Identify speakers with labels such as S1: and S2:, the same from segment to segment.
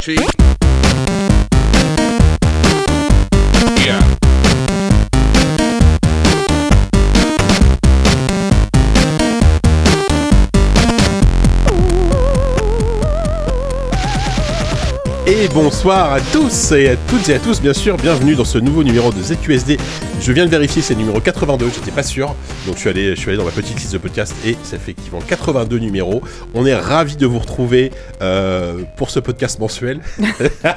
S1: Cheek. Yeah.
S2: Et bonsoir à tous et à toutes et à tous, bien sûr, bienvenue dans ce nouveau numéro de ZQSD. Je viens de vérifier, c'est le numéro 82, j'étais pas sûr. Donc je suis allé, je suis allé dans ma petite liste de podcast et ça fait effectivement 82 numéros. On est ravis de vous retrouver euh, pour ce podcast mensuel.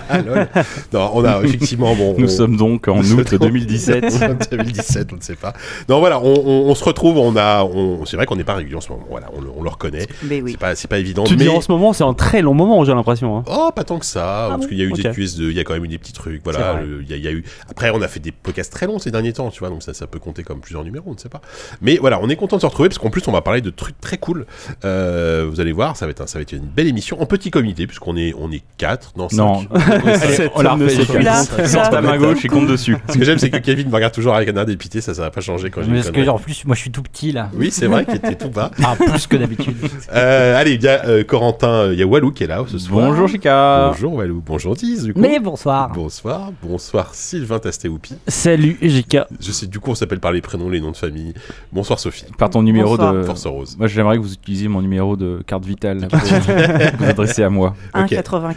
S2: Ah, Lol. non, on a effectivement bon.
S3: Nous
S2: on-
S3: sommes donc en
S2: Nous
S3: août
S2: sommes-
S3: 2017.
S2: 2017, on ne sait pas. Non, voilà, on, on- on se retrouve. On a, on- c'est vrai qu'on n'est pas régulier en ce moment. Voilà, on, le- on le reconnaît.
S4: Mais oui.
S2: C'est pas, c'est pas évident.
S5: Tu
S2: mais...
S5: dis en ce moment, c'est un très long moment, j'ai l'impression. hein.
S2: Oh, pas tant que ça, parce qu'il y a eu des
S5: Ah Ok.
S2: QS2, il y a quand même eu des petits trucs,
S5: C'est
S2: voilà.
S5: vrai.
S2: le- Il y, a- il y a eu. Après, on a fait des podcasts très longs ces derniers temps, tu vois, donc ça, ça peut compter comme plusieurs numéros, on ne sait pas. Mais voilà, on est content de se retrouver parce qu'en plus, on va parler de trucs très cool. Euh, vous allez voir, ça va être, un- ça va être une belle émission en petit comité puisqu'on est, on est quatre, non, cinq.
S3: Non.
S2: On est cinq.
S3: Allez,
S5: on la refait, les gars.
S4: Là,
S3: Sors ta
S4: là.
S3: main gauche et compte dessus.
S2: Ce que j'aime, c'est que Kevin me regarde toujours avec un air dépité, ça, ça va pas changer quand j'ai une
S6: Parce que
S2: connerie.
S6: en plus, moi je suis tout petit là.
S2: Oui, c'est vrai qu'il était tout bas.
S6: Ah, plus que d'habitude.
S2: Euh, allez, il y a euh, Corentin, euh, il y a Walou qui est là ce soir.
S3: Bonjour Chica.
S2: Bonjour Walou, bonjour Diz, du coup.
S6: Euh. Mais bonsoir.
S2: Bonsoir, bonsoir Sylvain Tastéoupi.
S5: Salut, JK.
S2: Je sais, du coup, on s'appelle par les prénoms, les noms de famille. Bonsoir Sophie,
S3: Par ton numéro
S4: Bonsoir.
S3: de.
S2: Force Rose.
S3: Moi j'aimerais que vous utilisiez mon numéro de carte vitale là, pour vous adresser à moi.
S4: 1,84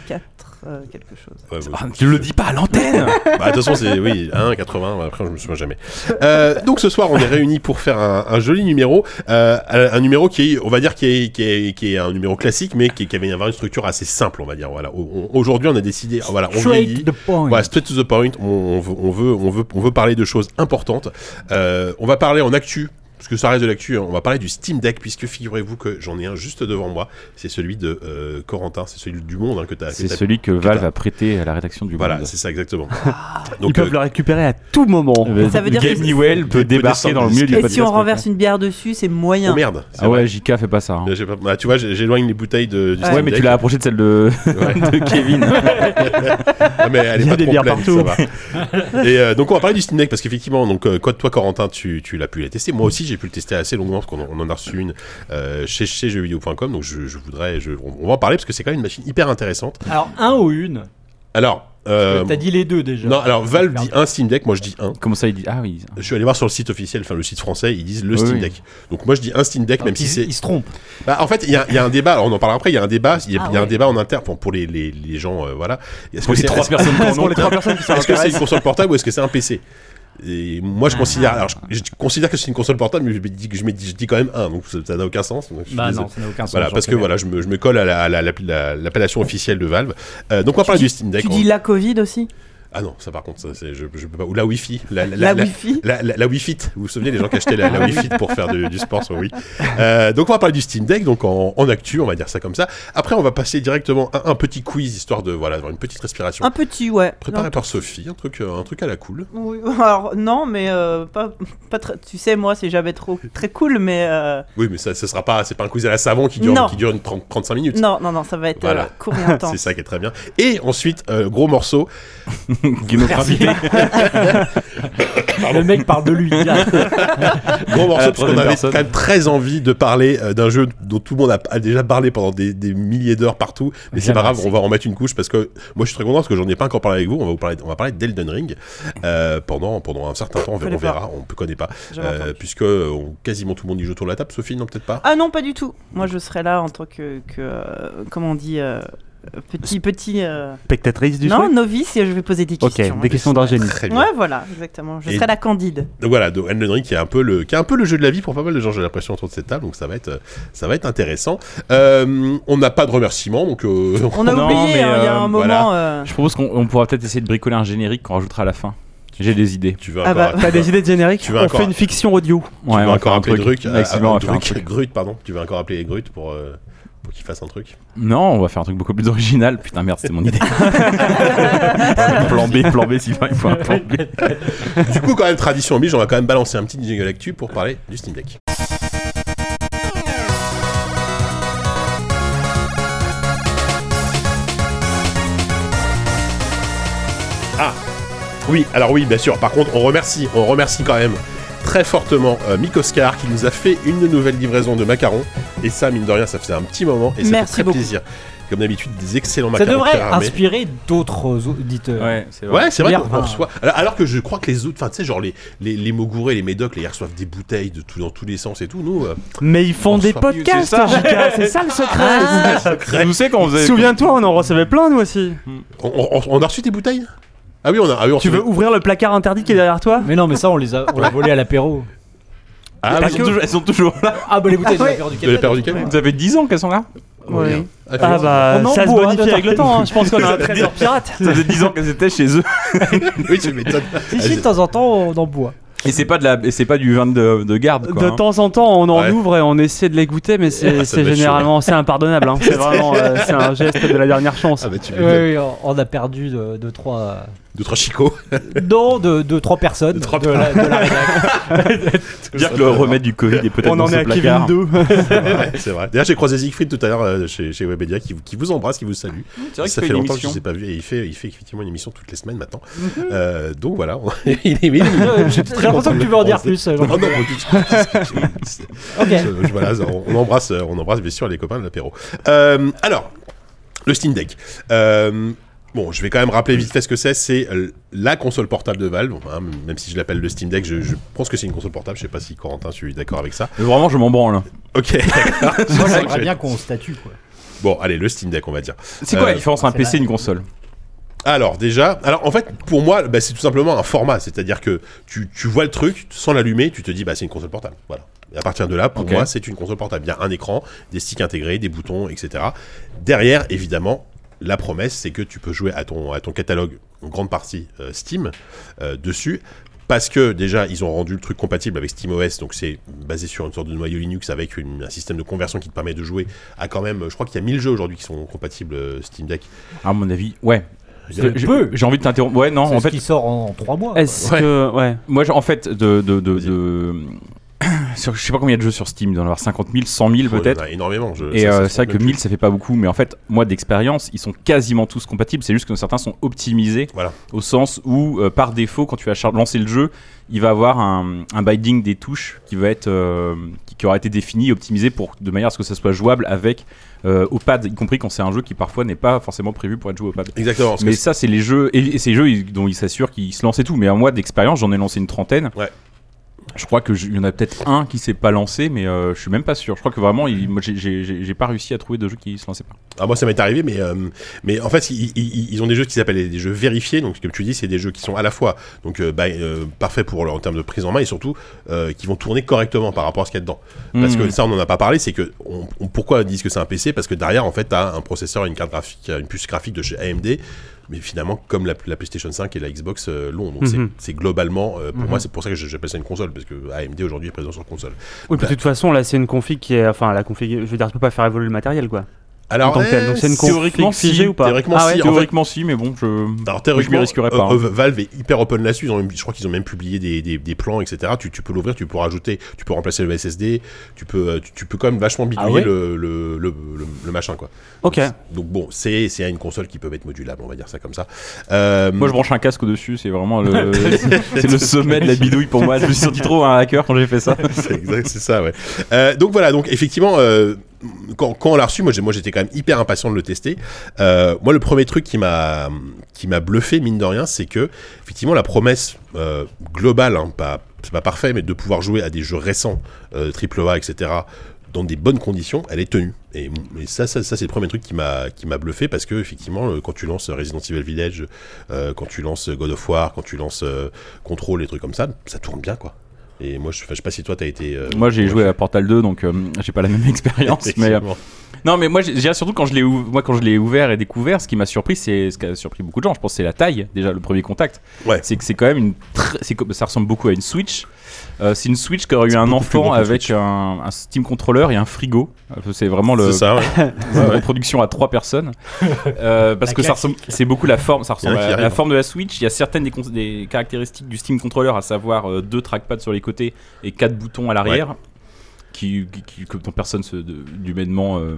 S4: euh, quelque chose.
S2: Ouais, ouais.
S3: tu le dis pas à l'antenne
S2: Bah, de toute façon, c'est oui, 1, 80, bah, après, je me souviens jamais. Euh, donc, ce soir, on est réunis pour faire un, un joli numéro. euh, un numéro qui est, on va dire, qui est, qui est, qui est un numéro classique, mais qui, qui avait une structure assez simple, on va dire. Voilà. On- on- Aujourd'hui, on a décidé, ah, voilà, on vieillit.
S6: Straight to the point.
S2: Voilà, straight to the point. On, on veut, on, veut, on, veut, on veut parler de choses importantes. Euh, on va parler en actu. Parce que ça reste de l'actu, hein. on va parler du Steam Deck, puisque figurez-vous que j'en ai un juste devant moi. C'est celui de euh, Corentin, c'est celui du monde hein, que tu as.
S3: C'est celui que Valve a prêté à la rédaction du
S2: Voilà,
S3: Monde. Ah.
S2: c'est ça exactement.
S5: Ils peuvent
S2: euh,
S5: le récupérer à tout moment.
S3: Euh,
S4: Ça veut dire
S3: Gabe
S4: que-
S3: Newell peut
S2: peut
S3: débarquer
S2: descendre
S3: dans le
S2: des
S3: milieu du
S4: Et
S3: podcast.
S4: si on renverse une bière dessus, c'est moyen.
S2: Oh merde c'est
S3: Ah
S2: vrai.
S3: ouais, JK fait pas ça. hein.
S2: Là, j'ai pas- bah, tu vois, j'ai- j'éloigne les bouteilles de, du
S4: Ouais,
S2: Steam
S3: Ouais, mais tu
S2: Deck.
S3: l'as approché de celle de,
S2: Ouais.
S3: de Kevin.
S2: Ah, mais
S5: Il
S2: elle
S5: y
S2: est
S5: a
S2: pas
S5: des
S2: trop
S5: bières
S2: pleine,
S5: partout.
S2: ça va. Et euh, donc, on va parler du Steam Deck parce qu'effectivement, donc, euh, quoi, toi, Corentin, tu, tu l'as pu la tester. Moi aussi, j'ai pu le tester assez longuement parce qu'on en- on en a reçu une euh, chez, chez jeuxvideo.com. Donc, je, je voudrais, je- on, on va en parler parce que c'est quand même une machine hyper intéressante.
S7: Alors, un ou une
S2: Alors, euh,
S7: T'as dit les deux déjà.
S2: non, alors Valve dit un Steam Deck, moi je dis un.
S3: Comment ça il dit Ah oui.
S2: Je suis allé voir sur le site officiel, enfin le site français, ils disent le
S3: Oui,
S2: Steam
S3: oui.
S2: Deck. Donc moi je dis un Steam Deck, même
S6: ils,
S2: si c'est
S6: ils se trompent.
S2: Bah, en fait, il y, a- il y a un débat, alors on en parlera après, il y a un débat, il y a,
S4: Ah
S2: il y a un
S4: ouais.
S2: débat en interne pour, pour les, les, les gens, euh, voilà. Est-ce que
S3: Pour les
S2: c'est
S3: trois
S2: est-ce-
S3: personnes qu'on
S5: Pour les trois personnes qui
S2: est-ce que c'est une
S5: s'intéressent.
S2: console portable ou est-ce que c'est un PC et moi je considère alors je, je considère que c'est une console portable mais je me dis que je, me dis, je dis quand même un donc ça ça n'a aucun sens donc je suis
S7: Bah
S2: désolé.
S7: non, ça n'a aucun sens.
S2: voilà parce que voilà je me, je me colle à la- à la- la- la- l'appellation officielle de Valve Euh, donc on va parler du Steam Deck
S4: Tu
S2: on-
S4: dis la Covid aussi
S2: ah non ça par contre ça, c'est- je, je peux pas ou la Wi-Fi la, la-
S4: La,
S2: la-
S4: Wi-Fi
S2: la, la, la Wii Fit, vous vous souvenez les gens qui achetaient la, la Wii Fit pour faire du, du sport sur Wii. Euh, donc on va parler du Steam Deck, donc en, en actu, on va dire ça comme ça. Après on va passer directement à un petit quiz histoire de voilà avoir une petite respiration.
S4: Un petit, ouais.
S2: Préparé par Sophie, un truc euh, un truc à la cool.
S4: Non, oui, alors, non, mais euh, pas, pas très- tu sais, moi, c'est jamais trop très cool, mais euh,
S2: Oui mais ça ce sera pas c'est pas un quiz à la savon qui dure
S4: Non.
S2: qui dure une 30 35 minutes.
S4: non, non, non, ça va être
S2: Voilà.
S4: euh, court et intense.
S2: C'est ça qui est très bien. Et ensuite euh, gros morceau.
S3: Game of Thrones.
S7: le mec parle de lui.
S2: Gros
S3: À la
S2: morceau parce qu'on
S3: troisième
S2: avait
S3: personne.
S2: quand même très envie de parler euh, d'un jeu dont tout le monde a, a déjà parlé pendant des, des milliers d'heures partout. Mais c'est pas grave, on va en mettre une couche parce que moi je suis très content parce que j'en ai pas encore parlé avec vous. On va vous parler, on va parler d'Elden Ring euh, pendant pendant un certain temps. On, verra- on
S4: connais pas.
S2: verra, on ne connaît pas
S4: J'avais
S2: Euh,
S4: entendu.
S2: puisque euh, on- quasiment tout le monde y joue autour de la table. Sophie, non peut-être pas.
S4: Ah non, pas du tout. Moi, je serai là en tant que, que euh, comment on dit, euh, petit, petit. euh,
S5: Spectatrice du
S4: non,
S5: jeu
S4: novice, et je vais poser des
S5: Ok,
S4: questions. hein,
S5: des questions d'ingénie.
S2: Très bien.
S4: Ouais, voilà, exactement. Je
S2: Et-
S4: serai la candide.
S2: Donc voilà, donc Elden Ring qui est un peu le qui est un peu le jeu de la vie pour pas mal de gens, j'ai l'impression autour de cette table, donc ça va être euh, ça va être intéressant. Euh, on n'a pas de remerciements, donc euh,
S4: On a
S3: Non,
S4: oublié,
S3: mais,
S4: hein, il y a
S3: euh,
S4: un
S2: voilà.
S4: moment. euh,
S3: Je propose qu'on on pourra peut-être essayer de bricoler un générique qu'on rajoutera à la fin. J'ai des idées.
S2: tu veux
S4: Ah
S2: encore
S4: bah,
S5: T'as des idées de générique
S2: Tu veux
S5: On
S2: encore-
S5: fait une fiction audio.
S3: Ouais,
S2: tu
S3: on
S2: veux
S3: va
S2: encore
S3: faire un
S2: appeler Druc, euh,
S3: Maxime, on va
S2: euh,
S3: faire un
S2: Druc,
S3: truc.
S2: Grut, pardon. Tu veux encore appeler Grut pour, euh, pour qu'il fasse un truc
S3: Non, on va faire un truc beaucoup plus original. Putain, merde, c'était mon idée. plan B, plan B, Sylvain, il faut un plan B.
S2: Du coup, quand même, tradition oblige, on va quand même balancer un petit jingle actu pour parler du Steam Deck. Ah Oui, alors oui, bien sûr. Par contre, on remercie, on remercie quand même très fortement euh, Mick Oscar qui nous a fait une nouvelle livraison de macarons. Et ça, mine de rien, ça faisait un petit moment et ça
S4: Merci
S2: fait très
S4: beaucoup.
S2: plaisir. Comme d'habitude, des excellents
S6: Ça
S2: macarons
S6: devrait
S2: très armés.
S6: inspirer d'autres auditeurs.
S3: Ouais, c'est vrai.
S2: Ouais, c'est vrai
S6: Hier,
S2: qu'on en
S6: enfin,
S2: reçoit. Alors, alors que je crois que les autres, enfin, tu sais, genre les, les, les Mogourets, les Médocs, les ils reçoivent des bouteilles de tout, dans tous les sens et tout. Nous, euh,
S5: Mais ils font
S2: On
S5: des
S2: se rappelle,
S3: c'est
S5: podcasts,
S3: ça.
S5: JK, c'est ça le secret.
S3: Vous savez quand on faisait.
S5: Souviens-toi, on en recevait plein nous aussi.
S2: on, on- on a reçu des bouteilles Ah oui, on a. Ah oui, on
S5: Tu
S2: se-
S5: veux ouvrir le placard interdit qui est derrière toi
S6: Mais non, mais ça, on les a, on l'a volé à l'apéro.
S2: Ah
S3: elles,
S2: oui,
S3: sont toujours, elles sont toujours là.
S6: Ah, bah les bouteilles de l'apéro du
S2: de la
S6: café.
S2: paire du Cap.
S3: Vous avez 10 ans qu'elles sont là
S4: Oui.
S2: Ah,
S5: Ah
S2: oui.
S5: bah,
S6: On en
S5: ça se
S6: boit, de
S5: bonifie
S6: temps
S5: avec le
S6: en
S5: temps. hein. Je pense qu'on a un trésor pirate.
S3: Ça faisait 10 ans qu'elles étaient chez eux.
S2: Oui, tu m'étonnes.
S6: Si, si, de temps en temps, on en boit.
S3: Et c'est pas, de la... et c'est pas du vin de, de garde quoi.
S5: De
S3: hein.
S5: temps en temps, on en
S2: Ouais.
S5: ouvre et on essaie de les goûter, mais c'est
S2: Ah, ça
S5: c'est
S2: doit être
S5: généralement c'est impardonnable. hein. C'est vraiment euh, c'est un geste de la dernière chance.
S2: Ah bah, tu
S6: Oui,
S2: m'étonnes.
S6: on on a perdu de- deux, trois.
S2: Deux, trois chicots.
S6: Non, de, de trois personnes.
S2: De trois
S6: de la- de la rédac.
S3: Dire que le remède du Covid est peut-être
S5: On
S3: dans
S5: en
S3: ce
S5: est à Kevin
S3: placard.
S5: 2.
S2: C'est vrai, c'est vrai. D'ailleurs, j'ai croisé Siegfried tout à l'heure euh, chez, chez Webedia qui, vous- qui vous embrasse, qui vous salue.
S3: C'est vrai qu'il
S2: Ça
S3: fait
S2: fait
S3: une
S2: longtemps que je
S3: émission.
S2: ne sais pas vu et il fait, il fait effectivement une émission toutes les semaines maintenant. Euh, donc voilà, on- il est il est-
S6: J'ai
S2: très
S6: l'impression
S2: content
S6: que
S2: de
S6: tu veux en dire
S2: croiser.
S6: plus. Jean.
S2: Non, non, pas du tout.
S6: Ok.
S2: Je- je- voilà, on, on embrasse, euh, on embrasse bien sûr les copains de l'apéro. Euh, alors, le Steam Deck. Euh, bon, je vais quand même rappeler vite fait ce que c'est. C'est euh, la console portable de Valve. Bon, hein, même si je l'appelle le Steam Deck, je, je pense que c'est une console portable. Je sais pas si Corentin, je suis d'accord avec ça.
S3: Mais Vraiment, je m'en branle.
S2: Ok. d'accord.
S6: Moi,
S2: Je sens que
S6: j'aimerais
S2: je vais-
S6: bien qu'on statue, quoi.
S2: Bon, allez, le Steam Deck, on va dire.
S3: C'est quoi
S2: Euh,
S3: la différence entre
S6: c'est
S3: un PC et
S6: là.
S3: une console
S2: Alors déjà, alors en fait pour moi bah, c'est tout simplement un format, c'est-à-dire que tu, tu vois le truc sans l'allumer, tu te dis bah c'est une console portable, voilà. Et à partir de là, pour
S3: Ok.
S2: moi c'est une console portable. Il y a un écran, des sticks intégrés, des boutons, etc. Derrière évidemment la promesse c'est que tu peux jouer à ton à ton catalogue en grande partie euh, Steam euh, dessus. Parce que déjà, ils ont rendu le truc compatible avec SteamOS, donc c'est basé sur une sorte de noyau Linux avec une- un système de conversion qui te permet de jouer à quand même, je crois qu'il y a 1000 jeux aujourd'hui qui sont compatibles euh, Steam Deck.
S3: À mon avis, ouais.
S2: C'est
S3: Je-
S6: peu.
S3: J'ai envie de t'interrompre. Ouais, non,
S6: C'est
S3: en
S6: ce
S3: fait,
S6: qui sort en, en trois mois. quoi.
S5: Est-ce
S2: Ouais.
S5: que ouais
S3: moi, je- en fait, de. de, de,
S2: Vas-y.
S3: de- sur- je sais pas combien il y a de jeux sur Steam, il doit y en avoir 50 000, 100 000
S2: Il y en a
S3: peut-être.
S2: bah, énormément. je-
S3: Et euh,
S2: Oh, ça, ça se
S3: c'est
S2: compte
S3: vrai que
S2: même
S3: 1000 ça fait pas beaucoup, mais en fait, moi d'expérience, ils sont quasiment tous compatibles. C'est juste que certains sont optimisés
S2: Voilà.
S3: au sens où, euh, par défaut, quand tu vas char- lancer le jeu, il va avoir un, un binding des touches qui va être euh, qui, qui aura été défini, et optimisé pour de manière à ce que ça soit jouable avec euh, au pad, y compris quand c'est un jeu qui parfois n'est pas forcément prévu pour être joué au pad.
S2: Exactement. parce que
S3: Mais
S2: c'est-
S3: ça, c'est les jeux et, et ces jeux ils- dont ils s'assurent qu'ils se lancent et tout. Mais à moi d'expérience, j'en ai lancé une trentaine.
S2: Ouais.
S3: Je crois que je- il y en a peut-être un qui s'est pas lancé, mais euh, je suis même pas sûr. Je crois que vraiment, il- moi, j'ai- j'ai j'ai- j'ai pas réussi à trouver de jeux qui se lançaient pas.
S2: ah, moi, ça m'est arrivé, mais, euh, mais en fait, ils, ils- ils ont des jeux qui s'appellent des jeux vérifiés. Donc, comme tu dis, c'est des jeux qui sont à la fois donc euh, bah, euh, parfaits pour leur- en termes de prise en main et surtout euh, qui vont tourner correctement par rapport à ce qu'il y a dedans. Parce que
S3: Mhm.
S2: ça, on n'en a pas parlé. C'est que on, on- pourquoi ils disent que c'est un PC Parce que derrière, en fait, t'as un processeur, et une carte graphique, une puce graphique de chez AMD. Mais finalement, comme la, la PlayStation 5 et la Xbox euh, l'ont, donc c'est-
S5: Mhm.
S2: c'est globalement, euh, pour moi, c'est pour ça que j'appelle ça une console, parce que AMD aujourd'hui est présent sur console.
S5: Oui, puis de toute façon là c'est une config qui est enfin la config. Je veux dire, tu peux pas faire évoluer le matériel quoi. en
S2: Alors,
S5: tant que tel. Donc c'est une
S2: théoriquement,
S5: config
S3: Eh, théoriquement, si.
S5: figée ou pas
S2: théoriquement,
S5: Ah ouais
S2: si, en fait, Hmm.
S3: Théoriquement, si, mais bon, je.
S2: Alors
S3: Je
S2: théoriquement,
S3: m'y risquerais
S2: euh,
S3: pas, hein.
S2: euh, Valve est hyper open là-dessus. Ils ont- Je crois qu'ils ont même publié des, des- des plans, etc. Tu, tu peux l'ouvrir, tu peux rajouter, tu peux remplacer le SSD, tu peux, euh, tu, tu peux quand même vachement bidouiller
S6: Ah ouais
S2: le, le, le- le- le machin, quoi.
S5: Ok.
S2: Donc, c'est- Donc bon, c'est c'est une console qui peut être modulable, on va dire ça comme ça. Euh,
S3: Moi, je branche un casque au-dessus, c'est vraiment le, c'est le sommet de la bidouille pour moi. Je me suis senti trop un hacker quand j'ai fait ça.
S2: c'est exact, c'est ça, ouais. Euh, donc voilà, donc effectivement, euh, quand, quand on l'a reçu, moi, j'ai- moi j'étais quand même hyper impatient de le tester. Euh, moi, le premier truc qui m'a qui m'a bluffé, mine de rien, c'est que effectivement la promesse euh, globale, hein, pas c'est pas parfait, mais de pouvoir jouer à des jeux récents, euh, AAA, etc. Dans des bonnes conditions, elle est tenue. Et, et ça, ça, ça, c'est le premier truc qui m'a qui m'a bluffé parce que effectivement, euh, quand tu lances Resident Evil Village, euh, quand tu lances God of War, quand tu lances euh, Control, les trucs comme ça, ça tourne bien, quoi. Et moi, je, enfin, je sais pas si toi, t'as été. euh,
S3: Moi, j'ai joué à Portal 2, donc euh, j'ai pas la même expérience, mais. euh,
S2: Effectivement.
S3: Non, mais moi, j'ai- j'ai- surtout quand je l'ai ou- moi quand je l'ai ouvert et découvert, ce qui m'a surpris, c'est ce qui a surpris beaucoup de gens. Je pense que c'est la taille, déjà le premier contact.
S2: Ouais.
S3: C'est que c'est quand même une. tr- c'est co- ça ressemble beaucoup à une Switch. Euh, c'est une Switch qui aurait eu
S2: C'est
S3: un
S2: beaucoup plus
S3: enfant
S2: grand qu'une
S3: avec un, un Steam controller et un frigo. Euh, C'est vraiment le
S2: C'est ça, ouais.
S3: c'est une reproduction à trois personnes. Euh, parce
S6: La
S3: que ça ressemble, c'est beaucoup la forme. Ça
S2: Il y en a
S3: ressemble
S2: qui
S3: à
S2: arrivent,
S3: la
S2: hein.
S3: forme de la Switch. Il y a certaines des, cons- des caractéristiques du Steam Controller, à savoir euh, deux trackpads sur les côtés et quatre boutons à l'arrière. qui, qui, qui- que dont personne se, de- d'humainement euh,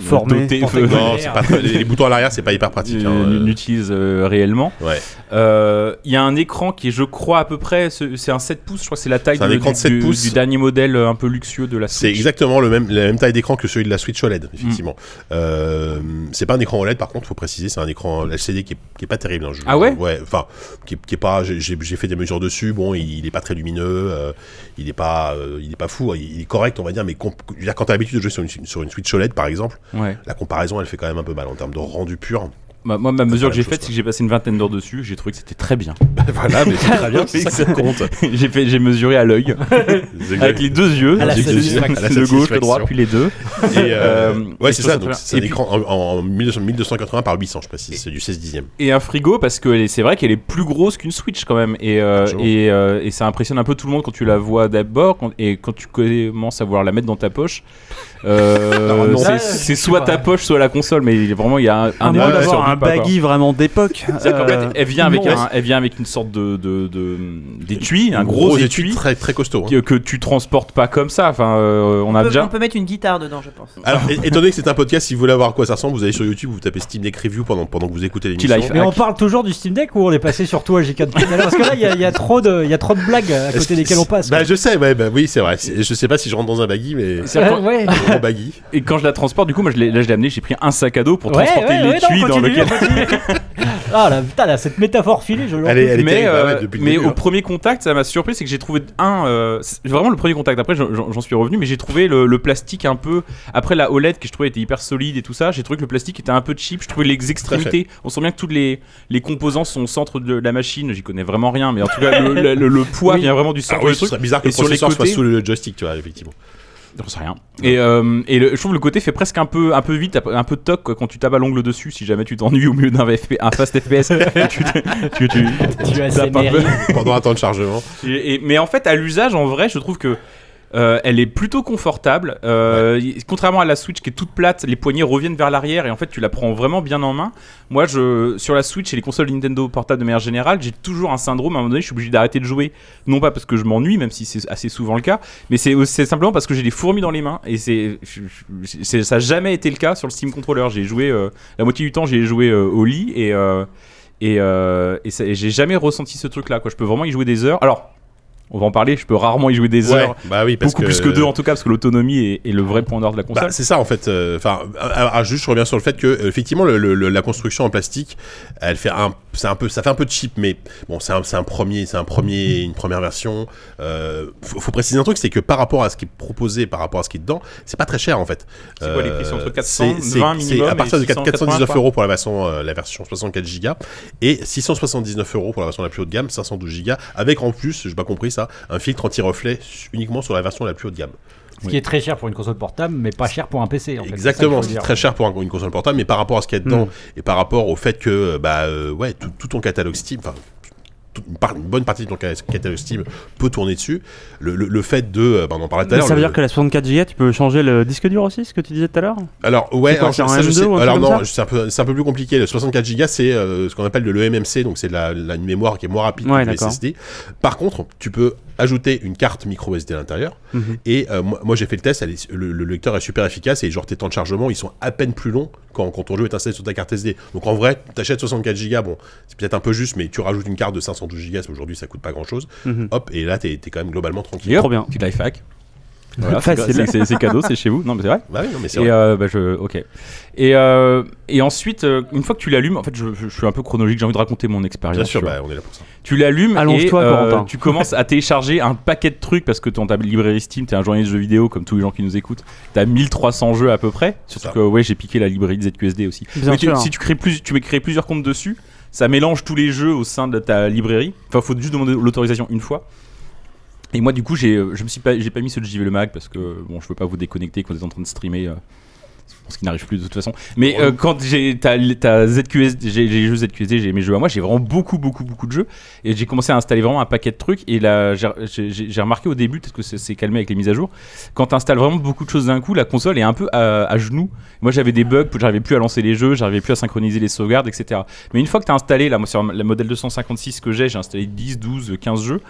S5: Formé.
S3: doté,
S2: Non, c'est pas très- les boutons à l'arrière, c'est pas hyper pratique. hein,
S3: euh,
S2: euh.
S3: n'utilise euh, réellement.
S2: Ouais.
S3: Euh, Il y a un écran qui est, je crois, à peu près, ce- c'est un 7 pouces, je crois que c'est la taille
S2: C'est un
S3: de-
S2: écran de
S3: du-
S2: 7
S3: du,
S2: pouces.
S3: du dernier modèle euh, un peu luxueux de la
S2: C'est
S3: Switch.
S2: exactement le même, la même taille d'écran que celui de la Switch OLED, effectivement.
S3: Mm.
S2: Euh, c'est pas un écran OLED, par contre, faut préciser, c'est un écran LCD qui est, qui est pas terrible. hein, je-
S3: Ah ouais
S2: Ouais, enfin, qui, est- qui est pas. j'ai- J'ai j'ai fait des mesures dessus. Bon, il, il est pas très lumineux, euh, il est pas, euh, il est pas fou. hein, Il, il est correct, on va dire. Mais comp- je veux dire, quand t'as l'habitude de jouer sur une, sur une Switch OLED, par exemple,
S3: Ouais.
S2: la comparaison, elle fait quand même un peu mal en termes de rendu pur.
S3: Bah, moi, ma mesure
S2: la
S3: que j'ai
S2: chose,
S3: faite,
S2: quoi.
S3: c'est que j'ai passé une vingtaine d'heures dessus. J'ai trouvé que c'était très bien.
S2: voilà, mais c'est très bien, c'est ça qui compte.
S3: j'ai fait, j'ai mesuré à l'œil, avec les deux yeux,
S7: À la
S3: les deux yeux,
S7: satisfaction.
S2: À la
S3: le gauche, le
S2: satisfaction.
S3: droit, puis les deux.
S2: Et, euh,
S3: Euh,
S2: ouais,
S3: et
S2: c'est
S3: je
S2: ça.
S3: trouve
S2: Donc,
S3: ça
S2: c'est un
S3: très bien. Et
S2: écran en, en 1200 1280 par 800, je précise. C'est du 16 dixième.
S3: Et un frigo parce que elle est- c'est vrai qu'elle est plus grosse qu'une Switch quand même. Et euh,
S2: Largement.
S3: et, euh, et ça impressionne un peu tout le monde quand tu la vois d'abord quand- et quand tu commences à vouloir la mettre dans ta poche. euh,
S2: Non, non.
S3: c'est-
S6: Ouais,
S3: c'est
S6: je sais
S3: soit
S6: pas.
S3: ta poche, soit la console, mais il- vraiment il y a un,
S5: À
S3: des
S5: moins
S3: deux qui
S5: d'avoir
S3: survit
S5: un
S3: pas, quoi.
S5: baggy vraiment d'époque.
S3: C'est-à-dire qu'en
S5: euh,
S3: fait, elle vient avec
S5: immense.
S3: un, elle vient avec une sorte de de de- d'étui, un gros, étui
S2: très très costaud. hein.
S3: que, que tu transportes pas comme ça. Enfin, euh, on a
S4: On peut, on
S3: déjà.
S4: peut mettre une guitare dedans, je pense.
S2: Alors, é- étonné que c'est un podcast, si vous voulez voir à quoi ça ressemble, vous allez sur YouTube, vous tapez Steam Deck Review pendant, pendant que vous écoutez l'émission.
S3: live.
S6: Mais on parle toujours du Steam Deck ou on est passé sur toi, J4 tout à l'heure Parce que là, il y a- il y, a trop de il y a trop de blagues à
S2: Est-ce
S6: côté
S2: que-
S6: desquelles on passe.
S2: Bah,
S6: quoi.
S2: je sais, ouais, bah, oui, c'est vrai. C'est- Je sais pas si je rentre dans un baggy, mais.
S3: C'est-à-dire
S5: Euh,
S6: Ouais, Euh,
S3: quand-
S6: ouais.
S2: Gros baggy.
S3: Et quand je la transporte, du coup, moi, je l'ai- là, je l'ai amené, j'ai pris un sac à dos pour
S6: Ouais,
S3: transporter
S6: ouais, ouais,
S3: l'étui
S6: non,
S3: dans
S6: continue,
S3: lequel.
S6: continue. ah la putain, là, cette métaphore filée, je l'en
S2: Elle est,
S6: peux
S2: elle est
S3: mais
S2: terrible,
S3: euh,
S2: ouais, depuis le
S3: mais
S2: début,
S3: au
S2: hein.
S3: premier contact, ça m'a surpris, c'est que j'ai trouvé un, euh, c'est vraiment le premier contact. Après, j'en- j'en j'en suis revenu, mais j'ai trouvé le, le plastique un peu. Après la OLED que je trouvais était hyper solide et tout ça, j'ai trouvé que le plastique était un peu cheap. Je trouvais les extrémités. On sent bien que tous les les composants sont au centre de la machine. J'y connais vraiment rien, mais en tout cas, le, le- le- le poids
S6: Oui.
S3: vient vraiment du
S2: Ah
S3: centre
S2: oui,
S3: du
S2: ce
S3: truc.
S2: serait bizarre que
S3: et
S2: le
S3: sur les
S2: processeur soit
S3: côtés-
S2: sous le joystick, tu vois, effectivement.
S3: J'en sais rien. Et, euh, et le- je trouve le côté fait presque un peu, un peu vite, un peu toc quoi, quand tu tapes à l'ongle dessus, si jamais tu t'ennuies au milieu d'un VFP, un fast FPS. et tu, tu, tu-
S6: Tu as
S3: tapes un peu.
S2: pendant un temps de chargement.
S3: Et- et- mais en fait, à l'usage, en vrai, je trouve que euh, elle est plutôt confortable. Euh, y- Contrairement à la Switch qui est toute plate, les poignées reviennent vers l'arrière et en fait, tu la prends vraiment bien en main. Moi, je, sur la Switch et les consoles Nintendo portables de manière générale, j'ai toujours un syndrome. À un moment donné, je suis obligé d'arrêter de jouer. Non pas parce que je m'ennuie, même si c'est assez souvent le cas, mais c'est c'est simplement parce que j'ai des fourmis dans les mains. Et c'est je- je- c'est- ça n'a jamais été le cas sur le Steam Controller. J'ai joué euh, la moitié du temps, j'ai joué euh, au lit et. euh, et, euh, et ça- et j'ai jamais ressenti ce truc-là. quoi. Je peux vraiment y jouer des heures. Alors, on va en parler. Je peux rarement y jouer des
S2: Ouais,
S3: heures.
S2: bah oui, parce
S3: Beaucoup
S2: que.
S3: plus que deux en tout cas, parce que l'autonomie est, est le vrai point d'ordre de la
S2: Bah,
S3: console.
S2: c'est ça en fait. euh, Enfin, à- à- à- juste je reviens sur le fait que euh, effectivement le- le- le- la construction en plastique, elle fait un, c'est un peu, ça fait un peu cheap, mais bon, c'est un, c'est un premier, c'est un premier, une première version. Euh, faut, faut préciser un truc, c'est que par rapport à ce qui est proposé, par rapport à ce qui est dedans, c'est pas très cher en fait.
S3: C'est quoi les prix C'est entre
S2: Euh,
S3: 400,
S2: c'est-
S3: 20
S2: c'est-
S3: minimum
S2: à partir
S3: et
S2: de 4-
S3: 499
S2: 419 euros pour la version, euh, la version 64 Go et 679 euros pour la version la plus haut de gamme, 512 Go avec en plus, j'ai pas compris ça, un filtre anti-reflet uniquement sur la version la plus haut de gamme.
S6: Ce qui est très cher pour une console portable, mais pas cher pour un PC. En fait.
S2: Exactement,
S6: C'est
S2: c'est
S6: ça qu'il faut dire.
S2: très
S6: Mm.
S2: cher pour un- une console portable, mais par rapport à ce qu'il y a dedans et par rapport au fait que euh, bah euh, ouais tout, tout ton catalogue Steam, enfin tout- une, par- une bonne partie de ton ca- catalogue Steam peut tourner dessus. Le, le- le fait de, euh, bah, on en parlait tout à
S5: Mais
S2: l'heure.
S5: ça veut
S2: le-
S5: dire que la 64 Go, tu peux changer le disque dur aussi, ce que tu disais tout à l'heure
S2: alors ouais,
S5: quoi,
S2: alors,
S5: c'est un
S2: ça, je
S5: M2
S2: sais-
S5: ou un truc
S2: alors
S5: comme ça
S2: non, c'est un peu c'est un peu plus compliqué. Le 64 Go c'est euh, ce qu'on appelle de l'EMMC, donc c'est de la, la- une mémoire qui est moins rapide
S5: Ouais,
S2: que le
S5: d'accord.
S2: SSD. Par contre, tu peux ajouter une carte micro SD à l'intérieur.
S5: Mhm.
S2: Et euh, moi, moi, j'ai fait le test, elle est- le, le lecteur est super efficace et genre tes temps de chargement ils sont à peine plus longs quand, quand ton jeu est installé sur ta carte SD. Donc en vrai, t'achètes 64 Go, bon, c'est peut-être un peu juste, mais tu rajoutes une carte de 512 Go, aujourd'hui ça coûte pas grand chose.
S3: Euh,
S5: Mhm.
S2: Hop, et là t'es t'es quand même globalement tranquille.
S3: D'ailleurs,
S5: Trop bien.
S3: Petit life hack. Voilà,
S5: Facile.
S3: c'est- c'est c'est cadeau, c'est chez vous. Non, mais c'est vrai.
S2: Bah oui, non, mais c'est
S3: Et
S2: vrai.
S3: euh, bah, je, ok. Et, euh, et ensuite, euh, une fois que tu l'allumes, en fait, je, je- je suis un peu chronologique. J'ai envie de raconter mon expérience.
S2: Bien
S3: tu
S2: sûr,
S3: vois.
S2: bah, on est là pour ça.
S3: Tu l'allumes et euh,
S5: Allonge-toi, Corentin.
S3: tu commences à télécharger un paquet de trucs parce que ton ta librairie Steam, t'es un journaliste de jeux vidéo comme tous les gens qui nous écoutent. T'as 1300 jeux à peu près. Surtout
S2: ça.
S3: que ouais, j'ai piqué la librairie de ZQSD aussi.
S5: Bien
S3: Mais tu-
S5: sûr.
S3: si tu crées plus, tu mets- crées plusieurs comptes dessus, ça mélange tous les jeux au sein de ta librairie. Enfin, faut juste demander l'autorisation une fois. Et moi, du coup, j'ai, euh, je me suis pas, j'ai pas mis ceux de JV le Mag parce que bon, je veux pas vous déconnecter quand vous êtes en train de streamer. euh, ce qui n'arrive plus de toute façon. Mais euh, quand j'ai t'as, t'as ZQSD, j'ai les jeux ZQSD, j'ai mes jeux à moi, j'ai vraiment beaucoup, beaucoup, beaucoup de jeux. Et j'ai commencé à installer vraiment un paquet de trucs. Et là, j'ai- j'ai j'ai remarqué au début, peut-être que c'est c'est calmé avec les mises à jour, quand tu installes vraiment beaucoup de choses d'un coup, la console est un peu à, à genoux. Moi, j'avais des bugs, j'arrivais plus à lancer les jeux, j'arrivais plus à synchroniser les sauvegardes, etc. Mais une fois que tu as installé, là, moi, sur la modèle 256 que j'ai, j'ai installé 10, 12, 15 jeux.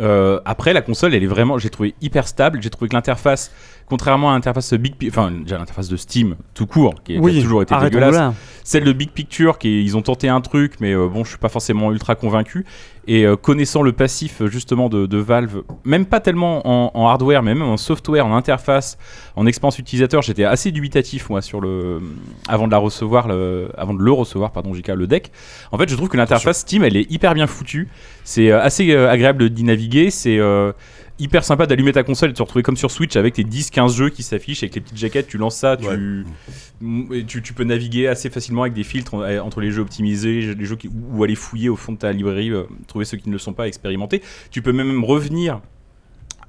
S3: Euh, après, la console, elle est vraiment, j'ai trouvé hyper stable. J'ai trouvé que l'interface, contrairement à l'interface Big, Pi- enfin déjà l'interface de Steam tout court, qui, est- qui a toujours été
S5: arrêtons-nous
S3: dégueulasse,
S5: là.
S3: celle de Big Picture, qui est- ils ont tenté un truc, mais euh, bon, je suis pas forcément ultra convaincu. Et euh, connaissant le passif euh, justement de, de Valve, même pas tellement en, en hardware, mais même en software, en interface, en expérience utilisateur, j'étais assez dubitatif moi sur le avant de la recevoir, le- avant de le recevoir, pardon, JK, le deck. En fait, je trouve que l'interface Steam, elle est hyper bien foutue. C'est euh, assez euh, agréable d'y naviguer. C'est euh, hyper sympa d'allumer ta console et de se retrouver comme sur Switch avec tes 10-15 jeux qui s'affichent avec les petites jaquettes. Tu lances ça, tu,
S2: Ouais.
S3: Mm, et tu, tu peux naviguer assez facilement avec des filtres euh, entre les jeux optimisés, les jeux qui, ou ou aller fouiller au fond de ta librairie, euh, trouver ceux qui ne le sont pas, expérimenter. Tu peux même revenir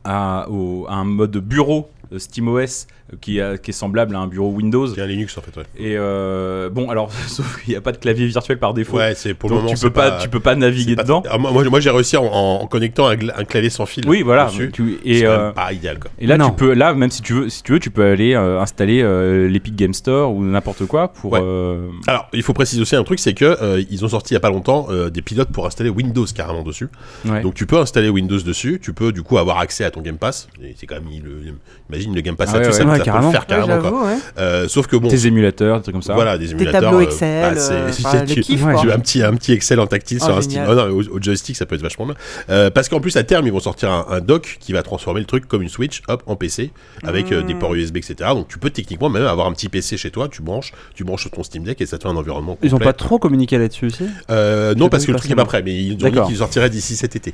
S3: à, au- à un mode bureau euh, SteamOS euh, qui, a- qui est semblable à un bureau Windows.
S2: C'est un Linux en fait, ouais.
S3: Et euh, bon, alors sauf qu'il n'y a pas de clavier virtuel par défaut.
S2: Ouais, c'est pour le
S3: donc
S2: moment.
S3: tu peux
S2: c'est
S3: pas, tu peux pas
S2: c'est
S3: naviguer
S2: pas-
S3: dedans.
S2: Ah, moi, moi, moi, j'ai réussi en, en- en connectant un, gla- un clavier sans fil.
S3: Oui, voilà.
S2: dessus.
S3: Tu-
S2: C'est
S3: et,
S2: quand
S3: euh,
S2: même pas idéal quoi.
S3: et là,
S5: Non.
S3: tu peux, là, même si tu veux, si tu veux, tu peux aller euh, installer euh, l'Epic Game Store ou n'importe quoi pour.
S2: Ouais.
S3: euh,
S2: Alors, il faut préciser aussi un truc, c'est que euh, ils ont sorti il y a pas longtemps euh, des pilotes pour installer Windows carrément dessus.
S3: ouais.
S2: Donc tu peux installer Windows dessus, tu peux du coup avoir accès à ton Game Pass. Et c'est quand même, il- le- imagine le Game Pass
S3: Ah ouais,
S2: là-dessus,
S5: ouais.
S2: ça, ça
S5: Ouais,
S2: peut
S5: carrément.
S2: le faire carrément quoi.
S4: j'avoue, ouais.
S2: Euh, sauf que bon,
S3: tes émulateurs, des trucs comme ça.
S2: voilà, des
S4: Des
S2: émulateurs.
S4: tableaux
S2: euh,
S4: Excel,
S2: bah, c'est-
S4: euh,
S2: c'est-
S4: enfin, le
S2: tu-
S4: kiff,
S5: ouais.
S4: quoi.
S2: Tu as un petit, un petit Excel en tactile
S4: Oh,
S2: sur un
S4: génial.
S2: Steam. Ah non, au, au joystick, ça peut être vachement bien. Euh, parce qu'en plus, à terme, ils vont sortir un, un dock qui va transformer le truc comme une Switch, hop, en PC, avec euh, des
S4: Mm.
S2: ports USB, etc. Donc tu peux techniquement même avoir un petit PC chez toi, tu branches, tu branches sur ton Steam Deck et ça te fait un environnement complet.
S5: Ils ont
S3: Bah,
S5: pas trop communiqué là-dessus aussi
S2: Euh, non,
S5: C'est
S2: parce
S5: pas
S2: que le truc n'est pas prêt, mais ils ont dit
S5: D'accord.
S2: qu'il sortirait d'ici cet été.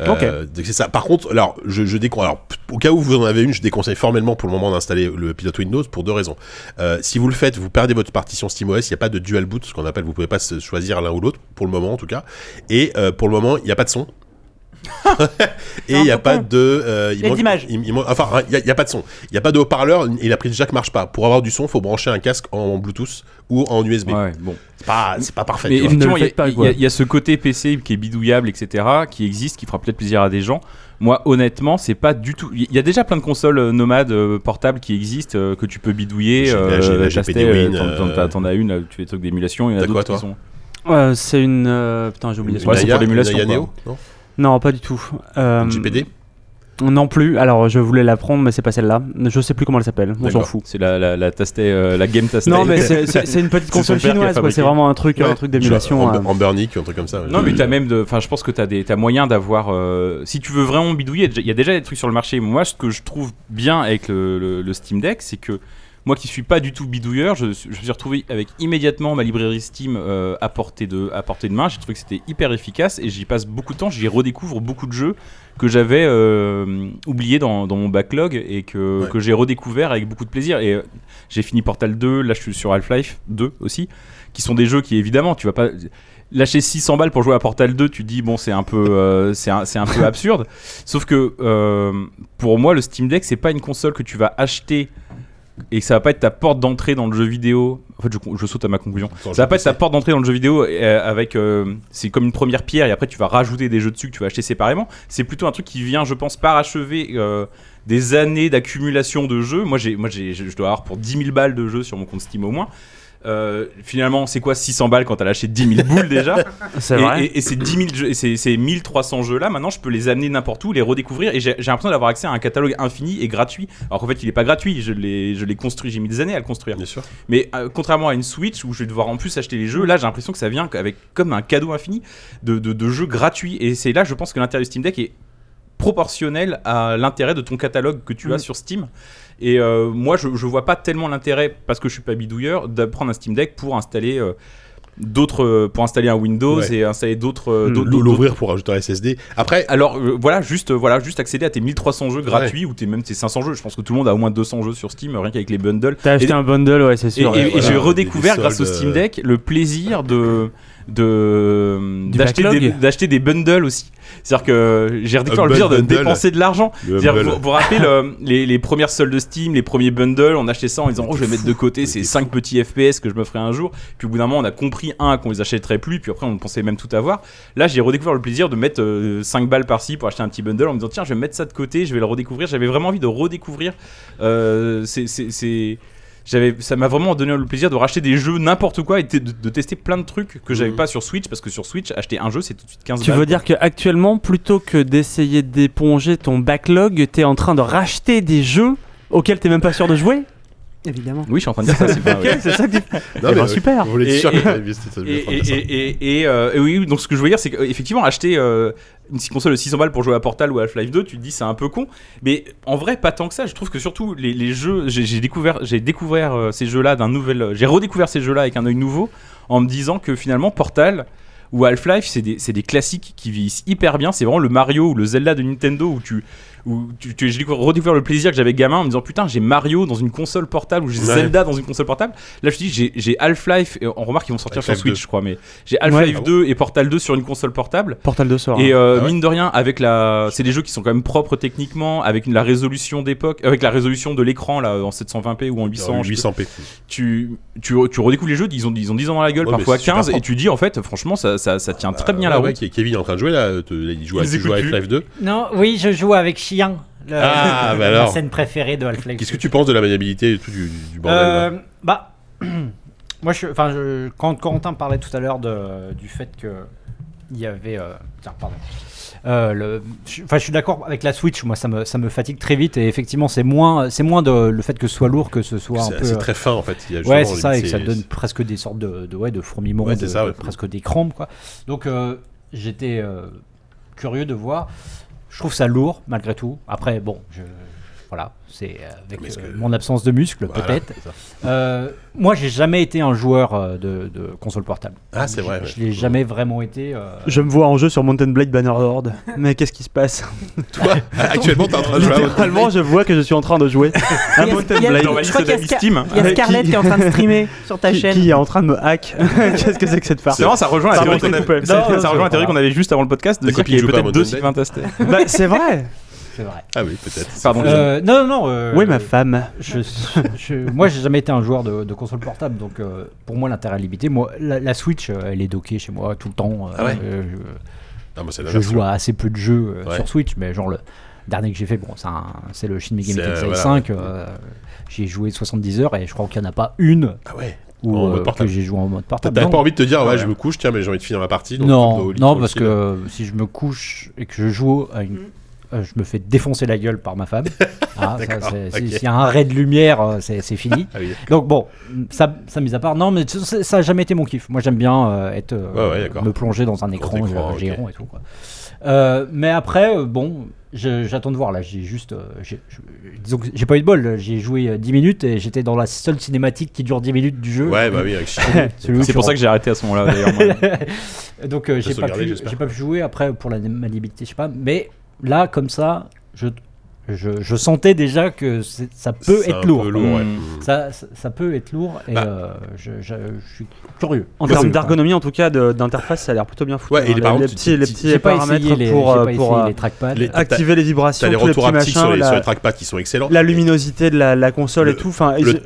S2: Euh, donc c'est ça. Par contre, alors, je, je décon- alors, p- au cas où vous en avez une, je déconseille formellement pour le moment d'installer le pilote Windows pour deux raisons. Euh, si vous le faites, vous perdez votre partition SteamOS, il n'y a pas de dual boot, ce qu'on appelle, vous pouvez pas se choisir l'un ou l'autre, pour le moment en tout cas. Et euh, pour le moment, il n'y a pas de son. et il n'y
S4: Un
S2: a
S4: peu
S2: pas
S4: con.
S2: de. euh,
S4: Il y a
S2: manque-
S4: d'image.
S2: il- il manque- enfin, il n'y a, pas de son. Il n'y a pas de haut-parleur et la prise jack marche pas. Pour avoir du son, faut brancher un casque en, Bluetooth ou en USB.
S3: Ouais, bon.
S2: C'est pas, c'est pas parfait.
S3: Mais
S2: tu vois.
S3: effectivement,
S5: Ne
S3: il
S5: le
S3: y, a-
S5: faites pas,
S3: il y
S5: quoi.
S3: a- il y a ce côté PC qui est bidouillable, etc., qui existe, qui fera peut-être plaisir à des gens. Moi, honnêtement, c'est pas du tout. Il y a déjà plein de consoles euh, nomades euh, portables qui existent euh, que tu peux bidouiller.
S2: J'ai la-
S3: euh,
S2: j'ai la
S3: t'as acheté,
S2: GPD
S3: euh,
S2: Win,
S3: t'en- t'en-
S2: euh,
S3: t'as- T'en as une, là, tu fais des trucs d'émulation. Il y en a
S2: T'as quoi,
S3: d'autres qui sont.
S5: Euh, C'est une. euh, Putain, j'ai oublié
S2: Une
S5: son nom.
S3: Ouais, c'est
S2: Naya-
S3: pour l'émulation,
S2: Naya
S3: quoi.
S2: Neo, non
S5: Non, pas du tout. Euh,
S2: Une GPD
S5: Non plus. Alors, je voulais la prendre, mais c'est pas celle-là. Je sais plus comment elle s'appelle. On s'en
S3: D'accord.
S5: fout.
S3: C'est la, la, la, tasté, euh, la game tasté.
S5: Non, mais c'est- c'est c'est une petite
S3: C'est son
S5: console
S3: père qui a
S5: chinoise, quoi.
S3: fabriqué.
S5: C'est vraiment un truc, un
S2: Ouais.
S5: truc d'émulation.
S2: Genre
S5: euh.
S2: Amber- Ambernic ou un truc comme ça. ouais.
S3: Non mais t'as même de, enfin je pense que t'as des, t'as moyen d'avoir, euh, si tu veux vraiment bidouiller, il y a déjà des trucs sur le marché. Moi, ce que je trouve bien avec le, le- le Steam Deck, c'est que moi qui suis pas du tout bidouilleur, je, je me suis retrouvé avec immédiatement ma librairie Steam euh, à portée de, à portée de main. J'ai trouvé que c'était hyper efficace et j'y passe beaucoup de temps. J'y redécouvre beaucoup de jeux que j'avais euh, oubliés dans, dans mon backlog et que,
S2: Ouais.
S3: que j'ai redécouvert avec beaucoup de plaisir. Et euh, j'ai fini Portal 2, là je suis sur Half-Life 2 aussi, qui sont des jeux qui évidemment tu vas pas lâcher 600 balles pour jouer à Portal 2, tu te dis bon c'est un peu euh, c'est un, c'est un peu absurde. Sauf que euh, pour moi le Steam Deck c'est pas une console que tu vas acheter et que ça va pas être ta porte d'entrée dans le jeu vidéo. En fait je, je saute à ma conclusion.
S2: Sans
S3: Ça va
S2: jeu
S3: pas être
S2: PC.
S3: ta porte d'entrée dans le jeu vidéo euh, avec euh, c'est comme une première pierre et après tu vas rajouter des jeux dessus que tu vas acheter séparément. C'est plutôt un truc qui vient je pense parachever euh, des années d'accumulation de jeux. Moi j'ai moi j'ai je dois avoir pour 10 000 balles de jeux sur mon compte Steam au moins. Euh, finalement, c'est quoi 600 balles quand t'as lâché 10 000 boules déjà
S5: C'est
S3: et,
S5: vrai.
S3: et- et ces 10 000 jeux- et ces, ces 1300 jeux là, maintenant je peux les amener n'importe où, les redécouvrir et j'ai j'ai l'impression d'avoir accès à un catalogue infini et gratuit. Alors qu'en fait, il est pas gratuit, je l'ai je l'ai construit, j'ai mis des années à le construire.
S2: Bien sûr.
S3: Mais euh, contrairement à une Switch où je vais devoir en plus acheter les jeux, là j'ai l'impression que ça vient avec comme un cadeau infini de, de- de jeux gratuits. Et c'est là, je pense que l'intérêt du Steam Deck est proportionnel à l'intérêt de ton catalogue que tu as
S2: Mm.
S5: Mhm.
S3: sur Steam. Et euh, moi, je, je vois pas tellement l'intérêt, parce que je suis pas bidouilleur, de prendre un Steam Deck pour installer euh, d'autres, euh, pour installer un Windows
S2: Ouais. Mm,
S3: et installer d'autres, euh,
S5: Mhm.
S3: d'autres- d'autres-
S2: L'ouvrir pour ajouter un SSD. Après,
S3: alors euh, voilà, juste euh, voilà, juste accéder à tes 1300 jeux gratuits ou tes même tes 500 jeux. Je pense que tout le monde a au moins 200 jeux sur Steam, euh, rien qu'avec les bundles.
S5: T'as acheté
S3: et-
S5: un bundle, ouais, c'est
S3: Et,
S5: sûr.
S3: et-
S5: ouais,
S3: et
S5: voilà.
S3: j'ai
S2: des-
S3: redécouvert
S2: des
S3: grâce au
S2: soldes,
S3: Steam
S2: euh,
S3: Deck le plaisir de de
S5: Du
S3: d'acheter
S5: backlog.
S3: des, d'acheter des bundles aussi. C'est-à-dire que j'ai redécouvert le
S2: Humble
S3: plaisir de
S2: bundle.
S3: dépenser de l'argent.
S2: le
S3: C'est-à-dire,
S2: Humble-
S3: vous vous vous rappelez le- les, les premières soldes de Steam, les premiers bundles, on achetait ça en disant oh je vais mettre de côté ces 5 petits FPS que je me ferai un jour. Puis au bout d'un moment on a compris un qu'on les achèterait plus, puis après on pensait même tout avoir. Là j'ai redécouvert le plaisir de mettre 5 balles par-ci pour acheter un petit bundle en me disant tiens je vais mettre ça de côté, je vais le redécouvrir. J'avais vraiment envie de redécouvrir euh, ces, ces- ces- j'avais, ça m'a vraiment donné le plaisir de racheter des jeux n'importe quoi et de, de tester plein de trucs que j'avais
S2: Mhm.
S3: pas sur Switch parce que sur Switch, acheter un jeu c'est tout de suite 15
S5: Tu
S3: balles.
S5: veux dire qu'actuellement, plutôt que d'essayer d'éponger ton backlog, t'es en train de racheter des jeux auxquels t'es même pas sûr de jouer
S4: Évidemment.
S3: Oui, je suis en train de dire ça. c'est pas- ouais.
S5: C'est ça que tu-
S2: Non,
S5: Eh ben,
S2: euh,
S5: super.
S2: On voulait être
S3: Et-
S2: sûr
S3: et-
S2: que t'avais vu, c'était- ça devait
S3: Et,
S2: être intéressant.
S3: et- et- et, euh, et oui, donc ce que je veux dire, c'est qu'effectivement, acheter euh, une console de 600 balles pour jouer à Portal ou à Half-Life 2, tu te dis c'est un peu con. Mais en vrai, pas tant que ça. Je trouve que surtout les, les jeux, j'ai j'ai découvert, j'ai découvert euh, ces jeux-là d'un nouvel, j'ai redécouvert ces jeux-là avec un œil nouveau en me disant que finalement Portal ou Half-Life, c'est des, c'est des classiques qui vieillissent hyper bien. C'est vraiment le Mario ou le Zelda de Nintendo où tu, où tu, tu- j'ai découvert- redécouvert le plaisir que j'avais gamin en me disant putain j'ai Mario dans une console portable ou j'ai
S2: Ouais.
S3: Zelda dans une console portable. Là je te dis j'ai- j'ai Half-Life. et On remarque qu'ils vont sortir sur
S2: Half-Life
S3: Switch,
S2: 2.
S3: je crois, mais j'ai Half-Life
S2: Ouais.
S3: 2 et Portal 2 sur une console portable.
S5: Portal de sort.
S3: Et euh,
S2: Ah ouais
S3: mine de rien, avec la, c'est des jeux qui sont quand même propres techniquement, avec la résolution d'époque, avec la résolution de l'écran là en 720p ou en 800. je sais
S2: 800p.
S3: tu, tu, tu redécouvres les jeux, ils ont, ils ont 10 ans dans la gueule,
S2: Ouais,
S3: parfois
S2: mais c'est super
S3: 15, et
S2: propre.
S3: tu dis en fait, franchement, ça, ça, ça tient très bien
S2: Ah,
S3: la
S2: ouais,
S3: route.
S2: Ke- Kevin est en train de jouer là, euh, te- il joue à,
S3: Ils
S2: tu joues à
S3: écoutent
S2: Half-Life 2.
S8: Non, oui, je joue avec Chien. le-
S2: Ah, bah
S8: La
S2: alors.
S8: scène préférée de Half-Life.
S2: Qu'est-ce que tu penses de la maniabilité et tout du, du bordel là
S8: Euh, Bah, moi, je, enfin, je- quand Corentin parlait tout à l'heure de- du fait que il y avait, euh, tiens, pardon. Euh, le, je, enfin, je suis d'accord avec la Switch. Moi, ça me, ça me fatigue très vite. Et effectivement, c'est moins, c'est moins de, le fait que ce soit lourd que ce soit un
S2: C'est
S8: peu. euh,
S2: c'est très fin en fait. Il y a justement
S8: Ouais, c'est
S2: les-
S8: ça, et que ça
S2: c'est-
S8: donne presque des sortes de, de, ouais, de fourmillements,
S2: Ouais,
S8: de-
S2: c'est ça, ouais.
S8: de- presque des crampes. Quoi. Donc euh, j'étais euh, curieux de voir. Je trouve ça lourd malgré tout. Après, bon, je, voilà, c'est euh, avec
S2: Mais est-ce
S8: euh,
S2: que-
S8: mon absence de muscles
S2: Voilà,
S8: peut-être.
S2: c'est ça.
S8: Euh, moi, j'ai jamais été un joueur euh, de, de console portable.
S2: Ah, c'est vrai,
S8: Je, je
S2: ouais.
S8: l'ai jamais vraiment été. euh,
S5: Je me vois en jeu sur Mountain Blade Bannerlord. Mais qu'est-ce qui se passe
S2: Toi, actuellement, t'es en train de jouer à autre-
S5: Littéralement, je vois que je suis en train de jouer à
S4: Il y a-
S5: Mountain
S4: il y a-
S5: Blade.
S3: Dans ma
S4: Je
S3: liste
S4: crois qu'il y a
S3: d'amis
S4: Scar-
S3: Steam, hein.
S4: Il y a Scarlett qui est en train de streamer sur ta
S5: Qui,
S4: chaîne.
S5: qui est en train de me hack Qu'est-ce que c'est que cette farce
S3: C'est vraiment, ça rejoint la
S5: Pardon,
S3: théorie
S5: je t'ai
S3: qu'on
S5: coupé.
S3: avait- ça-
S5: Non,
S3: ça
S5: non,
S3: rejoint la théorie
S8: voilà.
S3: qu'on avait juste avant le podcast de
S2: Ta
S3: dire qu'il
S2: copine
S3: y
S2: joue
S3: avait
S2: pas à
S3: peut-être deux
S2: Mountain
S3: Sylvain Tastet.
S5: Bah, c'est vrai.
S8: c'est vrai.
S2: Ah oui, peut-être.
S3: Pardon.
S8: Euh, non, non, non. euh,
S5: Oui, ma femme.
S8: je, je- moi, j'ai jamais été un joueur de, de console portable, donc euh, pour moi, l'intérêt est limité. Moi, la, la Switch, euh, elle est dockée chez moi tout le temps. euh,
S2: Ah ouais
S8: euh,
S2: Non, mais c'est
S8: je,
S2: la
S8: je
S2: version.
S8: joue à assez peu de jeux euh,
S2: Ouais.
S8: sur Switch, mais genre le dernier que j'ai fait, bon, c'est un- c'est le Shin Megami
S2: C'est, euh,
S8: Tensei
S2: voilà,
S8: 5. euh, J'y j'ai joué 70 heures et je crois qu'il n'y en a pas une
S2: Ah ouais.
S8: où,
S2: En
S8: euh,
S2: mode
S8: que
S2: portable.
S8: j'ai joué en mode
S2: T'as
S8: portable.
S2: t'as
S8: Non.
S2: pas envie de te dire, ouais,
S8: Ouais.
S2: je me couche, tiens, mais j'ai envie de finir ma partie. donc je vais au
S8: Non,
S2: lit
S8: non parce que
S2: tranquille.
S8: euh, si je me couche et que je joue à une. euh, je me fais défoncer la gueule par ma femme. Ah, ça,
S2: Mm. D'accord,
S8: c'est-
S2: ok.
S8: si- S'il y a un ray de lumière, euh, c'est c'est fini.
S2: Ah oui.
S8: Donc bon, ça, ça mis à part, non, mais tu sais, ça n'a jamais été mon kiff. Moi, j'aime bien euh, être, euh,
S2: Ouais, ouais, d'accord.
S8: me plonger dans un écran,
S2: écran,
S8: euh,
S2: ok.
S8: géant et tout. quoi. Euh, mais après, euh, bon, je- j'attends de voir. Là, j'ai juste, euh, j'ai- je- disons que j'ai pas eu de bol. J'ai joué euh, 10 minutes et j'étais dans la seule cinématique qui dure 10 minutes du jeu.
S2: Ouais, bah oui, avec Chine.
S8: Celui où
S3: C'est
S8: tu
S3: pour ça que j'ai arrêté à ce moment-là d'ailleurs. moi.
S8: donc euh, j'ai pas,
S2: sauvegardé,
S8: pu,
S2: j'espère.
S8: j'ai pas pu jouer après pour la maniabilité, je sais pas. Mais là, comme ça, je, je, je sentais déjà que c'est- ça peut
S2: C'est un
S8: être lourd.
S2: peu lourd, ouais.
S3: Mm.
S8: Ça, ça, ça peut être lourd et
S2: Bah.
S8: euh, je, je, je suis curieux.
S5: En termes d'ergonomie, en tout cas, de- d'interface, ça a l'air plutôt bien foutu.
S2: Ouais, et
S5: hein.
S2: les- par
S5: les,
S2: contre,
S5: petits, les
S2: tu- tu-
S5: petits
S8: J'ai pas
S5: paramètres
S8: essayé les,
S5: pour,
S8: j'ai
S5: euh,
S8: pas
S5: pour
S8: essayé
S5: euh,
S8: les trackpads.
S2: les- T'as-
S5: activer les vibrations,
S2: T'as les
S5: tous les
S2: retours
S5: petits
S2: haptiques sur
S5: machins,
S2: les, sur les
S5: la,
S2: trackpads qui sont excellents.
S5: la luminosité de la, la console
S2: Le-
S5: et tout. Enfin, et
S2: le-
S5: je-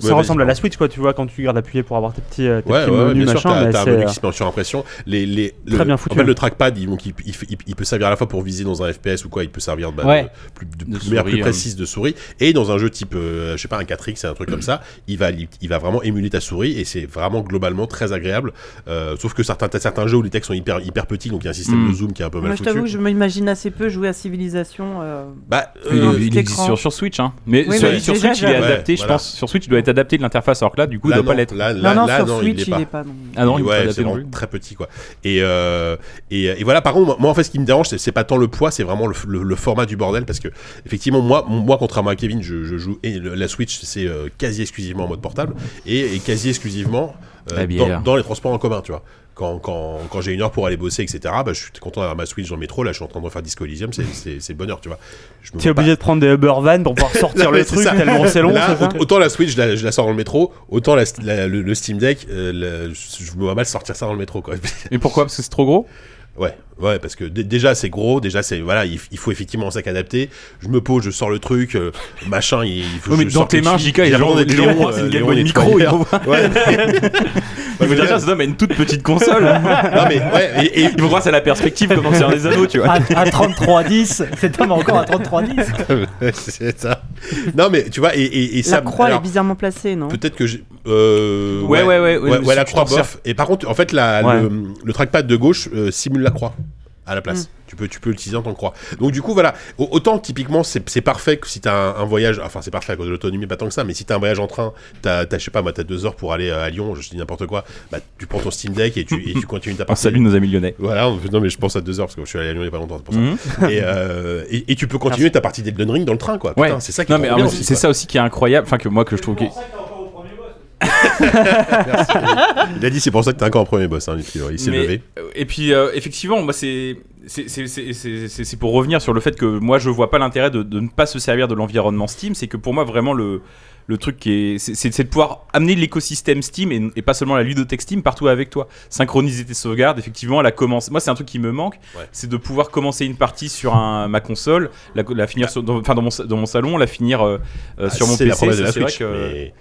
S2: Ouais,
S5: ça
S2: vas-y,
S5: ressemble à la
S2: pardon.
S5: Switch, quoi. Tu vois, quand tu gardes appuyé pour avoir tes petits, euh, tes
S2: Ouais,
S5: petits
S2: ouais, ouais,
S5: menus,
S2: bien sûr,
S5: machin.
S2: t'as
S5: mais
S2: t'as un
S5: c'est,
S2: menu
S5: euh,
S2: qui se met en surimpression. Les, les,
S5: Très
S2: le,
S5: bien foutu,
S2: En fait,
S5: hein.
S2: le trackpad, il, donc, il, il- il- il peut servir à la fois pour viser dans un FPS ou quoi, il peut servir bah,
S8: Ouais.
S2: de, plus, de,
S3: De
S2: plus- de manière
S3: souris,
S2: plus
S3: hein.
S2: précise de souris. Et dans un jeu type, euh, je sais pas, un 4X, c'est un truc comme ça, il va, li- il va vraiment émuler ta souris et c'est vraiment globalement très agréable. Euh, sauf que certains, t'as certains jeux où les textes sont hyper, hyper petits, donc il y a un système
S3: Mm.
S2: de zoom qui est un peu mal
S4: Moi, je
S2: foutu.
S4: t'avoue que je m'imagine assez peu jouer à Civilisation. euh,
S2: Bah,
S3: Il,
S4: Non,
S2: euh,
S4: petit
S3: il existe
S4: écran.
S3: sur, sur Switch, hein. mais,
S4: Oui,
S3: sur,
S4: mais
S3: sur
S4: déjà,
S3: Switch il est
S4: j'avais-
S3: adapté,
S2: Ouais,
S3: je
S2: voilà.
S3: pense. Sur Switch, il doit être adapté de l'interface, alors que là, du coup, il
S2: là,
S3: doit
S2: non,
S3: pas l'être.
S2: Là, là,
S4: non, non,
S2: là,
S4: sur
S2: non, il
S4: Switch,
S2: l'est pas.
S4: pas. non.
S3: Ah non, il est pas
S2: ouais,
S3: adapté
S2: c'est
S3: non
S2: vraiment
S3: plus.
S2: très petit quoi. Et, euh, et, et voilà, par contre, moi en fait, ce qui me dérange, c'est- c'est pas tant le poids, c'est vraiment le, le- le format du bordel parce que effectivement, moi, moi contrairement à Kevin, je, je joue et le- la Switch, c'est euh, quasi exclusivement en mode portable et, et quasi exclusivement euh,
S3: La
S2: dans,
S3: Bah, bière.
S2: dans les transports en commun, tu vois. Quand, quand, quand j'ai une heure pour aller bosser, etc., bah, je suis content d'avoir ma Switch dans le métro. Là, je suis en train de refaire Disco Elysium, c'est- c'est c'est bonheur, tu vois. Je me
S5: T'es
S2: vois pas-
S5: obligé de prendre des Uber Van pour pouvoir sortir
S2: Non,
S5: le
S2: mais c'est
S5: truc
S2: ça.
S5: tellement c'est long.
S2: Là,
S5: c'est ça
S2: aut- autant la Switch, je la, je la sors dans le métro, autant la- la- le, le Steam Deck, euh, la- je je me vois mal sortir ça dans le métro. Quoi.
S3: Mais pourquoi Parce que c'est trop gros
S2: Ouais, ouais, parce que dé- déjà c'est gros, déjà c'est voilà, il, f- il faut effectivement un sac adapté. Je me pose, je sors le truc, euh, machin, il, il faut.
S3: Oui, mais
S2: je
S3: dans
S2: sors
S3: tes
S2: le
S3: mains,
S2: petit,
S3: JK, il y a
S2: Léon,
S3: vraiment
S2: euh,
S3: des Léon,
S2: Léon,
S3: c'est
S2: euh,
S3: une
S2: Léon,
S3: Game Boy
S2: il est
S3: micro, il
S2: nettoyeur.
S3: envoie-
S2: Ouais.
S3: Il faut dire ça, cet homme a une toute petite console.
S2: Non mais ouais, et- et-
S3: Il faut croire c'est la perspective comment c'est un des anneaux, tu vois.
S6: À, à 3310, cet homme encore à 3310.
S2: c'est ça. Non mais tu vois et, et, et
S4: La
S2: ça.
S4: croix
S2: alors,
S4: est hein. bizarrement placée, non
S2: Peut-être que j'ai. euh,
S3: Ouais, ouais, ouais, ouais,
S2: ouais,
S3: mais
S2: ouais,
S3: si
S2: la
S3: tu
S2: croix
S3: t'en
S2: bof. Et par contre, en fait, la,
S5: Ouais.
S2: le, le trackpad de gauche euh, simule la croix à la place. Tu peux, tu peux l'utiliser en tant que croix. Donc du coup, voilà. Au- Autant typiquement, c'est c'est parfait que si t'as un, un voyage. Enfin, c'est parfait à cause de l'autonomie, pas tant que ça. Mais si t'as un voyage en train, t'as, t'as, je sais pas, moi, t'as deux heures pour aller euh, à Lyon. Je dis n'importe quoi. Bah, tu prends ton Steam Deck et tu, et tu continues ta
S3: On
S2: partie.
S3: salue nos amis lyonnais.
S2: Voilà. on- Non mais je pense à deux heures parce que je suis allé à Lyon il y a pas longtemps. C'est pour ça.
S3: Mhm.
S2: Et, euh, et, et tu peux continuer ta partie d'Elden Ring dans le train, quoi.
S3: Ouais.
S2: Putain, c'est ça qui
S3: Non
S2: est
S3: mais
S2: trop
S3: alors,
S2: bien
S3: c'est
S2: aussi,
S3: c'est
S2: quoi.
S3: ça aussi qui est incroyable, enfin que moi que je trouve que
S2: Il a dit c'est pour ça que t'es encore en premier boss. Hein, il s'est
S3: Mais-
S2: levé.
S3: Et puis, euh, effectivement, moi, c'est. c'est- c'est- C'est c'est- c'est pour revenir sur le fait que moi, je vois pas l'intérêt de, de ne pas se servir de l'environnement Steam. C'est que pour moi, vraiment, le, le truc qui est. c'est- C'est c'est de pouvoir amener l'écosystème Steam et, et pas seulement la ludothèque Steam partout avec toi. Synchroniser tes sauvegardes, effectivement, la commence. Moi, c'est un truc qui me manque.
S2: Ouais.
S3: C'est de pouvoir commencer une partie sur un- ma console, la, la finir sur- dans, enfin, dans, mon, sa- dans mon salon, la finir euh, euh, sur
S2: Ah,
S3: mon
S2: c'est
S3: PC.
S2: la promesse de
S3: Ça,
S2: la
S3: c'est vrai
S2: Switch.
S3: que-
S2: mais-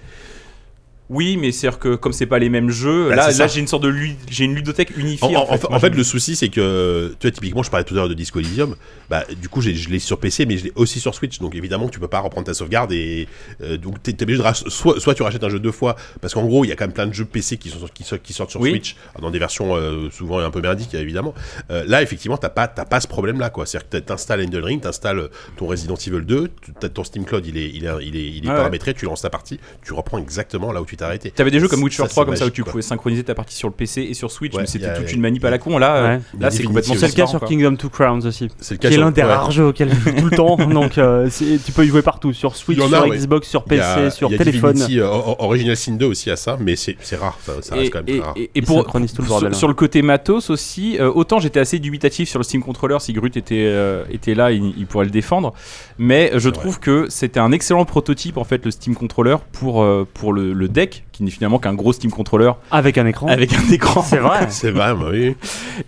S3: Oui, mais c'est-à-dire que comme c'est pas les mêmes jeux,
S2: Bah,
S3: là,
S2: c'est
S3: là
S2: ça.
S3: j'ai une sorte de. lu- J'ai une ludothèque unifiée.
S2: En, en- en fait,
S3: Moi,
S2: en fait,
S3: je-
S2: le souci, c'est que, tu vois, typiquement, je parlais tout à l'heure de Disco Elysium. Bah, du coup, j'ai- je l'ai sur PC, mais je l'ai aussi sur Switch. Donc, évidemment, tu peux pas reprendre ta sauvegarde. Et euh, donc, t'es t'es obligé de. rach- Soit, soit tu rachètes un jeu deux fois. Parce qu'en gros, il y a quand même plein de jeux PC qui, sont, sur- qui, so- qui sortent sur
S3: Oui.
S2: Switch. Dans des versions euh, souvent un peu merdiques, évidemment. Euh, là, effectivement, t'as pas, t'as pas ce problème-là, quoi. C'est-à-dire que t'installes Elden Ring, t'installes ton Resident Evil 2, tu- t'as ton Steam Cloud, il est, il est, il est, il est
S3: Ah ouais.
S2: paramétré, tu lances ta partie, tu reprends exactement là où tu t'es arrêté.
S3: T'avais des jeux comme
S2: Ça,
S3: Witcher
S2: c'est
S3: 3 comme ça où
S2: magique,
S3: tu
S2: quoi.
S3: pouvais synchroniser ta partie sur le PC et sur Switch,
S2: Ouais,
S3: mais c'était
S2: y a-
S3: toute une manip à la con. Là, euh,
S5: Ouais.
S3: là c'est
S2: Divinity
S3: complètement
S2: aussi.
S5: C'est le cas
S3: transparent,
S5: sur
S3: quoi.
S5: Kingdom Two Crowns aussi,
S2: C'est le cas
S5: qui est
S2: sur-
S5: l'un des
S2: ouais.
S5: rares jeux auquel je joue tout le temps. Donc euh, c'est- tu peux y jouer partout, sur Switch,
S2: Il y en a,
S5: sur
S2: ouais.
S5: Xbox, sur
S2: Il y
S5: PC,
S2: a-
S5: sur
S2: il y a
S5: téléphone.
S2: Divinity, euh, O- O- Original Sin 2 aussi à ça, mais c'est c'est rare, ça, ça reste
S3: Et-
S2: quand même
S3: et-
S2: très rare.
S3: et- et
S5: Ils
S3: pour,
S5: synchronisent tout le
S3: sur,
S5: bordel.
S2: hein.
S3: sur le côté matos aussi, euh, autant j'étais assez dubitatif sur le Steam Controller, si Grut était, euh, était là, il, il pourrait le défendre, mais je trouve que c'était un excellent prototype en fait le Steam Controller pour, euh, pour le, le deck, qui n'est finalement qu'un gros Steam Controller
S5: Avec un écran.
S3: avec un écran.
S5: C'est vrai.
S2: C'est vraiment, oui.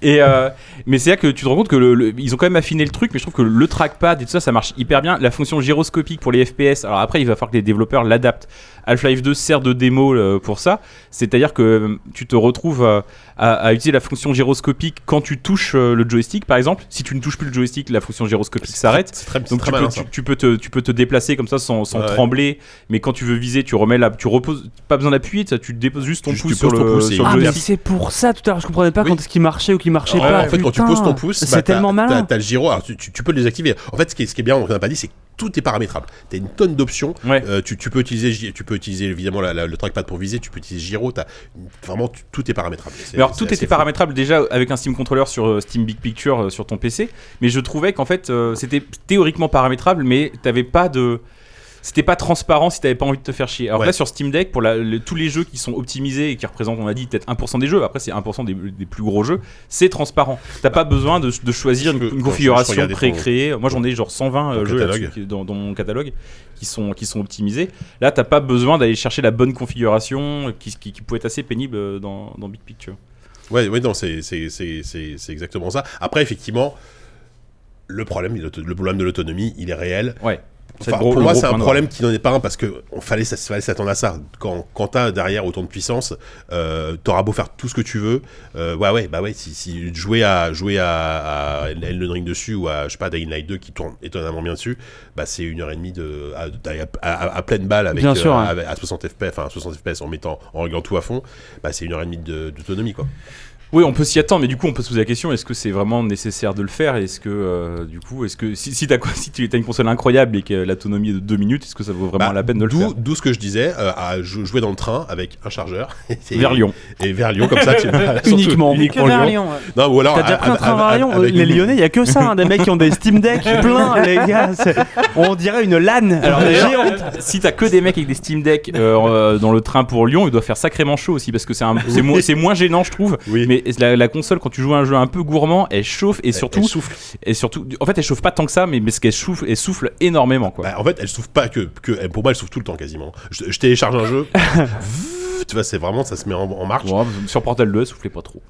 S3: Et euh, mais c'est là que tu te rends compte que le- le- ils ont quand même affiné le truc, mais je trouve que le trackpad et tout ça, ça marche hyper bien. La fonction gyroscopique pour les FPS, alors après, il va falloir que les développeurs l'adaptent. Half-Life 2 sert de démo euh, pour ça, c'est-à-dire que euh, tu te retrouves euh, à, à utiliser la fonction gyroscopique quand tu touches euh, le joystick, par exemple. Si tu ne touches plus le joystick, la fonction gyroscopique s'arrête.
S2: C'est très, c'est
S3: Donc
S2: très
S3: tu peux,
S2: malin, ça.
S3: tu, tu peux te, tu peux te déplacer comme ça sans, sans
S2: Ouais.
S3: trembler, mais quand tu veux viser, tu remets la, tu reposes, pas besoin d'appuyer, ça, tu déposes juste ton
S2: Juste
S3: pouce
S2: tu
S3: sur
S2: poses
S3: le,
S2: ton pouce et
S3: sur le
S5: Ah mais
S3: joystick.
S5: c'est pour ça tout à l'heure je comprenais pas
S2: Oui.
S5: quand est-ce qu'il marchait ou qu'il marchait
S2: Ouais,
S5: pas.
S2: en fait, quand tu
S5: putain.
S2: poses ton pouce,
S5: c'est
S2: bah, t'as-
S5: tellement malin.
S2: t'as- T'as le gyro, alors tu, tu- tu peux les activer. En fait, ce qui est, ce qui est bien, on n'a pas dit, c'est que tout est paramétrable. T'as une tonne d'options.
S3: Ouais.
S2: Euh, tu, tu peux utiliser, gy- tu peux utiliser évidemment la- la- le trackpad pour viser. Tu peux utiliser gyro. T'as vraiment tu- tout est paramétrable. C'est-
S3: Mais alors
S2: c'est
S3: tout
S2: assez
S3: était
S2: fou.
S3: paramétrable déjà avec un Steam Controller sur euh, Steam Big Picture euh, sur ton PC, mais je trouvais qu'en fait euh, c'était théoriquement paramétrable, mais t'avais pas de c'était pas transparent si t'avais pas envie de te faire chier. Alors que
S2: Ouais.
S3: là sur Steam Deck, pour la- le- tous les jeux qui sont optimisés et qui représentent, on a dit, peut-être 1% des jeux, après c'est 1% des, des plus gros jeux, c'est transparent. T'as pas besoin de, de choisir
S2: Ah. je
S3: une,
S2: peux-
S3: une
S2: je peux
S3: configuration
S2: regarder ton-
S3: pré-créée. Moi j'en ai genre 120 euh,
S2: ton
S3: jeux
S2: catalogue.
S3: là-dessus qui- dans, dans mon catalogue qui sont, qui sont optimisés. Là t'as pas besoin d'aller chercher la bonne configuration euh, qui, qui, qui pouvait être assez pénible euh, dans, dans Big Picture.
S2: Ouais, ouais, non, c'est c'est- c'est- c'est- c'est exactement ça. Après, effectivement, le problème, le problème de l'autonomie, il est réel.
S3: Ouais. C'est
S2: Enfin,
S3: le gros-
S2: pour
S3: le
S2: moi,
S3: gros
S2: c'est
S3: point
S2: un
S3: noir.
S2: problème qui n'en est pas un parce que on fallait, ça, fallait s'attendre à ça. Quand, quand t'as derrière autant de puissance, euh, t'auras beau faire tout ce que tu veux, euh, ouais, ouais, bah ouais, si, si jouer à jouer à, à Elden Ring dessus ou à je sais pas Dying Light 2 qui tourne étonnamment bien dessus, bah c'est une heure et demie de à, à- à- à pleine balle avec, euh,
S5: Bien sûr, ouais.
S2: avec- à 60 fps, enfin à 60 fps en mettant en réglant tout à fond, bah c'est une heure et demie de- d'autonomie quoi.
S3: Oui, on peut s'y attendre, mais du coup, on peut se poser la question est-ce que c'est vraiment nécessaire de le faire Est-ce que, euh, du coup, est-ce que si, si t'as quoi Si tu as une console incroyable et que l'autonomie est de 2 minutes, est-ce que ça vaut vraiment
S2: Bah,
S3: la peine de le
S2: D'où
S3: faire
S2: d'où ce que je disais, euh, à jou- jouer dans le train avec un chargeur et-
S3: Vers Lyon.
S2: et vers Lyon comme ça, tu vas- surtout
S5: Uniquement.
S4: Que vers Lyon. ouais.
S2: Non, ou alors
S5: T'as déjà
S2: à-
S5: pris un
S2: à-
S5: train
S2: à-
S5: variant
S2: Ah, avec-
S5: Les Lyonnais, il y a que ça, hein, des mecs qui ont des Steam Deck plein, les gars. c'est- On dirait une LAN.
S3: Alors, d'ailleurs, si t'as que des mecs avec des Steam Deck euh, euh, dans le train pour Lyon, il doit faire sacrément chaud aussi parce que c'est un- c'est moins, c'est moins gênant, je trouve.
S2: Oui.
S3: Mais la, la console, quand tu joues à un jeu un peu gourmand, elle chauffe et surtout,
S2: elle souffle.
S3: et surtout, en fait, elle chauffe pas tant que ça, mais parce qu'elle souffle, elle souffle énormément, quoi.
S2: Bah, en fait, elle souffle pas que, que- elle- pour moi, elle souffle tout le temps quasiment. Je, je télécharge un jeu, tu vois, c'est vraiment, ça se met en, en marche.
S3: Ouais, hein, sur Portal 2, soufflez pas trop.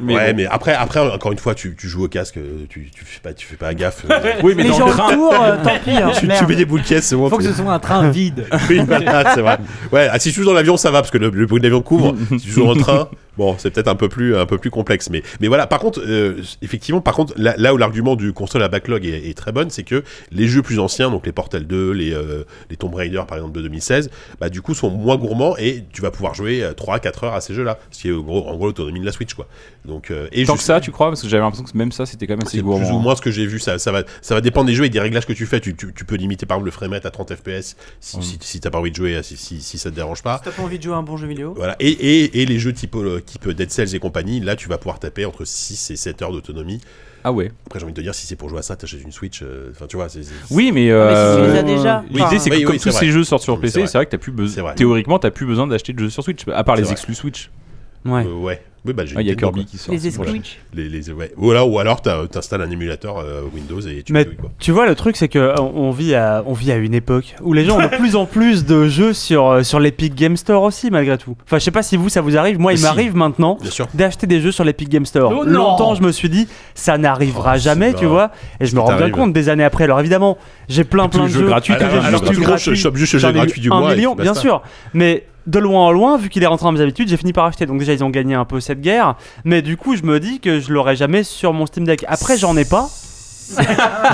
S3: mais
S2: ouais,
S3: bon.
S2: mais après, après, encore une fois, tu, tu joues au casque, euh, tu, tu fais pas, tu fais pas gaffe. euh,
S3: Oui, mais
S4: Les
S3: dans
S4: gens
S3: le train.
S4: autour, euh, tant pis. hein,
S2: tu, tu
S4: merde.
S2: mets des boules de caisse, c'est bon.
S8: Faut que ce soit un train vide.
S2: Oui, voilà, c'est vrai. Ouais, ah, si tu joues dans l'avion, ça va parce que le, le bruit de l'avion couvre. si tu joues en train, bon, c'est peut-être un peu plus un peu plus complexe, mais mais voilà. Par contre, euh, effectivement, par contre, là, là où l'argument du console à backlog est, est très bonne, c'est que les jeux plus anciens, donc les Portal 2, les euh, les Tomb Raider par exemple de 2016, bah du coup sont moins gourmands et tu vas pouvoir jouer 3 à 4 heures à ces jeux-là, ce qui est au gros, en gros l'autonomie de la Switch quoi. Donc euh, et
S3: Tant que
S2: je- Ah,
S3: ça, tu crois Parce que j'avais l'impression que même ça, c'était quand même assez
S2: c'est plus ou
S3: gourmand. hein.
S2: moins ce que j'ai vu. Ça, ça, va, ça va dépendre des jeux et des réglages que tu fais. Tu, tu- tu peux limiter par exemple le framerate à 30 FPS si,
S3: Mm.
S2: si, si t'as pas envie de jouer, si, si, si ça te dérange pas.
S4: Si T'as pas envie de jouer à un bon jeu vidéo
S2: Voilà. Et, et, et les jeux type, euh, type Dead Cells et compagnie, là tu vas pouvoir taper entre 6 et 7 heures d'autonomie.
S3: Ah ouais.
S2: Après j'ai envie de te dire, si c'est pour jouer à ça, t'achètes une Switch. euh, Enfin tu vois, c'est. c'est-
S3: Oui, mais.
S4: Ah, Mais si tu les
S3: euh,
S4: as déjà.
S3: L'idée,
S4: enfin,
S3: c'est que
S2: Oui,
S3: comme
S2: oui,
S3: tous
S2: c'est
S3: ces
S2: vrai.
S3: jeux sortent sur
S2: Oui,
S3: PC,
S2: c'est
S3: c'est
S2: vrai.
S3: vrai. que t'as plus
S2: C'est
S3: besoin.
S2: vrai.
S3: Théoriquement, t'as plus besoin d'acheter de jeux sur Switch, à part
S2: C'est
S3: les
S2: vrai.
S3: exclus Switch.
S5: Ouais.
S2: euh, ouais. Oui, bah j'ai
S3: Ah, Il y a
S2: été dedans,
S3: Kirby
S2: quoi.
S3: qui sort.
S4: Les
S3: Voilà.
S4: escouiches.
S2: Les, les, ouais. Ou alors, ou alors t'as- t'installes un émulateur euh, Windows et tu
S5: Mais-
S2: joues, quoi.
S5: Tu vois, le truc, c'est que euh, on vit à, on vit à une époque où les gens ont de plus en plus de jeux sur, euh, sur l'Epic Game Store aussi, malgré tout. Enfin, je sais pas si vous, ça vous arrive. Moi, il
S2: Si.
S5: m'arrive maintenant
S2: Bien sûr.
S5: d'acheter des jeux sur l'Epic Game Store.
S6: Oh non
S5: Longtemps, je me suis dit, ça n'arrivera
S2: Oh,
S5: jamais,
S2: c'est
S5: tu
S2: pas-
S5: vois. Et je me rends bien
S2: t'arrives.
S5: compte des années après. Alors évidemment, j'ai plein
S3: Tous
S5: plein de
S3: les jeux
S5: jeux
S3: gratuits,
S5: tous les
S2: alors,
S5: jeux
S2: alors, tu
S5: gratuits,
S2: grosses, je chope juste le jeu
S5: J'en ai eu
S2: gratuit du
S5: un
S2: mois et
S5: million,
S2: puis
S5: bien
S2: basta.
S5: sûr. Mais de loin en loin, vu qu'il est rentré dans mes habitudes, j'ai fini par acheter. Donc déjà, ils ont gagné un peu cette guerre. Mais du coup, je me dis que je l'aurais jamais sur mon Steam Deck. Après, j'en ai pas.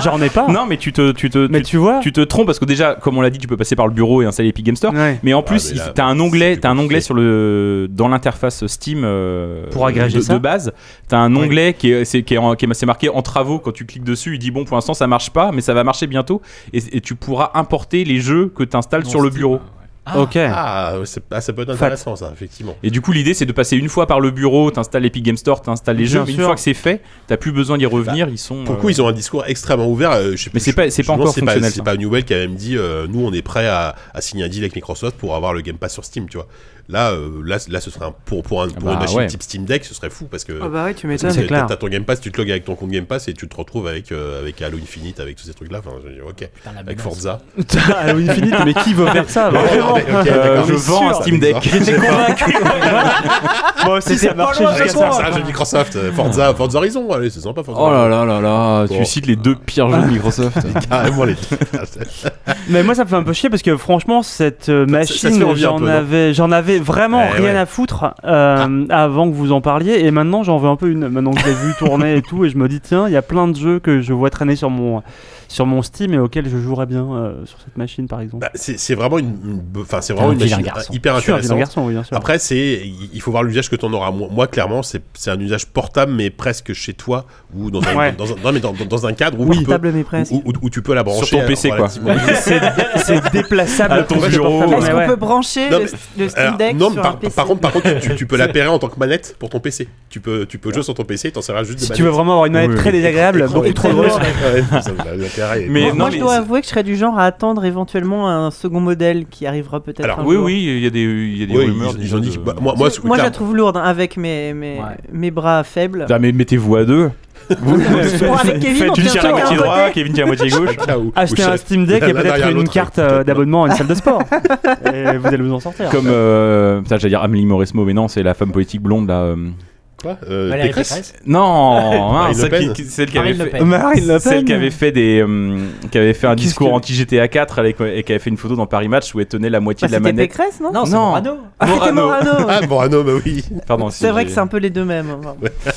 S5: j'en ai pas.
S3: Non, mais tu te, tu te,
S5: mais
S3: tu,
S5: tu vois.
S3: tu te trompes parce que déjà, comme on l'a dit, tu peux passer par le bureau et installer Epic Game Store.
S5: Ouais.
S3: Mais en
S2: Ah,
S3: plus,
S2: mais là,
S3: il- t'as un onglet,
S2: c'est
S3: t'as un
S2: compliqué.
S3: onglet sur le dans l'interface Steam euh,
S5: Pour agréger
S3: de,
S5: ça.
S3: de base. T'as un onglet qui est c'est- qui est, en- qui est- c'est marqué en travaux quand tu cliques dessus. Il dit bon pour l'instant ça marche pas, mais ça va marcher bientôt et, et tu pourras importer les jeux que t'installes sur le bureau.
S5: ok.
S2: Ah, ouais, c'est- ah, ça peut être
S5: Fat.
S2: intéressant ça, effectivement.
S3: Et du coup l'idée c'est de passer une fois par le bureau, t'installes Epic Game Store, t'installes les
S5: Bien
S3: jeux. Mais une
S5: sûr.
S3: fois que c'est fait, t'as plus besoin d'y revenir. ils sont
S2: Pour le coup,
S3: euh,
S2: ils ont un discours extrêmement ouvert. euh, je sais
S3: Mais
S2: plus,
S3: c'est
S2: je-
S3: pas- c'est
S2: je
S3: pas
S2: me demande
S3: encore
S2: si c'est pas-
S3: fonctionnel,
S2: C'est
S3: ça.
S2: pas Newell qui a même dit euh, nous, on est prêt à, à signer un deal avec Microsoft pour avoir le Game Pass sur Steam, tu vois. Là, euh, là, là, ce serait un, pour pour, un, pour
S3: bah,
S2: une machine
S3: ouais.
S2: type Steam Deck, ce serait fou parce que.
S4: Ah bah ouais, tu
S2: parce que
S4: m'étonnes.
S5: c'est clair.
S2: T'as ton Game Pass, tu te logs avec ton compte Game Pass et tu te retrouves avec, euh, avec Halo Infinite, avec tous ces trucs-là. Enfin, je dis, ok,
S3: Ah,
S2: avec Forza.
S5: Halo Infinite, mais qui veut faire ça
S2: Ouais,
S5: vraiment
S2: mais- ok,
S3: euh,
S2: d'accord.
S3: je vends un Steam Deck.
S5: J'étais convaincu. Moi aussi, ça marchait
S2: Ah,
S5: jusqu'à
S2: c'est
S5: ça.
S2: un jeu Microsoft, euh, Forza, Forza Horizon, allez, c'est sympa Forza.
S3: Oh là là là là,
S2: Bon.
S3: tu cites les deux pires jeux de Microsoft.
S2: Carrément les.
S5: Mais moi, ça me fait un peu chier parce que franchement, cette euh,
S2: Ça- ça- ça
S5: machine,
S2: se fait envie un
S5: j'en
S2: peu, non
S5: avais, j'en avais vraiment
S2: Eh
S5: rien
S2: ouais.
S5: à foutre euh, avant que vous en parliez, et maintenant j'en veux un peu une. Maintenant que je l'ai vu tourner et tout, et je me dis tiens, il y a plein de jeux que je vois traîner sur mon sur mon Steam et auxquels je jouerais bien euh, sur cette machine, par exemple.
S2: Bah, c'est c'est vraiment une, une- enfin c'est vraiment
S6: un
S2: une
S6: vilain
S2: machine
S6: garçon.
S2: hyper
S5: Je suis un vilain
S2: intéressante.
S5: garçon, oui, bien sûr.
S2: Bah, Après, c'est il il faut voir l'usage que tu en auras. Moi, moi, clairement, c'est c'est un usage portable, mais presque chez toi ou dans un,
S5: Ouais.
S2: dans, un- non, mais dans, dans- dans un cadre où,
S5: Oui.
S2: tu, peux,
S4: Table mais presque.
S2: où- où- où tu peux la brancher.
S3: ton PC, quoi.
S2: relativement-
S5: c'est c'est déplaçable
S3: À ton
S5: pour que je
S3: bureau.
S5: porte à main,
S4: Est-ce
S5: mais
S4: qu'on
S5: ouais.
S4: peut brancher
S2: Non,
S4: le,
S2: mais-
S4: le Steam
S2: Alors,
S4: Deck
S2: Euh, non, mais
S4: sur un
S2: par,
S4: PC
S2: par contre, par contre, tu, tu peux l'appairer en tant que manette pour ton PC. Tu peux, tu peux jouer sur ton PC, t'en serviras juste de
S5: Si
S2: manette.
S5: tu veux vraiment avoir une manette
S3: Oui.
S5: très désagréable,
S2: Écran-
S5: beaucoup
S2: écran
S5: trop
S2: noir.
S5: grosse.
S2: Ouais, ça, l'intérêt est-
S3: Mais
S4: Moi,
S3: non,
S4: moi, je dois
S3: c'est-
S4: avouer que je serais du genre à attendre éventuellement un second modèle qui arrivera peut-être
S2: Alors,
S4: un
S3: oui
S4: jour.
S3: oui, il y a des, il y a des
S2: Oui,
S3: rumeurs.
S2: ils,
S3: des
S2: ils ont
S3: jeux
S2: dit.
S3: de-
S2: que- bah, moi, moi, ce-
S4: Moi, je la
S2: clairement-
S4: trouve lourde hein, avec mes, mes,
S6: Ouais.
S4: mes bras faibles.
S3: Ah, mais mettez-vous à deux.
S4: Bon, avec Kevin, on
S3: tu
S4: tient
S3: tires la
S4: chacun
S3: moitié
S4: un côté.
S3: droite, Kevin tire la moitié gauche.
S2: là où- où
S5: Acheter
S2: je-
S5: un Steam Deck
S2: L'un
S5: et peut-être
S2: derrière
S5: une
S2: l'autre,
S5: carte
S2: peut-être
S5: euh,
S2: pas.
S5: d'abonnement à une salle de sport. Et vous allez vous en sortir.
S3: Comme, euh, putain, j'allais dire Amélie Mauresmo, mais non, c'est la femme politique blonde là. euh.
S2: Quoi euh,
S6: Valérie
S2: Pécresse
S6: Pécresse
S3: Non,
S2: Marine
S3: hein,
S2: Le
S3: celle,
S2: Pen.
S3: qui, qui- celle qui avait
S6: Marine Le
S3: fait,
S6: Pen.
S5: Marine Le Pen.
S3: celle qui avait fait des, euh, qui avait fait un
S5: Qu'est-ce
S3: discours
S5: que-
S3: anti GTA 4 avec, et qui avait fait une photo dans Paris Match où elle tenait la moitié
S4: Bah,
S3: de la
S4: C'était
S3: manette.
S4: Pécresse, non,
S6: Non, c'est
S3: Non.
S6: Morano.
S4: Ah, c'était
S3: Morano.
S4: Morano.
S2: Ah, Morano, bah oui.
S3: Pardon,
S4: C'est
S3: si
S4: vrai
S3: j'ai-
S4: que c'est un peu les deux mêmes. hein, enfin.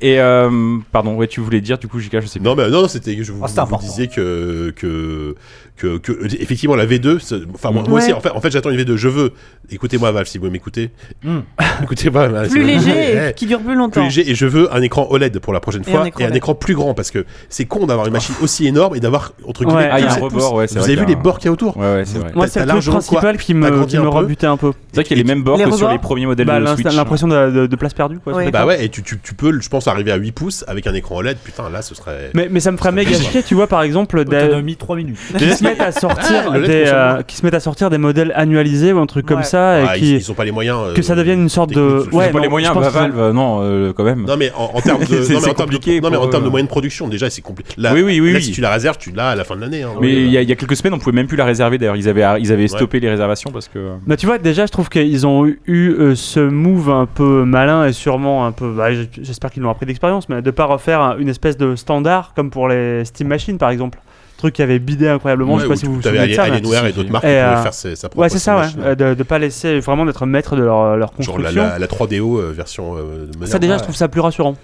S3: Et euh, pardon, ouais, tu voulais dire du coup, Jika, je sais plus.
S2: Non, mais non, non, c'était. Je vous,
S6: Ah, c'était
S2: vous
S6: important.
S2: disais que, que, que, que- Effectivement, la V2. c'est- Enfin, moi, moi
S4: Ouais.
S2: aussi, en fait, en fait j'attends une V2. Je veux. Écoutez-moi, Valve, si vous m'écoutez.
S3: Hmm.
S6: Mm.
S2: Écoutez-moi, Valve, si
S4: Plus
S2: vous
S4: léger
S2: m'écoutez.
S4: et qui dure plus
S2: Eh, plus
S4: longtemps.
S2: léger. Et je veux un écran OLED pour la prochaine
S4: Et
S2: fois.
S4: un écran E
S2: et un
S4: OLED.
S2: écran plus grand. Parce que c'est con d'avoir une machine aussi énorme et d'avoir, entre
S5: Ouais.
S2: guillemets,
S3: Ah, il y a un
S2: 17 pouces.
S3: rebord, Oh. ouais, c'est
S2: Vous
S3: vrai
S2: avez vu
S3: qu'il y
S2: les
S3: a un-
S2: bords qu'il y a autour
S3: Ouais, ouais, c'est vrai.
S5: Moi,
S2: T'as-
S5: c'est
S2: t'as
S5: le truc
S2: largement,
S5: principal qui me,
S2: T'agrandis
S5: qui me
S2: un peu.
S5: rebutait un peu.
S3: C'est vrai qu'il y a les mêmes bords
S4: Les
S3: que sur
S4: rebords
S3: les premiers modèles
S5: Bah,
S3: de
S5: l'ins-
S3: Switch.
S2: hein.
S5: l'impression de, de- de place perdue. Quoi, hein. sur
S4: Ouais.
S5: les
S2: Bah
S5: cartes.
S2: ouais, et tu, tu, tu peux, je pense, arriver à 8 pouces avec un écran OLED. Putain, là, ce serait.
S5: Mais, mais ça me ferait
S2: C'est
S5: méga
S2: bizarre.
S5: chier, tu vois, par exemple, d'a-
S6: Autonomie 3 minutes.
S5: qui se mettent à sortir
S2: Ah, le LED
S5: des,
S2: fonctionne
S5: euh, qui se mettent à sortir des modèles annualisés ou un truc comme
S4: Ouais.
S5: ça, et
S2: Ah,
S5: qui
S2: ils, ils ont pas les moyens. euh,
S5: que ça devienne une sorte de
S2: techniques, ils ont
S5: ouais,
S3: Ils ont pas
S5: non,
S3: les
S5: je
S3: moyens,
S5: pense
S3: bah,
S5: qu'ils ont-
S3: Valve, non, euh, quand même.
S2: Non mais en, en termes de,
S3: C'est-
S2: non, mais
S3: c'est
S2: en termes de-
S3: compliqué
S2: non, mais en
S3: pour,
S2: termes de
S3: euh,
S2: moyens de production déjà c'est compliqué. Là,
S3: oui, oui, oui.
S2: là,
S3: oui.
S2: si tu la réserves, tu l'as à la fin de l'année. hein.
S3: Mais il y, a- il y a quelques semaines, on pouvait même plus la réserver. D'ailleurs, ils avaient, ils avaient stoppé les réservations parce que.
S5: Bah, tu vois, déjà, je trouve qu'ils ont eu euh, ce move un peu malin et sûrement un peu. bah, j- J'espère qu'ils l'ont appris d'expérience, mais de pas refaire un- une espèce de standard comme pour les Steam Machines, par exemple. Truc qui avait bidé incroyablement.
S2: Ouais,
S5: je sais pas
S2: où
S5: si vous vous
S2: t'avais
S5: souvenez de ça. mais-
S2: Alienware et d'autres marques
S5: Et,
S2: qui pouvaient
S5: euh,
S2: faire ses- sa propre
S5: Ouais, c'est ça, ouais.
S2: machine.
S5: Euh, De, de pas laisser vraiment d'être maître de leur, leur
S2: Genre la,
S5: construction.
S2: la, la 3DO euh, version euh, moderne.
S5: Ça, déjà, je trouve ça plus rassurant.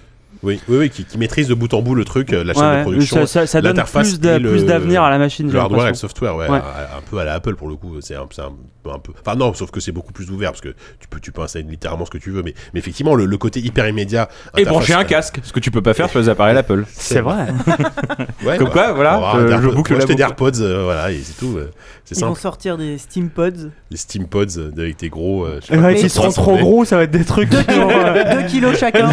S2: Oui, oui, oui, qui, qui maîtrise de bout en bout le truc, euh, la chaîne
S5: Ouais,
S2: de
S5: ouais.
S2: production,
S5: ça, ça- ça donne
S2: l'interface
S5: plus d'a-
S2: et le-
S5: plus d'avenir à la machine. j'ai
S2: le hardware et le
S5: l'impression.
S2: software, ouais,
S5: Ouais.
S2: à- à- Un, peu à la Apple pour le coup. C'est un, c'est un peu- un peu. Enfin non, sauf que c'est beaucoup plus ouvert parce que tu peux, tu peux installer littéralement ce que tu veux, mais, mais effectivement le, le côté hyper immédiat.
S3: Et
S2: interface-
S3: brancher un casque, ce que tu peux pas faire sur les appareils Apple.
S5: C'est vrai.
S2: euh, Ouais,
S3: Comme quoi, voilà,
S2: On va
S5: euh,
S2: avoir
S3: je-
S2: des
S3: je
S2: AirPods-
S3: boucle
S2: on va
S3: la
S2: acheter des
S3: boucle.
S2: AirPods, euh, voilà, et c'est tout. euh, c'est
S4: Ils vont
S2: simple.
S4: sortir des Steam Pods.
S2: Les Steam Pods euh, avec tes gros. euh, je sais
S5: Et
S2: pas
S5: ouais,
S2: comment
S5: ils
S2: ça
S5: seront trop
S2: s'appelait.
S5: gros, ça va être des trucs. qui vont, euh,
S4: 2 kilos chacun.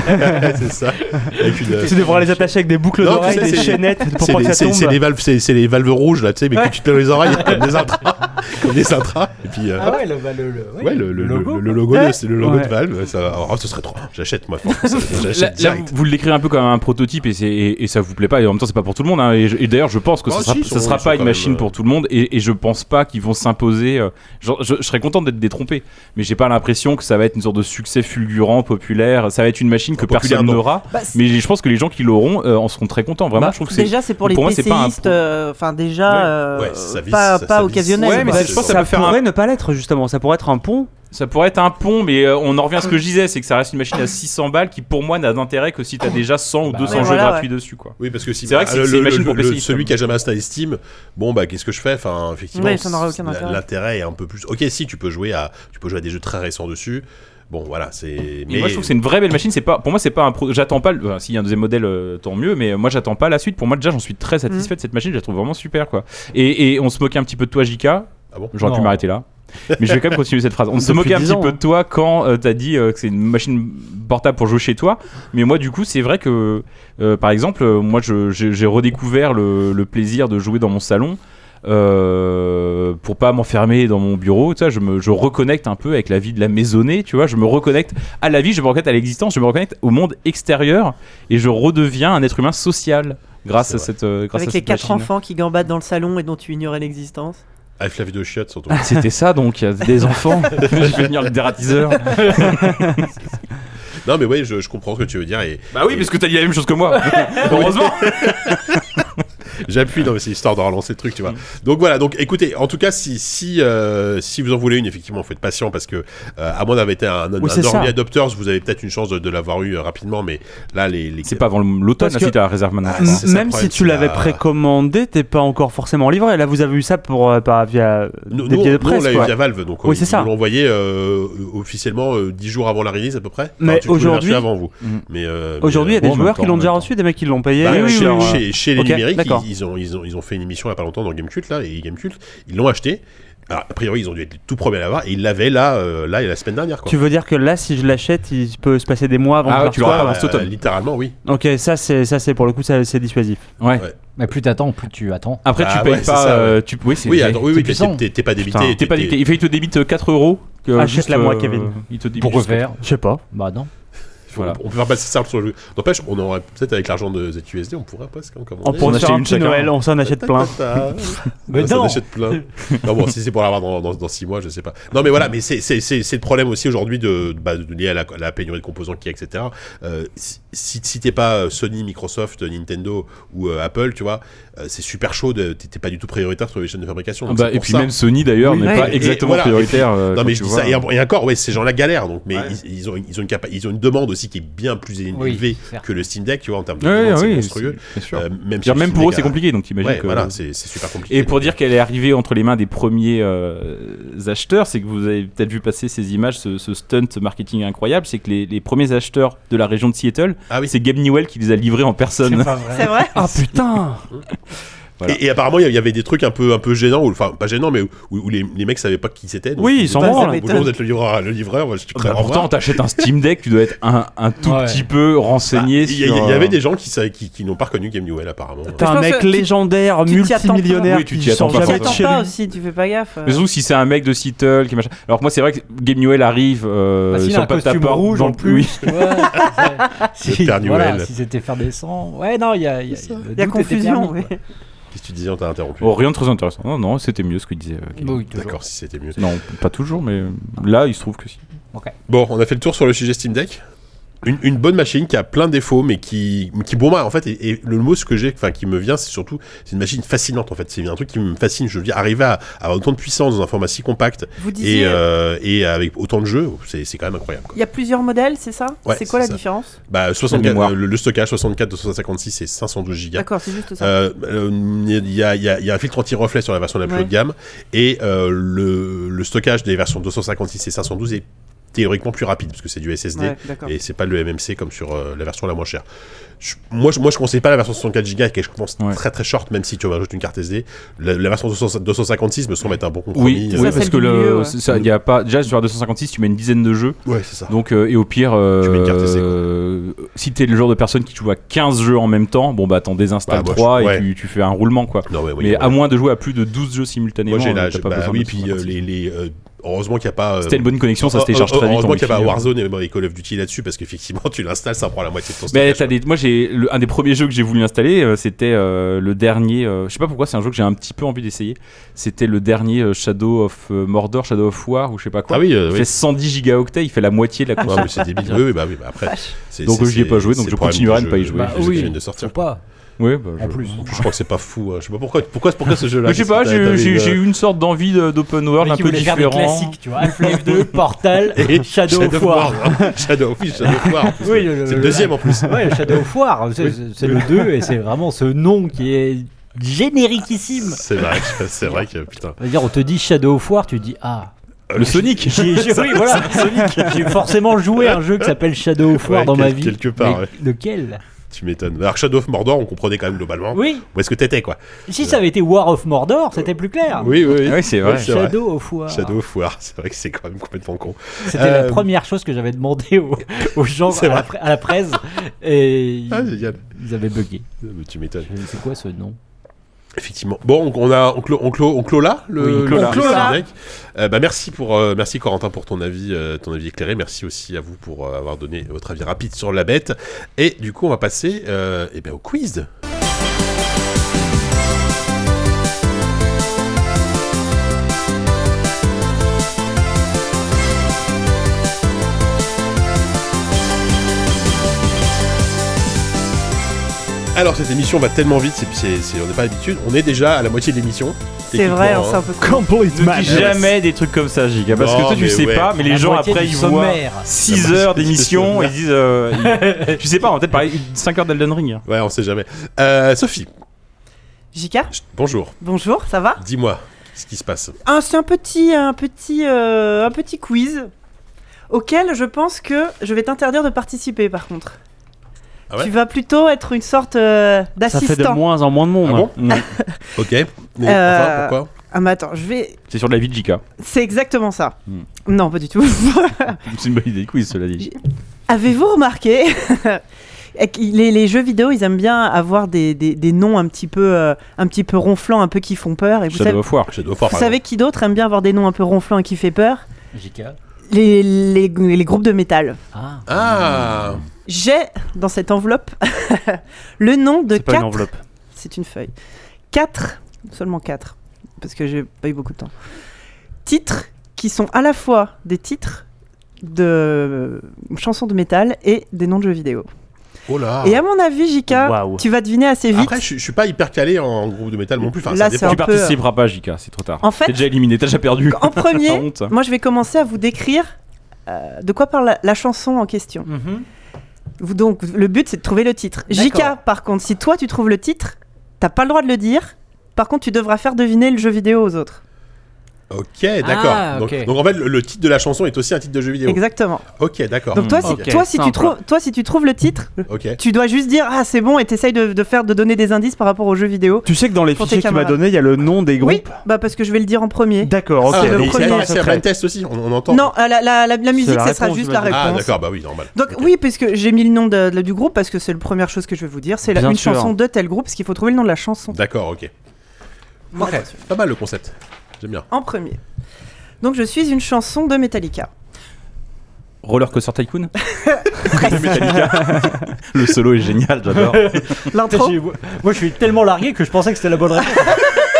S2: c'est ça. Avec une, euh,
S5: tu devras les attacher avec des boucles
S2: Non, tu
S5: d'oreilles,
S2: sais,
S5: des
S2: c'est-
S5: chaînettes pour
S2: C'est
S5: pas
S2: les,
S5: que ça
S2: c'est- c'est
S5: tombe.
S2: les valves, c'est, c'est les valves rouges là, tu sais, mais que tu te mets dans les oreilles comme des intras, comme des intras. Et puis, euh,
S8: Ah ouais, le, bah, le, le-
S2: ouais,
S8: ouais,
S2: le, le- le- le logo,
S8: logo.
S2: le, logo,
S5: Ouais.
S2: c'est le logo de
S5: Ouais.
S2: Valve. Ça, va- oh, ce serait trop. J'achète moi, franchement, ça-
S3: Là,
S2: j'achète
S3: là,
S2: direct.
S3: vous- vous l'écrivez un peu comme un prototype et, c'est- et, et ça vous plaît pas. Et en même temps, c'est pas pour tout le monde. hein. Et, je- et d'ailleurs, je pense que
S2: Bah
S3: ça sera,
S2: si, ils
S3: ça
S2: sont-
S3: sera
S2: ils sont
S3: pas une
S2: quand
S3: machine
S2: même, euh,
S3: pour tout le monde. Et, et je pense pas qu'ils vont s'imposer. euh, genre, je, je serais content d'être détrompé, mais j'ai pas l'impression que ça va être une sorte de succès fulgurant, populaire. Ça va être une machine que
S2: Populaire,
S3: personne
S2: non.
S3: n'aura.
S4: Bah, c'est-
S3: Mais je pense que les gens qui l'auront euh, en seront très contents. Vraiment,
S5: Bah,
S3: je trouve que c'est.
S4: Déjà, c'est pour les
S3: pour moi, c'est pas un
S4: PCistes,
S3: pro-
S4: euh, enfin déjà, euh,
S2: Ouais, ça vise-
S4: pas,
S2: ça-
S4: pas
S2: ça vise-
S4: occasionnel.
S3: Ouais, mais
S4: quoi.
S3: c'est- je pense que ça
S5: ça
S3: peut faire un-
S5: pourrait ne pas l'être justement, ça pourrait être un pont.
S3: Ça pourrait être un pont, mais euh, on en revient à ce que je disais, c'est que ça reste une machine à 600 balles qui, pour moi, n'a d'intérêt que si t'as déjà 100 ou 200
S4: ouais,
S3: jeux
S4: Bah, voilà,
S3: gratuits dessus, quoi.
S2: Oui, parce que si
S3: C'est vrai que c'est-
S2: le-
S3: c'est
S2: le-
S3: une machine
S2: le-
S3: pour
S2: le-
S3: PC,
S2: celui
S3: ça.
S2: qui a jamais installé Steam, bon bah qu'est-ce que je fais Enfin, effectivement,
S4: Ouais, ça n'aura aucun
S2: la-
S4: intérêt.
S2: l'intérêt est un peu plus. Ok, si tu peux jouer à, tu peux jouer à des jeux très récents dessus. Bon, voilà, c'est.
S3: Et moi je trouve que c'est une vraie belle machine, c'est pas pour moi c'est pas un pro... j'attends pas le... enfin, s'il y a un deuxième modèle euh, tant mieux mais euh, moi j'attends pas la suite. Pour moi déjà j'en suis très satisfait de cette machine, je la trouve vraiment super quoi. Et, et on se moquait un petit peu de toi JK,
S2: Ah bon
S3: j'aurais pu
S6: Non.
S3: m'arrêter là. Mais je vais quand même continuer cette phrase. On se
S5: Depuis
S3: moquait un
S5: 10
S3: petit
S5: ans,
S3: peu
S5: hein.
S3: de toi quand euh, t'as dit euh, que c'est une machine portable pour jouer chez toi. Mais moi, du coup, c'est vrai que, euh, par exemple, euh, moi, je- j'ai j'ai redécouvert le, le plaisir de jouer dans mon salon. euh, pour pas m'enfermer dans mon bureau, tu vois, je me je reconnecte un peu avec la vie de la maisonnée, tu vois, je me reconnecte à la vie, je me reconnecte à l'existence, je me reconnecte au monde extérieur et je redeviens un être humain social grâce
S2: C'est
S3: à
S2: vrai.
S3: cette euh, grâce à
S4: Avec les
S3: cette
S4: quatre
S3: machine.
S4: enfants qui gambadent dans le salon et dont tu ignorais l'existence.
S2: Avec la vidéo chiotte surtout.
S3: Ah, C'était ça donc, euh, des enfants. je vais devenir le dératiseur.
S2: non, mais oui, je, je comprends ce que tu veux dire et
S3: Bah oui, parce que t'as dit la même chose que moi. Heureusement.
S2: J'appuie, non, mais c'est histoire de relancer le truc, tu vois. Donc voilà, donc écoutez, en tout cas, si, si, euh, si vous en voulez une, effectivement, faut être patient parce que, euh, à moins d'avoir été un, un,
S5: Oui, c'est
S2: un early
S5: ça.
S2: adopters, vous avez peut-être une chance de, de l'avoir eu euh, rapidement, mais là, les. les...
S3: C'est pas avant l'automne
S5: Parce
S3: si
S5: que-
S3: t'as la réserve maintenant.
S2: Ah, c'est ça, le
S5: Même
S2: problème,
S5: si tu
S2: c'est
S5: l'avais
S2: la-
S5: précommandé, t'es pas encore forcément livré. Là, vous avez eu ça pour euh, par- via
S2: Nous,
S5: des
S2: nous,
S5: billets de
S2: nous, on
S5: presse.
S2: l'a eu
S5: quoi.
S2: via Valve, donc
S5: Oui,
S2: on,
S5: c'est
S2: ils
S5: ça.
S2: nous l'ont envoyé euh, officiellement euh, 10 jours avant la release à peu près. Enfin,
S5: Mais
S2: tu peux le
S5: aujourd'hui- Mm.
S2: chercher avant vous.
S3: Mhm.
S2: Mais euh,
S5: Aujourd'hui, il y a
S2: mais,
S5: des
S3: Bon, en
S5: joueurs
S3: même
S5: qui
S3: temps,
S5: l'ont
S3: en
S5: déjà
S3: même
S5: reçu, des mecs qui l'ont payé.
S2: Bah,
S5: oui,
S2: chez,
S5: oui,
S2: chez- chez les
S5: Ok,
S2: numériques,
S5: d'accord.
S2: ils, ils ont, ils, ont, ils ont fait une émission il y a pas longtemps dans Gamecult, là, et Gamecult, ils l'ont acheté. Alors, a priori, ils ont dû être les tout premiers à l'avoir, et ils l'avaient là, euh, là, la semaine dernière, quoi.
S5: Tu veux dire que là, si je l'achète, il peut se passer des mois avant
S3: Ah
S5: que je
S3: ouais,
S5: la
S3: tu l'auras
S5: reçoive
S3: pas avant
S2: Euh,
S3: cet automne.
S2: Littéralement, oui.
S5: Ok, ça c'est ça c'est pour le coup ça c'est dissuasif.
S3: Ouais.
S6: Mais plus t'attends, plus tu attends.
S3: Après,
S2: Ah
S3: tu payes
S2: ouais, c'est
S3: pas.
S2: ça,
S3: euh, tu... Oui, c'est
S2: Oui,
S3: vrai.
S2: attends, oui, oui, t'es-
S6: puissant.
S2: t'es- t'es- t'es pas débité.
S3: Putain, t'es pas dicté. Il fait- il te débite 4 euros. que
S5: Achète-la
S3: juste,
S5: moi,
S3: euh,
S5: Kevin.
S3: Il te débite
S6: Pour
S3: juste-
S6: refaire
S5: Je sais pas.
S6: Bah non.
S3: Voilà.
S2: On peut faire passer ça sur le jeu. N'empêche, on aurait peut-être avec l'argent de ZUSD, on pourrait presque en commander.
S5: On pourrait
S3: en
S5: se
S3: acheter
S5: faire un
S3: une
S5: petit
S3: chacun.
S5: Noël, on s'en achète plein.
S6: Mais
S2: Mais non.
S6: non.
S2: On achète plein. non, bon, si c'est pour l'avoir dans, dans, dans six mois, je sais pas. Non, mais voilà, mais c'est, c'est, c'est, c'est le problème aussi aujourd'hui de, de- bah, de lié à la, la pénurie de composants qu'il y a, etc. Euh, si, si si t'es pas euh, Sony, Microsoft, Nintendo ou euh, Apple, tu vois, euh, c'est super chaud. de- T'es t'es pas du tout prioritaire sur les chaînes de fabrication.
S3: Ah
S2: donc
S3: bah,
S2: c'est
S3: et
S2: pour
S3: puis
S2: ça.
S3: même Sony d'ailleurs
S2: Oui,
S3: n'est
S2: ouais.
S3: pas
S2: Et- et
S3: exactement
S2: voilà.
S3: prioritaire. euh,
S2: Non
S3: quand
S2: mais
S3: tu
S2: je dis
S3: vois.
S2: ça et, en- et encore ouais ces gens-là galèrent donc mais
S3: Ouais.
S2: ils, ils ont ils ont une capa- ils ont une demande aussi qui est bien plus élevée
S8: Oui, certes.
S2: que le Steam Deck tu vois en termes de
S3: Ouais,
S2: demande, c'est
S3: oui,
S2: monstrueux.
S3: c'est- bien sûr.
S2: Euh, même
S3: Je veux dire,
S2: si
S3: Même
S2: le
S3: pour eux,
S2: Steam Deck
S3: c'est
S2: a-
S3: compliqué, donc t'imagines
S2: Ouais,
S3: que.
S2: voilà, c'est c'est super compliqué.
S3: Et pour dire qu'elle est arrivée entre les mains des premiers euh, acheteurs, c'est que vous avez peut-être vu passer ces images, ce, ce stunt marketing incroyable, c'est que les, les premiers acheteurs de la région de Seattle,
S2: Ah oui.
S3: c'est Gabe Newell qui les a livrés en personne.
S6: pas
S4: C'est vrai
S5: Ah putain
S3: Voilà.
S2: Et, et apparemment, il y a- il y avait des trucs un peu, un peu gênants, ou, enfin pas gênants, mais où, où les, les mecs savaient pas qui c'était. donc
S5: Oui, ils
S2: disaient, Ah,
S5: s'en
S4: Bah,
S5: branlent.
S4: ça m'étonne.
S2: Bonjour, vous êtes le livreur, le livreur, je suis
S3: Bah,
S2: très au revoir.
S3: pourtant, t'achètes un Steam Deck, tu dois être un, un tout
S8: Ouais.
S3: petit peu renseigné.
S2: Ah, Bah, Il y, a-
S3: sur,
S2: il y
S3: euh,
S2: avait des gens qui, sa- qui, qui n'ont pas reconnu Game Newell apparemment.
S5: T'as
S4: Je
S5: un
S4: pense
S5: mec
S4: que tu-
S5: légendaire,
S4: tu t'y attends
S5: multimillionnaire
S4: pas.
S3: Oui, tu
S5: qui
S3: t'y
S5: sort
S3: attends pas
S5: jamais de
S4: T'attends
S5: chez
S4: pas
S5: lui.
S4: aussi, tu fais pas gaffe. euh.
S3: Mais surtout si c'est un mec de Seattle qui machin. Alors que moi c'est vrai que Game Newell arrive euh,
S8: Bah, s'il a
S3: sur
S8: un
S3: le pas de ta
S8: costume
S3: porte,
S8: rouge
S3: dans
S8: en
S3: le-
S8: plus,
S3: oui.
S8: tu vois, c'est- si,
S2: Père
S8: voilà,
S2: Noël.
S8: si c'était faire des sangs. Ouais, non, il y a, il y a- le
S4: Il y a
S8: doute était
S4: confusion.
S8: permis,
S4: oui.
S8: quoi.
S2: Qu'est-ce que tu disais On t'a interrompu.
S3: Oh, rien de très intéressant. Non, non, c'était mieux ce qu'il disait. euh, Game
S8: Bah Oui, toujours.
S2: D'accord, si c'était mieux.
S3: Non, pas toujours, mais euh, là, il se trouve que si.
S2: Bon, on a fait le tour sur le sujet Steam Deck. Une, une bonne machine qui a plein de défauts, mais qui, mais qui pour moi, en fait, et, et le mot ce que j'ai, enfin, qui me vient, c'est surtout, c'est une machine fascinante, en fait. C'est un truc qui me fascine. Je veux dire, arriver à, à autant de puissance dans un format si compact
S4: Vous disiez,
S2: et,
S4: il
S2: euh, et avec autant de jeux, c'est c'est quand même incroyable. Quoi.
S4: y a plusieurs modèles, c'est ça
S2: Ouais,
S4: C'est quoi
S2: c'est
S4: la
S2: ça.
S4: différence
S2: Bah, 64,
S3: La mémoire.
S2: euh, le, le stockage 64, 256 et 512 gigas.
S4: D'accord, c'est juste ça.
S2: Euh, euh, Il y, a, il y a- il y a un filtre anti-reflet sur la version la plus
S4: Ouais.
S2: haut de gamme et euh, le, le stockage des versions 256 et 512 est théoriquement plus rapide parce que c'est du SSD
S4: Ouais, d'accord.
S2: et c'est pas le MMC comme sur euh, la version la moins chère. Je- moi, je, moi, je conseille pas la version 64 Go qui est, je pense,
S3: Ouais.
S2: très très short, même si tu rajoutes une carte SD. La, la version 200 256 me semble être un bon compromis.
S3: Oui, oui,
S2: Euh,
S4: ça,
S3: parce
S4: celle
S3: que
S4: du milieu,
S3: le,
S4: ouais.
S3: c'est ça, il y a pas. Déjà sur la 256, tu mets une dizaine de jeux.
S2: ouais, c'est ça.
S3: Donc euh, et au pire, euh,
S2: Tu mets une carte essai, quoi.
S3: euh, si t'es le genre de personne qui joue à 15 jeux en même temps, bon bah t'en désinstalles
S2: Bah, moi,
S3: 3
S2: je-
S3: et
S2: ouais.
S3: tu, tu fais un roulement quoi.
S2: Non, ouais, oui, bah,
S3: mais
S2: ouais.
S3: à moins de jouer à plus de 12 jeux simultanément,
S2: moi j'ai
S3: euh,
S2: la.
S3: t'as
S2: j'ai-
S3: pas
S2: bah
S3: besoin de
S2: oui, puis euh,
S3: 256.
S2: les, les, euh, heureusement qu'il n'y a pas. euh,
S3: Si t'as une bonne connexion, ça se
S2: oh,
S3: télécharge
S2: oh,
S3: très vite. en
S2: Heureusement qu'il n'y a pas
S3: wifi, hein.
S2: Warzone et, et Call of Duty là-dessus parce qu'effectivement, tu l'installes, ça prend la moitié de ton
S3: Mais
S2: stockage.
S3: t'as des... moi j'ai le- un des premiers jeux que j'ai voulu installer, euh, c'était euh, le dernier. euh, je sais pas pourquoi, c'est un jeu que j'ai un petit peu envie d'essayer. C'était le dernier euh, Shadow of euh, Mordor, Shadow of War ou je sais pas quoi.
S2: Ah oui, euh,
S3: il
S2: oui.
S3: fait 110 gigaoctets, il fait la moitié de la
S2: Ouais,
S3: console.
S2: mais c'est débile. Oui, oui, bah oui, bah après. c'est-
S3: Donc,
S2: c'est-
S3: j'y ai
S2: c'est-
S3: pas joué, donc je
S2: c'est le problème
S3: continuerai à
S2: du
S3: ne pas y
S2: jeu,
S3: jouer.
S2: euh,
S3: Bah
S2: jeu
S3: oui.
S2: qui vient de sortir.
S8: Faut pas.
S3: Ouais, bah,
S8: En
S3: je-
S8: plus.
S2: Je crois que c'est pas fou. hein. Je sais pas pourquoi, pourquoi, pourquoi ce jeu-là.
S3: Mais je sais pas,
S2: T'as-
S3: j'ai
S2: t'avais
S3: j'ai-
S2: une-
S3: j'ai eu une euh, sorte d'envie de- d'open world
S8: Mais
S3: un
S8: qui
S3: peu
S8: voulait faire des
S3: différent.
S8: classiques, tu vois. Half-Life 2, Portal,
S2: Et
S8: Shadow of War.
S2: euh, Shadow, oui, Shadow of War. en plus.
S8: Oui, le-
S2: c'est le
S8: le-
S2: deuxième en plus.
S8: Ouais, Shadow of War, c'est c'est le 2 et c'est vraiment ce nom qui est génériquissime.
S2: C'est vrai, que- c'est vrai que putain.
S8: Je veux dire, on te dit Shadow of War, tu dis ah.
S3: Le Sonic
S8: J'y ai- j'y- oui, voilà, Sonic. J'ai forcément joué à un jeu qui s'appelle Shadow of War
S2: Ouais,
S8: dans ma
S2: quel-
S8: vie.
S2: quelque part,
S8: Mais
S2: ouais.
S8: Lequel
S2: Tu m'étonnes. Alors Shadow of Mordor, on comprenait quand même globalement
S8: Oui,
S2: où est-ce que t'étais quoi.
S8: si ça avait été War of Mordor, c'était plus clair.
S2: Oui, oui,
S3: Oui, Ah c'est vrai.
S2: c'est vrai.
S8: Shadow of War.
S2: Shadow of War, c'est vrai que c'est quand même complètement con.
S8: C'était
S2: Euh,
S8: la première chose que j'avais demandé aux, aux gens
S2: C'est
S8: à la, pre- à la presse et
S2: Ah,
S8: ils,
S2: génial.
S8: ils avaient bugué.
S2: Euh, Tu m'étonnes.
S8: Je me dis, C'est quoi ce nom
S2: Effectivement. Bon, on a on clôt on clôt, on clôt là le
S3: Oui, on clôt
S2: le-
S3: là.
S2: le
S4: On clôt là.
S2: deck. Euh, bah merci pour euh, merci Corentin pour ton avis euh, ton avis éclairé. Merci aussi à vous pour euh, avoir donné votre avis rapide sur la bête. Et du coup, on va passer euh, eh ben, au quiz. Alors cette émission va tellement vite, c'est, c'est- c'est- on n'est pas habitude. On est déjà à la moitié de l'émission.
S4: C'est vrai,
S2: Techniquement,
S4: on
S2: hein.
S4: s'est un peu.
S5: Complete
S3: Ne dis
S5: match.
S3: jamais des trucs comme ça, Giga, Ah, parce
S2: Non,
S3: que toi tu
S2: mais
S3: sais
S2: ouais.
S3: pas, mais les
S8: La
S3: gens
S8: moitié
S3: après
S8: du
S3: ils voient Ah, bah,
S8: sommaire.
S3: 6 heures d'émission et ils disent. euh, ils- Tu sais pas, on va peut-être parler 5 heures d'Elden Ring. hein.
S2: Ouais, on sait jamais. Euh, Sophie, hein.
S4: JK,
S2: je- bonjour.
S4: bonjour, ça va
S2: Dis-moi ce qui se passe.
S4: Ah, C'est un petit, un, petit, euh, un petit quiz auquel je pense que je vais t'interdire de participer par contre.
S2: Ah ouais
S4: tu vas plutôt être une sorte euh,
S5: Ça fait de
S4: d'assistant.
S5: moins en moins de monde.
S2: Ah bon
S3: Mm.
S2: Ok. Mais
S4: Euh,
S2: enfin, pourquoi
S4: Ah mais attends, je vais...
S3: C'est sur de la vie de Giga.
S4: C'est exactement ça.
S3: Hmm.
S4: Non, pas du tout.
S3: C'est une bonne idée de quiz, cela dit.
S4: Avez-vous remarqué les, les jeux vidéo, ils aiment bien avoir des, des- des noms un petit peu, euh, un petit peu ronflants, un peu qui font peur. Et vous,
S3: Shadow
S4: savez-
S3: of War.
S2: Shadow of War,
S4: vous
S2: par
S4: savez qui d'autre aime bien avoir des noms un peu ronflants et qui fait peur
S8: JK.
S4: les, les- les groupes de métal.
S8: Ah.
S2: exemple. Ah
S4: J'ai dans cette enveloppe le nom de
S5: C'est pas une
S4: quatre.
S5: enveloppe.
S4: C'est une feuille. Quatre, seulement quatre, parce que j'ai pas eu beaucoup de temps. Titres qui sont à la fois des titres de chansons de métal et des noms de jeux vidéo.
S2: Oh là
S4: Et à mon avis, Jika,
S5: Waouh.
S4: tu vas deviner assez vite.
S2: Après, je, je suis pas hyper calé en groupe de métal non plus. Enfin,
S4: Là,
S2: ça dépend.
S4: un
S3: Tu
S4: peu,
S3: participeras pas, Giga, c'est trop tard.
S4: En fait-
S3: T'es déjà éliminé, t'as déjà perdu.
S4: en premier,
S3: T'as honte.
S4: moi, je vais commencer à vous décrire euh, de quoi parle la, la chanson en question.
S6: Mhm.
S4: Vous, donc, le but, c'est de trouver le titre. Jika,
S8: D'accord.
S4: par contre, si toi, tu trouves le titre, t'as pas le droit de le dire. Par contre, tu devras faire deviner le jeu vidéo aux autres.
S2: Ok, d'accord.
S8: Ah,
S2: donc,
S8: ok.
S2: donc en fait, le, le titre de la chanson est aussi un titre de jeu vidéo.
S4: Exactement.
S2: Ok, d'accord.
S4: Donc toi, si,
S5: Ok,
S4: toi, si tu
S5: simple.
S4: trouves, toi, si tu trouves le titre,
S2: Ok.
S4: tu dois juste dire ah c'est bon et t'essayes de, de faire de donner des indices par rapport au jeu vidéo.
S5: Tu sais que dans les
S4: Pour tes
S5: fichiers qu'il m'a
S4: camarades.
S5: donné, il y a le nom des
S4: Oui,
S5: groupes.
S4: bah parce que je vais le dire en premier.
S5: D'accord, ok.
S2: Ah, mais il y
S4: le
S2: a-
S5: donc,
S2: il y
S4: premier
S2: a accès à
S5: secret.
S2: blind test aussi, on, on entend.
S4: Non, euh, la, la, la, la musique,
S5: la
S4: ça sera
S5: réponse,
S4: juste la
S5: j'imagine.
S2: Ah,
S4: réponse.
S2: d'accord, bah oui, normal.
S4: Donc
S2: Ok.
S4: oui, parce que j'ai mis le nom de- de- du groupe parce que c'est la première chose que je vais vous dire. C'est la-
S5: Bien
S4: une
S5: sûr.
S4: chanson de tel groupe, parce qu'il faut trouver le nom de la chanson
S2: D'accord, ok.
S4: Moi,
S2: Pas mal le concept. J'aime bien.
S4: en premier. Donc je suis une chanson de Metallica.
S3: Roller Coaster Tycoon De Metallica. Le solo est génial, j'adore.
S4: L'intro.
S6: J'ai- Moi, je suis tellement largué que je pensais que c'était la bonne réponse.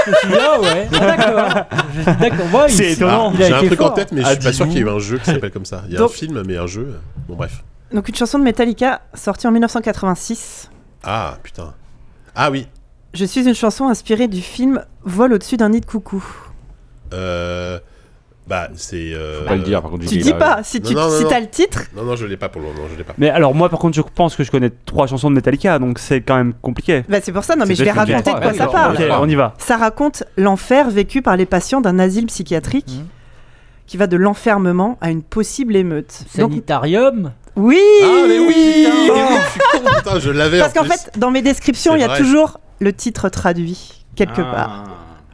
S6: je me suis dit, ah ouais, ah, d'accord. Je me suis dit, d'accord, ouais, il-
S5: C'est étonnant.
S6: Ah, il a
S2: J'ai un
S6: été
S2: truc en
S6: fort.
S2: tête, mais je suis pas
S5: Adieu.
S2: sûr qu'il y ait eu un jeu qui s'appelle comme ça. Il y a un
S4: Donc-
S2: film, mais un jeu. Bon, bref.
S4: Donc une chanson de Metallica sortie en 1986.
S2: Ah, putain. Ah oui.
S4: Je suis une chanson inspirée du film Vol au-dessus d'un nid de coucou.
S2: Euh, Bah, c'est. euh,
S3: Faut pas le dire, par contre.
S4: Tu
S3: j'ai-
S4: dis pas, si
S2: Non,
S4: tu
S2: non, non,
S4: si
S2: non.
S4: t'as le titre,
S2: Non, non, je l'ai pas pour le moment. Je l'ai pas.
S5: Mais alors, moi, par contre, je pense que je connais trois chansons de Metallica, donc c'est quand même compliqué.
S4: bah c'est pour ça, non mais
S3: C'est
S4: je vais
S3: peut-être une
S4: raconter de quoi
S3: vieille
S4: ça
S3: phrase,
S4: parle.
S5: Ok, on y va.
S4: Ça raconte l'enfer vécu par les patients d'un asile psychiatrique qui va de l'enfermement à une possible émeute. Donc,
S6: Sanitarium
S4: oui Oh,
S2: Ah, mais oui mais oui, Je suis con, putain, je l'avais.
S4: Parce
S2: en
S4: qu'en
S2: plus.
S4: fait, dans mes descriptions,
S2: C'est
S4: il y a
S2: vrai.
S4: toujours le titre traduit, quelque part.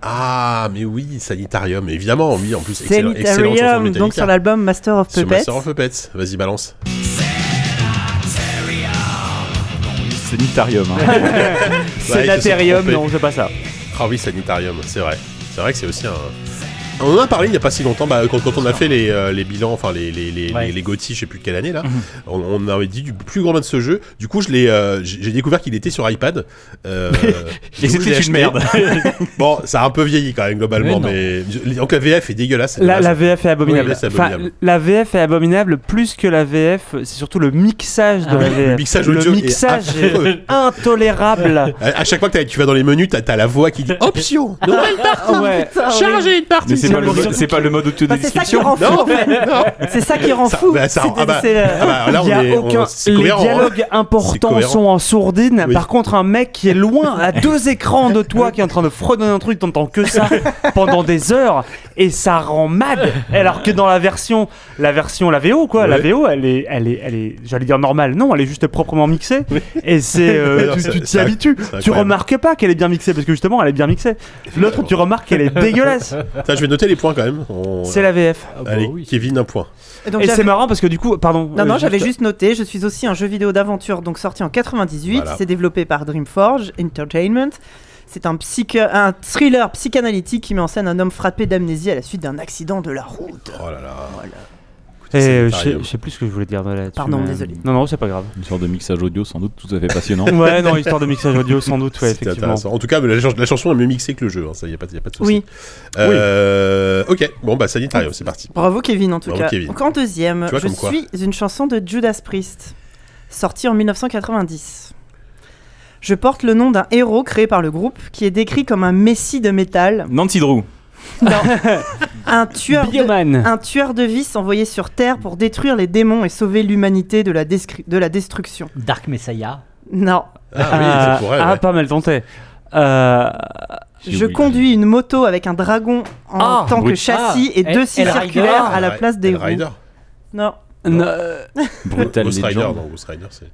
S2: Ah, mais oui, Sanitarium, évidemment. Oui, en plus, excellent, excellente chanson de
S4: Sanitarium, donc
S2: Metallica.
S4: sur l'album Master of
S2: Sur
S4: Puppets.
S2: Master of Puppets. Vas-y, balance.
S3: Ah. Sanitarium. hein.
S2: Ouais, ils se sont
S5: Sénatarium,
S2: trompés.
S5: non, c'est pas ça.
S2: Ah oui, Sanitarium, c'est vrai. C'est vrai que c'est aussi un. On en a parlé il n'y a pas si longtemps, bah, quand, quand on a fait les, euh, les bilans, enfin les, les, les,
S6: Ouais.
S2: les, les GOTY, je sais plus de quelle année là,
S3: Mhm.
S2: on, on avait dit du plus grand bien de ce jeu. Du coup, je l'ai, euh, j'ai j'ai découvert qu'il était sur iPad. Euh, du coup,
S3: Et
S2: je l'ai
S3: c'était
S2: acheté.
S3: une merde.
S2: Bon, ça a un peu vieilli quand même globalement, mais, donc la VF est dégueulasse. c'est
S5: La, la
S2: dommage.
S5: VF est abominable.
S2: Oui, c'est
S5: Enfin,
S2: abominable.
S5: la VF est abominable plus que la VF, c'est surtout le mixage de
S6: Ah
S5: la
S6: oui.
S5: VF.
S2: Le mixage audio est
S5: mixage est
S2: affreux.
S5: intolérable.
S2: À, à chaque fois que t'as- tu vas dans les menus, t'as as la voix qui dit option. Non,
S5: ouais.
S4: Chargé
S3: Mais c'est
S5: C'est
S3: pas, le
S5: horrible.
S3: mode- c'est pas le mode
S4: Bah, c'est ça qui
S3: autodescription.
S4: rend fou, en fait.
S2: non.
S4: C'est ça qui rend
S2: Ça-
S4: fou.
S2: bah, ça-
S4: C'est-
S2: ah bah-
S4: c'est, euh,
S2: Ah bah, là, on
S5: Il y a
S2: est, on-
S5: aucun...
S2: c'est
S5: Les
S2: cohérent, hein.
S5: dialogues importants
S2: cohérent.
S5: sont en sourdine.
S2: Oui.
S5: Par contre, un mec qui est loin, à deux écrans de toi, qui est en train de fredonner un truc, t'entends que ça pendant des heures, et ça rend mad. Alors que dans la version, la version, la VO, quoi, la
S2: Ouais.
S5: VO, elle est, elle est, elle est, j'allais dire normale. Non, elle est juste proprement mixée. Et c'est, euh,
S2: Ouais, non,
S5: tu
S2: c'est-
S5: tu t'y
S2: c'est inc-
S5: habitues.
S2: c'est
S5: Tu
S2: incroyable.
S5: remarques pas qu'elle est bien mixée, parce que justement, elle est bien mixée. L'autre, tu remarques qu'elle est dégueulasse.
S2: Putain, je vais noter les points quand même. On- euh,
S5: C'est la VF.
S6: Ah bah
S2: Allez,
S8: Oh
S6: oui.
S2: Kevin, un point.
S4: donc
S5: et
S4: j'avais-
S5: c'est marrant parce que du coup, pardon.
S4: Non, non,
S5: euh,
S4: j'avais juste noté, je suis aussi un jeu vidéo d'aventure, donc sorti en 98,
S2: Voilà.
S4: c'est développé par Dreamforge Entertainment. C'est un, psych... un thriller psychanalytique qui met en scène un homme frappé d'amnésie à la suite d'un accident de la route.
S2: Oh là là.
S5: Et euh, je sais-
S2: Sanitarium.
S5: je sais plus ce que je voulais dire là-dessus.
S4: Pardon,
S5: mais-
S4: désolé.
S5: Non, non, c'est pas grave.
S3: Une sorte de mixage audio sans doute tout à fait passionnant.
S5: Ouais, non, histoire de mixage audio, sans doute, ouais,
S2: C'était
S5: effectivement.
S2: intéressant. En tout cas, la, chans- la chanson est mieux mixée que le jeu, hein, ça y a pas, y a pas de souci.
S4: Oui,
S2: Euh, Ok, bon bah Sanitarium, c'est parti.
S4: bravo Kevin en tout
S2: Bravo,
S4: cas.
S2: Kevin.
S4: Donc en deuxième,
S2: Tu vois
S4: je
S2: comme quoi.
S4: suis une chanson de Judas Priest, sortie en 1990. Je porte le nom d'un héros créé par le groupe qui est décrit comme un messie de métal,
S3: Nancy Drew.
S4: un tueur de,
S5: Bioman.
S4: Un tueur de vices envoyé sur Terre pour détruire les démons et sauver l'humanité de, la descri- de la destruction.
S6: Dark Messiah.
S4: Non.
S2: Ah oui, c'est pour elle.
S5: ah,
S2: ouais.
S5: pas mal tenté. Euh,
S3: J'ai
S4: Je
S3: oublié.
S4: conduis une moto avec un dragon en
S6: Ah,
S4: tant que
S3: brut-
S4: châssis et
S6: Ah,
S4: deux
S6: El-
S4: scies
S6: El Rider.
S4: circulaires à la
S2: Ah, Ouais,
S4: place des
S2: Red
S4: roues.
S2: Rider.
S4: Non.
S5: non, euh,
S3: Brutal
S2: Ghost Rider,
S3: Legend.
S2: non, Ghost Rider, c'est.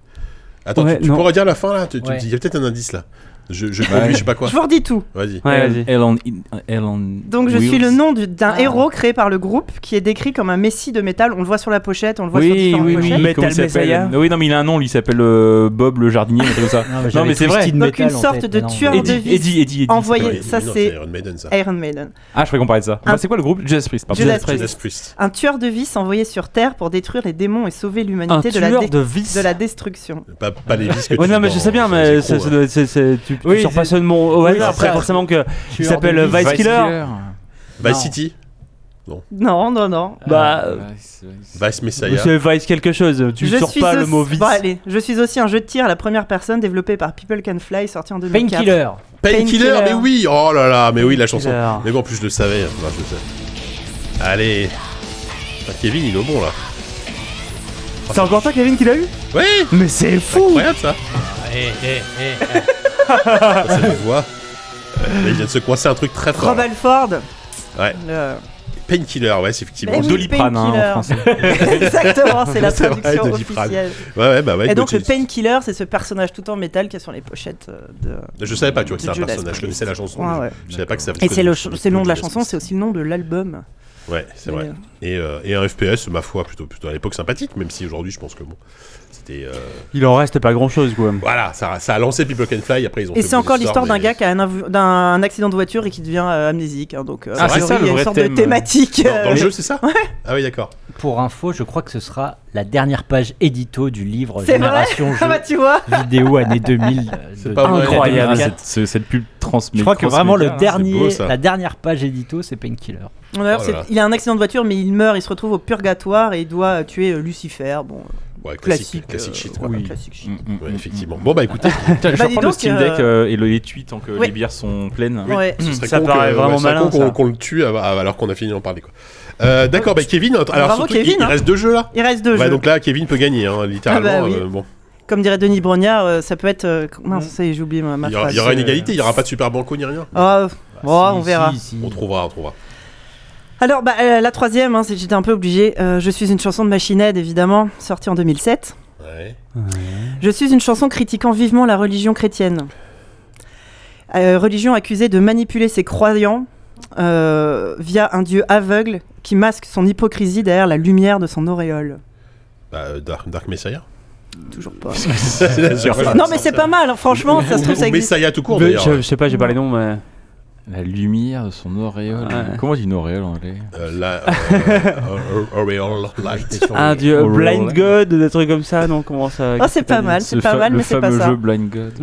S2: Attends,
S5: Ouais,
S2: tu, tu
S5: non.
S2: peux redire la fin là Tu- tu me
S6: Ouais.
S2: dis, Il y a peut-être un indice là. Je, je
S3: Ouais.
S2: conduis, je sais pas quoi.
S4: Je vous redis tout.
S2: Vas-y.
S5: Ouais, vas-y.
S3: Elle en, elle en
S4: Donc je
S3: Wheels.
S4: suis le nom du- d'un
S6: Ah.
S4: héros créé par le groupe qui est décrit comme un messie de métal. On le voit sur la pochette, on le voit sur
S3: Oui,
S4: différentes
S3: oui, oui.
S4: pochettes.
S5: Metal
S3: Comment il s'appelle
S5: Messiah.
S3: Oui, non, mais il a un nom, lui, il s'appelle euh, Bob le jardinier, un truc comme ça.
S6: j'avais
S3: mais c'est vrai.
S6: Twisted
S4: Donc
S6: Metal
S4: une
S6: en
S4: sorte
S6: tête,
S4: de
S6: mais non.
S4: tueur
S3: Eddie,
S4: de
S3: Eddie,
S4: vice
S3: Eddie, Eddie.
S4: envoyé,
S2: Ouais,
S4: ça
S2: non,
S4: c'est
S2: Iron Maiden ça.
S4: Iron Maiden.
S3: Ah, je croyais qu'on parlait de ça.
S4: Un-
S3: Bah, c'est quoi le groupe Judas Priest, pardon.
S4: Judas Priest.
S2: Judas Priest.
S4: Un tueur de vices envoyé sur Terre pour détruire les démons et sauver
S5: Un
S4: l'humanité de, la
S5: tueur
S4: dé-
S5: de vice.
S4: de la destruction.
S2: Pas, pas les disques.
S5: Ouais, non, mais je sais
S2: hein,
S5: bien, mais c'est- c'est- c'est- c'est- tu, tu
S6: Oui,
S5: surpasses le nom au
S6: oui, c'est
S5: hasard. Après,
S6: ça.
S5: forcément
S2: euh,
S6: Tueur
S5: que.
S6: de
S5: s'appelle
S6: vice.
S5: Vice Killer.
S6: Non.
S2: Vice City,
S4: Non, non, non.
S5: Bah,
S3: Euh,
S2: Vice Messiah.
S5: c'est Vice quelque chose. Tu
S4: je
S5: sors
S4: suis
S5: pas le
S4: aussi-
S5: mot vice.
S4: Bon, allez, je suis aussi un jeu de tir à la première personne développé par People Can Fly, sorti en 2004.
S6: Painkiller.
S2: Painkiller,
S4: Painkiller.
S2: mais oui Oh là là, mais oui, la chanson.
S5: Painkiller.
S2: Mais bon, en plus, je le savais. hein. Non, je le savais. Allez. Putain, Kevin, il est au bon, là.
S5: C'est encore toi, Kevin, qui l'a eu
S2: Ouais
S5: Mais c'est fou
S2: Incroyable, ça Euh, Ça, C'est une voix. Là, il vient de se coincer un truc très fort.
S4: Rob Alford,
S2: Ouais.
S4: Euh,
S2: Painkiller, ouais, c'est effectivement.
S4: Mais Bah oui.
S3: Doliprane hein,
S4: Painkiller.
S3: en français.
S4: Exactement, c'est la
S2: C'est vrai,
S4: traduction
S2: de Doliprane.
S4: officielle.
S2: Ouais, ouais, bah ouais.
S4: Et donc le
S2: Gauthier-
S4: painkiller, c'est ce personnage tout en métal qui est sur les pochettes euh, de.
S2: Je savais pas, tu vois, que
S4: de
S2: c'était un
S4: Judas
S2: personnage. Je
S4: Priest.
S2: connaissais la chanson.
S4: Ouais,
S2: mais
S4: ouais.
S2: Je savais pas que ça
S4: Et c'est le, ch- c'est le nom de la chanson, c'est aussi le nom de l'album.
S2: Ouais, c'est vrai.
S4: Mais, euh,
S2: Et, euh, et un FPS, ma foi, plutôt, plutôt à l'époque sympathique, même si aujourd'hui, je pense que bon. C'était. euh,
S5: Il en reste pas grand chose, quoi.
S2: Voilà, ça, a- ça a lancé People Can Fly. Après, ils ont
S4: Et
S2: fait
S4: c'est encore
S2: Bulletstorm,
S4: l'histoire d'un
S2: mais-
S4: gars qui a un, inv- d'un accident de voiture et qui devient euh, amnésique. hein, donc, euh,
S3: Ah,
S4: a
S3: c'est
S4: priori,
S3: ça, le
S4: il y a une
S3: vrai
S4: sorte
S3: thème.
S4: de thématique.
S2: Dans, dans
S4: euh,
S2: le jeu, c'est ça Ah oui, d'accord.
S8: Pour info, je crois que ce sera la dernière page édito du livre
S4: C'est vrai
S8: Génération
S4: Ah bah
S8: Jeux
S4: tu vois
S8: vidéo année 2000. euh,
S2: C'est
S8: de-
S2: pas vrai.
S3: Ah, Incroyable
S8: de-
S3: cette, ce- cette pub transmise.
S8: Je crois que vraiment le
S2: hein, c'est beau,
S8: dernier,
S2: ça.
S8: la dernière page édito, c'est Painkiller.
S2: Oh là
S4: D'ailleurs, c'est-
S2: là.
S4: Il a un accident de voiture mais il meurt, il se retrouve au purgatoire et il doit euh, tuer euh, Lucifer. Bon,
S2: Ouais,
S4: classique.
S2: classique, classique shit,
S4: euh,
S2: quoi.
S4: ouais,
S2: Oui.
S4: classique shit.
S2: Ouais, effectivement. Bon, bah écoutez,
S3: Ah. Mm, Putain, je
S4: Bah, dis
S3: reprends le
S4: donc,
S3: Steam
S4: euh,
S3: Deck euh, et le étui tant que
S4: Oui.
S3: les bières sont pleines.
S4: Ouais.
S2: ce serait
S5: Ça
S2: con
S5: paraît
S2: que-
S5: vraiment
S2: ouais, ce serait
S5: malin,
S2: con qu'on
S5: ça.
S2: qu'on le tue av- av- alors qu'on a fini d'en parler, quoi. Euh, d'accord, bah Kevin, alors
S4: Bravo,
S2: surtout, il-
S4: Kevin,
S2: il
S4: hein.
S2: reste deux jeux là.
S4: Il reste deux
S2: Ouais,
S4: jeux.
S2: donc là, Kevin peut gagner, hein, littéralement.
S4: Ah bah oui.
S2: euh, bon.
S4: Comme dirait Denis Brognard, euh, ça peut être. euh, mince, ça y est, j'ai oublié ma, ma
S2: Mm. il, y aura,
S4: phrase. euh,
S2: il y aura Bah, une
S6: c'est-
S2: égalité, il n'y aura pas de super banco ni rien.
S4: Ah, bon,
S8: Si,
S4: on verra.
S8: si, si.
S2: On trouvera, on trouvera.
S4: Alors, bah, euh, la troisième, hein, c'est- j'étais un peu obligée. Euh, je suis une chanson de Machine Head, évidemment, sortie en 2007.
S2: Ouais.
S4: Je suis une chanson critiquant vivement la religion chrétienne. Euh, religion accusée de manipuler ses croyants euh, via un dieu aveugle qui masque son hypocrisie derrière la lumière de son auréole.
S2: Bah, euh, Dark, Dark Messiah.
S4: Toujours pas.
S2: non,
S4: Non, mais c'est pas mal, hein, franchement, ça se trouve, ça existe.
S2: Messiah tout court,
S5: Mais
S2: d'ailleurs.
S5: Je je sais pas, j'ai pas les noms, mais.
S3: La lumière de son auréole.
S5: Ouais.
S3: Comment on dit une auréole en anglais
S2: Euh, la- euh, Aureole Light.
S5: Un dieu.
S2: oh
S3: Overall.
S5: Blind God, des trucs comme ça, non Comment ça.
S4: Ah, c'est pas mal, c'est
S3: Ce
S4: pas
S3: fa-
S4: mal,
S3: le
S4: mais c'est pas
S3: fameux
S4: ça.
S3: jeu Blind God.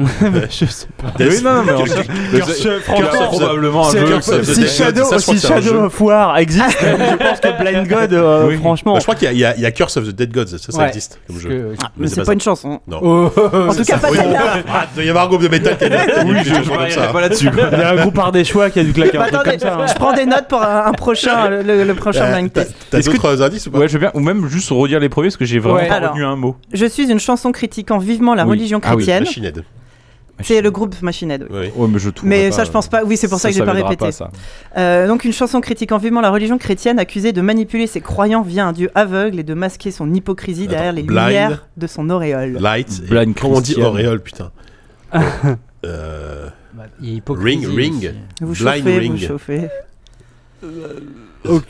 S5: Je sais pas.
S2: Death-
S3: Oui, non, mais en fait,
S2: Curse- Curse
S3: Franchement,
S2: of the-
S5: Oh,
S3: probablement un
S2: c'est-
S3: jeu.
S2: Curse of the
S5: Si
S2: Dead.
S5: Shadow,
S2: Ça, je crois
S5: si
S2: que c'est un
S5: Shadow
S2: jeu.
S5: of War existe, je pense que Blind God, euh,
S3: Oui.
S5: franchement.
S2: Bah, je crois qu'il y, a- il y a- il y a Curse of the Dead Gods, ça, ça
S8: Ouais.
S2: existe comme
S8: Parce
S2: jeu.
S8: que-
S4: Mais c'est
S2: ça.
S4: pas une chanson.
S2: Non.
S8: Oh
S4: En tout cas, pas
S2: Oui,
S4: celle-là.
S2: bon. Ah, il doit y avoir un groupe de métal qui a des des chansons comme ça.
S3: là-dessus.
S5: Il y a un groupe par des choix qui a du claquer.
S4: Bah, attendez, je prends des notes pour un, un prochain, le- le, le prochain
S2: Euh,
S4: blind
S2: T'as
S4: test.
S2: t'as
S3: Est-ce que-
S2: d'autres euh, indices ou pas
S3: Ouais, je veux bien. Ou même juste redire les premiers parce que j'ai vraiment
S4: Ouais.
S3: pas
S4: Alors.
S3: retenu un mot.
S4: Je suis une chanson critiquant vivement la
S3: Oui.
S4: religion
S3: Ah oui,
S4: chrétienne.
S2: Machine Head.
S4: c'est le groupe Machine Head. oui.
S2: Oui.
S3: Ouais, mais je trouve.
S4: Mais ça, je pense pas. Oui, c'est pour ça, que j'ai pas répété.
S3: ça.
S4: Euh, donc, une chanson critiquant vivement la religion chrétienne, accusée de manipuler ses croyants via un dieu aveugle et de masquer son hypocrisie
S2: Attends,
S4: derrière les
S2: blind.
S4: lumières de son auréole.
S2: Light. et-
S3: Blind
S2: Comment on dit
S3: Christian.
S2: Auréole, putain Euh,
S8: Bah, il y a hypocrisie
S2: Ring, ring.
S8: aussi.
S4: Vous
S2: blind
S4: chauffez,
S2: ring.
S4: vous chauffez.
S5: On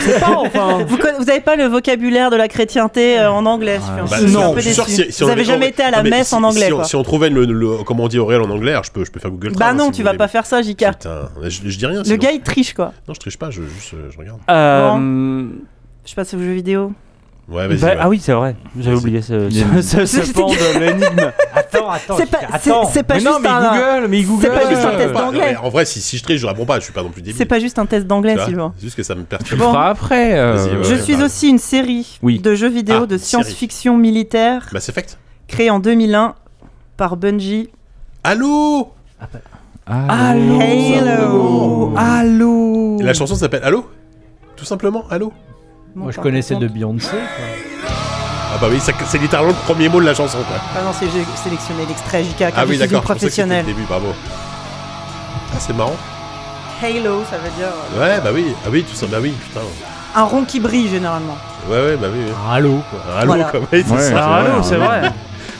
S5: sait pas, enfin.
S4: Vous, conna- vous avez pas le vocabulaire de la chrétienté euh, en anglais. je suis un-
S2: bah,
S4: je suis un
S2: non,
S4: peu
S2: je suis sûr
S4: déçue.
S2: que si- si on
S4: vous avez
S2: avait-
S4: jamais été à la
S2: mais
S4: messe
S2: si-
S4: en anglais,
S2: si on-
S4: quoi.
S2: Si on trouvait le, le- comment on dit Auréole en anglais, alors je peux, je peux faire Google
S4: Bah
S2: Trad, hein,
S4: non,
S2: si
S4: tu
S2: vous
S4: vas
S2: voulez.
S4: pas faire ça, Jika.
S2: Putain, je, je dis rien.
S4: Le
S2: sinon.
S4: gars, il triche, quoi.
S2: Non, je triche pas, je, juste, euh, je regarde.
S5: Euh,
S4: Je sais pas, c'est aux jeux vidéo.
S2: Ouais, vas-y.
S5: bah,
S2: ouais.
S5: Ah oui, c'est vrai. J'avais oublié ce, ce, ce- ce
S4: C'était-
S5: pan de l'énigme.
S8: Attends, attends,
S4: C'est pas,
S8: Jika,
S4: c'est-
S8: attends.
S4: c'est pas
S3: mais
S4: juste
S3: non, mais
S4: un.
S3: Google, mais Google. euh,
S4: c'est pas juste un
S2: Ouais,
S4: test
S2: bah, non,
S4: d'anglais.
S2: mais en vrai, si, si je triche, je réponds pas, je suis pas non plus débile.
S4: C'est pas juste un test d'anglais,
S2: Tu vois
S4: Sylvain.
S2: C'est juste que ça me perturbe.
S3: Tu le feras après. euh,
S2: Vas-y, ouais.
S4: Je suis
S2: pardon.
S4: aussi une série
S3: Oui.
S4: de jeux vidéo
S2: bah. Ah,
S4: de
S2: une série.
S4: science-fiction militaire
S2: Mass Effect
S4: créée en 2001 par Bungie.
S2: Allô
S3: Ah,
S2: Oh.
S3: Allô.
S4: Halo Halo
S2: Et La chanson s'appelle Allô Tout simplement, Allô
S4: Mon
S8: Moi, je
S4: par
S8: connaissais
S4: contre-
S8: de Beyoncé. quoi.
S2: Ah bah oui, ça- c'est littéralement le premier mot de la chanson, quoi.
S4: Ah non, c'est j'ai sélectionné l'extrait JK, car
S2: Ah
S4: je
S2: oui,
S4: suis une
S2: d'accord, je pensais que c'était
S4: professionnelle.
S2: le début, bravo. Ah, c'est marrant.
S4: Halo, ça veut dire euh,
S2: Ouais, bah oui, ah oui, tout ça, bah oui, putain.
S4: un rond qui brille généralement.
S2: Ouais, ouais, bah oui. oui.
S8: Un Halo, quoi.
S2: Un halo,
S4: Voilà.
S2: quoi. Ouais, c'est
S3: Ouais.
S2: ça.
S5: Ah,
S3: vrai,
S5: non, c'est
S3: hein.
S5: vrai.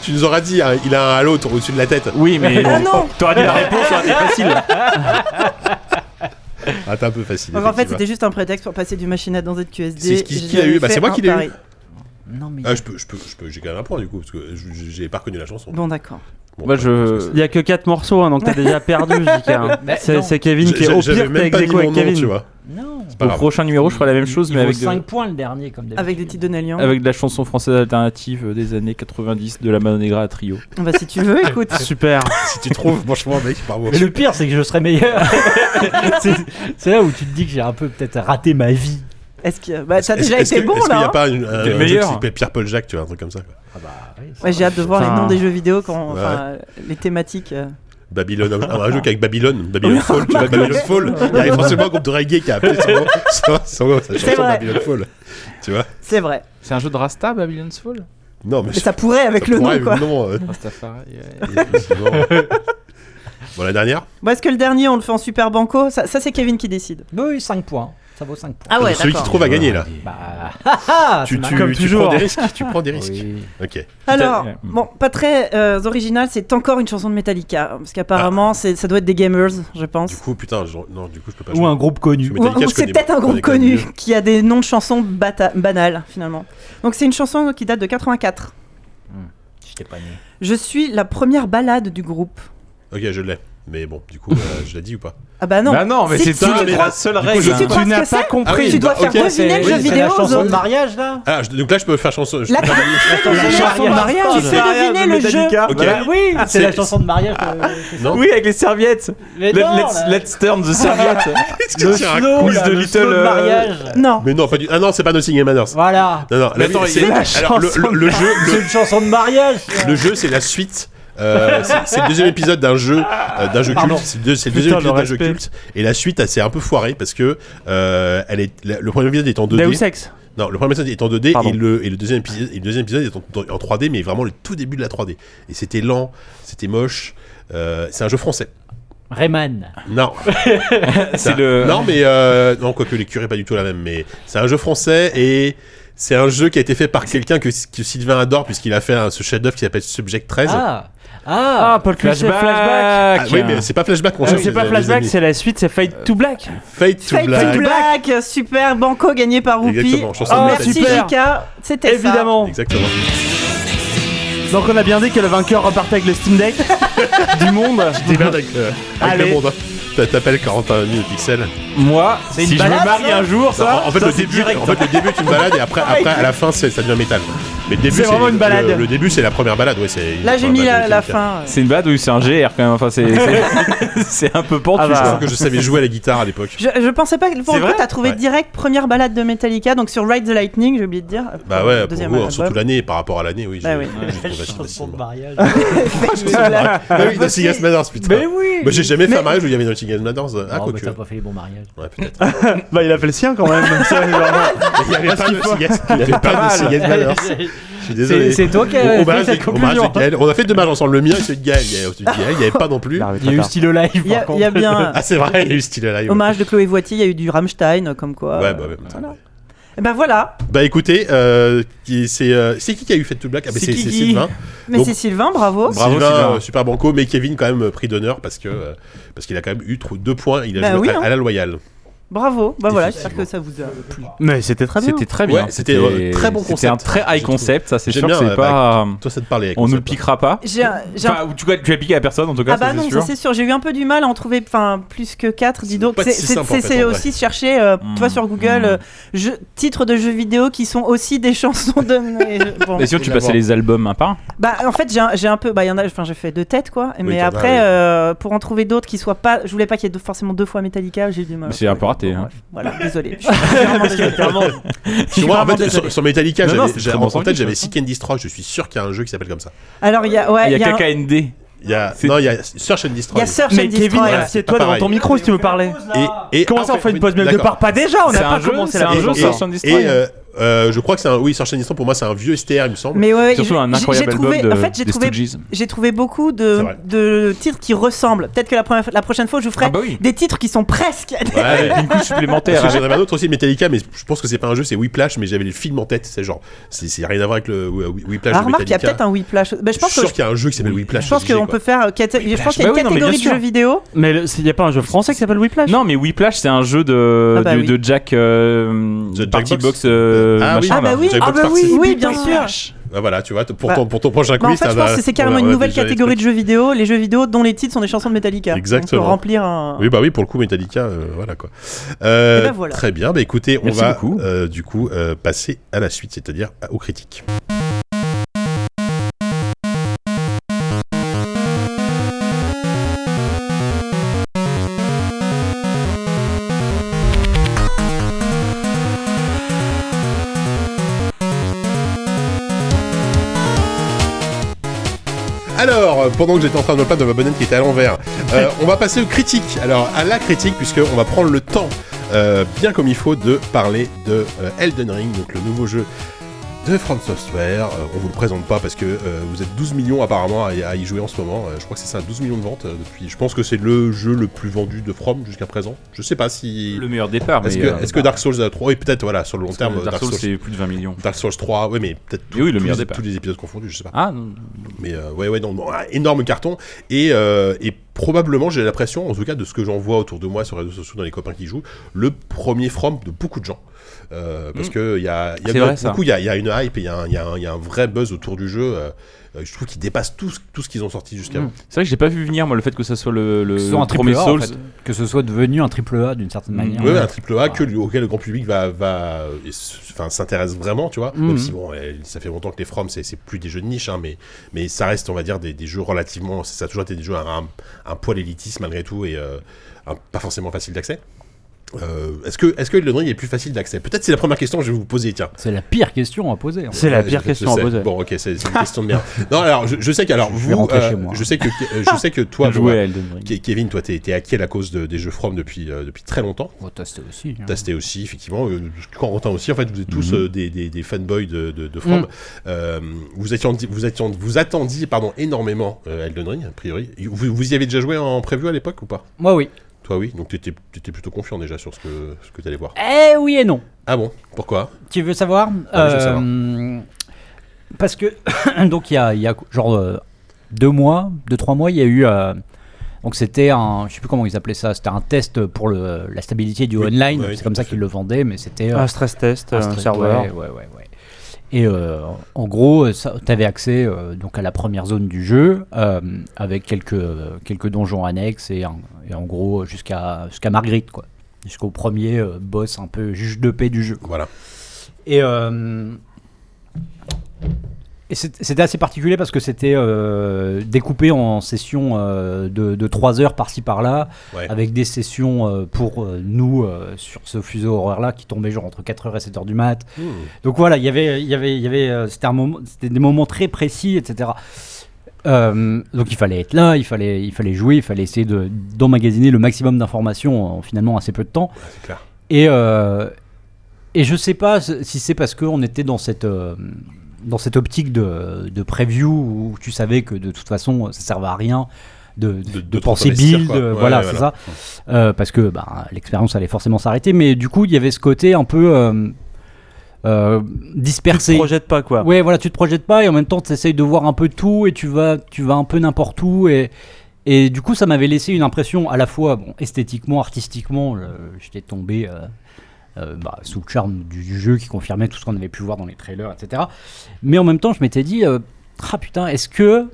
S2: Tu nous auras dit, hein, il a un halo autour- au-dessus de la tête.
S3: Oui, mais
S4: Ah
S2: oh,
S4: non
S3: t'aurais dit la réponse, ça aurait été facile.
S2: Ah, t'es un peu facile.
S4: Donc en fait,
S2: effectivement.
S4: c'était juste un prétexte pour passer du machine à dans ZQSD.
S2: C'est ce qui-
S4: Je
S2: qui l'a eu,
S4: l'avais
S2: bah, c'est
S4: fait
S2: moi
S4: un
S2: qui l'ai eu.
S4: pareil.
S8: Non, mais.
S2: Ah, je peux, je peux, je peux, j'ai quand même un point du coup, parce que je- je- j'ai pas reconnu la chanson.
S4: Bon d'accord.
S2: Bon,
S3: Moi,
S2: ouais, parce
S3: je.
S5: Il y a que 4 morceaux, hein, donc t'as déjà perdu, JK. hein.
S8: Mais
S5: C'est,
S8: non.
S5: c'est Kevin
S2: que-
S5: qui est au
S2: J'avais
S5: pire, t'es
S2: même
S5: ex
S2: pas
S5: aequo
S2: dit
S5: avec
S2: mon nom,
S5: Kevin.
S2: tu vois.
S8: Non.
S2: C'est pas
S3: Au
S2: grave.
S3: prochain numéro, je ferai la même chose, mais avec, de-
S8: 5 points le dernier, comme d'habitude.
S4: Avec des titres de Nalian.
S3: avec de la chanson française alternative euh, des années 90 de la Mano Negra à trio.
S4: Bah si tu veux, écoute.
S5: Super.
S2: Si tu trouves, franchement, mec, bravo.
S8: Mais le pire, c'est que je serais meilleur. c'est, c'est là où tu te dis que j'ai un peu peut-être raté ma vie.
S4: Est-ce que bah, ça a
S2: Est-ce-
S4: déjà
S2: est-ce
S4: été
S2: que-
S4: bon
S2: Est-ce qu'il
S4: là
S2: n'y a
S4: hein
S2: pas une- un,
S3: T'es
S2: un jeu qui
S3: meilleur.
S2: s'appelle Pierre Paul Jacques, tu vois, un truc comme ça. quoi.
S8: Ah bah, oui, ça-
S4: Ouais, j'ai hâte de voir les
S5: Putain.
S4: noms des jeux vidéo, quand,
S2: Ouais.
S4: enfin, euh, les thématiques. euh.
S2: Babylone, un, un jeu avec Babylone, Babylone Fall, tu vois, Babylone Fall. Il y avait forcément un groupe de reggae qui a appelé son, son, son, sa
S4: C'est
S2: chanson
S4: vrai.
S2: Babylone Fall. Tu vois
S4: C'est vrai.
S3: C'est un jeu de Rasta, Babylon's Fall
S2: Non, mais
S4: Mais ça pourrait avec le
S2: pourrait,
S4: nom, quoi.
S2: mais non, euh,
S3: Rastafari.
S2: effectivement. Bon, la dernière.
S4: Bon, Bah, est-ce que le dernier, on le fait en super banco Ça, ça, c'est Kevin qui décide.
S8: Oui, 5 points. Ça vaut 5 points.
S4: Ah ouais,
S2: Celui qui
S4: d'accord.
S2: trouve à gagner là.
S8: Bah, ah,
S2: Tu,
S8: c'est
S2: tu,
S8: marrant.
S2: tu prends
S4: hein.
S2: des risques. Tu prends des risques.
S8: Oui.
S2: Ok.
S4: Alors,
S3: Ouais.
S4: bon, pas très euh, original, c'est encore une chanson de Metallica. hein, Parce qu'apparemment, c'est- ça doit être des gamers, je pense.
S2: Du coup, putain, je- non, du coup, je peux pas.
S7: Ou un groupe connu.
S4: Ou, ou c'est peut-être un groupe connu qui a des noms de chansons bata- banales finalement. Donc c'est une chanson qui date de 84.
S8: J'étais pas né.
S4: Je suis la première balade du groupe.
S2: Ok, je l'ai. Mais bon, du coup, euh, je l'ai dit ou pas
S4: Ah bah non.
S3: Bah non, mais
S4: Si
S3: c'est
S4: tu
S3: ça,
S4: le
S3: la
S4: crois-
S3: seule
S4: si
S3: règle.
S4: tu
S3: hein.
S4: crois que c'est ça,
S2: compris.
S4: tu dois
S2: bah,
S4: faire
S2: ok.
S4: deviner le
S2: Oui,
S4: jeu
S2: c'est
S8: C'est
S4: vidéo
S8: la
S4: aux
S8: chanson de
S4: autres.
S8: mariage là
S2: Ah, je- donc là, je peux faire chanson. je-
S4: La-
S8: La chanson de mariage
S4: Tu fais deviner le jeu.
S2: Ok.
S8: Bah oui,
S3: Ah,
S2: C'est-
S8: c'est la chanson de mariage. euh, c'est ça.
S2: Non
S3: Oui, avec les serviettes.
S8: Mais
S3: Let-
S8: non,
S3: let's,
S8: là.
S3: let's turn the serviette.
S2: Qu'est-ce que tu racontes
S8: Slow,
S3: quiz
S8: là,
S3: de
S8: le
S3: Little,
S8: slow
S3: euh,
S8: mariage.
S4: Non.
S2: Mais non, pas du. Ah non, c'est pas Nothing Manors.
S8: Voilà.
S2: Non, non, la-
S3: attends,
S2: c'est-
S3: il y a la
S2: alors, le, le- le jeu,
S8: C'est
S2: le,
S8: une chanson de mariage. ça.
S2: le jeu, c'est la suite. Euh, c'est- c'est le deuxième épisode d'un jeu, euh, d'un jeu
S5: Pardon.
S2: culte. C'est le, deux- c'est le deuxième
S5: Putain,
S2: épisode
S5: le
S2: d'un jeu
S5: respect.
S2: culte. Et la suite, elle s'est un peu foirée parce que euh, elle est, la- le premier épisode est en 2D.
S5: Deus Ex.
S2: Non, le premier épisode est en 2D
S5: Pardon.
S2: et le, et le deuxième épisode, et le deuxième épisode est en, en 3D, mais vraiment le tout début de la 3D. Et c'était lent, c'était moche. euh, c'est un jeu français.
S8: Rayman.
S2: Non.
S3: C'est le-
S2: Non, mais euh, non, quoique les curés pas du tout la même, mais c'est un jeu français et c'est un jeu qui a été fait par quelqu'un que, que Sylvain adore puisqu'il a fait un- ce chef-d'œuvre qui s'appelle Subject 13.
S8: Ah.
S5: Ah,
S8: Ah.
S5: Paul Cluchet, Flashback.
S2: Ah oui, mais c'est pas Flashback qu'on
S5: Euh,
S2: cherche.
S5: C'est pas
S2: les- les
S5: Flashback,
S2: amis.
S5: c'est la suite, c'est Fade to Black.
S2: Fate to
S4: Fate
S2: Black.
S4: to Black, super banco gagné par Whoopi.
S2: Exactement, chanson
S5: Ah,
S2: de
S4: Merci
S2: Metallica.
S5: super.
S4: Jika, c'était ça.
S5: Évidemment.
S2: Exactement.
S5: Donc on a bien dit que le vainqueur repartait avec le Steam Deck du monde.
S2: T'es bien avec, euh, avec le
S5: Allez.
S2: monde. hein. T'appelles 41 000 pixels.
S3: Moi, si je me
S8: balade,
S3: marie
S8: ça
S3: un jour, ça.
S2: en, en fait,
S3: ça,
S2: le
S3: c'est
S2: début,
S3: direct.
S2: en fait, le début, tu me balades et après, après à la fin, c'est- ça devient métal. Mais le début,
S5: C'est vraiment
S2: le-
S5: une balade.
S2: Le, le début, c'est la première balade. Ouais, c'est-
S4: Là j'ai
S2: enfin,
S4: mis
S2: bah,
S4: la,
S2: c'est-
S4: la
S2: c'est-
S4: fin.
S3: C'est une balade ou c'est un GR quand même. Enfin, c'est c'est- c'est un peu pentu.
S5: Ah bah.
S3: je
S2: Je crois
S3: crois.
S2: que je savais jouer à la guitare à l'époque.
S4: Je, je pensais pas que pour
S3: C'est
S4: le coup
S3: vrai
S4: t'as trouvé
S2: Ouais.
S4: direct première balade de Metallica donc sur Ride the Lightning j'ai oublié de dire.
S2: Bah ouais, pour
S4: deuxième
S2: vous,
S4: album.
S2: surtout l'année par rapport à l'année, oui.
S4: Bah
S2: j'ai-
S4: oui.
S2: j'ai trouvé facile,
S8: Ah, Chanson de
S2: facilement.
S8: mariage. Ah,
S2: Bah oui, de Sigas Matters, putain.
S8: Mais oui.
S2: Bah, j'ai jamais fait un mariage où il y avait une Sigas Matters. euh, Ah,
S8: Non, mais
S2: quoique.
S8: t'as pas fait les bons mariages.
S2: Ouais, peut-être.
S5: Bah il a fait le sien quand même. C'est genre-
S2: Il n'y avait pas de Sigas il y avait pas de Sigas Matters. Je suis désolé.
S8: C'est toi qui
S2: Au- Au
S8: as fait
S2: mariage
S8: cette
S2: de- au mariage
S8: conclusion.
S2: de Gaël. On a fait deux mariages ensemble, le mien et celui de Gaël. Il y avait- celui de Gaël, il n'y avait pas non plus.
S5: L'arbitre
S8: Il y a eu
S5: attend.
S8: style live
S4: Il y
S8: par
S4: a, il
S8: contre.
S4: y a bien
S2: Ah, c'est vrai, il y a eu style live.
S4: hommage de Chloé Voitier, il y a eu du Rammstein comme quoi.
S2: Ouais,
S4: euh,
S2: bah, ouais, putain.
S4: Eh Ben voilà,
S2: Bah écoutez, euh, qui- c'est euh, c'est qui qui a eu Fête to Black Ah, bah,
S3: C'est
S2: c'est
S3: qui
S2: c'est
S3: qui
S2: Sylvain.
S4: mais
S2: Donc-
S4: c'est Oh, Sylvain, bravo.
S3: Bravo,
S2: Sylvain,
S3: Sylvain.
S2: euh, super banco, mais Kevin quand même euh, prix d'honneur parce que euh, parce qu'il a quand même eu trop- deux points. Il a
S4: Bah
S2: joué
S4: oui,
S2: à,
S4: hein.
S2: à la loyale.
S4: Bravo. Bah voilà,
S2: Effectivement.
S4: j'espère que ça vous a plu.
S5: Mais c'était très bien.
S3: C'était très
S2: Ouais,
S3: bien.
S2: c'était, ouais, très bon
S3: C'était un
S2: concept.
S3: très high
S2: J'ai trouvé.
S3: concept. Ça, c'est
S2: J'aime
S3: sûr que
S2: bien,
S3: c'est
S2: bah,
S3: pas. euh,
S2: toi, ça te parlait.
S3: On nous le
S2: concept.
S3: piquera pas.
S4: J'ai un- j'ai un-
S3: Enfin, ou tu, vas- tu as piqué à personne en tout cas.
S4: Ah bah
S3: ça,
S4: non,
S3: c'est
S4: ça
S3: sûr.
S4: c'est sûr, j'ai eu un peu du mal à en trouver enfin plus que 4, dis
S2: C'est
S4: donc.
S2: pas
S4: C'est
S2: si simple, en
S4: c'est-
S2: fait,
S4: c'est
S2: en vrai.
S4: aussi chercher, euh,
S3: Mm.
S4: tu vois, sur Google,
S3: Mm.
S4: euh, jeux- titres de jeux vidéo qui sont aussi des chansons de. mais je- bon.
S3: Et sinon, tu passais les albums un par un.
S4: Bah en fait, j'ai un, j'ai un peu. Bah il y en a, enfin j'ai fait deux têtes quoi, mais
S2: t'en as,
S4: après,
S2: oui.
S4: euh, pour en trouver d'autres qui soient pas. Je voulais pas qu'il y ait deux- forcément deux fois Metallica, j'ai eu du mal.
S3: Mais c'est un peu raté, hein.
S4: Ouais, Voilà, désolé. Je suis vraiment désolé.
S2: Parce que moi, en fait, sur, sur Metallica,
S3: Non,
S2: j'avais-
S3: non, c'est
S2: j'avais-
S3: très bon
S2: en tête,
S3: sandwich,
S2: j'avais
S3: hein.
S2: Seek and Destroy. Je suis sûr qu'il y a un jeu qui s'appelle comme ça.
S4: Alors il y a.
S3: Ah,
S4: Ouais,
S3: Il y a
S4: un-
S3: KKND.
S2: Il y a,
S3: C'est-
S2: non, il y a Search and
S4: Il y
S2: Destroy.
S4: a Search
S5: Mais
S4: and
S5: Kevin,
S4: Destroy.
S2: Voilà.
S5: assieds-toi devant
S2: Pareil.
S5: ton micro si tu veux parler.
S2: et, et-
S5: Comment
S2: ah,
S5: ça on
S2: fait-
S5: fait une pause Mais ne
S2: d'accord.
S5: part pas déjà, on
S3: C'est
S5: n'a
S3: un
S5: pas
S3: jeu,
S5: commencé
S3: c'est
S5: la
S3: un jeu,
S2: Et,
S5: raison.
S3: Search and
S2: et,
S3: Destroy.
S2: et, euh, euh, je crois que c'est un. Oui, Search and Destroy, pour moi, c'est un vieux STR, il me semble.
S4: Mais ouais,
S3: Surtout
S4: j'ai-
S3: un
S4: j'ai-
S3: incroyable
S4: j'ai trouvé,
S3: album de,
S4: en fait, j'ai
S3: des
S4: trouvé
S3: Stooges.
S4: j'ai trouvé beaucoup
S2: C'est
S4: de,
S2: vrai.
S4: de titres qui ressemblent. Peut-être que la, première, la prochaine fois, je vous ferai
S3: Ah bah oui.
S4: des titres qui sont presque.
S2: Ouais,
S3: Avec une couche supplémentaire.
S2: Parce que j'en avais un autre aussi, Metallica, mais je pense que c'est pas un jeu, c'est Whiplash, mais j'avais le film en tête. C'est genre, c'est c'est rien à voir avec le Whi- Whi- Whiplash.
S4: Ah,
S2: de
S4: remarque, il y a
S2: Metallica.
S4: peut-être un Whiplash. Bah, je pense
S2: suis
S4: que
S2: sûr qu'il y a un jeu qui s'appelle Whiplash.
S4: je pense
S2: obligé,
S4: qu'on
S2: quoi.
S4: peut faire. euh, cata- Je pense qu'il y a une
S3: Bah oui, non, mais
S4: catégorie de
S3: bien sûr.
S4: jeux vidéo.
S5: Mais il n'y a pas un jeu français qui s'appelle Whiplash
S3: Non, mais Whiplash, c'est un jeu de,
S4: Ah bah
S3: du-
S4: oui.
S3: de Jack. euh,
S2: The
S3: Party
S2: Jackbox.
S3: Box. euh,
S2: Ah oui.
S3: machin,
S4: Ah bah
S3: là.
S4: oui,
S2: Jackbox
S4: ah bah oui,
S2: Party.
S4: oui, bien sûr.
S2: Ah, voilà, tu vois, t- pour,
S4: Bah.
S2: ton, pour ton prochain quiz,
S4: Bah, en fait,
S2: ça
S4: je
S2: va-
S4: pense que c'est carrément
S2: on
S4: une
S2: va
S4: nouvelle
S2: déjà les
S4: catégorie de
S2: trucs.
S4: jeux vidéo, les jeux vidéo dont les titres sont des chansons de Metallica.
S2: Exactement.
S4: Pour remplir un.
S2: Oui, bah oui, pour le coup, Metallica, euh, voilà quoi. Euh,
S4: Eh ben, voilà.
S2: Très bien, bah écoutez, on
S3: Merci
S2: va
S3: beaucoup.
S2: euh, du coup euh, passer à la suite, c'est-à-dire à- aux critiques. Alors, euh, pendant que j'étais en train de me plaindre de ma bonnette qui était à l'envers, euh, on va passer aux critiques. Alors, à la critique, puisqu'on va prendre le temps, euh, bien comme il faut, de parler de euh, Elden Ring, donc le nouveau jeu de From Software. Euh, on vous le présente pas parce que euh, vous êtes 12 millions apparemment à, à y jouer en ce moment. Euh, je crois que c'est ça, 12 millions de ventes euh, depuis. Je pense que c'est le jeu le plus vendu de From jusqu'à présent. Je sais pas si.
S3: Le meilleur départ, mais.
S2: Est-ce que,
S3: euh,
S2: est-ce que Dark euh, Souls 3 et peut-être voilà sur le long
S3: parce que
S2: terme
S3: Dark Souls, c'est plus de 20 millions.
S2: Dark Souls 3, ouais, mais peut-être
S3: Et oui, le
S2: tous,
S3: meilleur
S2: les-
S3: départ.
S2: tous les épisodes confondus, je sais pas.
S3: Ah, non.
S2: Mais euh, ouais, ouais, non, bon, un énorme carton. Et, euh, et probablement, j'ai l'impression, en tout cas de ce que j'en vois autour de moi sur les réseaux sociaux, dans les copains qui jouent, le premier From de beaucoup de gens. Euh, parce
S3: Mm.
S2: que il y a, il y a
S3: C'est vrai, ça.
S2: beaucoup, il y a, il y a une hype et il y, a un- il y a un- il y a un vrai buzz autour du jeu. euh, euh, je trouve qu'il dépasse tout, ce- tout ce qu'ils ont sorti jusqu'à
S3: Mm. C'est vrai que j'ai pas vu venir, moi, le fait que ça soit le, le,
S8: Que ce soit un
S3: le premier
S8: triple A, en
S3: Souls.
S8: fait. que ce soit devenu un triple A d'une certaine
S3: Mm.
S8: manière.
S2: Ouais, un triple A que, auquel le grand public va, va et s- enfin, s'intéresse vraiment, tu vois. Même
S8: Mhm.
S2: si bon, euh, ça fait longtemps que les From, c'est c'est plus des jeux de niche, hein, mais, mais ça reste, on va dire, des, des jeux relativement. Ça a toujours été des jeux à un, un poil élitiste malgré tout et euh, un- pas forcément facile d'accès. Euh, Est-ce que, est que Elden Ring est plus facile d'accès Peut-être c'est la première question que je vais vous poser, tiens.
S8: C'est la pire question à poser. en fait.
S5: C'est la
S2: Ouais,
S5: pire
S2: je- je
S5: question à
S2: sais.
S5: poser.
S2: Bon, ok, c'est c'est une question de merde. Non, alors je, je sais que alors
S8: Je
S2: vous,
S8: vais rentrer
S2: euh,
S8: chez moi.
S2: je sais que euh, je sais que toi,
S3: Bien
S2: bon,
S3: joué
S2: bah,
S3: à Elden Ring.
S2: Ke- Kevin, toi, t'es t'es acquis à la cause de- des jeux From depuis euh, depuis très longtemps.
S8: Faut tester aussi. hein.
S2: Tasté aussi, effectivement. euh, Corentin aussi, en fait, vous êtes
S8: Mhm.
S2: tous euh, des, des- des fanboys de, de, de From.
S4: Mm.
S2: Euh, vous, étiez, vous, étiez- vous attendiez pardon, énormément euh, Elden Ring, a priori. Vous, vous y avez déjà joué en preview à l'époque ou pas
S8: Moi, oui.
S2: Toi, oui. Donc, t'étais étais plutôt confiant déjà sur ce que, ce que t'allais voir.
S8: Eh oui et non.
S2: Ah bon Pourquoi
S8: Tu veux savoir,
S2: Ah oui, je veux savoir.
S8: Euh, Parce que, donc il y a, il y a genre euh, deux mois, deux, trois mois, il y a eu. euh, donc c'était un. Je sais plus comment ils appelaient ça, c'était un test pour le, la stabilité du
S2: Oui,
S8: online.
S2: oui,
S8: c'est
S2: tout
S8: comme
S2: à
S8: ça
S2: fait.
S8: qu'ils le vendaient, mais c'était. euh,
S5: Un stress test,
S8: un
S5: Ah, un
S8: stress-
S5: serveur.
S8: Ouais, ouais, ouais, ouais. Et euh, en gros, tu avais accès euh, donc à la première zone du jeu euh, avec quelques, quelques donjons annexes et, en- et en gros jusqu'à jusqu'à Marguerite, quoi. Jusqu'au premier euh, boss un peu juge de paix du jeu.
S2: Voilà.
S8: Et, euh, et c'est- c'était assez particulier parce que c'était euh, découpé en sessions euh, de, de 3 heures par-ci par-là,
S2: Ouais.
S8: avec des sessions euh, pour euh, nous euh, sur ce fuseau horaire-là qui tombait genre entre 4h et 7h du mat. Donc voilà, il y avait, il y avait, il y avait, euh, c'était un moment, c'était des moments très précis, etc. Euh, donc il fallait être là, il fallait, il fallait jouer, il fallait essayer de d'emmagasiner le maximum d'informations en finalement assez peu de temps.
S2: C'est clair.
S8: Et, euh, et je sais pas si c'est parce qu'on était dans cette, euh, dans cette optique de, de preview où tu savais que de toute façon ça servait à rien de, de,
S2: De- de
S8: de
S2: trop
S8: penser
S2: investir,
S8: build,
S2: quoi.
S8: euh,
S2: Ouais,
S8: voilà,
S2: ouais,
S8: c'est
S2: voilà.
S8: ça. Euh, parce que bah, l'expérience allait forcément s'arrêter, mais du coup il y avait ce côté un peu euh, euh, dispersé.
S5: Projette pas quoi.
S8: Ouais, voilà, tu te projettes pas et en même temps, tu essayes de voir un peu tout et tu vas, tu vas un peu n'importe où. Et, et du coup, ça m'avait laissé une impression à la fois bon, esthétiquement, artistiquement. euh, J'étais tombé euh, euh, bah, sous le charme du, du jeu qui confirmait tout ce qu'on avait pu voir dans les trailers, etc. Mais en même temps, je m'étais dit, euh, ah putain, est-ce que.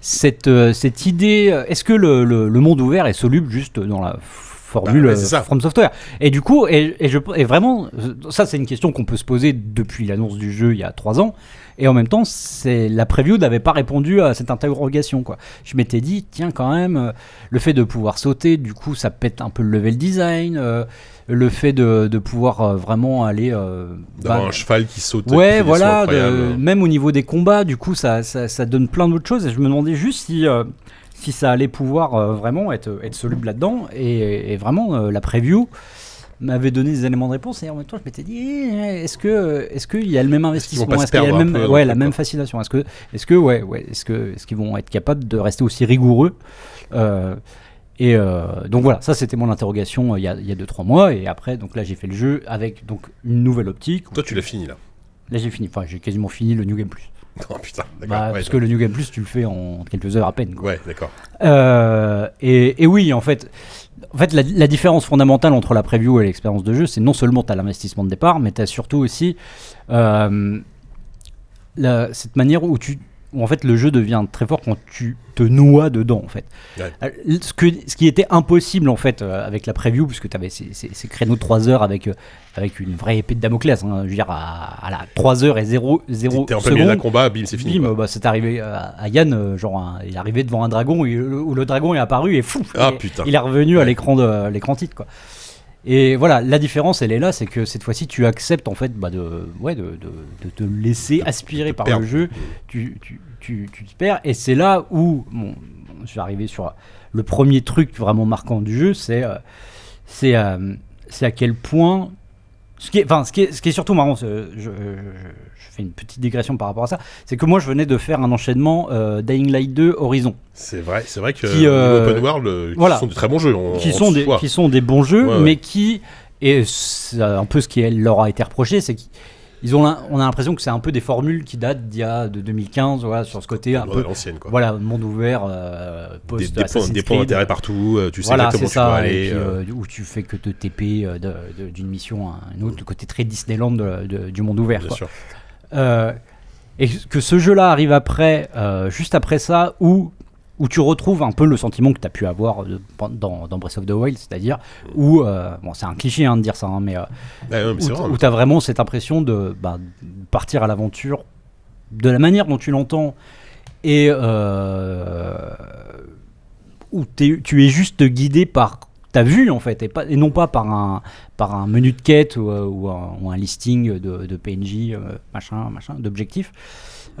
S8: Cette, euh, cette idée, euh, est-ce que le, le- le monde ouvert est soluble juste dans la f- formule
S2: Bah, ouais, c'est ça.
S8: euh, From Software Et du coup, et, et je, et vraiment, ça c'est une question qu'on peut se poser depuis l'annonce du jeu il y a trois ans. Et en même temps, c'est la preview n'avait pas répondu à cette interrogation. Quoi. Je m'étais dit, tiens, quand même, euh, le fait de pouvoir sauter, du coup, ça pète un peu le level design. euh, le fait de, de pouvoir euh, vraiment aller. euh,
S2: D'avoir
S8: bah,
S2: un cheval qui saute. qui fait
S8: ouais,
S2: des sauts
S8: voilà, de-
S2: incroyables.
S8: même au niveau des combats, du coup, ça, ça, ça donne plein d'autres choses. Et je me demandais juste si, euh, si ça allait pouvoir euh, vraiment être, être soluble là-dedans. Et, et vraiment, euh, la preview m'avait donné des éléments de réponse et en même temps je m'étais dit eh, est-ce que est-ce qu'il y a le même
S2: qu'ils vont
S8: investissement
S2: pas se
S8: est-ce qu'il y a le
S2: perdre un
S8: même-
S2: peu dans
S8: ouais
S2: le
S8: la
S2: truc,
S8: même
S2: quoi
S8: fascination est-ce que est-ce que ouais ouais est-ce que est-ce qu'ils vont être capables de rester aussi rigoureux Euh, et euh, donc voilà, ça c'était mon interrogation euh, il y a 2-3 mois. Et après, donc là j'ai fait le jeu avec donc une nouvelle optique.
S2: Toi, tu l'as fini là.
S8: Là j'ai fini, enfin j'ai quasiment fini le New Game Plus.
S2: Oh putain, d'accord.
S8: Bah,
S2: ouais,
S8: parce
S2: donc-
S8: que le New Game Plus tu le fais en quelques heures à peine. quoi.
S2: Ouais, d'accord.
S8: Euh, et, et oui, en fait, en fait la, la différence fondamentale entre la preview et l'expérience de jeu, c'est non seulement tu as l'investissement de départ, mais tu as surtout aussi euh, la- cette manière où, tu, où en fait le jeu devient très fort quand tu te noies dedans. En fait.
S2: Ouais.
S8: Euh, Ce, que, ce qui était impossible en fait euh, avec la preview, puisque tu avais ces, ces- ces créneaux de 3 heures avec, euh, avec une vraie épée de Damoclès, hein, je veux dire, à, à la 3 heures et 0, 0
S2: T'es en plein milieu d'un
S8: secondes.
S2: combat, bim, c'est fini.
S8: Bim,
S2: quoi.
S8: bah, c'est arrivé à, à Yann, euh, genre un- il est arrivé devant un dragon et le- où le dragon est apparu et fou,
S2: Ah,
S8: il, est-
S2: putain.
S8: il est revenu à
S2: Ouais.
S8: l'écran de à l'écran titre quoi. Et voilà, la différence elle est là, c'est que cette fois-ci tu acceptes en fait bah, de, ouais, de, de- de te laisser aspirer
S2: de
S8: par
S2: perdre.
S8: le jeu, tu, tu, tu, tu te perds et c'est là où bon, je suis arrivé sur le premier truc vraiment marquant du jeu, c'est euh, c'est euh, c'est à quel point Ce qui est, enfin, ce qui est, ce qui est surtout marrant, ce- je, je- je fais une petite digression par rapport à ça, c'est que moi je venais de faire un enchaînement euh, Dying Light 2 Horizon,
S2: C'est vrai, c'est vrai que
S8: Qui, euh,
S2: Open World, euh, qui
S8: voilà.
S2: sont de très bons jeux. on-
S8: qui,
S2: on
S8: sont
S2: se
S8: des,
S2: voit.
S8: qui sont des bons jeux,
S2: Ouais, ouais.
S8: mais qui, et c'est un peu ce qui leur a été reproché, c'est qu'ils ont, l'im- on a l'impression que c'est un peu des formules qui datent d'il y a de 2015, voilà, sur ce côté un
S2: Ouais,
S8: peu,
S2: l'ancienne, quoi.
S8: voilà, monde ouvert, euh, post
S2: Des, des points,
S8: Assassin's
S2: des points
S8: Creed.
S2: d'intérêt partout, euh, tu sais
S8: voilà, c'est
S2: exactement où tu vas
S8: ça, et
S2: aller.
S8: puis,
S2: euh,
S8: euh, où tu fais que te TP euh, de- de- d'une mission à une autre, le côté très Disneyland de- de- du monde ouvert.
S2: bien
S8: quoi.
S2: sûr.
S8: Euh, et que ce jeu-là arrive après, euh, juste après ça, où, où tu retrouves un peu le sentiment que tu as pu avoir euh, pen- dans, dans Breath of the Wild, c'est-à-dire où, euh, bon, c'est un cliché hein, de dire ça, hein, mais, euh,
S2: Ah, non, mais c'est vrai,
S8: où tu as vraiment cette impression de bah, de partir à l'aventure de la manière dont tu l'entends et euh, où t'es- tu es juste guidé par ta vue en fait et, pas, et non pas par un, par un menu de quête ou, euh, ou un, ou un listing de, de PNJ, euh, machin, machin, d'objectifs.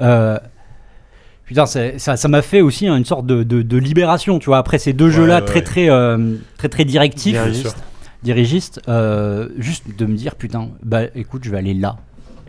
S8: Euh, Putain, c'est- ça ça m'a fait aussi hein, une sorte de, de- de libération, tu vois. Après ces deux
S2: Ouais,
S8: jeux-là,
S2: ouais,
S8: très,
S2: ouais.
S8: très, euh, très, très directifs,
S2: Bien sûr.
S8: dirigiste, euh, juste de me dire putain, bah écoute, je vais aller là.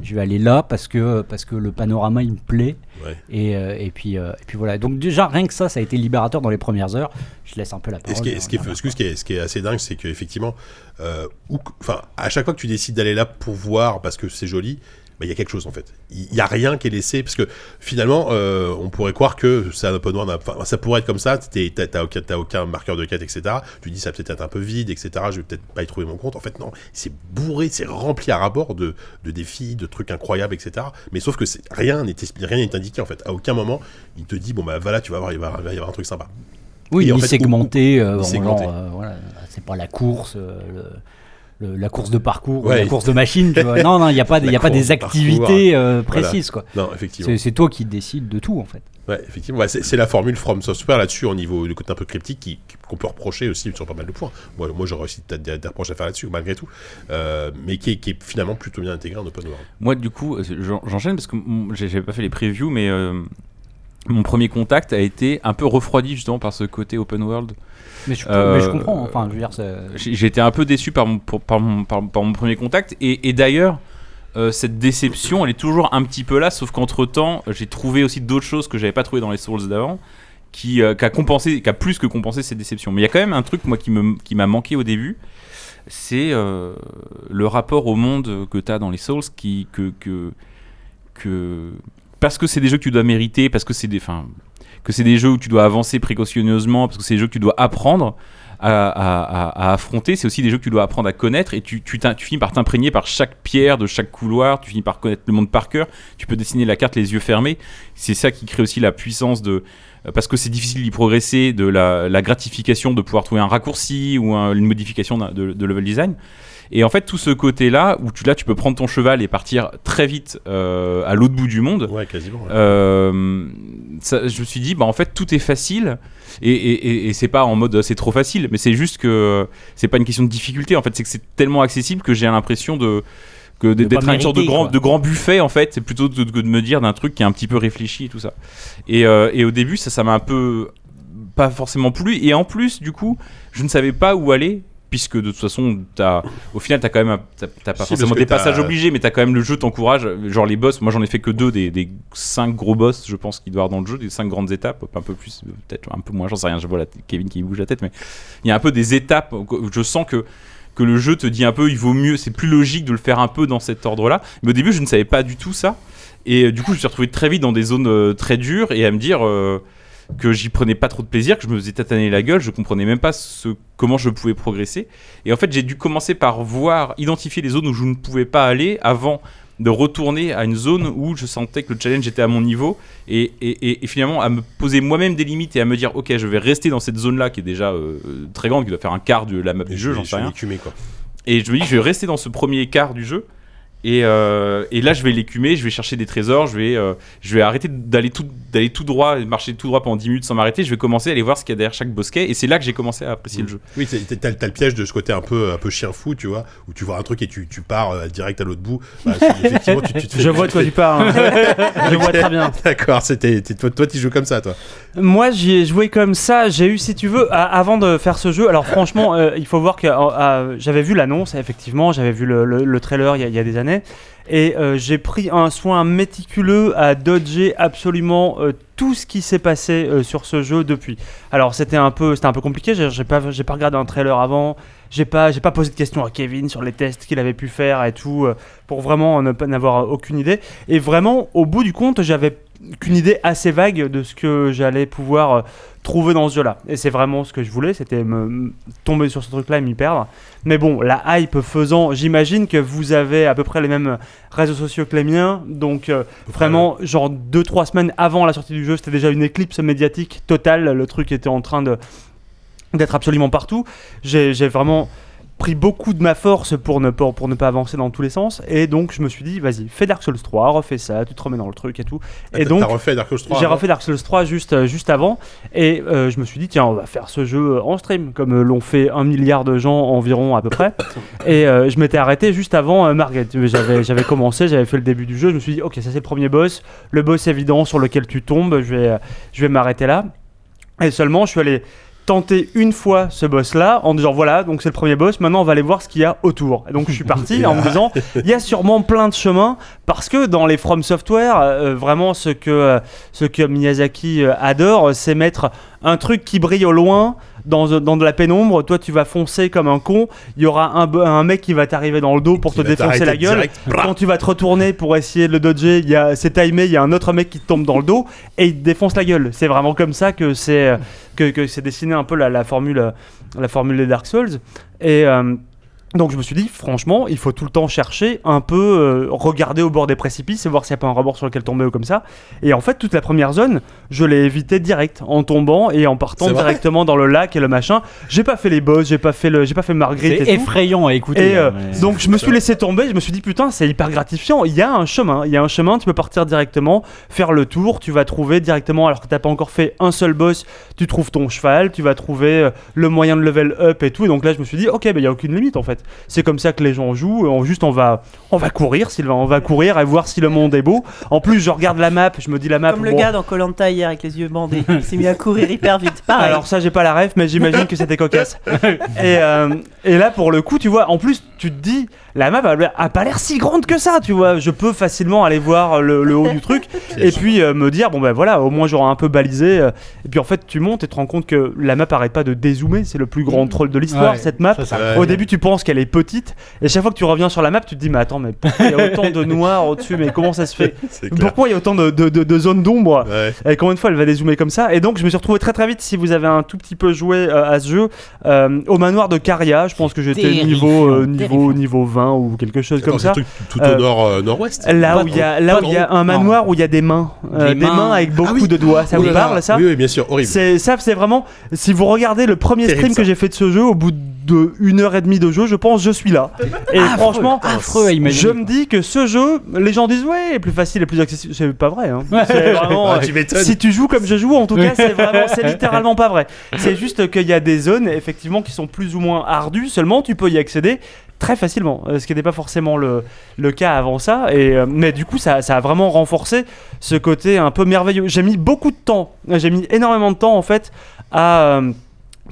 S8: Je vais aller là parce que, parce que le panorama il me plaît.
S2: Ouais.
S8: Et, euh, et, puis, euh, et puis voilà. Donc, déjà, rien que ça, ça a été libérateur dans les premières heures. Je laisse un peu la
S2: Et
S8: parole. euh,
S2: ce qui est, ce qui est-
S8: Voilà.
S2: ce qui est- ce qui est assez dingue, c'est qu'effectivement, euh, où que- enfin, à chaque fois que tu décides d'aller là pour voir parce que c'est joli, bah, il y a quelque chose en fait. Il n'y a rien qui est laissé parce que finalement, euh, on pourrait croire que c'est un open world, enfin, ça pourrait être comme ça. t'es- T'as t'as aucun, t'as aucun marqueur de quête, etc. Tu dis ça peut être un peu vide, etc. Je vais peut-être pas y trouver mon compte. En fait, non, c'est bourré, c'est rempli à rabord de, de défis, de trucs incroyables, etc. Mais sauf que c'est- rien n'est expli- rien n'est indiqué en fait. À aucun moment, il te dit bon bah voilà, tu vas voir, il va, il va y avoir un truc sympa.
S8: Oui,
S2: et en
S8: ni
S2: fait,
S8: segmenté. euh, en
S2: segmenté.
S8: genre, euh, voilà, c'est pas la course. euh, le- le- la course de parcours, ou
S2: Ouais.
S8: la course de machine, tu vois. Non, non, il n'y a pas, des-
S2: La
S8: il y a pas
S2: course
S8: des
S2: de parcours.
S8: activités euh,
S2: Voilà.
S8: précises, quoi.
S2: Non, effectivement.
S8: C'est c'est toi qui décides de tout, en fait.
S2: Ouais, effectivement, Ouais, c'est c'est la formule From Software là-dessus, au niveau du côté un peu cryptique, qui- qui- qu'on peut reprocher aussi sur pas mal de points. Moi, moi j'aurais aussi peut-être des, des reproches à faire là-dessus, malgré tout, Euh, mais qui est, qui est finalement plutôt bien intégré en open world.
S3: Moi, du coup, euh, j'en- j'enchaîne parce que mon- j'ai- j'avais pas fait les previews, mais euh, mon premier contact a été un peu refroidi justement par ce côté open world.
S8: Mais je,
S3: Euh,
S8: mais je comprends. Enfin, je veux dire, c'est-
S3: J'ai- J'étais un peu déçu par mon, pour- par mon, par, par mon premier contact. Et, et d'ailleurs, euh, cette déception, elle est toujours un petit peu là, sauf qu'entre temps, j'ai trouvé aussi d'autres choses que j'avais pas trouvé dans les Souls d'avant, qui, euh, qui a compensé, qui a plus que compensé cette déception. Mais il y a quand même un truc moi qui me- qui m'a manqué au début, c'est euh, le rapport au monde que tu as dans les Souls, qui que que, que parce que c'est des jeux que tu dois mériter, parce que c'est des, enfin, que c'est des jeux où tu dois avancer précautionneusement, parce que c'est des jeux que tu dois apprendre à, à- à- à affronter. C'est aussi des jeux que tu dois apprendre à connaître et tu, tu, t'in- tu finis par t'imprégner par chaque pierre de chaque couloir. Tu finis par connaître le monde par cœur. Tu peux dessiner la carte les yeux fermés. C'est ça qui crée aussi la puissance de. euh, Parce que c'est difficile d'y progresser, de la, la gratification de pouvoir trouver un raccourci ou un- une modification d'un- de, de level design. Et en fait, tout ce côté-là, où tu, là, tu peux prendre ton cheval et partir très vite euh, à l'autre bout du monde,
S2: Ouais, quasiment. ouais.
S3: euh, ça- je me suis dit, bah en fait tout est facile et, et- et- et c'est pas en mode euh, c'est trop facile, mais c'est juste que euh, c'est pas une question de difficulté en fait, c'est que c'est tellement accessible que j'ai l'impression de que d-
S6: De pas
S3: d'être à une sorte de
S6: mériter,
S3: grand,
S6: quoi.
S3: de grand buffet en fait, c'est plutôt de- que de me dire d'un truc qui est un petit peu réfléchi et tout ça. Et, euh, et au début ça ça m'a un peu pas forcément plu et en plus du coup je ne savais pas où aller puisque de toute façon as, au final t'as quand même un- t'as t'as pas
S2: Si, parce
S3: forcément
S2: que
S3: des
S2: t'as-
S3: passages obligés mais t'as quand même le jeu t'encourage genre les boss moi j'en ai fait que deux des, des cinq gros boss je pense qu'il doit y avoir dans le jeu des cinq grandes étapes un peu plus peut-être un peu moins j'en sais rien je vois la t- Kevin qui bouge la tête mais il y a un peu des étapes où je sens que que le jeu te dit un peu il vaut mieux c'est plus logique de le faire un peu dans cet ordre là mais au début je ne savais pas du tout ça et euh, du coup je me suis retrouvé très vite dans des zones euh, très dures et à me dire euh, que j'y prenais pas trop de plaisir que je me faisais tataner la gueule je comprenais même pas ce, comment je pouvais progresser et en fait j'ai dû commencer par voir identifier les zones où je ne pouvais pas aller avant de retourner à une zone où je sentais que le challenge était à mon niveau et, et- et- et finalement à me poser moi-même des limites et à me dire ok je vais rester dans cette zone là qui est déjà euh, très grande qui doit faire un quart de la map
S2: Et
S3: du jeu
S2: je-
S3: j'en
S2: je
S3: sais
S2: suis
S3: rien
S2: écumé, quoi.
S3: et je me dis, je vais rester dans ce premier quart du jeu. Et, euh, et là, je vais l'écumer, je vais chercher des trésors, je vais, euh, je vais arrêter d'aller tout, d'aller tout droit, de marcher tout droit pendant 10 minutes sans m'arrêter. Je vais commencer à aller voir ce qu'il y a derrière chaque bosquet. Et c'est là que j'ai commencé à apprécier le jeu.
S2: Oui, t'as- t'as t'as- t'as le piège de ce côté un peu, un peu chien fou, tu vois, où tu vois un truc et tu, tu pars euh, direct à l'autre bout. Bah, c'est- effectivement, tu, tu te fais-
S5: Je vois de quoi tu parles. hein. Je vois très bien.
S2: D'accord, c'était t'es- toi, toi, tu joues comme ça, toi.
S5: Moi, j'y ai joué comme ça. J'ai eu, si tu veux, à- avant de faire ce jeu. Alors, franchement, euh, il faut voir que euh, euh, j'avais vu l'annonce, effectivement, j'avais vu le, le- le trailer il y, a- il y a des années. Et euh, j'ai pris un soin méticuleux à dodger absolument euh, tout ce qui s'est passé euh, sur ce jeu depuis. Alors, c'était un peu, c'était un peu compliqué. J'ai j'ai pas, j'ai pas regardé un trailer avant. J'ai pas, j'ai pas posé de questions à Kevin sur les tests qu'il avait pu faire et tout, euh, pour vraiment ne pas- n'avoir aucune idée. Et vraiment, au bout du compte, j'avais qu'une idée assez vague de ce que j'allais pouvoir euh, trouver dans ce jeu-là. Et c'est vraiment ce que je voulais, c'était me, me tomber sur ce truc-là et m'y perdre. Mais bon, la hype faisant, j'imagine que vous avez à peu près les mêmes euh, réseaux sociaux que les miens. Donc euh, vraiment, genre 2-3 semaines avant la sortie du jeu, c'était déjà une éclipse médiatique totale. Le truc était en train de d'être absolument partout. J'ai j'ai vraiment pris beaucoup de ma force pour ne, pas, pour ne pas avancer dans tous les sens. Et donc je me suis dit, vas-y, fais Dark Souls 3, refais ça, tu te remets dans le truc et tout.
S2: Ah,
S5: et
S2: t'as-
S5: donc
S2: T'as refait Dark Souls 3.
S5: j'ai
S2: avant
S5: refait Dark Souls 3 juste, euh, juste avant et euh, je me suis dit tiens on va faire ce jeu euh, en stream comme euh, l'ont fait un milliard de gens environ à peu près et euh, je m'étais arrêté juste avant euh, Margaret j'avais, j'avais commencé j'avais fait le début du jeu je me suis dit ok ça c'est le premier boss le boss évident sur lequel tu tombes je vais, euh, je vais m'arrêter là et seulement je suis allé tenter une fois ce boss là en disant voilà donc c'est le premier boss maintenant on va aller voir ce qu'il y a autour et donc je suis parti en me disant il y a sûrement plein de chemins parce que dans les From Software euh, vraiment ce que euh, ce que Miyazaki euh, adore, c'est mettre un truc qui brille au loin dans, euh, dans de la pénombre. Toi, tu vas foncer comme un con. Il y aura un, bo- un mec qui va t'arriver dans le dos pour
S2: qui
S5: te
S2: va
S5: défoncer la
S2: t'arrêter
S5: gueule.
S2: direct. Bah, Brah
S5: Quand tu vas te retourner pour essayer de le dodger, il y a- c'est timé, il y a un autre mec qui te tombe dans le dos et il te défonce la gueule. C'est vraiment comme ça que c'est euh, que, que c'est dessiné un peu la, la formule euh, la formule des Dark Souls. Et euh, donc je me suis dit, franchement, il faut tout le temps chercher, un peu euh, regarder au bord des précipices et voir s'il n'y a pas un rebord sur lequel tomber ou comme ça. Et en fait, toute la première zone, je l'ai évité direct, en tombant et en partant
S2: C'est vrai
S5: directement dans le lac et le machin. J'ai pas fait les boss, j'ai pas fait le, j'ai pas fait Marguerite.
S6: C'est
S5: et tout.
S6: effrayant à écouter.
S5: Et euh,
S6: hein, mais-
S5: donc je me suis laissé tomber, je me suis dit putain c'est hyper gratifiant, il y a un chemin, il y a un chemin, tu peux partir directement, faire le tour, tu vas trouver directement, alors que t'as pas encore fait un seul boss, tu trouves ton cheval, tu vas trouver euh, le moyen de level up et tout, et donc là je me suis dit ok mais il y a aucune limite en fait, c'est comme ça que les gens jouent, on, juste on va, on va courir Sylvain, on va courir et voir si le monde est beau, en plus je regarde la map, je me dis la map...
S4: Comme le
S5: bon,
S4: gars dans Colanta hier avec les yeux bandés, il s'est mis à courir hyper vite. Pareil.
S5: Alors ça j'ai pas la ref mais j'imagine que c'était cocasse. et, euh, et là pour le coup tu vois en plus tu te dis la map elle a pas l'air si grande que ça tu vois je peux facilement aller voir le, le haut du truc et puis euh, me dire bon ben voilà au moins j'aurai un peu balisé euh. et puis en fait tu montes et te rends compte que la map arrête pas de dézoomer c'est le plus grand troll de l'histoire
S6: Ouais.
S5: cette map.
S6: Ça, ça-
S2: Ouais.
S5: Au début, tu penses qu'elle est petite, et chaque fois que tu reviens sur la map, tu te dis Mais attends, mais pourquoi il y a autant de noir au-dessus Mais comment ça se fait
S2: C'est clair.
S5: Pourquoi il y a autant de, de- de- de zones d'ombre
S2: Ouais.
S5: et combien de fois elle va dézoomer comme ça Et donc je me suis retrouvé très très vite, si vous avez un tout petit peu joué euh, à ce jeu, euh, au manoir de Caria, je pense que j'étais
S6: Terrifiant,
S5: niveau, euh,
S6: terrifiant.
S5: niveau, niveau 20 ou quelque chose
S2: Attends,
S5: comme
S2: c'est
S5: ça.
S2: le truc tout
S5: Euh,
S2: au nord, euh, nord-ouest.
S5: Là où il y a, là où il y a un manoir où il y a des mains, euh,
S6: Des
S5: des mains,
S6: mains.
S5: avec beaucoup
S2: oui.
S5: de doigts, ça
S2: Oh là
S5: vous
S2: là.
S5: parle ça
S2: Oui, oui, bien sûr, horrible.
S5: c'est ça, c'est vraiment. Si vous regardez le premier
S2: Terrible,
S5: stream
S2: ça.
S5: que j'ai fait de ce jeu, au bout de une heure et demie de jeu, je pense je suis là. Et franchement,
S6: affreux à imaginer.
S5: je me dis que ce jeu, les gens disent ouais, il est plus facile et plus accessible. C'est pas vrai. hein. C'est vraiment.
S2: Ah, tu m'étonnes.
S5: Si tu joues comme je joue, en tout cas, c'est vraiment, c'est littéralement pas vrai. C'est juste qu'il y a des zones, effectivement, qui sont plus ou moins ardues. Seulement, tu peux y accéder très facilement, euh, ce qui n'était pas forcément le, le cas avant ça. Et, euh, mais du coup, ça, ça a vraiment renforcé ce côté un peu merveilleux. J'ai mis beaucoup de temps, j'ai mis énormément de temps, en fait, à... euh,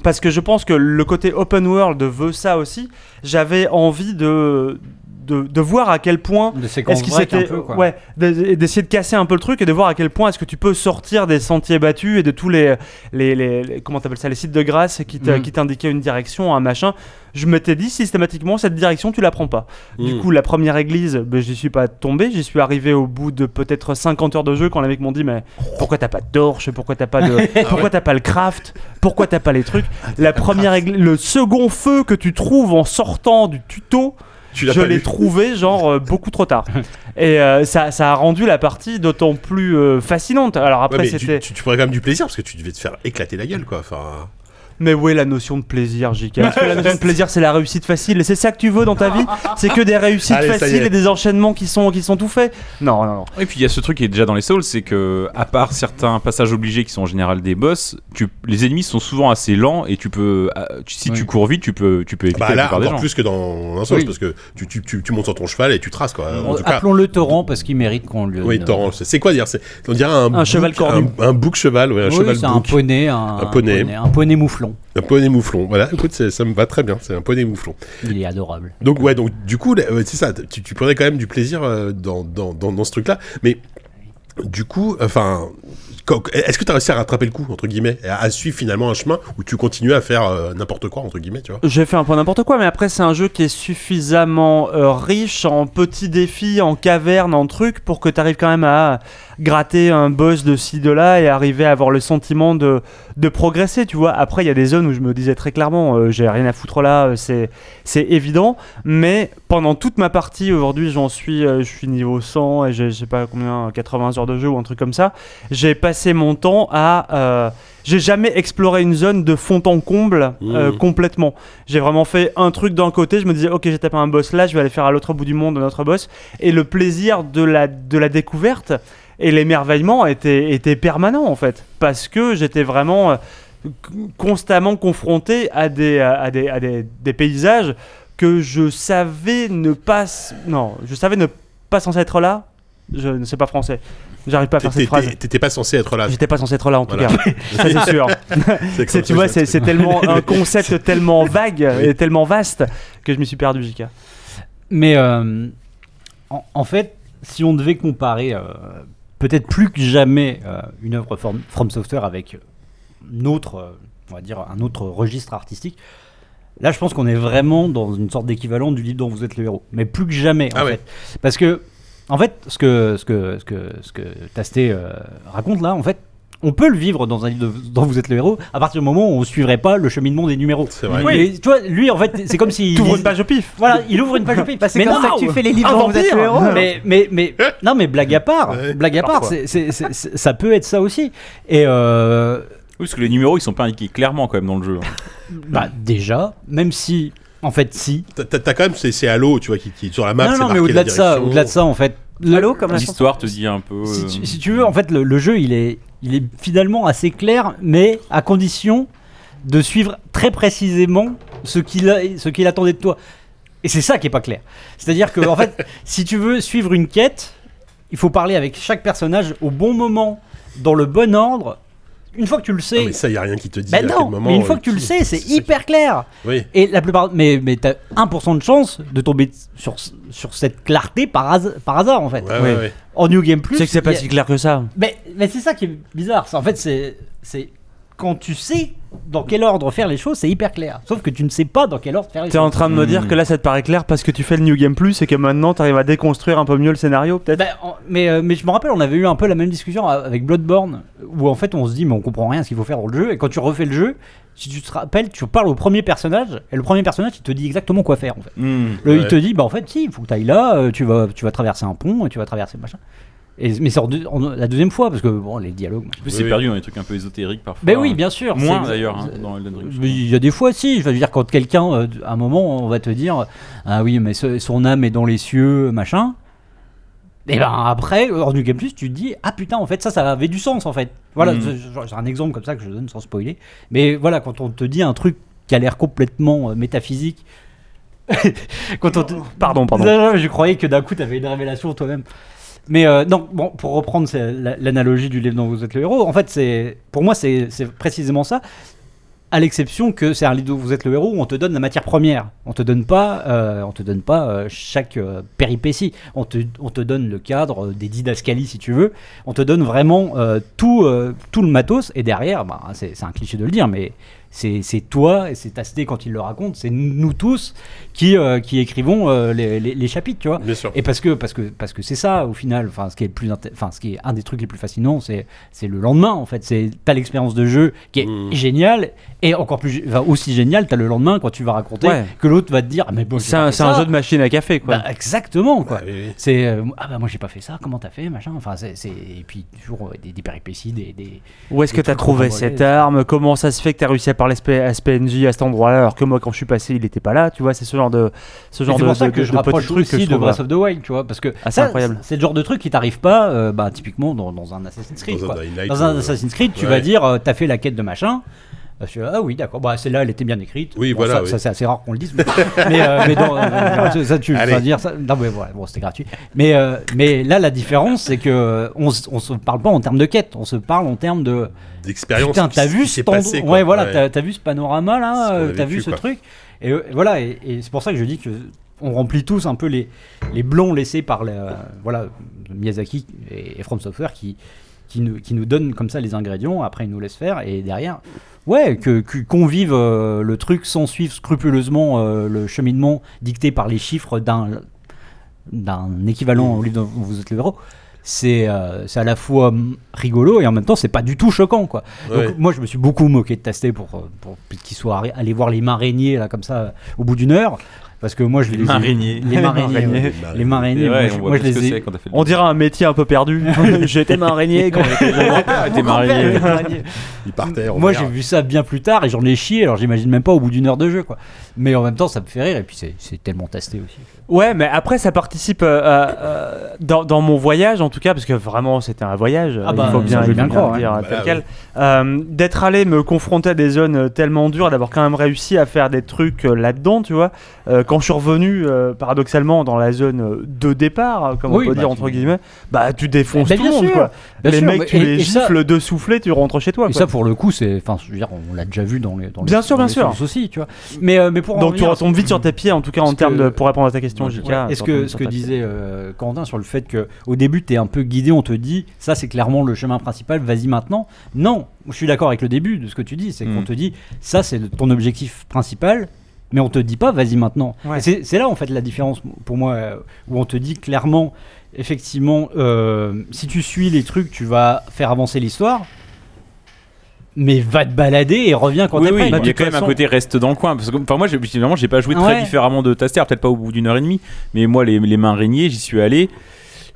S5: parce que je pense que le côté open world veut ça aussi. J'avais envie de, de, de voir à quel point
S8: De séquence
S5: est-ce qu'il
S8: break un
S5: s'était
S8: peu, quoi.
S5: ouais de- d'essayer de casser un peu le truc et de voir à quel point est-ce que tu peux sortir des sentiers battus et de tous les les, les- les- comment t'appelles ça les sites de grâce qui t'a-
S6: Mm.
S5: qui t'indiquaient une direction un machin je m'étais dit systématiquement cette direction tu la prends pas du
S2: Mm.
S5: coup la première église ben, j'y suis pas tombé j'y suis arrivé au bout de peut-être 50 heures de jeu quand les mecs m'ont dit mais pourquoi t'as pas de torche pourquoi t'as pas de pourquoi t'as pas le craft pourquoi t'as pas les trucs la première église le second feu que tu trouves en sortant du tuto
S2: tu l'as
S5: je
S2: pas
S5: l'ai
S2: lu.
S5: trouvé genre euh, beaucoup trop tard. Et euh, ça, ça a rendu la partie d'autant plus euh, fascinante. Alors
S2: Ouais,
S5: après
S2: mais tu,
S5: c'était...
S2: tu, tu prenais quand même du plaisir parce que tu devais te faire éclater la gueule, quoi. Enfin,
S5: Mais où est la notion de plaisir, JK Parce que la notion de plaisir, c'est la réussite facile. Et c'est ça que tu veux dans ta vie C'est que des réussites
S2: Allez, ça y
S5: faciles
S2: est.
S5: et des enchaînements qui sont, qui sont tout faits Non, non, non.
S3: Et puis il y a ce truc qui est déjà dans les Souls, c'est que à part certains passages obligés qui sont en général des boss, tu, les ennemis sont souvent assez lents et tu peux, euh, tu- si
S7: Oui.
S3: tu cours vite, tu peux, tu peux éviter
S2: Bah
S3: la
S2: là,
S3: plupart des
S2: encore
S3: gens.
S2: plus que dans un sens,
S7: Oui.
S2: parce que tu, tu, tu, tu montes sur ton cheval et tu traces, quoi. En
S8: Euh,
S2: tout cas,
S8: Appelons-le Torrent parce qu'il mérite qu'on le.
S2: oui, Torrent, c'est- c'est quoi dire c'est- On dirait un, bouc-
S5: cheval cornu.
S2: Un, un bouc cheval, ouais, un
S8: Oui,
S2: cheval
S8: c'est un
S2: bouc.
S8: poney, un,
S2: Un poney.
S8: un poney mouflon.
S2: Un poney mouflon. Voilà, écoute, c'est- ça me va très bien, c'est un poney mouflon.
S8: Il est adorable.
S2: Donc, ouais, donc du coup, là, ouais, c'est ça, tu, tu prenais quand même du plaisir euh, dans, dans, dans, dans ce truc-là. Mais du coup, enfin, quand- est-ce que tu as réussi à rattraper le coup, entre guillemets, et à, à suivre finalement un chemin où tu continues à faire euh, n'importe quoi, entre guillemets, tu vois
S5: J'ai fait un peu n'importe quoi, mais après, c'est un jeu qui est suffisamment euh, riche en petits défis, en cavernes, en trucs, pour que tu arrives quand même à gratter un boss de ci, de là, et arriver à avoir le sentiment de, de progresser, tu vois. Après, il y a des zones où je me disais très clairement, euh, j'ai rien à foutre là, euh, c'est, c'est évident, mais pendant toute ma partie, aujourd'hui, j'en suis, euh, je suis niveau 100, et j'ai, je sais pas combien, 80 heures de jeu ou un truc comme ça, j'ai passé mon temps à... euh, j'ai jamais exploré une zone de fond en comble euh,
S2: Mmh.
S5: complètement. J'ai vraiment fait un truc d'un côté, je me disais ok j'ai tapé un boss là, je vais aller faire à l'autre bout du monde un autre boss. Et le plaisir de la, de la découverte et l'émerveillement était, était permanent en fait. Parce que j'étais vraiment euh, c- constamment confronté à des, à, à des, à des, des paysages que je savais ne pas... s- Non, je savais ne pas censé être là. Je ne sais pas français. J'arrive pas à faire
S2: T'étais-
S5: cette phrase.
S2: t'étais- T'étais pas censé être là.
S5: J'étais pas censé être là en tout
S2: ah. Voilà.
S5: cas, ça c'est sûr. C'est-
S2: comme
S5: tu
S2: ça,
S5: vois,
S2: ça,
S5: c'est c'est tellement un concept tellement vague et tellement vaste que je m'y suis perdu, JK.
S8: Mais euh, en, en fait, si on devait comparer euh, peut-être plus que jamais euh, une œuvre from, From Software avec une autre, euh, on va dire un autre registre artistique, là je pense qu'on est vraiment dans une sorte d'équivalent du livre dont vous êtes le héros. Mais plus que jamais, en
S2: Ah
S8: fait.
S2: ouais.
S8: Parce que, en fait, ce que, ce que, ce que, ce que Tasté euh, raconte là, en fait, on peut le vivre dans un livre de- dont vous êtes le héros à partir du moment où on suivrait pas le cheminement des numéros.
S2: C'est vrai.
S8: Oui. Et tu vois, lui en fait, c'est comme s'il
S5: T'ouvres une page au pif.
S8: voilà, il ouvre une page de pays.
S4: Bah, c'est comme ça que tu fais les livres
S8: un
S4: dont vous êtes le
S8: vampire.
S4: héros.
S8: hein. Mais, mais, mais, non, mais blague à part,
S2: Ouais.
S8: blague à part,
S3: Parfois.
S8: c'est- c'est- c'est- c'est- ça peut être ça aussi. Et euh,
S3: Oui, parce que les numéros ils sont pas indiqués clairement quand même dans le jeu.
S8: bah, déjà, même si, en fait, si.
S2: T'as- T'as t'as quand même, c'est c'est Halo, tu vois, qui, qui- sur la map,
S8: non,
S2: c'est
S8: non, mais
S2: marqué
S8: au-delà
S2: la
S8: de ça,
S2: direction.
S8: au-delà de ça, en fait, le-
S4: Allô, comme la chanson.
S3: L'histoire te dit un peu.
S8: si,
S3: euh,
S8: tu, si tu veux, en fait, le, le jeu, il est, il est finalement assez clair, mais à condition de suivre très précisément ce qu'il a- ce qu'il attendait de toi. Et c'est ça qui est pas clair. C'est-à-dire que, en fait, si tu veux suivre une quête, il faut parler avec chaque personnage au bon moment, dans le bon ordre. Une fois que tu le
S2: Non,
S8: sais.
S2: mais ça, y a rien qui te dit.
S8: Ben
S2: à quel
S8: non,
S2: moment,
S8: mais une fois
S2: euh,
S8: que tu le
S2: qui-
S8: sais, c'est
S2: ça qui-
S8: hyper clair.
S2: Oui.
S8: Et la plupart, mais, mais t'as 1% de chance de tomber sur, sur cette clarté par, has- par hasard en fait.
S2: Ouais, ouais,
S5: Oui.
S2: ouais.
S8: En New Game Plus,
S5: Tu sais que c'est
S8: il
S5: pas
S8: y a-
S5: si clair que ça.
S8: mais, mais c'est ça qui est bizarre. C'est- En fait, c'est c'est quand tu sais dans quel ordre faire les choses, c'est hyper clair. Sauf que tu ne sais pas dans quel ordre faire les
S5: T'es
S8: choses.
S5: en train de me dire que là ça te paraît clair parce que tu fais le New Game Plus et que maintenant t'arrives à déconstruire un peu mieux le scénario peut-être.
S8: Bah, en- mais, euh, mais je me rappelle, on avait eu un peu la même discussion a- avec Bloodborne, où en fait on se dit, mais on comprend rien à ce qu'il faut faire dans le jeu. Et quand tu refais le jeu, si tu te rappelles, tu parles au premier personnage, et le premier personnage il te dit exactement quoi faire en fait.
S3: hmm.
S8: Le- Il
S2: Ouais.
S8: te dit, bah en fait, si, il faut que tu ailles là, euh, tu vas, tu vas traverser un pont, et tu vas traverser machin. Et, mais c'est en deux- en- la deuxième fois, parce que bon, les dialogues. machin.
S3: En plus,
S2: Oui,
S3: c'est
S2: oui.
S3: perdu dans les trucs un peu ésotériques parfois.
S8: Mais Bah oui, bien sûr.
S3: Moins
S8: c'est-
S3: d'ailleurs hein,
S8: c'est-
S3: dans Elden Ring. je crois.
S8: Mais Il y a des fois, si. Je veux dire, quand quelqu'un, euh, à un moment, on va te dire Ah oui, mais ce- son âme est dans les cieux, machin. Et ben après, hors du Game Plus, tu te dis Ah putain, en fait, ça, ça avait du sens, en fait. Voilà,
S3: Mm.
S8: c'est- genre, c'est un exemple comme ça que je donne sans spoiler. Mais voilà, quand on te dit un truc qui a l'air complètement euh, métaphysique. quand on te-
S5: Pardon, pardon.
S8: Non, non, je croyais que d'un coup, tu avais une révélation toi-même. Mais euh, non, bon, pour reprendre c'est la- l'analogie du livre dont vous êtes le héros, en fait, c'est pour moi, c'est c'est précisément ça. À l'exception que c'est un livre dont vous êtes le héros, où on te donne la matière première. On te donne pas, euh, on te donne pas euh, chaque euh, péripétie. On te, on te donne le cadre euh, des didascalies, si tu veux. On te donne vraiment euh, tout, euh, tout le matos. Et derrière, bah, c'est c'est un cliché de le dire, mais c'est c'est toi et c'est Tasté quand il le raconte. C'est nous tous qui, euh, qui écrivons euh, les, les- les chapitres, tu vois.
S2: Bien sûr.
S8: Et parce que parce que parce que c'est ça au final. Enfin, ce qui est le plus inté- enfin ce qui est un des trucs les plus fascinants, c'est c'est le lendemain en fait. C'est t'as l'expérience de jeu qui est
S5: Mmh.
S2: Mm.
S8: géniale et encore plus gé- enfin, aussi géniale t'as le lendemain quand tu vas raconter
S5: Ouais.
S8: que l'autre va te dire Ah, mais bon j'ai
S5: C'est
S8: pas
S5: un,
S8: fait
S5: c'est un
S8: ça.
S5: jeu de machine à café quoi.
S8: Bah, exactement quoi.
S2: Ah, oui, oui.
S8: C'est euh, ah bah moi j'ai pas fait ça. Comment t'as fait machin. Enfin c'est c'est- et puis toujours euh, des, des péripéties des, des-
S5: Où est-ce que
S8: des
S5: t'as
S8: trucs
S5: trouvé
S8: qu'on va
S5: cette
S8: voler.
S5: arme Comment ça se fait que t'as réussi à par l'aspect aspect NJ à cet endroit-là, alors que moi, quand je suis passé, il n'était pas là. Tu vois, c'est ce genre de ce
S8: Mais
S5: genre
S8: C'est
S5: de,
S8: pour ça
S5: de-
S8: que
S5: de-
S8: je
S5: de petit
S8: rapproche
S5: truc que
S8: aussi
S5: je
S8: de
S5: trouve,
S8: Breath
S5: voilà.
S8: of the Wild, tu vois, parce que
S5: Ah, c'est
S8: ça,
S5: incroyable.
S8: C'est le genre de truc qui t'arrive pas, euh, bah, typiquement dans, dans un Assassin's Creed.
S2: Dans
S8: quoi.
S2: un Dying Light
S8: Dans un
S2: ou-
S8: Assassin's Creed, tu
S2: Ouais.
S8: vas dire, euh, t'as fait la quête de machin. Bah, tu vas, ah oui, d'accord, bah, celle-là, elle était bien écrite.
S2: Oui,
S8: Bon,
S2: voilà,
S8: Ça,
S2: oui.
S8: ça, c'est assez rare qu'on le dise. Mais, mais, euh, mais dans, euh, ça, ça, tu
S2: Allez.
S8: vas dire ça. Non, mais voilà, bon, c'était gratuit. Mais, euh, mais là, la différence, c'est que euh, on, se- on se parle pas en termes de quête, on se parle en termes de.
S2: D'expérience.
S8: Putain,
S2: qui-
S8: t'as
S2: qui s'est
S8: vu cet endroit-
S2: passé, quoi.
S8: Ouais, voilà, t'as- t'as vu ce panorama
S2: Ce
S8: là,
S2: qu'on
S8: euh,
S2: a
S8: t'as
S2: vécu,
S8: vu ce
S2: quoi.
S8: truc. Et euh, voilà, et, et c'est pour ça que je dis que on remplit tous un peu les, les blancs laissés par la- voilà, Miyazaki et, et From Software qui, qui, nous, qui nous donnent comme ça les ingrédients, après ils nous laissent faire, et derrière, ouais, que, que- qu'on vive euh, le truc sans suivre scrupuleusement euh, le cheminement dicté par les chiffres d'un, d'un équivalent au livre dont vous êtes le héros. C'est, euh, c'est à la fois hum, rigolo et en même temps c'est pas du tout choquant quoi. Donc,
S2: Ouais.
S8: moi, je me suis beaucoup moqué de Tasté pour, euh, pour qu'il soit arri- allé voir les marainiers là comme ça euh, au bout d'une heure, parce que moi je les ai-
S3: marainiers.
S8: les marainiers, ouais.
S2: Les mariniers.
S8: les marainiers. moi, je- moi, je les ai.
S5: On dirait un métier un peu perdu. J'étais marin araignée quand j'étais jeune.
S3: des marainiers.
S2: Il par terre. on
S8: Moi,
S2: verra.
S8: j'ai vu ça bien plus tard et j'en ai chié. Alors, j'imagine même pas au bout d'une heure de jeu, quoi. Mais en même temps, ça me fait rire et puis c'est- c'est tellement Tasté aussi.
S5: Ouais, mais après, ça participe euh, à- euh, dans, dans mon voyage, en tout cas, parce que vraiment, c'était un voyage.
S8: Ah
S5: euh,
S8: bah,
S5: il faut bien,
S8: ça, je
S5: il
S8: veux bien
S5: faut
S8: le croire,
S5: le dire
S2: hein.
S5: tel
S2: Bah,
S5: quel.
S2: oui.
S5: Euh, D'être allé me confronter à des zones euh, tellement dures, d'avoir quand même réussi à faire des trucs euh, là-dedans, tu vois. Euh, quand je suis revenu, euh, paradoxalement, dans la zone euh, de départ, comme
S8: Oui,
S5: on peut
S8: bah,
S5: dire
S8: tu-
S5: entre guillemets, bah tu défonces
S8: Bah,
S5: tout
S8: bien
S5: le monde,
S8: sûr,
S5: quoi.
S8: bien
S5: les
S8: sûr,
S5: mecs,
S8: mais-
S5: tu
S8: et-
S5: les
S8: et ça-
S5: gifles de souffler, tu rentres chez toi,
S8: Et
S5: quoi.
S8: ça, pour le coup, c'est. Enfin, je veux dire, on l'a déjà vu dans les. Dans les-
S5: Bien sûr,
S8: dans
S5: bien
S8: les
S5: sûr.
S8: sources aussi, tu vois. Mais, euh, mais pour en
S5: Donc tu
S8: revenir-
S5: retombes vite sur tes pieds, en tout cas en
S8: Parce
S5: termes
S8: que-
S5: de. Pour répondre à ta question, JK.
S8: Ouais. Est-ce que ce que disait euh, Quentin sur le fait que au début tu es un peu guidé, on te dit ça c'est clairement le chemin principal, vas-y maintenant. Non, je suis d'accord avec le début de ce que tu dis, c'est qu'on
S3: Mm.
S8: te dit ça c'est le- ton objectif principal, mais on te dit pas vas-y maintenant.
S5: Ouais.
S8: Et C'est c'est là en fait la différence pour moi euh, où on te dit clairement effectivement euh, si tu suis les trucs tu vas faire avancer l'histoire. Mais va te balader et reviens quand
S3: oui,
S8: t'es
S3: oui,
S8: prêt.
S3: il
S8: quoi.
S3: y a quand même un côté reste dans le coin. Parce que, enfin, moi, j'ai- finalement, j'ai pas joué très
S8: Ouais.
S3: différemment de Taster, peut-être pas au bout d'une heure et demie, mais moi, les, les mains régnées, j'y suis allé.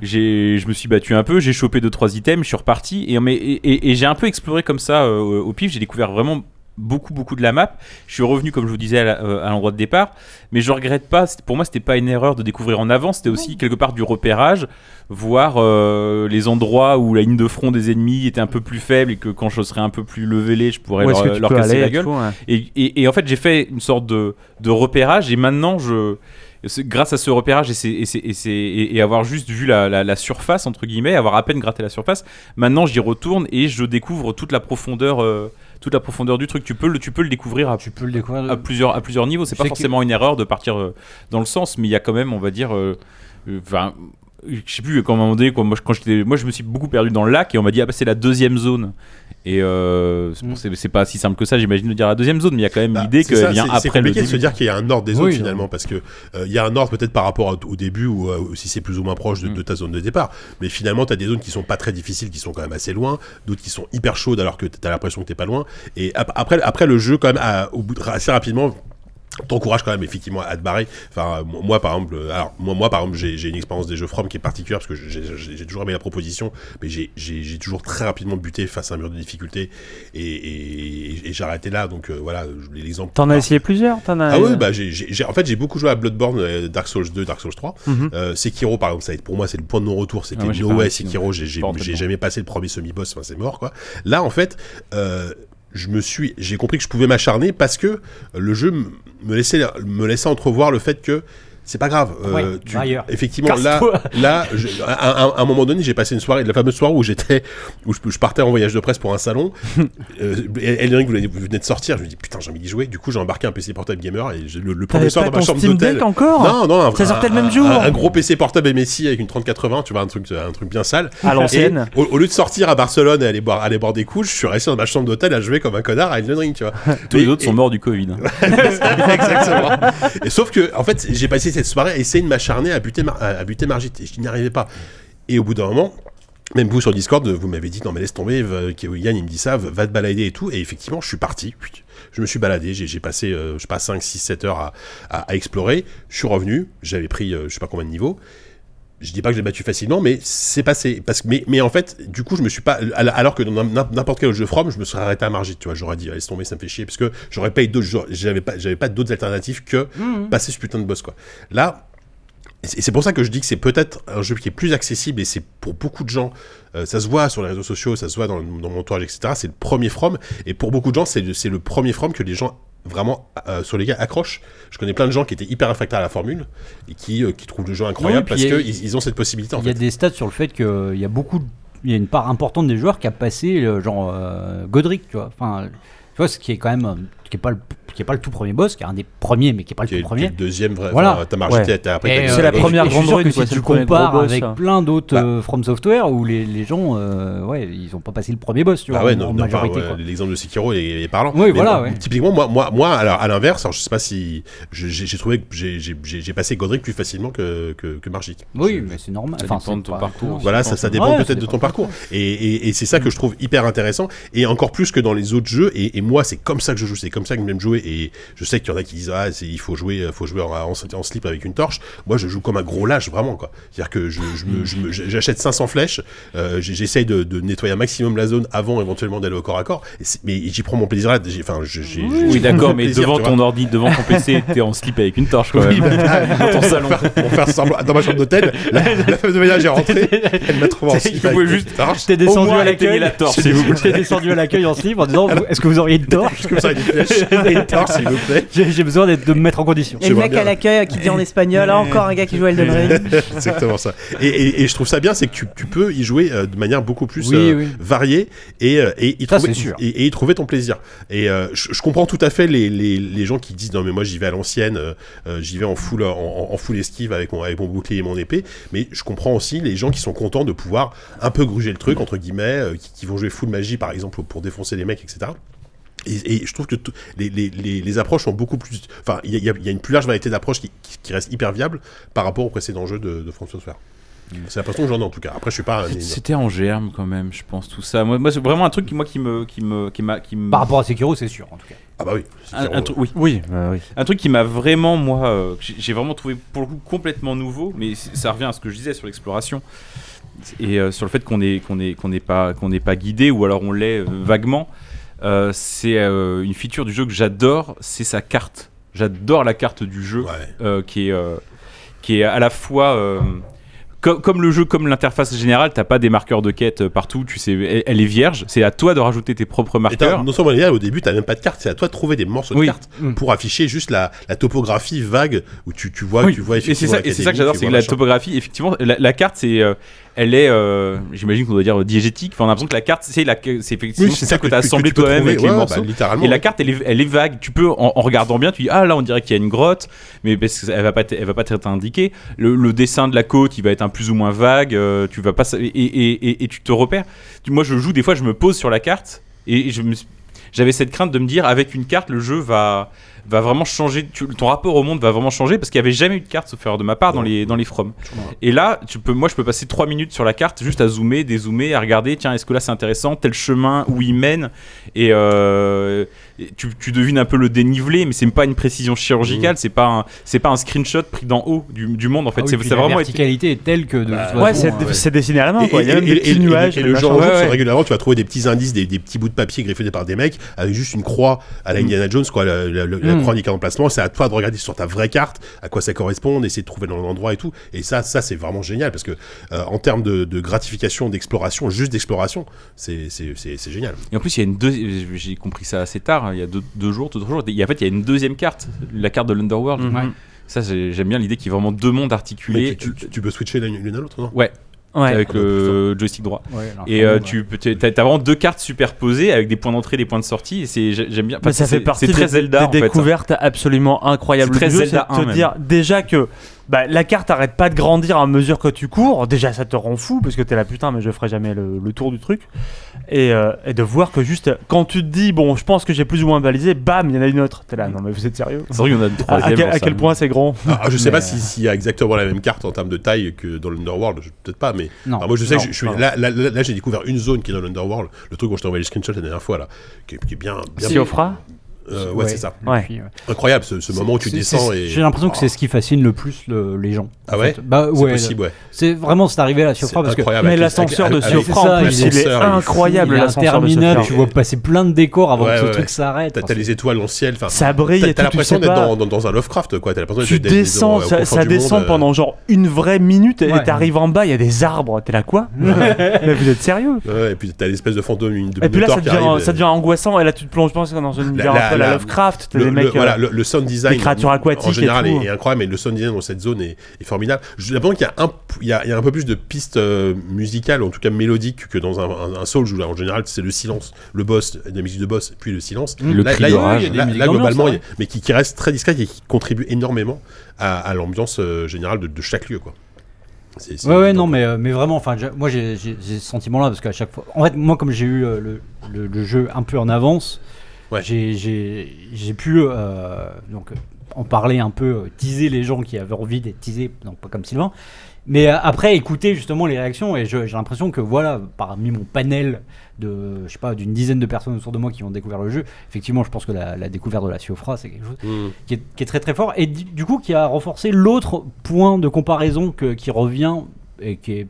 S3: J'ai, je me suis battu un peu, j'ai chopé deux trois items, je suis reparti et, mais, et, et- et j'ai un peu exploré comme ça euh, au pif. J'ai découvert vraiment beaucoup beaucoup de la map. Je suis revenu comme je vous disais à la- euh, à l'endroit de départ, mais je regrette pas. C'était- Pour moi, c'était pas une erreur de découvrir en avance. C'était aussi quelque part du repérage, voir euh, les endroits où la ligne de front des ennemis était un peu plus faible et que quand je serais un peu plus levelé, je pourrais
S5: Où est-ce
S3: leur, euh,
S5: que tu
S3: leur
S5: peux
S3: casser
S5: aller
S3: la
S5: et
S3: gueule.
S5: tout, ouais.
S3: Et, et- et en fait, j'ai fait une sorte de, de repérage et maintenant, je, c'est- grâce à ce repérage et, c'est- et, c'est- et c'est- et- et avoir juste vu la, la- la surface, entre guillemets, avoir à peine gratté la surface, maintenant j'y retourne et je découvre toute la profondeur, euh, toute la profondeur du truc. Tu peux le, tu peux le découvrir à,
S8: Tu peux le découvrir.
S3: à plusieurs, à plusieurs niveaux. C'est
S8: Je
S3: pas
S8: sais que-
S3: forcément une erreur de partir euh, dans le sens, mais il y a quand même, on va dire, euh, euh, enfin. je sais plus, quand à un moment donné, quoi, moi, je- quand j'étais- moi je me suis beaucoup perdu dans le lac et on m'a dit, ah bah c'est la deuxième zone. Et euh, c'est pour-
S8: Mm.
S3: c'est c'est pas si simple que ça, j'imagine, de dire la deuxième zone, mais il y a quand même
S2: Bah,
S3: l'idée
S2: c'est ça,
S3: qu'elle vient
S2: c'est- C'est
S3: après le.
S2: compliqué de se
S3: début.
S2: dire qu'il y a un ordre des zones
S8: Oui,
S2: finalement, parce que euh, il y a un ordre peut-être par rapport au, au début ou euh, ou si c'est plus ou moins proche de, de ta zone de départ. Mais finalement, tu as des zones qui sont pas très difficiles, qui sont quand même assez loin, d'autres qui sont hyper chaudes alors que tu as l'impression que t'es pas loin. Et ap- après, après le jeu, quand même, à- au bout de- assez rapidement t'encourage quand même effectivement à te barrer enfin euh, moi par exemple euh, alors moi moi par exemple j'ai j'ai une expérience des jeux From qui est particulière parce que j'ai- j'ai j'ai toujours aimé la proposition mais j'ai- j'ai j'ai toujours très rapidement buté face à un mur de difficulté et, et, et j'ai arrêté là donc euh, voilà je- l'exemple
S5: T'en as essayé plusieurs t'en as...
S2: ah
S3: euh,
S2: ouais, bah j'ai, j'ai- j'ai- en fait j'ai beaucoup joué à Bloodborne, euh, Dark Souls 2, Dark Souls 3.
S5: Mhm.
S2: Euh, Sekiro par exemple, ça, a été- pour moi c'est le point de non-retour, c'était
S3: Ah, moi, j'ai
S2: no
S3: pas
S2: way
S3: réussi,
S2: Sekiro, j'ai, j'ai,
S3: Pas en fait,
S2: j'ai
S3: non.
S2: jamais passé le premier semi-boss, enfin c'est mort quoi. Là en fait, euh, je me suis, j'ai compris que je pouvais m'acharner parce que le jeu m- me laissait, me laissait entrevoir le fait que c'est pas grave. euh,
S8: Ouais,
S2: tu-
S8: ailleurs.
S2: effectivement, là,
S8: Casse-toi.
S2: là, je- à, à- à un moment donné, j'ai passé une soirée, la fameuse soirée où j'étais, où je, je partais en voyage de presse pour un salon. Euh, Elden Ring, vous venez- vous venez de sortir, je me dis putain, j'ai envie d'y jouer. Du coup, j'ai embarqué un PC portable gamer et j'ai- le, le premier
S5: T'avais
S2: soir
S5: pas
S2: dans ma
S5: ton
S2: chambre
S5: Steam
S2: d'hôtel.
S5: Deck encore
S2: Non, non, un,
S5: Ça sortait le
S2: un-
S5: même
S2: un-
S5: jour.
S2: Un, gros PC portable MSI avec une 3080, tu vois, un truc, un truc bien sale.
S5: À l'ancienne.
S2: Et Au, au lieu de sortir à Barcelone et aller boire, aller boire des couches, je suis resté dans ma chambre d'hôtel à jouer comme un connard à Elden Ring, tu vois.
S3: Tous les
S2: Et-
S3: autres
S2: et-
S3: sont morts du Covid.
S2: Exactement. Et sauf que, en fait, j'ai passé cette soirée à essayer de m'acharner à buter, Mar- à buter Margit. Et je n'y arrivais pas. Et au bout d'un moment, même vous sur Discord, vous m'avez dit non mais laisse tomber, va- que- Yann il me dit ça, va va te balader et tout. Et effectivement, je suis parti. Je me suis baladé, j'ai j'ai passé euh, je sais pas 5, 6, 7 heures à, à- à explorer. Je suis revenu, j'avais pris euh, je sais pas combien de niveaux. je dis pas que j'ai battu facilement, mais c'est passé. Parce que, mais, mais en fait, du coup, je me suis pas. al- Alors que dans n'im- n'importe quel autre jeu From, je me serais arrêté à marger, tu vois. J'aurais dit, allez, laisse tomber, ça me fait chier. Parce que j'aurais pas eu d'autres. j'aurais- J'avais pas, j'avais pas d'autres alternatives que
S8: Mmh.
S2: passer ce putain de boss, quoi. Là. Et c'est- et c'est pour ça que je dis que c'est peut-être un jeu qui est plus accessible et c'est pour beaucoup de gens. euh, ça se voit sur les réseaux sociaux, ça se voit dans, le- dans mon entourage, etc. C'est le premier From. Et pour beaucoup de gens, c'est le, c'est le premier From que les gens vraiment euh, sur les gars accrochent. Je connais plein de gens qui étaient hyper réfractaires à la formule et qui, euh, qui trouvent le jeu incroyable
S8: puis
S2: parce
S8: il y a-
S2: qu'ils ils ont cette possibilité en
S8: Il y a
S2: fait.
S8: des stats sur le fait qu'il y a beaucoup, de- il y a une part importante des joueurs qui a passé euh, genre euh, Godric, tu vois. Enfin, tu vois ce qui est quand même, euh, qui est pas le, qui est pas le tout premier boss, qui est un des premiers, mais qui est pas le
S2: Qui est-
S8: tout
S2: qui est
S8: premier.
S2: le deuxième vrai.
S8: Voilà.
S2: enfin, T'as marché,
S5: Ouais.
S2: t'as- t'as appris. t'as
S8: Et,
S2: dit,
S8: euh,
S2: c'est la
S8: et
S5: première
S2: première.
S8: je suis
S5: grande
S8: sûr
S5: run,
S8: que
S5: quoi,
S8: si
S5: c'est
S8: tu
S5: le premier
S8: compares
S5: gros boss,
S8: avec
S5: hein.
S8: plein d'autres
S2: Bah.
S8: euh, From Software où les, les gens, euh, ouais, ils ont pas passé le premier boss, tu vois,
S2: Ah ouais,
S8: en,
S2: non,
S8: en
S2: non, enfin,
S8: majorité.
S2: ouais,
S8: quoi.
S2: l'exemple de Sekiro est, est parlant.
S8: Oui,
S2: Mais
S8: voilà,
S2: moi,
S8: ouais.
S2: Typiquement, moi, moi, moi, alors à l'inverse, alors je sais pas si je- j'ai j'ai trouvé que j'ai- j'ai j'ai- j'ai passé Godric plus facilement que que, que Margit.
S8: Oui, mais c'est normal.
S3: Ça
S8: Enfin,
S3: dépend
S8: c'est
S3: de ton
S8: pas-
S3: parcours.
S2: Voilà,
S3: je
S2: ça, ça
S3: pense.
S2: dépend
S8: Ouais, ça
S2: peut-être de
S8: dépend
S2: ton parcours. Et, et- et c'est ça que je trouve hyper intéressant. Et encore plus que dans les autres jeux. Et, et moi, c'est comme ça que je joue. C'est comme ça que j'aime jouer. Et je sais qu'il y en a qui disent Ah, c'est- il faut jouer, faut jouer en, en, en slip avec une torche. Moi, je joue comme un gros lâche, vraiment. quoi. C'est-à-dire que je- je me- je me- j'achète 500 flèches. euh, j'ai- J'essaye de, de nettoyer un maximum la zone avant éventuellement d'aller au corps à corps. Et c'est- mais j'y prends mon plaisir. là. J'ai- Enfin, je- j'ai- j'ai-
S3: Oui,
S2: j'ai
S3: d'accord,
S2: mon
S3: mais
S2: plaisir,
S3: devant
S2: tu
S3: ton ordi, devant ton PC, t'es en slip avec une torche, quoi. dans ton salon.
S2: pour faire- pour faire semblant dans ma chambre d'hôtel la, la femme de ménage est rentrée elle m'a trouvé en
S3: Vous
S2: slip avec
S3: pouvez
S2: une
S3: juste-
S2: torche.
S6: T'es
S3: Au
S6: descendu
S3: moins,
S6: à
S3: éteignez
S6: l'accueil.
S3: la torche, s'il vous
S6: T'es descendu à l'accueil en slip en disant vous- Est-ce que vous auriez une torche
S2: comme ça avec une flèche et une torche s'il vous plaît
S6: J'ai j'ai besoin d'être- de me mettre en condition.
S4: Et
S2: Je
S4: le
S2: vois
S4: mec
S2: bien.
S4: à l'accueil qui dit en espagnol, ah, encore un gars qui joue à Elden Ring.
S2: C'est exactement ça et, et- et je trouve ça bien c'est que tu, tu peux y jouer euh, de manière beaucoup plus euh, variée et, euh, et, y
S8: Ça,
S2: trouver,
S8: c'est sûr.
S2: et, et y trouver ton plaisir et euh, je, je comprends tout à fait les, les, les gens qui disent non mais moi j'y vais à l'ancienne euh, euh, j'y vais en full en, en- en full esquive avec mon, avec mon bouclier et mon épée mais je comprends aussi les gens qui sont contents de pouvoir un peu gruger le truc entre guillemets euh, qui, qui vont jouer full magie par exemple pour défoncer les mecs etc Et, et je trouve que tout- les, les, les, les approches sont beaucoup plus. Enfin, il y a- il y, a- il y a une plus large variété d'approches qui, qui, qui reste hyper viable par rapport aux précédents jeux de, de From Software.
S3: Mm.
S2: C'est l'impression que j'en ai en tout cas. Après, je suis
S3: Ah,
S2: pas un.
S3: C'était en germe quand même, je pense tout ça. Moi, moi, c'est vraiment un truc qui moi qui me qui me qui m'a qui me
S8: Par rapport à Sekiro, c'est sûr en tout cas. Ah
S2: Ah bah oui. c'est
S3: un,
S2: sûr,
S3: un
S2: euh,
S3: truc oui.
S5: Oui,
S3: un truc qui m'a vraiment moi euh, que j'ai j'ai vraiment trouvé pour le coup complètement nouveau, mais c- ça revient à ce que je disais sur l'exploration et euh, sur le fait qu'on est qu'on est qu'on n'est pas qu'on n'est pas guidé ou alors on l'est euh, vaguement. Euh, c'est euh, une feature du jeu que j'adore, c'est sa carte. J'adore la carte du jeu
S2: Ouais.
S3: euh, qui est euh, qui est à la fois euh, co- comme le jeu, comme l'interface générale, t'as pas des marqueurs de quête euh, partout, tu sais, elle, elle est vierge, c'est à toi de rajouter tes propres
S2: Et t'as-
S3: marqueurs.
S2: non seulement les gars, au début, t'as même pas de carte, c'est à toi de trouver des morceaux de
S3: Oui. Mm.
S2: carte pour afficher juste la, la topographie vague où tu, tu vois,
S3: Oui.
S2: tu vois
S3: et c'est
S2: effectivement
S3: ça, et c'est ça que
S2: l'académie,
S3: j'adore,
S2: tu
S3: c'est que
S2: vois
S3: la
S2: machin.
S3: topographie, effectivement, la, la carte, c'est, euh, elle est, euh, j'imagine qu'on doit dire euh, diégétique. Enfin, on a l'impression que la carte, c'est la, c'est effectivement
S2: Oui,
S3: c'est ça que, t'as
S2: tu-
S3: assemblé
S2: tu peux
S3: toi-même
S2: trouver,
S3: avec
S2: ouais,
S3: les
S2: ouais,
S3: morceaux.
S2: bah, littéralement.
S3: Et la carte, elle est, elle est vague. Tu peux, en, en regardant bien, tu dis ah là, on dirait qu'il y a une grotte, mais parce que ça- elle va pas, t- elle va pas t'indiquer. Le, le dessin de la côte, il va être un plus ou moins vague. euh, tu vas pas, sa- et, et- et- et tu te repères. Tu- Moi, je joue des fois, je me pose sur la carte et je me, suis- j'avais cette crainte de me dire avec une carte, le jeu va va vraiment changer. tu- ton rapport au monde va vraiment changer parce qu'il n'y avait jamais eu de carte, sauf erreur de ma part, dans les dans les From. Et là, tu peux, moi, je peux passer 3 minutes sur la carte juste à zoomer, dézoomer, à regarder. Tiens, est-ce que là c'est intéressant Tel chemin où il mène et euh, et tu, tu devines un peu le dénivelé, mais c'est pas une précision chirurgicale, c'est pas un, c'est pas un screenshot pris d'en haut du, du monde en fait.
S8: Mmh. Ah oui,
S3: c'est
S8: puis
S3: ça a
S8: la
S3: vraiment été-
S8: verticalité est telle que de toute
S5: Ouais,
S8: façon,
S5: c'est
S8: euh,
S5: c'est dessiné à la main,
S2: Et,
S5: quoi. Il y a
S2: et-
S5: même des
S2: et- et-
S5: petits nuages.
S2: et
S5: des
S2: le genre
S5: machins.
S2: de jeu,
S3: Ouais,
S2: c'est
S3: ouais.
S2: régulièrement, tu vas trouver des petits indices, des, des petits bouts de papier griffés par des mecs avec juste une croix à la
S5: Mm.
S2: Indiana Jones, quoi, la, la, la- la
S8: Mm.
S2: croix indiquée en emplacement. C'est à toi de regarder sur ta vraie carte à quoi ça correspond, d'essayer de trouver dans l'endroit et tout. Et ça, ça c'est vraiment génial parce que euh, en termes de, de gratification, d'exploration, juste d'exploration, c'est c'est- c'est- c'est génial.
S3: Et en plus, il y a une deuxième. J'ai compris ça assez tard, hein, il y a deux, deux jours, deux trois jours. Et en fait, il y a une deuxième carte, la carte de l'Underworld.
S8: Mmh.
S5: Mhm.
S3: Ça, j'ai- j'aime bien l'idée qu'il y ait vraiment deux mondes
S2: Mais
S3: articulés.
S2: tu, tu- tu peux switcher l'une l'une à l'autre, non
S5: Ouais. Ah,
S3: avec le joystick droit.
S8: ouais, non, bah.
S3: Et euh,
S8: enfin, ouais.
S3: tu peux- t'as t'as vraiment deux cartes superposées avec des points d'entrée, des points de sortie. Et c'est j'ai- j'aime bien.
S5: Mais
S3: Enfin,
S5: ça
S3: c'est-
S5: fait partie
S3: C'est très
S5: des,
S3: Zelda.
S5: des
S3: en fait, hein. ça.
S5: découvertes absolument incroyables
S3: C'est très
S5: du jeu, c'est
S3: Zelda
S5: de te
S3: 1 même.
S5: dire déjà que bah, la carte arrête pas de grandir à mesure que tu cours. Déjà, ça te rend fou parce que t'es là putain, mais je ferai jamais le, le tour du truc. Et, euh, et de voir que juste quand tu te dis bon, je pense que j'ai plus ou moins balisé, bam, il y en a une autre. T'es là, non mais vous êtes sérieux
S3: C'est vrai qu'il y en a une
S5: à, à
S3: troisième.
S5: quel,
S3: j'en
S5: à
S3: sais
S5: quel
S3: rien.
S5: point c'est grand
S2: Ah, je sais
S8: Mais,
S2: pas si- s'il y a exactement la même carte en termes de taille que dans l'Underworld, je- peut-être pas, mais
S8: Non.
S2: Alors Ah, moi je sais,
S5: Ah, Non,
S2: que je, je suis,
S5: pardon.
S2: là, là, là, là, j'ai découvert une zone qui est dans l'Underworld, le truc où je t'ai envoyé le screenshot la dernière fois là, qui, est- qui est bien, bien
S5: Siofra
S2: Euh, ouais,
S8: Ouais.
S2: c'est ça.
S5: Ouais.
S8: Puis,
S2: Incroyable ce, ce moment où tu
S8: C'est-
S2: descends
S8: c'est-
S2: et.
S8: J'ai l'impression que c'est ce qui fascine le plus le- les gens.
S2: Ah
S8: en
S2: ouais
S8: fait. Bah
S2: C'est
S8: ouais.
S2: possible, ouais.
S8: C'est vraiment c'est arrivé à la Siofra
S2: C'est
S8: parce que
S2: incroyable.
S5: Mais
S2: avec les-
S5: l'ascenseur de
S2: avec- avec-
S5: Siofra, en
S8: ça,
S5: plus,
S8: il est
S5: il est
S2: l'ascenseur, il est fou.
S5: incroyable,
S8: il y a un
S5: l'ascenseur de
S8: terminal,
S5: Siofra.
S8: tu vois passer plein de décors avant
S2: Ouais,
S8: que ce
S2: ouais, ouais.
S8: truc s'arrête.
S2: T'as t'as les étoiles dans le ciel. Enfin,
S5: Ça brille
S2: t'as
S5: et
S2: t'as
S5: tout, tu
S2: l'impression
S5: sais
S2: d'être
S5: pas.
S2: dans, dans- dans un Lovecraft, quoi. T'as l'impression
S5: Tu
S2: d'être- d'être,
S5: descend,
S2: disons, au
S5: ça,
S2: confort
S5: ça
S2: du
S5: descend
S2: monde, euh.
S5: pendant genre une vraie minute et
S8: Ouais.
S5: t'arrives en bas, il y a des arbres, t'es là quoi Mais vous êtes séreux
S2: Ouais, et puis t'as l'espèce de fantôme, une de
S5: Et puis là ça
S2: Minotaur qui
S5: devient,
S2: arrive,
S5: ça
S2: et-
S5: devient angoissant et là tu te plonges dans un univers
S2: la-
S5: un peu à la
S2: la-
S5: Lovecraft, t'as
S2: Le,
S5: des
S2: le-
S5: mecs... euh,
S2: voilà, le, le sound design
S5: des créatures aquatiques
S2: en
S5: et
S2: général
S5: tout. hein.
S2: est, est incroyable, mais le sound design dans cette zone est, est formidable. Je pense qu'il y, a un p- il y a, il y a un peu plus de pistes euh, musicales, en tout cas mélodiques, que dans un, un, un soul. Là, en général, c'est le silence, le boss, la musique de boss, puis le silence.
S3: Le
S2: là,
S3: cri
S2: là, il y a-
S3: d'orage.
S2: là-
S6: Il y a des musiques
S2: là,
S6: d'ambiance,
S2: globalement,
S6: ouais.
S2: il y a- mais qui, qui reste très discret et qui contribue énormément à, à l'ambiance euh, générale de, de chaque lieu. Quoi. C'est- c'est-
S8: Ouais, ouais, non, mais, euh, mais vraiment, enfin, j'ai- moi j'ai j'ai- j'ai ce sentiment-là parce qu'à chaque fois. En fait, moi, comme j'ai eu euh, le, le- le jeu un peu en avance,
S2: Ouais.
S8: j'ai- j'ai j'ai pu euh, donc, euh, en parler un peu, euh, teaser les gens qui avaient envie d'être teasés, non pas comme Sylvain, mais euh, après écouter justement les réactions et je- j'ai l'impression que voilà, parmi mon panel de, je sais pas, d'une dizaine de personnes autour de moi qui ont découvert le jeu, effectivement, je pense que la, la découverte de la Siofra, c'est quelque chose
S2: Mm.
S8: qui est, qui est très très fort et du du coup qui a renforcé l'autre point de comparaison que, qui revient et qui est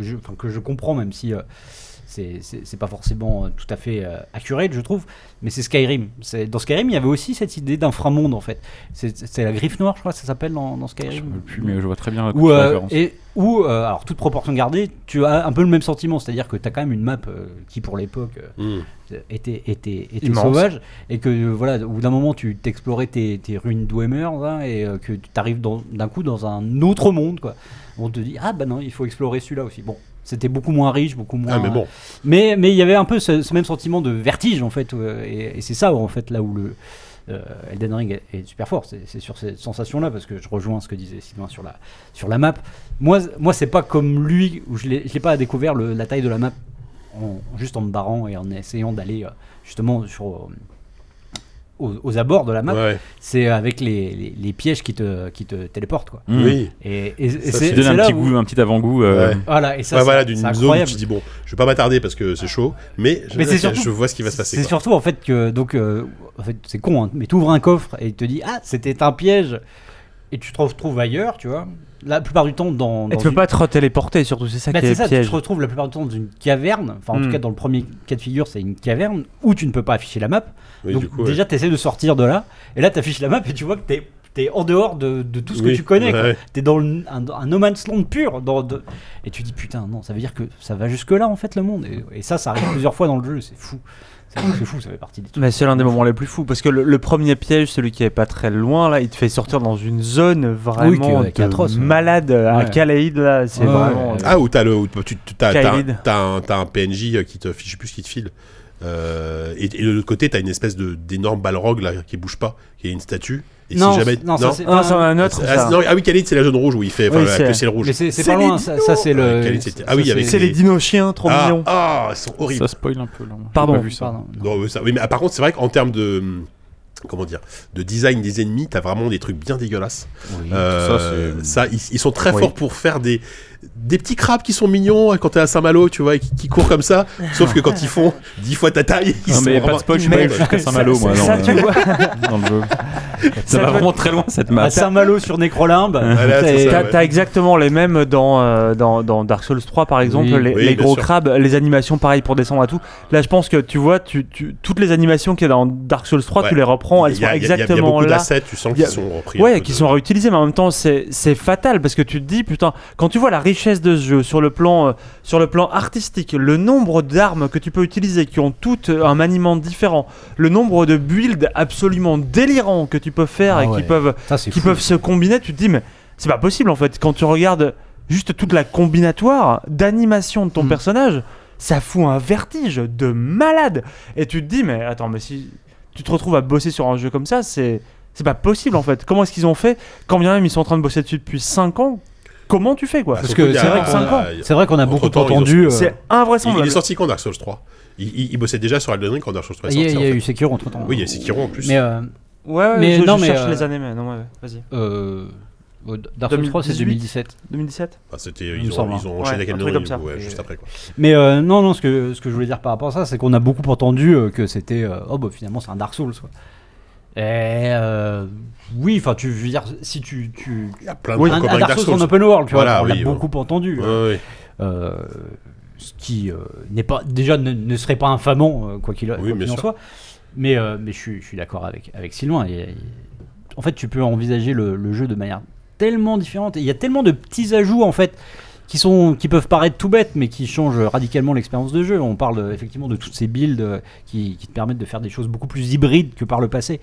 S8: je- enfin, que je comprends même si euh, c'est- c'est c'est pas forcément euh, tout à fait euh, accurate je trouve mais c'est Skyrim C'est- dans Skyrim il y avait aussi cette idée d'inframonde en fait c'est c'est la griffe noire je crois que ça s'appelle dans, dans
S3: Je
S8: Skyrim
S3: me plus, mais je vois très bien.
S8: ou,
S3: la
S8: euh,
S3: référence.
S8: et, ou euh, alors toute proportion gardée tu as un peu le même sentiment c'est à dire que tu as quand même une map euh, qui pour l'époque euh,
S2: Mm.
S8: était, était, était
S5: Immense.
S8: sauvage et que euh, voilà au bout d'un moment tu t'explorais tes, tes ruines Dwemer là, et euh, que tu arrives dans- d'un coup dans un autre monde quoi on te dit ah bah non il faut explorer celui-là aussi bon c'était beaucoup moins riche beaucoup moins
S2: Ah, mais bon.
S8: mais mais il y avait un peu ce, ce même sentiment de vertige en fait euh, et, et c'est ça en fait là où le euh, Elden Ring est, est super fort c'est c'est sur cette sensation là parce que je rejoins ce que disait Sylvain sur la sur la map moi moi c'est pas comme lui où je l'ai je l'ai pas découvert le- la taille de la map en- juste en me barrant et en essayant d'aller euh, justement sur euh, aux, aux abords de la map
S2: Ouais.
S8: c'est avec les, les, les pièges qui te qui te téléportent quoi
S3: Mm.
S2: Oui.
S8: et, et- et
S2: Ça,
S8: c'est
S3: Tu donnes
S8: c'est
S3: un
S8: là
S3: petit
S8: où-
S3: goût, un petit avant-goût. euh,
S2: Ouais.
S8: voilà et ça
S2: hein. Ouais,
S8: c'est-
S2: voilà,
S8: c'est
S2: d'une zone où
S8: incroyable
S2: tu dis, bon, je vais pas m'attarder parce que c'est chaud, mais, je-
S8: Mais c'est
S2: je,
S8: surtout-
S2: je vois ce qui va se passer.
S8: C'est
S2: quoi.
S8: surtout en fait que donc euh, en fait, c'est con, hein, mais tu ouvres un coffre et il te dit ah c'était un piège et tu te retrouves ailleurs, tu vois. La plupart du temps dans,
S5: Et
S8: dans
S5: tu peux
S8: une-
S5: pas te téléporter surtout, c'est ça
S8: Bah,
S5: qui
S8: c'est
S5: est
S8: ça,
S5: piège.
S8: tu te retrouves la plupart du temps dans une caverne. Enfin en
S5: Hmm.
S8: tout cas dans le premier cas de figure c'est une caverne où tu ne peux pas afficher la map.
S2: Oui,
S8: donc
S2: du coup, ouais.
S8: déjà tu t'essaies de sortir de là et là t'affiches la map et tu vois que t'es es en dehors de, de tout ce
S2: Oui,
S8: que tu connais. quoi.
S2: ouais.
S8: T'es dans le- un, un no man's land pur. Dans, de- Et tu dis putain, non, ça veut dire que ça va jusque-là en fait le monde. Et, et ça, ça arrive plusieurs fois dans le jeu, c'est fou. C'est c'est fou, ça fait partie des trucs.
S5: Mais c'est l'un des moments les plus fous parce que le, le premier piège, celui qui est pas très loin là, il te fait sortir dans une zone
S8: Oui, qui
S5: vraiment
S8: est- qui est
S5: de
S8: atroce, ouais.
S5: malade, euh, à
S8: Ouais.
S5: Calaïd là, c'est
S8: Ouais,
S5: vraiment. euh,
S8: ouais.
S2: Ah, ou t'as le, ou tu, tu- t'as, t'as, un-
S5: Kaelid.
S2: t'as un, t'as un PNJ euh, qui te fiche plus qui te file. Euh, et, et de l'autre côté, t'as une espèce de, d'énorme balrog là qui bouge pas, qui est une statue. Et si jamais.
S8: non, ça, c'est-
S5: Ah, c'est un autre.
S2: ah,
S5: ça.
S2: non, ah oui, Khalid, c'est la zone rouge où il fait. Enfin,
S5: Oui,
S2: avec
S5: c'est-
S2: le ciel rouge.
S8: Mais c'est c'est
S5: C'est
S8: pas
S5: les
S8: loin, ça, ça, c'est
S2: Ah,
S8: le.
S2: Khalid, c'était- ah oui,
S8: ça,
S2: avec
S5: C'est les dinos chiens, trop
S2: ah,
S5: mignons.
S2: ah, ils sont horribles.
S3: Ça spoil un peu là. moi. J'ai
S5: Pardon.
S3: pas vu ça.
S8: Pardon, non.
S2: Non, mais ça- oui, mais ah, par contre, c'est vrai qu'en termes de. hum, Comment dire De design des ennemis, t'as vraiment des trucs bien dégueulasses. Euh,
S3: Ça, c'est-
S2: ça, ils, ils sont très
S3: Oui.
S2: forts pour faire des, des petits crabes qui sont mignons hein, quand t'es à Saint-Malo, tu vois, et qui, qui courent comme ça. Sauf que quand ils font 10 fois ta taille, ils
S3: Non
S2: sont
S3: mais pas
S2: vraiment-
S3: de spoil, je suis pas
S5: Mais-
S3: allé jusqu'à Saint-Malo
S8: Ah
S3: moi.
S5: ça,
S3: dans,
S5: tu
S3: le-
S5: vois.
S3: dans le jeu.
S5: Ça Ah,
S3: Ça va
S5: doit-
S3: vraiment très loin cette
S2: Ah,
S3: map.
S8: À Saint-Malo sur Necrolimbe.
S2: Voilà,
S8: c'est-
S2: c'est Ah, ça.
S5: T'as
S2: ouais.
S5: t'as exactement les mêmes dans, euh, dans, dans Dark Souls 3 par exemple,
S8: Oui.
S5: les,
S2: Oui,
S5: les
S2: bien
S5: gros
S2: sûr.
S5: crabes, les animations pareil pour descendre à tout. Là je pense que tu vois, tu, tu- toutes les animations qu'il y a dans Dark Souls 3,
S2: Ouais.
S5: tu les reprends, elles
S2: Il y
S5: sont
S2: a- il y a- il y a- Il y a
S5: exactement
S2: beaucoup
S5: là.
S2: d'assets, tu sens
S5: Il y a-
S2: qu'ils sont repris. un
S5: Ouais,
S2: peu
S5: qui
S2: de-
S5: sont réutilisés, mais en même temps, c'est c'est fatal parce que tu te dis, putain, quand tu vois la richesse de ce jeu sur le plan, euh, sur le plan artistique, le nombre d'armes que tu peux utiliser qui ont toutes euh, un maniement différent, le nombre de builds absolument délirants que tu peux faire
S8: Ah
S5: et
S8: ouais.
S5: qui peuvent,
S8: Ça, c'est
S5: qui
S8: fou.
S5: peuvent se combiner, tu te dis, mais c'est pas possible en fait. Quand tu regardes juste toute la combinatoire d'animation de ton
S8: Mm.
S5: personnage, ça fout un vertige de malade. Et tu te dis, mais attends, mais si tu te retrouves à bosser sur un jeu comme ça, c'est c'est pas possible en fait. Comment est-ce qu'ils ont fait Quand bien même ils sont en train de bosser dessus depuis 5 ans, comment tu fais quoi
S2: Ah,
S8: Parce
S2: surtout,
S8: que
S2: il y a-
S8: c'est vrai que
S2: il y a-
S5: cinq ans.
S2: il y a-
S8: C'est vrai qu'on a beaucoup
S2: Entre-temps, ils ont-
S8: entendu. euh,
S5: C'est
S2: Il, il
S5: invraisemblable.
S2: est sorti quand Dark Souls 3 il, il- il bossait déjà sur Elden Ring quand Dark Souls 3 est
S8: Ah, Il y a-
S2: sorti.
S8: il y
S2: en
S8: a
S2: fait.
S8: eu Sekiro entre temps.
S2: Oui, il y a Sekiro en plus.
S8: Mais euh,
S5: Ouais, ouais,
S8: Mais
S5: je,
S8: non,
S5: je
S8: mais,
S5: cherche
S8: euh,
S5: les années, mais non, ouais, ouais, vas-y.
S8: euh, Euh, Dark Souls 3, c'est
S5: 2018.
S8: 2017.
S5: 2017
S2: Ah, c'était,
S8: Il
S2: ils,
S8: me
S2: ont,
S8: semble,
S2: ils ont
S5: hein.
S2: enchaîné
S5: Ouais,
S2: avec
S5: un
S2: Elden
S5: truc comme
S2: Ring,
S5: ça.
S2: ouais, juste
S8: Et-
S2: après. Quoi.
S8: Mais euh, non, non, ce que, ce que je voulais dire par rapport à ça, c'est qu'on a beaucoup entendu euh, que c'était. euh, oh, bah finalement, c'est un Dark Souls. Quoi. Et. euh, oui, enfin, tu veux dire, si tu. tu
S2: Il y a plein de
S8: un,
S2: trucs
S8: un
S2: comme avec
S8: Dark Souls en hein. open world, tu
S2: Voilà,
S8: vois, on
S2: oui,
S8: l'a
S2: ouais.
S8: beaucoup entendu.
S2: Ouais, ouais.
S8: Euh, ce qui euh, n'est pas déjà ne, ne serait pas infamant euh, quoi qu'il quoi
S2: Oui,
S8: qu'il
S2: bien
S8: en
S2: sûr.
S8: soit mais euh, mais je suis, je suis d'accord avec avec Sylvain Et- et- en fait tu peux envisager le, le jeu de manière tellement différente Et il y a tellement de petits ajouts en fait qui sont qui peuvent paraître tout bêtes mais qui changent radicalement l'expérience de jeu on parle euh, effectivement de toutes ces builds euh, qui, qui te permettent de faire des choses beaucoup plus hybrides que par le passé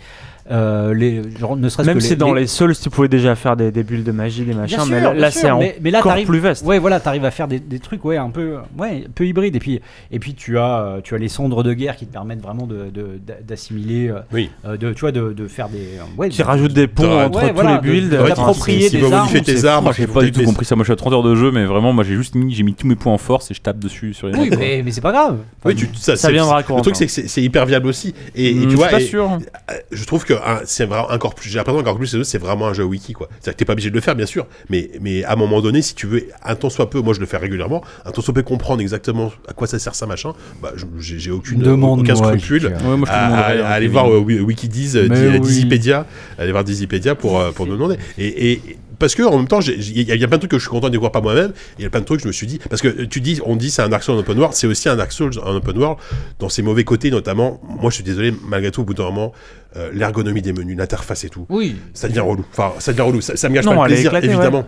S8: Euh, les genre, ne serait-ce
S5: Même
S8: que
S5: si dans les... Souls, tu pouvais déjà faire des, des bulles de magie, des machins,
S8: Bien
S5: mais
S8: sûr,
S5: là,
S8: bien
S5: là,
S8: sûr,
S5: c'est
S8: mais- mais là,
S5: encore
S8: t'arrives-
S5: plus vaste.
S8: Ouais, voilà, t'arrives à faire des, des trucs, ouais, un peu, ouais, un peu hybride. Et puis, et puis tu as, euh, tu as les cendres de guerre qui te permettent vraiment de- de- d'a- d'assimiler, euh,
S2: Oui.
S8: euh, de, tu vois, de, de faire des, euh, ouais,
S5: Qui
S8: de-
S5: rajoute des ponts
S2: Ouais,
S5: entre tous
S8: voilà,
S5: les builds.
S8: de-
S2: Ouais,
S8: d'approprier
S2: si- si
S8: des
S2: vous
S8: armes,
S2: modifiez tes
S8: c'est-
S2: armes,
S3: Moi, j'ai pas du tout
S2: tes-
S3: compris ça. Moi, je suis à 30 heures de jeu, mais vraiment, moi, j'ai juste mis, j'ai mis tous mes points en force et je tape dessus sur les.
S8: Oui, mais, mais c'est pas grave.
S2: Oui, tu, ça,
S5: Ça
S2: c'est-
S5: viendra quand
S2: Le
S5: même.
S2: truc, c'est que c'est c'est hyper viable aussi. Et, et
S3: Hmm,
S2: tu
S3: hein. je suis
S2: vois,
S3: pas
S2: et-
S3: sûr.
S2: euh, je trouve que hein, c'est vraiment encore plus. J'ai l'impression encore plus, c'est- c'est vraiment un jeu wiki, quoi. C'est-à-dire que t'es pas obligé de le faire, bien sûr, mais, mais à un moment donné, si tu veux, un temps soit peu, moi je le fais régulièrement, un temps soit peu comprendre exactement à quoi ça sert ça, machin, bah, je- j'ai j'ai aucune aucun
S8: euh,
S2: scrupule.
S3: Ouais, moi, je te
S2: à- à-
S3: demanderais,
S2: à
S3: hein,
S2: aller
S3: Kevin.
S2: voir euh, Wi- Wikidiz, euh,
S8: Mais
S2: Di-
S8: oui.
S2: Dizipédia, aller voir Dizipédia pour, euh, pour nous demander. Et, et parce que en même temps, j'ai- j'ai- il y, a- il y a plein de trucs que je suis content de découvrir par moi-même. et Il y a plein de trucs que je me suis dit parce que euh, tu dis, on dit c'est un Dark Souls en open world, c'est aussi un Dark Souls en open world dans ses mauvais côtés notamment. Moi, je suis désolé, malgré tout, au bout d'un moment, euh, l'ergonomie des menus, l'interface et tout,
S8: Oui.
S2: ça devient relou. Enfin, ça devient relou. Ça, ça me gâche
S5: Non,
S2: pas le
S5: elle est
S2: plaisir,
S5: éclatée,
S2: évidemment.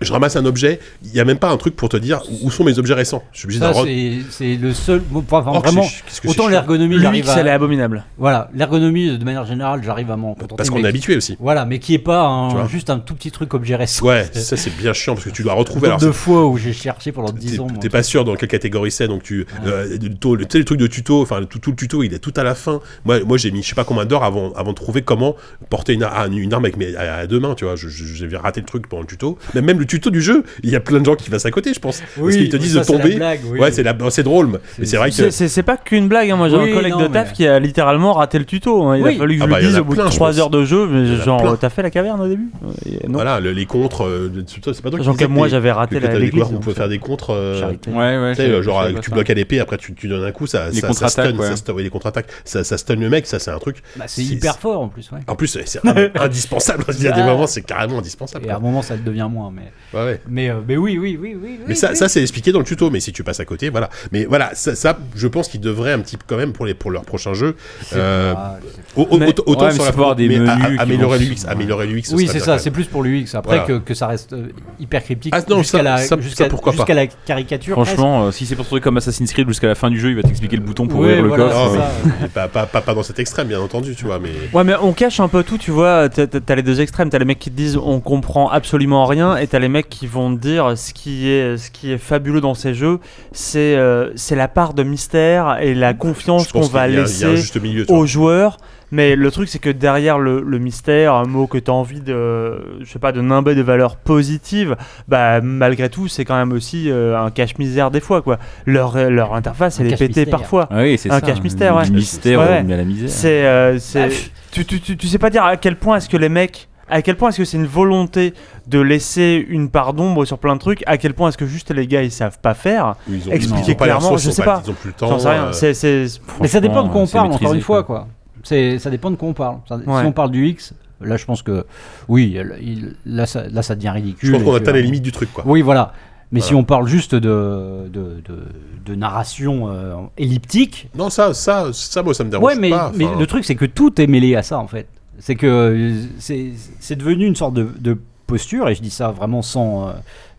S2: Je ramasse un objet, il n'y a même pas un truc pour te dire où sont mes objets récents. Je suis obligé
S8: Ça,
S2: d'en re-
S8: c'est c'est le seul. bon, enfin,
S2: Oh, que
S8: vraiment,
S2: c'est ch- qu'est-ce que c'est
S8: autant
S2: chiant.
S8: l'ergonomie, j'arrive
S5: L'UX, elle est
S8: à.
S5: abominable.
S8: Voilà, l'ergonomie, de manière générale, j'arrive à m'en contenter.
S2: Parce qu'on
S8: mais
S2: est
S8: qui-
S2: habitué aussi.
S8: Voilà, mais qui est pas un-
S2: Tu vois.
S8: juste un tout petit truc objet récent.
S2: Ouais, ça c'est bien chiant parce que tu dois retrouver.
S8: Nombre
S2: Alors,
S8: de fois où j'ai cherché pendant 10
S2: T'es-
S8: ans. moi.
S2: T'es pas sûr dans quelle catégorie c'est, donc tu. euh, le tuto- le- tu sais, le truc de tuto, enfin, le- tout, tout le tuto, il est tout à la fin. Moi, moi j'ai mis je sais pas combien d'heures avant, avant de trouver comment porter une, ar- une arme avec mes, à, à deux mains, tu vois. Je- je- J'ai raté le truc pendant le tuto. Même, même le tuto du jeu, il y a plein de gens qui passent à côté, je pense. parce qu'ils te disent
S8: ça,
S2: de
S8: c'est la
S2: tomber.
S8: blague, oui.
S2: Ouais, c'est la- oh, c'est drôle, mais- mais c'est vrai que.
S5: C'est- C'est c'est pas qu'une blague, hein. moi j'ai
S8: Oui,
S5: un collègue
S8: non,
S5: de
S8: mais-
S5: taf qui a littéralement raté le tuto. hein. Il
S8: Oui.
S5: a fallu que je
S2: Ah bah, il
S5: lui
S2: y en
S5: dise
S2: a
S5: au bout
S2: plein,
S5: de
S2: je
S5: 3
S2: pense.
S5: heures de jeu,
S2: Il
S5: mais
S2: y en a
S5: genre
S2: plein.
S5: t'as fait la caverne au début Euh, Non.
S2: Voilà, le- les contres, euh, le tuto, c'est pas toi qui
S5: Genre
S2: disais
S5: que moi
S2: que les-
S5: j'avais
S2: que-
S5: raté
S2: que t'as
S5: la hein.
S2: découvert
S5: l'église.
S2: qu'on pouvait faire des contres. euh,
S8: Charité.
S3: Ouais, ouais.
S2: Tu sais,
S3: j'ai-
S2: genre, euh,
S3: j'ai pas
S2: tu
S3: ça.
S2: bloques à l'épée, après tu, tu donnes un coup, ça,
S3: Les
S2: ça, ça
S3: contre-attaques,
S2: stun,
S3: ouais.
S2: ça stun- ouais, les contre-attaques, ça, ça stun le mec, ça c'est un truc.
S8: Bah, c'est
S2: C'est-
S8: hyper fort en plus, ouais.
S2: En plus, c'est- c'est in- indispensable. hein, Il y a des
S8: Ah.
S2: moments, c'est carrément indispensable.
S8: Et à un
S2: quoi.
S8: moment, ça le devient moins, mais.
S2: Ouais, ouais.
S8: Mais, euh, mais oui, oui, oui, oui.
S2: Mais ça, ça c'est expliqué dans le tuto. Mais si tu passes à côté, voilà. Mais voilà, ça, ça, je pense qu'ils devraient un petit peu quand même pour les pour leur prochain jeu. euh, au- au-
S5: Mais-
S2: autant- autant
S3: ouais, mais
S2: sur la
S3: c'est pour avoir des
S2: mais à- à-
S3: menus qui
S2: améliorer
S3: vont-
S2: l'UX, améliorer l'UX. ce
S8: oui,
S2: serait
S8: c'est
S2: bien
S8: ça,
S2: quand
S8: c'est plus pour l'UX. Après
S2: Voilà.
S8: que, que ça reste euh, hyper cryptique.
S2: Ah, non,
S8: jusqu'à
S2: ça-
S8: la,
S2: ça-
S8: jusqu'à-
S2: ça, pourquoi pas.
S8: jusqu'à la caricature.
S3: Franchement, euh, si c'est pour trouver comme Assassin's Creed jusqu'à la fin du jeu, il va t'expliquer le bouton pour
S8: Ouais,
S3: ouvrir le
S8: voilà,
S3: coffre.
S2: c'est
S3: euh,
S8: ça.
S2: même. Et Pas, pas, pas, pas dans cet extrême, bien entendu, tu vois. Mais
S5: Ouais, mais on cache un peu tout, tu vois. T'as- T'as t'as les deux extrêmes. T'as les mecs qui te disent on comprend absolument rien, et t'as les mecs qui vont te dire ce qui est, ce qui est fabuleux dans ces jeux, c'est euh, c'est la part de mystère et la confiance
S2: je
S5: qu'on
S2: pense
S5: va
S2: qu'il y a- Il y a un
S5: laisser
S2: juste milieu. tu vois.
S5: aux joueurs. Mais le truc, c'est que derrière le, le mystère, un mot que t'as envie de, je sais pas, de nimber de valeurs positives, bah malgré tout, c'est quand même aussi euh, un cache-misère des fois, quoi. Leur, leur interface,
S8: Un
S5: elle est pétée
S8: cache-mystère.
S5: parfois.
S3: Ah oui, c'est ça.
S5: Un cache-mystère, ouais.
S3: Du mystère,
S5: Ouais,
S3: euh,
S5: ouais.
S3: mais à la misère.
S5: C'est, euh, c'est-
S8: Bah, pff.
S5: tu, tu, tu, tu sais pas dire à quel point est-ce que les mecs, à quel point est-ce que c'est une volonté de laisser une part d'ombre sur plein de trucs, à quel point est-ce que juste les gars ils savent pas faire.
S2: Ou ils ont-
S5: expliquer
S2: ils ont pas les
S5: clairement,
S2: ressources,
S5: je
S2: ils ont
S5: sais pas.
S2: Ils ont plus le
S5: J'en
S2: temps.
S5: sais rien.
S2: euh,
S5: C'est, c'est-
S8: Mais ça dépend de quoi
S3: Franchement,
S8: on parle,
S3: c'est
S8: encore une
S3: maîtrisé,
S8: fois, quoi. C'est, ça dépend de quoi on parle. Ça-
S5: Ouais.
S8: Si on parle du X, là, je pense que oui, il- là, ça, là, ça devient ridicule.
S2: Je pense qu'on
S8: Et
S2: atteint
S8: que-
S2: les limites du truc, quoi.
S8: Oui, voilà. Mais
S2: Voilà.
S8: si on parle juste de, de, de, de narration euh, elliptique,
S2: Non, ça, ça, ça, moi, ça me dérange
S8: ouais, mais,
S2: pas.
S8: mais
S2: enfin.
S8: le truc, c'est que tout est mêlé à ça, en fait. C'est que euh, c'est c'est devenu une sorte de, de posture, et je dis ça vraiment sans, euh,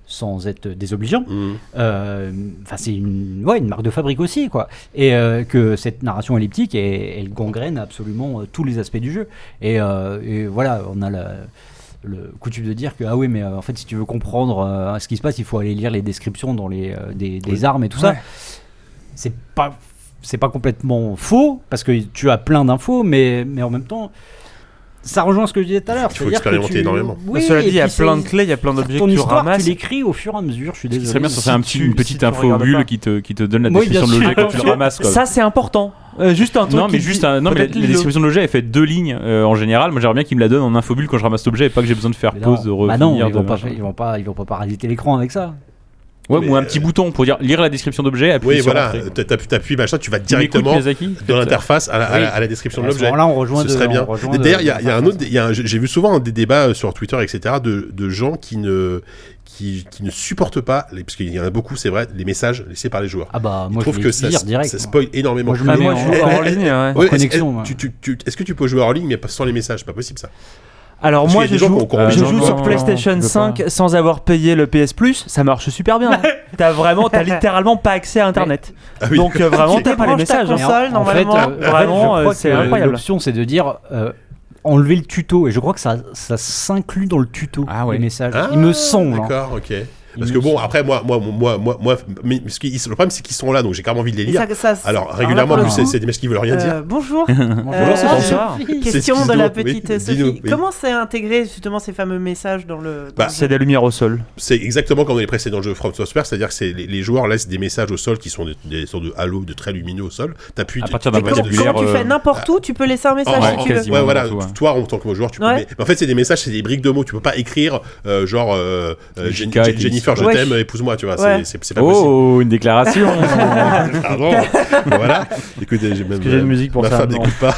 S8: sans être désobligeant.
S2: Hmm.
S8: Euh, Enfin, c'est une, ouais, une marque de fabrique aussi, quoi. Et euh, que cette narration elliptique, elle, elle gangrène absolument euh, tous les aspects du jeu. Et, euh, et voilà, on a la, le coutume de dire que, ah oui, mais euh, en fait, si tu veux comprendre euh, ce qui se passe, il faut aller lire les descriptions dans les, euh, des, des armes et tout ça. C'est pas. C'est pas complètement faux, parce que tu as plein d'infos, mais, mais en même temps, ça rejoint ce que je disais tout à l'heure.
S2: Il faut
S8: c'est-à-dire que
S2: expérimenter
S8: tu-
S2: énormément.
S8: Oui,
S5: Cela dit,
S8: et
S5: il y a
S8: puis
S5: plein de
S8: c'est-
S5: clés, il y a plein d'objets
S8: Ton
S5: que tu
S8: histoire,
S5: ramasses.
S8: tu l'écris au fur et à mesure. Je suis
S3: Ce qui
S8: désolé.
S3: serait bien, ça serait un petit, une petite
S5: info
S3: infobule qui te, qui te donne la
S8: Oui,
S3: description
S8: bien
S3: de
S8: sûr.
S3: l'objet quand tu le ramasses. quoi.
S5: Ça, c'est important. Euh, juste un truc.
S3: non, mais
S5: qui
S3: juste
S5: dit-
S3: un- non, mais la,
S5: peut-être
S3: la
S5: le-
S3: description de l'objet, elle fait deux lignes euh, en général. Moi, j'aimerais bien qu'il me la donne en infobule quand je ramasse l'objet et pas que j'ai besoin de faire
S8: Mais
S3: pause, de
S8: non,
S3: revenir.
S8: bah non, ils
S3: de
S8: vont, pas,
S3: machin.
S8: ils vont pas, ils vont pas parasiter l'écran avec ça.
S3: Ouais,
S2: Mais,
S3: ou un
S2: euh,
S3: petit bouton pour dire lire la description d'objet. appuyer
S2: Oui,
S3: sur
S2: voilà,
S3: entrée.
S2: t'a- t'appuies, t'appuies, machin, tu vas
S3: Tu m'écoutes,
S2: directement
S3: Miyazaki
S2: dans
S3: Faites ça.
S2: l'interface à la, à la- à la description de
S8: À ce
S2: l'objet.
S8: moment-là, on rejoint.
S2: Ce
S8: de-
S2: serait bien.
S8: on rejoint
S2: Et
S8: de-
S2: D'ailleurs, il y a, il y a un autre,
S8: d'interface.
S2: il y a un- j'ai vu souvent des débats euh, sur Twitter, etc., de, de gens qui ne, qui, qui ne supportent pas, les- parce qu'il y en a beaucoup, c'est vrai, les messages laissés par les joueurs.
S8: Ah bah
S2: Ils
S8: moi je
S2: trouvent
S8: vais
S2: que ça,
S8: dire direct.
S2: ça
S8: moi.
S2: spoil énormément.
S8: Moi, je
S5: Ah,
S8: me
S5: moi,
S8: mets
S5: je
S8: en-
S5: joue
S2: Eh,
S5: en
S2: eh,
S5: ligne. ouais.
S2: Ouais, est-ce-
S8: connexion,
S2: est-
S8: moi.
S2: tu- tu- tu- Est-ce que tu peux jouer hors ligne mais pas sans les messages C'est pas possible ça.
S5: Alors
S2: Parce
S5: moi,
S2: qu'il y
S5: je
S2: a des gens qui ont
S5: joue,
S2: encore envie
S5: Euh, je
S2: de
S5: joue
S2: jouer.
S5: sur
S3: Non,
S5: PlayStation
S3: non, je veux
S5: 5 sans avoir payé le PS Plus. Ça marche super bien. hein. t'as vraiment, t'as littéralement pas accès à Internet.
S2: Ah oui.
S5: Donc euh, vraiment,
S2: Ok.
S5: t'as pas les
S4: branches ta
S5: messages. hein.
S8: Mais
S4: console,
S8: en- en fait,
S4: normalement,
S8: euh, en fait, je
S5: vraiment,
S8: crois
S5: euh,
S8: que
S5: c'est incroyable.
S8: L'option, c'est de dire euh, enlever le tuto, et je crois que ça, ça s'inclut dans le tuto,
S3: Ah ouais.
S8: les messages.
S2: Ah,
S8: Il me semble. hein.
S2: D'accord, ok.
S8: Il
S2: Parce
S8: me
S2: que bon,
S8: semble.
S2: après moi, moi, moi, moi, moi, mais parce qu'ils- le problème c'est qu'ils sont là, donc j'ai carrément envie de les
S4: Et
S2: lire.
S4: ça- ça-
S2: Alors
S4: là,
S2: régulièrement, en
S4: pour
S2: plus,
S4: le
S2: c'est
S4: coup,
S2: c'est des mecs qui veulent rien
S4: euh,
S2: dire.
S4: bonjour.
S5: Bonjour, c'est
S4: Euh,
S5: bonsoir.
S2: C'est
S4: Question
S2: ce
S4: de
S2: qui
S4: la
S2: doit- oui,
S4: petite euh,
S2: dis-nous,
S4: Sophie.
S2: oui.
S4: Comment c'est intégré justement ces fameux messages dans le. dans
S2: Bah,
S4: le jeu
S5: C'est des lumières au sol.
S2: C'est exactement comme dans les précédents jeux From Software, c'est-à-dire que c'est- les, les joueurs laissent des messages au sol qui sont des, des sortes de halos, de traits lumineux au sol. T'appuies.
S3: À partir d'un
S4: Mais quand,
S2: t'appuies-
S3: vocabulaire,
S4: quand tu
S3: euh,
S4: fais n'importe où, tu peux laisser un message
S2: en-
S4: si tu veux.
S3: quasi.
S2: ouais, voilà.
S3: tout, ouais.
S2: Toi, en tant que joueur, tu peux.
S4: Ouais.
S2: mais- en fait, c'est des messages, c'est des briques de mots. Tu peux pas écrire euh, genre euh, euh, Jen-
S3: Jessica
S2: Jen-
S3: et
S2: Jennifer, je
S4: Ouais.
S2: t'aime, épouse-moi. Tu vois, c'est-
S4: Ouais.
S2: Ah, bah, c'est c'est pas possible.
S3: Oh, une déclaration Ah,
S2: Pardon. voilà. Écoutez, j'ai même.
S5: que j'ai
S2: euh,
S5: une musique pour
S2: ma
S5: ça,
S2: femme
S5: non.
S2: n'écoute pas.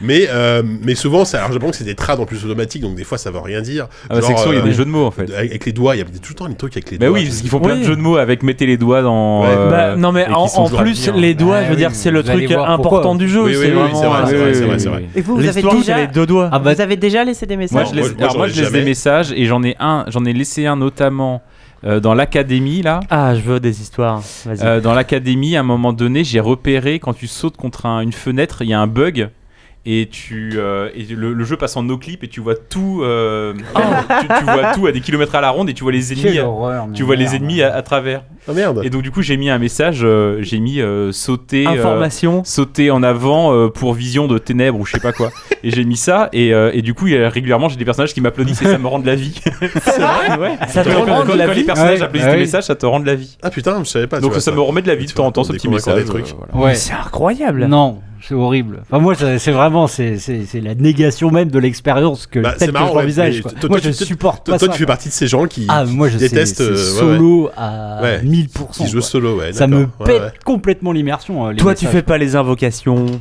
S2: mais, euh, mais souvent, ça, alors, je pense que c'est des trades en plus automatiques, donc des fois, ça veut rien dire.
S3: Ah bah, C'est
S2: Genre,
S3: que souvent, il y a
S2: euh,
S3: des jeux de mots en fait.
S2: Avec avec les doigts, il y a tout le temps des trucs avec les
S3: Bah
S2: doigts.
S3: oui, parce qu'ils font plein de
S5: Oui.
S3: jeux de mots avec mettez les doigts dans.
S2: Ouais.
S3: euh,
S5: Bah, non mais
S3: et qui
S5: en,
S3: sont
S5: en
S3: toujours à
S5: plus
S3: venir.
S5: les doigts,
S8: Ah
S5: je veux dire,
S8: oui,
S5: c'est le
S8: vous allez
S5: truc
S8: voir pourquoi.
S5: important du jeu.
S2: Oui, oui,
S5: c'est
S2: oui,
S5: vraiment,
S2: c'est vrai,
S5: euh,
S2: c'est vrai, c'est vrai,
S5: oui,
S2: c'est
S5: oui,
S2: vrai.
S5: oui.
S4: Et vous, vous avez
S5: L'histoire, c'est
S4: déjà,
S5: les deux doigts.
S8: Ah bah,
S4: vous avez déjà laissé des
S3: Moi,
S4: messages.
S3: je laisse,
S2: moi,
S3: alors,
S2: j'en
S3: moi,
S2: ai
S3: je laisse
S2: jamais.
S3: des messages et j'en ai un, j'en ai laissé un notamment euh, dans l'académie là.
S5: Ah, je veux des histoires. Vas-y.
S3: Euh, dans l'académie, à un moment donné, j'ai repéré quand tu sautes contre un- une fenêtre, il y a un bug. Et, tu, euh, et le, le jeu passe en no clip et tu vois tout euh,
S2: Oh.
S3: tu, tu vois tout à des kilomètres à la ronde et tu vois les ennemis
S8: Quelle
S3: à-
S2: hein.
S8: horreur, mais
S3: tu vois les
S8: merde.
S3: ennemis à, à travers
S2: Ah merde.
S3: et donc du coup j'ai mis un message euh, j'ai mis euh, sauter euh,
S5: Information.
S3: sauter en avant euh, pour vision de ténèbres ou je sais pas quoi. et j'ai mis ça et, euh, et du coup il y a- régulièrement j'ai des personnages qui m'applaudissent et ça me rend de la vie. c'est vrai ouais.
S5: Ah Ça te
S3: Quand,
S5: rend de
S3: quand-
S5: la
S3: quand
S5: vie
S3: les personnages
S8: Ouais,
S3: applaudissent
S8: ouais.
S3: tes messages ça te rend de la vie.
S2: Ah putain, je savais pas. tu
S3: Donc
S2: vois,
S3: ça me remet de la vie de
S2: Tu
S3: temps en
S2: vois,
S3: temps
S2: on
S3: ce petit
S2: découvre encore
S3: message.
S2: des trucs.
S3: euh, voilà.
S8: Ouais.
S5: C'est incroyable.
S8: Non, c'est horrible. Enfin, moi, ça- c'est vraiment c'est, c'est, c'est la négation même de l'expérience que
S2: Bah, c'est
S8: telle que
S2: marrant,
S8: je l'envisage,
S2: ouais,
S8: quoi.
S2: mais toi-
S8: Moi,
S2: toi,
S8: je
S2: tu-
S8: supporte
S2: Toi,
S8: pas
S2: toi,
S8: ça.
S2: tu fais partie de ces gens qui,
S8: Ah, moi, je
S2: qui détestent
S8: c'est,
S2: euh,
S8: c'est
S2: ouais, ouais.
S8: solo à
S2: Ouais.
S8: 1000%.
S2: qui jouent
S8: quoi.
S2: solo, ouais.
S8: ça me
S2: d'accord, ouais,
S8: pète
S2: ouais.
S8: complètement l'immersion. euh, les
S5: Toi, tu
S8: messages.
S5: fais pas les invocations.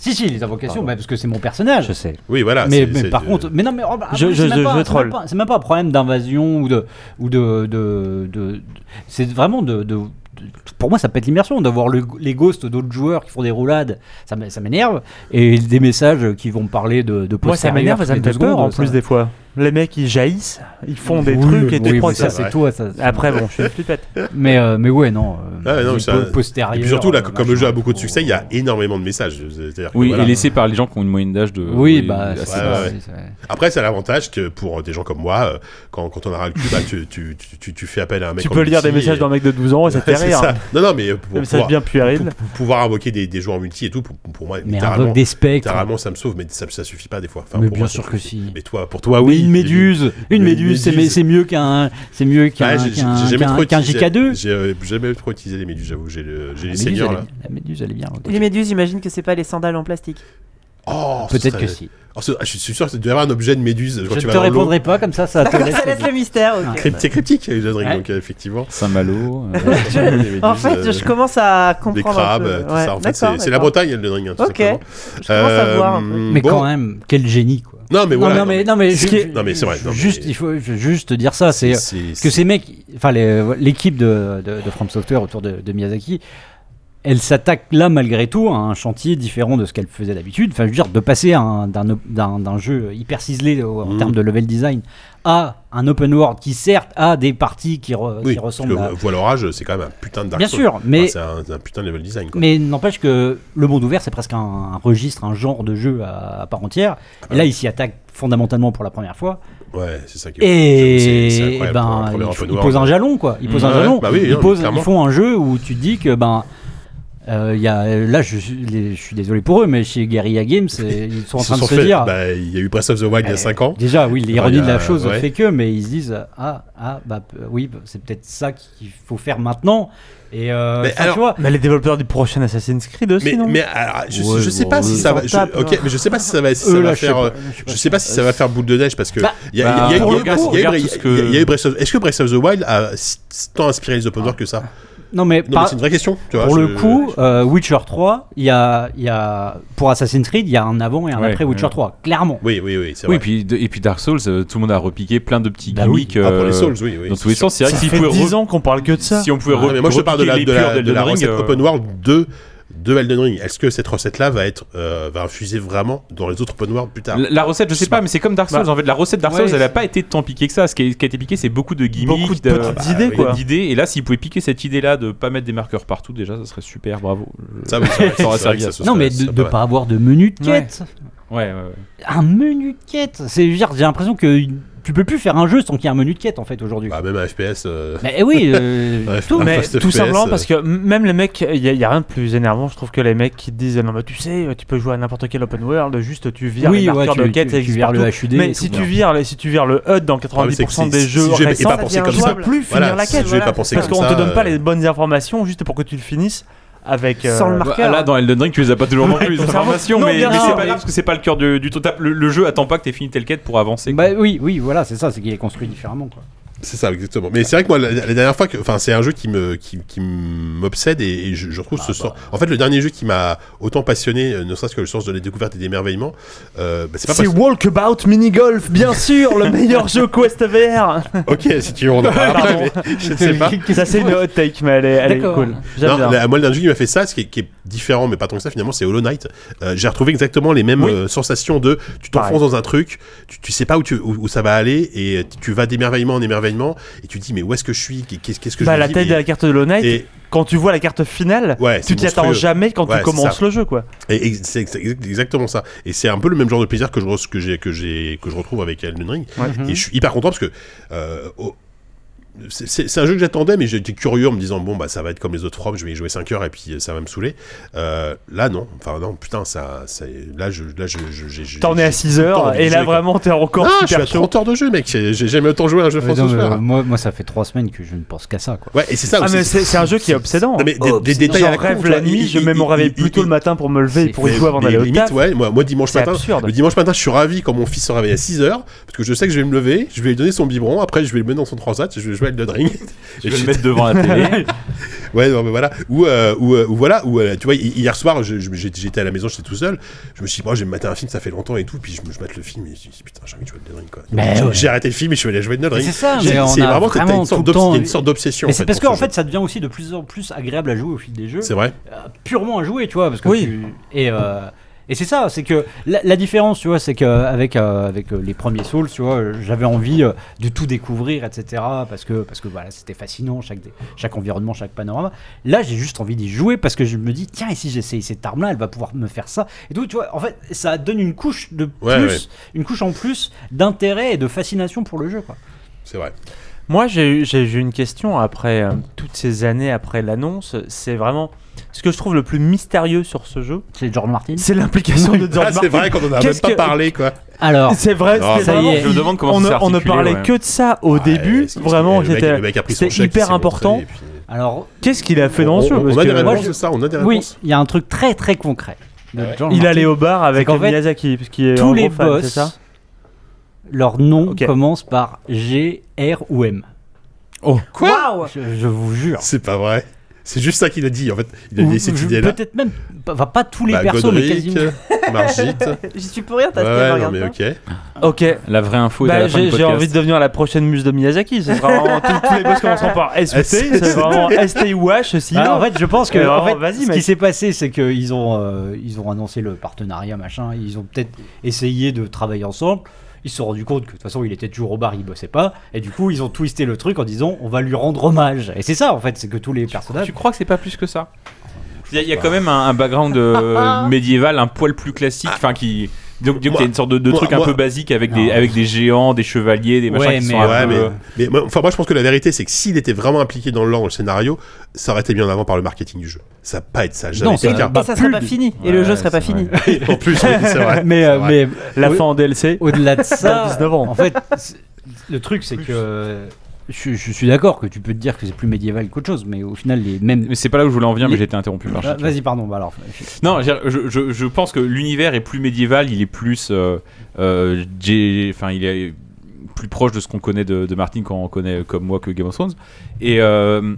S8: Si, si, les invocations, bah, parce que c'est mon personnage.
S5: Je sais.
S2: Oui, voilà.
S8: mais
S2: Ah, c'est-
S8: mais
S2: c'est
S8: par
S2: de-
S8: contre, mais non, mais oh, bah,
S5: Je-
S8: c'est
S5: je-
S8: même
S5: je-
S8: pas-
S5: je
S8: c'est
S5: troll.
S8: même pas- C'est même pas un problème d'invasion ou de ou de, de, de- de- c'est vraiment de, de- de- pour moi ça pète l'immersion d'avoir le- les ghosts d'autres joueurs qui font des roulades, ça m'é- ça m'énerve et des messages qui vont parler de, de
S5: Moi, ça
S8: postérieur
S5: m'énerve,
S8: toutes
S5: ça me
S8: les deux
S5: fait peur
S8: secondes,
S5: en plus
S8: ça-
S5: des fois. Les mecs, ils jaillissent, ils font des
S8: Oui,
S5: trucs et Ah,
S8: oui,
S5: tu
S8: mais
S5: crois que
S8: ça
S5: ça.
S8: c'est toi ça. ça-
S5: Après, bon, je suis une flippette.
S8: Mais euh, mais ouais non. euh,
S2: Ah, non,
S8: les
S2: mais ça-
S8: po-
S2: et puis Et
S8: postérieurs,
S2: puis surtout, là,
S8: euh,
S2: comme le jeu a
S8: machin,
S2: beaucoup de succès, il y a
S8: faut-
S2: énormément de messages. C'est-à-dire que
S3: Oui,
S2: voilà.
S3: et laissé par les gens qui ont une moyenne d'âge de. euh,
S8: Oui, bah,
S3: assez
S8: c'est
S2: ouais,
S3: basse.
S8: ça,
S2: ouais.
S8: c'est ça.
S2: Après, c'est l'avantage que pour des gens comme moi, euh, quand, quand on a ras le cul, bah, tu, tu, tu, tu- tu fais appel à un mec
S5: Tu
S2: comme
S5: peux lire des
S2: Lucie
S5: messages
S2: et-
S5: d'un mec de 12 ans et ça te fait
S2: C'est
S5: rire.
S2: ça. Non, non, mais euh, pour,
S5: Des messages
S2: pouvoir,
S5: bien puérils.
S2: pour pouvoir invoquer des, des joueurs en multi et tout, pour, pour moi,
S8: Mais
S2: littéralement,
S8: invoque des spectres.
S2: littéralement, ça me sauve, mais ça, ça suffit pas des fois. Enfin,
S8: Mais
S2: pour
S8: bien
S2: moi, ça
S8: sûr
S2: me
S8: que
S2: suffit.
S8: si.
S2: Mais toi, pour toi,
S8: Mais
S2: oui.
S8: une méduse, une
S2: une
S8: méduse, c'est-
S2: méduse.
S8: c'est mieux qu'un, c'est mieux
S2: Ouais,
S8: qu'un,
S2: j'ai- j'ai-
S8: qu'un,
S2: j'ai jamais
S8: qu'un-
S2: trop
S8: qu'un
S2: utilisé-
S8: JK2.
S2: J'ai euh, jamais trop utilisé les méduses, j'avoue. J'ai le- j'ai
S8: La
S2: les
S8: méduse,
S2: seigneurs
S8: elle
S2: là.
S8: est- La méduse, elle est bien. ok.
S4: Les méduses, j'imagine que c'est pas les sandales en plastique.
S2: Oh, ce
S8: Peut-être
S2: serait-
S8: que si.
S2: Oh, ce- ah, je suis sûr que tu devais avoir un objet de méduse. Quand
S8: Je
S2: tu vas
S8: ne te
S2: dans l'eau.
S8: répondrai pas comme ça, ça te laisse.
S4: ça laisse le mystère. ok.
S2: Crypt- C'est cryptique, Jadric,
S8: Ouais.
S2: donc euh, effectivement.
S3: Saint-Malo. euh,
S2: Les méduses,
S4: En fait,
S2: euh,
S4: je commence à
S2: des
S4: comprendre.
S2: crabes,
S4: un peu.
S2: euh, tout
S4: Ouais,
S2: ça. En fait, c'est-
S4: d'accord,
S2: c'est la Euh,
S4: d'accord.
S2: Bretagne, le Dring, hein, tout
S4: Ok.
S2: simplement.
S4: Je commence à voir un peu.
S8: Mais
S2: Mm. bon.
S8: quand même, quel génie quoi.
S2: Non, mais voilà.
S8: non, mais, non, mais,
S2: Ce
S8: je-
S2: qui est-
S8: je-
S2: non, mais c'est vrai, non, mais-
S8: Juste, il faut je veux juste te dire ça, c'est que ces mecs, enfin les- l'équipe de, de, de From Software autour de, de Miyazaki, elle s'attaque là malgré tout à un chantier différent de ce qu'elle faisait d'habitude. Enfin, je veux dire, de passer un- d'un op- d'un d'un jeu hyper ciselé au- en
S2: Mm.
S8: termes de level design à un open world qui certes a des parties qui, re-
S2: Oui,
S8: qui
S2: parce
S8: ressemblent à...
S2: que Voile Orage, c'est quand même un putain de Dark
S8: Bien
S2: Souls.
S8: sûr, mais...
S2: Enfin, c'est un, un putain de level design. Quoi.
S8: mais n'empêche que le monde ouvert, c'est presque un, un registre, un genre de jeu à, à part entière. Et là, il s'y attaque fondamentalement pour la première fois.
S2: Ouais, c'est ça qui est.
S8: Et,
S2: c'est- c'est
S8: et
S2: incroyable pour un
S8: ben,
S2: premier
S8: ils,
S2: open
S8: ils
S2: world.
S8: posent un jalon, quoi. Ils posent
S2: Ouais,
S8: un jalon.
S2: bah oui,
S8: ils,
S2: non,
S8: posent-
S2: clairement.
S8: ils font un jeu où tu te dis que ben Euh, il y a, là, je, suis- les- je suis désolé pour eux, mais chez Guerrilla Games, euh, ils sont en
S2: Ils se
S8: train de
S2: sont
S8: se
S2: fait-
S8: dire.
S2: bah, il y a eu Breath of the Wild il y a
S8: Eh,
S2: 5 ans.
S8: Déjà, oui, l'ironie
S2: il y a-
S8: de la chose
S2: ouais.
S8: fait que, mais ils se disent ah ah bah p- oui, bah, c'est peut-être ça qu'il faut faire maintenant. Et euh,
S2: Mais
S8: enfin,
S2: alors-
S8: tu vois,
S5: Mais les développeurs du prochain Assassin's Creed aussi,
S2: Mais,
S5: non
S2: mais alors, je,
S8: Ouais,
S2: je sais
S8: bon,
S2: pas
S8: eux,
S2: si ça va.
S4: ils
S2: je-
S4: s'en tapent,
S2: ok,
S4: hein.
S2: mais je sais pas si ça va, si
S8: eux,
S2: ça va
S8: là, je sais
S2: faire. euh,
S8: pas, je sais pas.
S2: Je sais pas si ça va faire boule de neige parce que
S8: Bah,
S2: il y a- il y a- il y
S3: bah,
S2: a- il y a-
S3: regarde-
S2: il y a
S3: regarde
S2: eu-
S3: tout ce que-
S2: il y a eu Breath of. Est-ce que Breath of the Wild a si- tant inspiré les open world que ça
S8: Non mais,
S2: Non,
S8: par-
S2: mais c'est une vraie question. Tu vois,
S8: pour le
S2: je-
S8: coup, euh, Witcher 3, il y a, il y a pour Assassin's Creed, il y a un avant et un
S3: Ouais,
S8: après Witcher
S3: ouais.
S8: 3, clairement.
S2: Oui, oui, oui, c'est
S3: Oui,
S2: vrai.
S3: et puis, de- et puis Dark Souls, euh, tout le monde a repiqué plein de petits
S8: Bah oui.
S3: gimmicks
S2: Ah, pour
S3: euh,
S2: les Souls, oui, oui.
S3: dans
S2: c'est
S3: tous les
S2: sûr.
S3: sens. C'est vrai que
S5: Ça
S3: s'ils
S5: fait
S3: pouvaient
S5: 10 ans qu'on parle que de ça.
S3: Si on pouvait
S2: Ah, mais moi, je te parle de la, de la, euh, de la
S3: euh,
S2: recette open world de, de Elden Ring. Est-ce que cette recette-là va être euh, va infuser vraiment dans les autres open world plus tard
S3: La, la recette, je sais pas, mais c'est comme Dark Souls.
S5: Bah.
S3: en fait, la recette Dark
S5: Ouais,
S3: Souls, elle a
S5: c'est-
S3: pas été tant piquée que ça. Ce qui a, ce qui a été piqué, c'est beaucoup de gimmicks,
S5: Beaucoup de
S3: de- bah,
S8: euh,
S5: petites
S8: bah,
S5: idées,
S2: oui,
S5: quoi.
S3: d'idées. Et là, s'ils pouvaient piquer cette idée-là de pas mettre des marqueurs partout, déjà, ça serait super. Bravo.
S2: Ça, oui,
S3: Ça
S2: c'est vrai,
S3: aurait
S2: c'est vrai
S3: servi
S2: que
S3: à
S2: ce
S8: non
S2: serait-
S8: mais
S2: ce
S8: de,
S2: serait
S8: de
S2: pas
S8: pas avoir de menu de quête,
S3: Ouais, ouais, ouais.
S8: un menu de quête. C'est je veux dire, j'ai l'impression que tu peux plus faire un jeu sans qu'il y ait un menu de quête en fait aujourd'hui.
S2: mal. Bah, même un FPS. euh,
S8: Bah, eh oui, euh,
S2: Ouais,
S8: tout.
S2: un
S5: Mais
S2: fast
S5: tout
S2: FPS,
S5: simplement
S2: euh.
S5: parce que m- même les mecs, il y, a- y a rien de plus énervant, je trouve, que les mecs qui te disent non mais tu sais, tu peux jouer à n'importe quel open world, juste tu vires
S8: oui,
S5: les
S8: ouais,
S5: marqueurs
S8: tu,
S5: de quête,
S8: tu-
S5: ça
S8: tu
S5: existe
S8: vires le
S5: partout.
S8: HUD. et
S5: Mais
S8: tout,
S5: si tu
S8: merde.
S5: vires, les- si tu vires le HUD dans
S2: Ah, mais c'est que
S5: 90%
S2: si-
S5: des
S2: si
S5: jeux
S2: j'avais pas
S5: récents,
S2: pensé comme
S5: tu
S2: ça.
S5: vas plus finir
S2: Voilà,
S5: la
S2: si
S5: quête.
S2: j'avais pas
S4: voilà.
S2: pensé
S5: Parce
S2: comme
S5: qu'on te
S2: ça,
S5: donne pas
S2: euh,
S5: les bonnes informations juste pour que tu le finisses avec
S4: Sans le
S5: euh,
S4: marqueur.
S3: Bah, là, dans Elden Ring, tu les as pas toujours non plus, les
S5: ton cerveau-
S3: informations,
S5: Non,
S3: mais,
S5: bien
S3: mais
S5: sûr,
S3: c'est pas
S5: mais-
S3: grave parce que c'est pas le cœur du, du total. Le, le jeu attend pas que t'aies fini telle quête pour avancer.
S8: Bah
S3: quoi.
S8: oui, oui, voilà, c'est ça, c'est qu'il est construit différemment. Quoi.
S2: C'est ça, exactement. Mais c'est vrai que moi, la, la dernière fois, que- enfin, c'est un jeu qui me, qui, qui m'obsède et, et je, je retrouve ce sens. En fait, le dernier jeu qui m'a autant passionné, euh, ne serait-ce que le sens de la découverte et d'émerveillement, euh, bah, c'est pas
S5: C'est Walkabout Mini Golf, bien sûr, le meilleur jeu Quest VR.
S2: parce- Ok, si tu veux, on en parle après, mais je ne sais pas.
S5: Ça c'est une hot take, mais elle est, elle est
S8: D'accord.
S5: cool. J'aime
S2: Non,
S5: bien.
S2: la- moi, le dernier jeu qui m'a fait ça, ce qui est, qui est différent, mais pas tant que ça, finalement, c'est Hollow Knight. Euh, J'ai retrouvé exactement les mêmes
S5: Oui.
S2: euh, sensations de tu t'enfonces dans un truc, tu, tu sais pas où, tu, où, où ça va aller, et euh, tu- tu vas d'émerveillement en émerveillement, et tu dis, mais où est-ce que je suis Qu'est-ce qu'est-ce que
S5: Bah,
S2: je
S5: la
S2: vis
S5: taille de la carte de Hollow Knight,
S2: Et-
S5: quand tu vois la carte finale,
S2: Ouais, c'est
S5: tu t'y attends
S2: monstrueux.
S5: jamais quand
S2: Ouais,
S5: tu
S2: c'est
S5: commences
S2: ça.
S5: le jeu, quoi.
S2: Et ex- c'est ex- ex- exactement ça. Et c'est un peu le même genre de plaisir que je, re- que j'ai, que j'ai, que je retrouve avec Elden Ring.
S8: Mhm.
S2: Et je suis hyper content parce que euh, au- c'est, c'est- c'est un jeu que j'attendais, mais j'étais curieux en me disant bon bah ça va être comme les autres From, je vais y jouer 5 heures et puis euh, ça va me saouler. Euh, là non, enfin non, putain ça, c'est- là je, là je, je- j'ai- j'ai-
S5: T'en es à
S2: j'ai-
S5: 6
S2: temps
S5: heures,
S2: de
S5: et là
S2: jouer, quoi.
S5: vraiment t'es encore
S2: Ah, je suis
S5: super
S2: à
S5: chaud.
S2: 30 heures de jeu mec, j'ai, j'ai jamais autant joué à un jeu
S8: Ouais,
S2: français
S8: non,
S2: ce
S8: mais, euh,
S2: soir.
S8: moi, moi, ça fait trois semaines que je ne pense qu'à ça. Quoi.
S2: Ouais, et c'est ça
S5: Ah,
S2: aussi.
S5: mais c'est c'est un jeu qui est obsédant.
S2: Non, mais des,
S8: Oh,
S2: des
S8: c'est-
S2: détails à la
S5: J'en
S2: con,
S5: rêve
S2: tu
S5: la
S2: vois.
S5: nuit,
S2: Il-
S5: je
S2: il-
S5: vais me
S2: il-
S5: réveiller
S2: il-
S5: plus tôt
S2: il-
S5: le matin pour me lever et
S8: c'est
S5: pour y
S2: Mais-
S5: jouer avant
S2: mais
S5: d'aller au
S2: limite,
S5: taf.
S2: ouais, moi, moi, dimanche
S5: C'est
S2: matin,
S5: absurde.
S2: le dimanche matin, je suis ravi quand mon fils se réveille à 6h, parce que je sais que je vais me lever, je vais lui donner son biberon, après je vais le mettre dans son transat, je vais jouer à Elden Ring.
S3: je vais le mettre devant la télé.
S2: Ouais, non, mais voilà. Ou, euh, ou, euh, ou voilà, ou euh, tu vois, hi- hier soir, je- je- j'étais j'étais à la maison, j'étais tout seul, je me suis dit, moi, je vais me mater un film, ça fait longtemps et tout, puis je me je mate le film et je me dis, putain, j'ai envie de jouer à Elden Ring, quoi. Donc,
S8: Mais
S2: j'ai-
S8: ouais.
S2: J'ai arrêté le film et je suis allé jouer à Elden Ring.
S8: c'est ça,
S2: J'ai-
S8: mais on
S2: C'est
S8: a
S2: vraiment, t'as- t'as
S8: vraiment
S2: une sorte
S8: tout le
S2: d'obs-
S8: temps-
S2: il y a une sorte d'obsession.
S8: Mais
S2: en
S8: c'est parce
S2: pour
S8: qu'en
S2: ce
S8: fait,
S2: jeu.
S8: ça devient aussi de plus en plus agréable à jouer au fil des jeux.
S2: c'est vrai.
S8: euh, purement à jouer, tu vois. Parce que
S5: Oui.
S8: tu- Et, euh, et c'est ça, c'est que la, la différence, tu vois, c'est qu'avec euh, avec, euh, les premiers Souls, tu vois, euh, j'avais envie euh, de tout découvrir, etc. Parce que, parce que voilà, c'était fascinant, chaque, dé- chaque environnement, chaque panorama. Là, j'ai juste envie d'y jouer parce que je me dis, tiens, et si j'essaye cette arme-là, elle va pouvoir me faire ça. Et donc, tu vois, en fait, ça donne une couche de plus,
S2: Ouais, ouais.
S8: une couche en plus d'intérêt et de fascination pour le jeu, quoi.
S2: C'est vrai.
S5: Moi, j'ai eu- j'ai eu une question après euh, toutes ces années après l'annonce. C'est vraiment ce que je trouve le plus mystérieux sur ce jeu,
S8: C'est George Martin.
S5: c'est l'implication de George
S2: Ah, c'est
S5: Martin.
S2: vrai qu'on en a même
S5: Qu'est-ce
S2: pas
S5: que-
S2: parlé, quoi.
S8: Alors,
S5: C'est vrai,
S2: Ah,
S5: c'est
S8: ça y
S5: vraiment-
S8: est.
S3: Je me demande comment ça
S5: on, ne-
S3: s'est
S5: on ne
S3: articulé,
S5: parlait
S3: ouais.
S5: que de ça au
S2: Ouais,
S5: début.
S2: est-ce que-
S5: Vraiment,
S2: le mec-
S5: j'étais-
S2: le mec a pris son
S5: c'était
S2: chèque, il s'est
S5: hyper
S2: montré,
S5: important.
S2: et puis-
S8: alors
S5: Qu'est-ce qu'il a fait dans ce jeu
S2: on,
S5: parce
S2: on a des
S5: que-
S2: réponses de ça, on a des
S8: oui,
S2: réponses.
S8: il y a un truc très très concret. de George
S5: Il
S8: Martin.
S5: allait au bar avec
S8: qu'en fait,
S5: Miyazaki, parce qu'il est un
S8: tous les
S5: gros fan, c'est
S8: boss,
S5: ça
S8: leur nom
S5: Ok.
S8: commence par G, R ou M.
S4: Quoi
S8: Je, je vous jure.
S2: C'est pas vrai. C'est juste ça qu'il a dit. En fait, il a
S8: Ou-
S2: dit cette
S8: je-
S2: idée-là.
S8: Peut-être même, pas, enfin, pas tous les
S2: Bah,
S8: persos, mais
S2: Godric,
S8: quasiment.
S2: Margit. Ouais,
S4: J'y suis pour rien, t'as ce
S2: ouais, non,
S4: regarde
S2: mais
S4: pas.
S2: ok.
S5: Ok.
S3: La vraie info est à
S5: Bah,
S3: la fin du
S5: j'ai j'ai
S3: podcast.
S5: envie de devenir la prochaine muse de Miyazaki. Ce sera vraiment tous tous les boss commenceront par SUT, c'est euh, vraiment ST ou H aussi.
S8: Ah, en fait, je pense que
S5: Mais
S8: en
S5: vraiment,
S8: fait,
S5: Bah, vas-y,
S8: ce
S5: mec.
S8: qui s'est passé, c'est qu'ils ont, euh, ils ont annoncé le partenariat, machin. Ils ont peut-être essayé de travailler ensemble. Ils se sont rendus compte que de toute façon, il était toujours au bar, il bossait pas. Et du coup, ils ont twisté le truc en disant on va lui rendre hommage. Et c'est ça, en fait, c'est que tous les
S2: Ah.
S8: personnages.
S3: Tu crois que c'est pas plus que ça Il y a, il y a quand même un, un background euh, médiéval, un poil plus classique, enfin qui Donc, donc
S2: Ah. Moi-
S3: il y a une sorte de, de
S2: moi-
S3: truc un
S2: moi-
S3: peu basique avec
S8: Non.
S3: des, avec des géants, des chevaliers, des machins
S8: Ouais,
S3: qui
S8: mais-
S3: sont un
S2: euh, Ouais,
S3: peu.
S2: mais, mais moi- enfin, moi je pense que la vérité c'est que s'il était vraiment impliqué dans le lore, dans le scénario, ça aurait été mis en avant par le marketing du jeu. Ça va pas être ça, jamais
S8: Non,
S2: été
S8: ça-
S2: le cas.
S4: Et ça serait pas fini. Et le
S3: Ouais,
S4: jeu serait pas
S3: c'est vrai.
S4: fini.
S2: En plus, oui, c'est vrai.
S5: Mais,
S8: euh,
S2: C'est vrai.
S5: mais la
S8: Oui.
S5: fin en DLC,
S8: Au-delà de ça,
S5: 19 ans.
S8: en fait, c'est- le truc c'est que je, je suis d'accord que tu peux te dire que c'est plus médiéval qu'autre chose, mais au final les mêmes.
S3: Mais c'est pas là où je voulais en venir, mais
S8: Les-
S3: j'ai été interrompu par
S8: Ah,
S3: Shaq.
S8: Vas-y, pardon. Bah alors,
S3: Non, je, je- je- je pense que l'univers est plus médiéval, il est plus. euh, euh, j'ai- enfin, il est plus proche de ce qu'on connaît de, de Martin quand on connaît comme moi que Game of Thrones. Et. euh,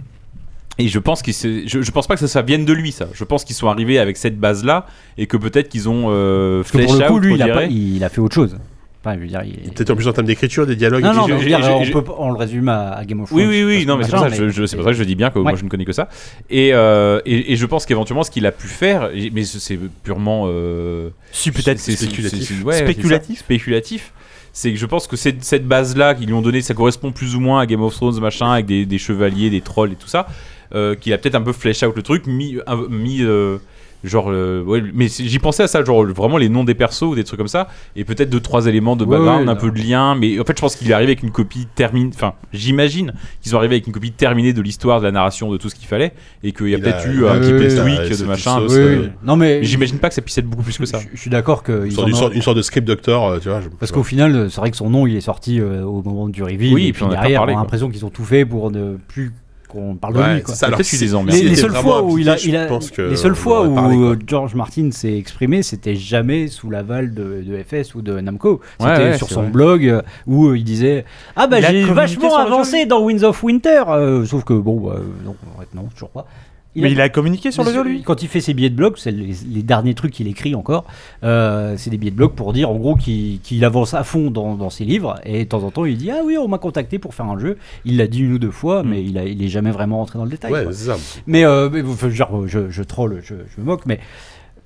S3: et je pense qu'il s'est- je, je pense pas que ça, ça vienne de lui ça. Je pense qu'ils sont arrivés avec cette base là et que peut-être qu'ils ont euh,
S8: parce que pour
S3: flesh
S8: le coup,
S3: out,
S8: lui,
S3: on
S8: il a, pas-
S3: dirait.
S8: il a fait autre chose. Enfin, je veux dire, il est-
S2: Peut-être en plus en termes d'écriture, des dialogues.
S8: Non,
S2: et
S8: non,
S2: des
S8: mais
S2: jeux.
S8: je veux
S3: j'ai-
S8: dire,
S3: j'ai-
S8: on,
S3: j'ai-
S8: peut pas- on le résume à, à Game of Thrones.
S3: Oui, oui, oui, non, mais c'est pour, ça que je,
S8: machin, Ah,
S3: je- c'est pour ça que je dis bien que moi
S8: Ouais.
S3: je ne connais que ça. Et, euh, et, et je pense qu'éventuellement ce qu'il a pu faire, et- mais c'est- c'est purement. euh,
S5: supputatif.
S3: c'est- c'est-
S2: spéculatif.
S3: c'est- c'est- ouais, c'est ça,
S5: Spéculatif.
S3: Spéculatif. C'est que je pense que cette, cette base-là qu'ils lui ont donnée, ça correspond plus ou moins à Game of Thrones, machin, avec des, des chevaliers, des trolls et tout ça, euh, qu'il a peut-être un peu flesh out le truc, mis. un- mis euh, genre. euh, ouais, mais c'est- j'y pensais à ça, genre vraiment les noms des persos ou des trucs comme ça, et peut-être deux, trois éléments de
S8: Ouais,
S3: background,
S8: ouais,
S3: un
S8: non.
S3: peu de lien, mais en fait je pense qu'il est arrivé avec une copie terminée. Enfin, j'imagine qu'ils sont arrivés avec une copie terminée de l'histoire, de la narration, de tout ce qu'il fallait, et qu'il y a
S2: Il
S3: peut-être
S2: a-
S3: eu
S2: il a-
S3: un petit
S8: oui,
S3: peu
S2: oui,
S3: tweak
S2: oui,
S3: de
S2: cette
S3: machin.
S2: sauce,
S8: Oui,
S2: euh,
S8: oui. Non, mais
S3: Mais j'imagine pas que ça puisse être beaucoup plus que ça.
S8: Je, je suis d'accord que
S2: Une
S8: ils
S2: sorte,
S8: en
S2: une
S8: ont-
S2: sorte- une sorte de script doctor. euh, tu vois, je-
S8: Parce qu'au final, euh, c'est vrai que son nom, il est sorti euh, au moment du reveal.
S3: Oui,
S8: et
S3: et puis
S8: puis
S3: on en a pas
S8: derrière, on a
S3: parlé, quoi.
S8: l'impression qu'ils ont tout fait pour ne plus qu'on parle de
S2: Ouais,
S8: lui. quoi.
S2: c'est ça, alors
S3: Peut-être
S2: si-
S3: qu'il les emmerde.
S8: Les,
S2: s'il
S8: les
S2: était
S8: seules
S2: vraiment
S8: fois où il a,
S2: impliqué,
S8: il a-
S2: je pense que
S8: les
S2: on
S8: seules fois
S2: aurait
S8: où
S2: parlé, quoi.
S8: euh, George Martin s'est exprimé, c'était jamais sous l'aval de, de FS ou de Namco. C'était
S3: Ouais, ouais,
S8: sur
S3: c'est
S8: son
S3: vrai.
S8: blog euh, où euh, il disait Ah bah
S5: Il a
S8: j'ai
S5: communiqué
S8: vachement
S5: sur le
S8: avancé dans Winds of Winter, Euh, sauf que bon, bah, euh, non, en fait, non, toujours pas.
S5: Mais il a communiqué sur le jeu,
S8: Mais
S5: lui
S8: Quand il fait ses billets de blog, c'est les, les derniers trucs qu'il écrit encore, euh, c'est des billets de blog pour dire en gros qu'il qu'il avance à fond dans, dans ses livres. Et de temps en temps, il dit Ah oui, on m'a contacté pour faire un jeu. Il l'a dit une ou deux fois, mais il, a, il est jamais vraiment rentré dans le détail.
S2: Ouais,
S8: quoi.
S2: c'est ça.
S8: Mais, euh, mais, enfin, genre, je, je troll, je, je me moque, mais.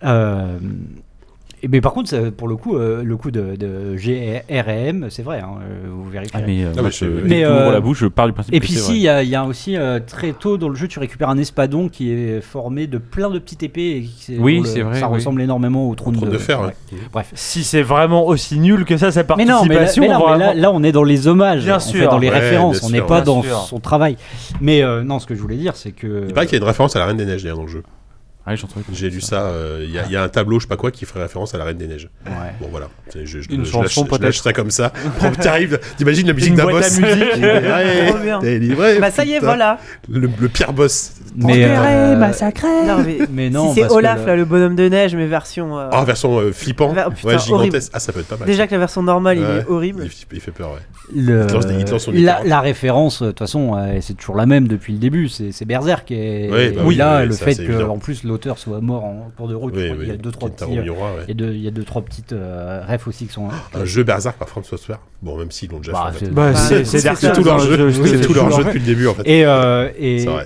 S8: euh, et- mais par contre, ça, pour le coup, euh, le coup de, de GRM, c'est vrai, hein, euh, vous vérifierez.
S3: mais, euh,
S2: Ah,
S3: moi,
S2: mais
S3: je,
S2: c'est-
S3: dès que
S8: Mais,
S3: j'ouvre
S8: euh,
S3: la bouche, je parle du principe
S8: Et
S3: que
S8: puis
S3: c'est
S8: si,
S3: vrai.
S8: il y, a- il y a aussi euh, très tôt dans le jeu, tu récupères un espadon qui est formé de plein de petites épées. Et qui- c'est-
S3: Oui,
S8: dont le-
S3: c'est vrai,
S8: Ça
S3: oui.
S8: ressemble énormément au trône
S2: Trop
S8: de,
S2: de faire.
S8: ouais.
S2: ouais.
S5: Si c'est vraiment aussi nul que ça, sa
S8: Mais non,
S5: participation,
S8: mais, là, mais non, mais là-
S5: vraiment-
S8: là, on est dans les hommages,
S5: Bien
S8: on
S5: sûr.
S8: fait dans les
S2: Ouais,
S8: références,
S2: bien
S8: on n'est
S2: sûr,
S8: pas
S5: bien
S8: dans
S5: sûr.
S8: son travail. Mais euh, non, ce que je voulais dire, c'est que.
S2: Il paraît qu'il y a une référence à la Reine des Neiges d'ailleurs dans le jeu.
S3: Ah oui, j'en trouvais que-
S2: J'ai lu ça. euh, Il y, a- il y a un tableau, je sais pas quoi, qui ferait référence à la Reine des Neiges.
S8: Ouais.
S2: Bon voilà, C'est- je, je,
S5: Une
S2: je
S5: chanson,
S2: lâche, je
S5: peut-être.
S2: lâche ça comme ça. Bon, T'arrives, t'imagines la musique
S5: Une
S2: d'un
S5: boîte à
S2: boss.
S5: musique.
S2: Libéré,
S4: Trop bien.
S2: t'es livré,
S4: Bah ça y est,
S2: putain.
S4: voilà.
S2: Le, le pire boss.
S8: Mais, euh,
S4: Non, mais,
S8: mais non,
S4: si c'est
S8: parce que
S4: Olaf,
S8: le-
S4: là, le bonhomme de neige, mais version. euh,
S2: Ah, version euh, flippant.
S4: Bah, oh, putain,
S2: ouais, gigantesque.
S4: horrible.
S2: Ah, ça peut être pas mal.
S4: déjà que la version normale, il
S2: Ouais.
S4: est horrible.
S2: Il, il fait peur, ouais.
S8: Le-
S2: Il te lance des- il te lance son
S8: la,
S2: éclair.
S8: la référence, euh, de toute façon, euh, c'est toujours la même depuis le début. C'est c'est Berserk. Et,
S2: Oui, bah
S8: et
S2: oui,
S8: là,
S2: oui,
S8: le
S2: ça,
S8: fait
S2: c'est
S8: que,
S2: évident.
S8: en plus, l'auteur soit mort en cours de route, je
S2: Oui,
S8: crois qu'il
S2: oui,
S8: y a deux, trois
S2: Kentaro
S8: petits, euh,
S2: Miura, ouais.
S8: il y a deux, il y a deux, trois petites euh, refs aussi qui sont.
S2: Un jeu Berserk par From Software. Bon, même s'ils l'ont Ah, déjà
S8: Bah,
S2: fait. en fait.
S8: c'est-
S5: Bah, c'est-
S4: c'est
S5: c'est Dark
S2: C'est
S5: Souls,
S2: tout leur
S5: hein,
S2: jeu,
S5: je-
S2: c'est
S5: je-
S2: tout leur
S5: je-
S2: jeu depuis le début en fait.
S8: Et, euh, et,
S2: C'est vrai.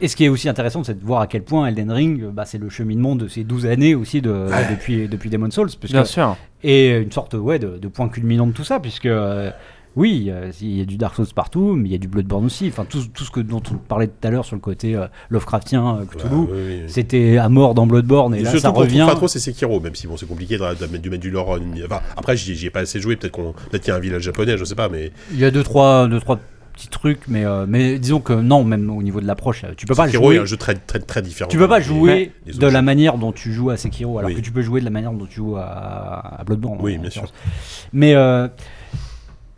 S8: et ce qui est aussi intéressant, c'est de voir à quel point Elden Ring, euh, bah, c'est le cheminement de ces 12 années aussi de, depuis, depuis Demon's Souls. parce
S5: Bien
S8: que-
S5: sûr.
S8: Et une sorte ouais, de, de point culminant de tout ça, puisque euh, oui, euh, il y a du Dark Souls partout, mais il y a du Bloodborne aussi. Enfin, tout, tout ce que, dont on parlait tout à l'heure sur le côté euh, Lovecraftien, euh,
S2: Bah,
S8: Cthulhu,
S2: oui, oui, oui.
S8: c'était à mort dans Bloodborne, et, là
S2: surtout
S8: ça
S2: qu'on trouve
S8: revient.
S2: pas trop c'est Sekiro, même si bon c'est compliqué de, de, mettre- de mettre du lore. en- Enfin, après j'y j'y ai pas assez joué, peut-être qu'on peut qu'il y a un village japonais, je sais pas, mais
S8: Il y a deux, trois, deux, trois petits trucs, mais, euh, mais disons que non, même au niveau de l'approche, euh, tu
S5: Ah,
S8: peux pas
S2: Sekiro
S8: jouer.
S2: est un jeu très très très différent.
S8: Tu peux pas
S2: des-
S8: jouer
S2: des
S8: de
S2: autres
S8: la
S2: jeux.
S8: manière dont tu joues à Sekiro, alors
S2: Oui.
S8: que tu peux jouer de la manière dont tu joues à, à Bloodborne.
S2: Oui,
S8: en
S2: bien sûr.
S8: l'occurrence. Mais euh,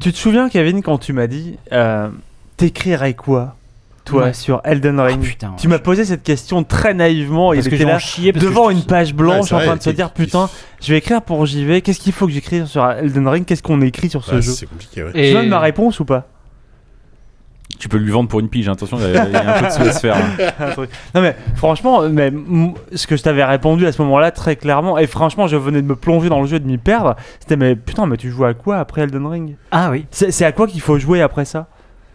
S5: Tu te souviens, Kevin, quand tu m'as dit euh, T'écrirais quoi, toi,
S8: Ouais.
S5: sur Elden
S8: ah,
S5: Ring
S8: putain,
S5: Tu m'as posé cette question très naïvement.
S8: parce
S5: Oh, il
S8: que
S5: était
S8: j'en
S5: là,
S8: chiais parce que
S5: devant
S8: je-
S5: une page
S2: Ouais,
S5: blanche,
S2: c'est
S5: en
S2: vrai,
S5: train de se
S2: t'es-
S5: dire
S2: t'es-
S5: Putain, je vais écrire pour JV. Qu'est-ce qu'il faut que j'écrive sur Elden Ring Qu'est-ce qu'on écrit sur ce
S2: Ouais,
S5: jeu
S2: Bah, C'est compliqué, ouais.
S5: Tu
S8: Et-
S5: donnes ma réponse ou pas
S3: Tu peux lui vendre pour une pige, hein, attention, il y, a il y a un peu de sous à se faire. hein.
S5: Non mais franchement, euh, mais m- ce que je t'avais répondu à ce moment-là très clairement, et franchement je venais de me plonger dans le jeu et de m'y perdre, c'était mais putain mais tu joues à quoi après Elden Ring
S8: Ah oui.
S5: C'est c'est à quoi qu'il faut jouer après ça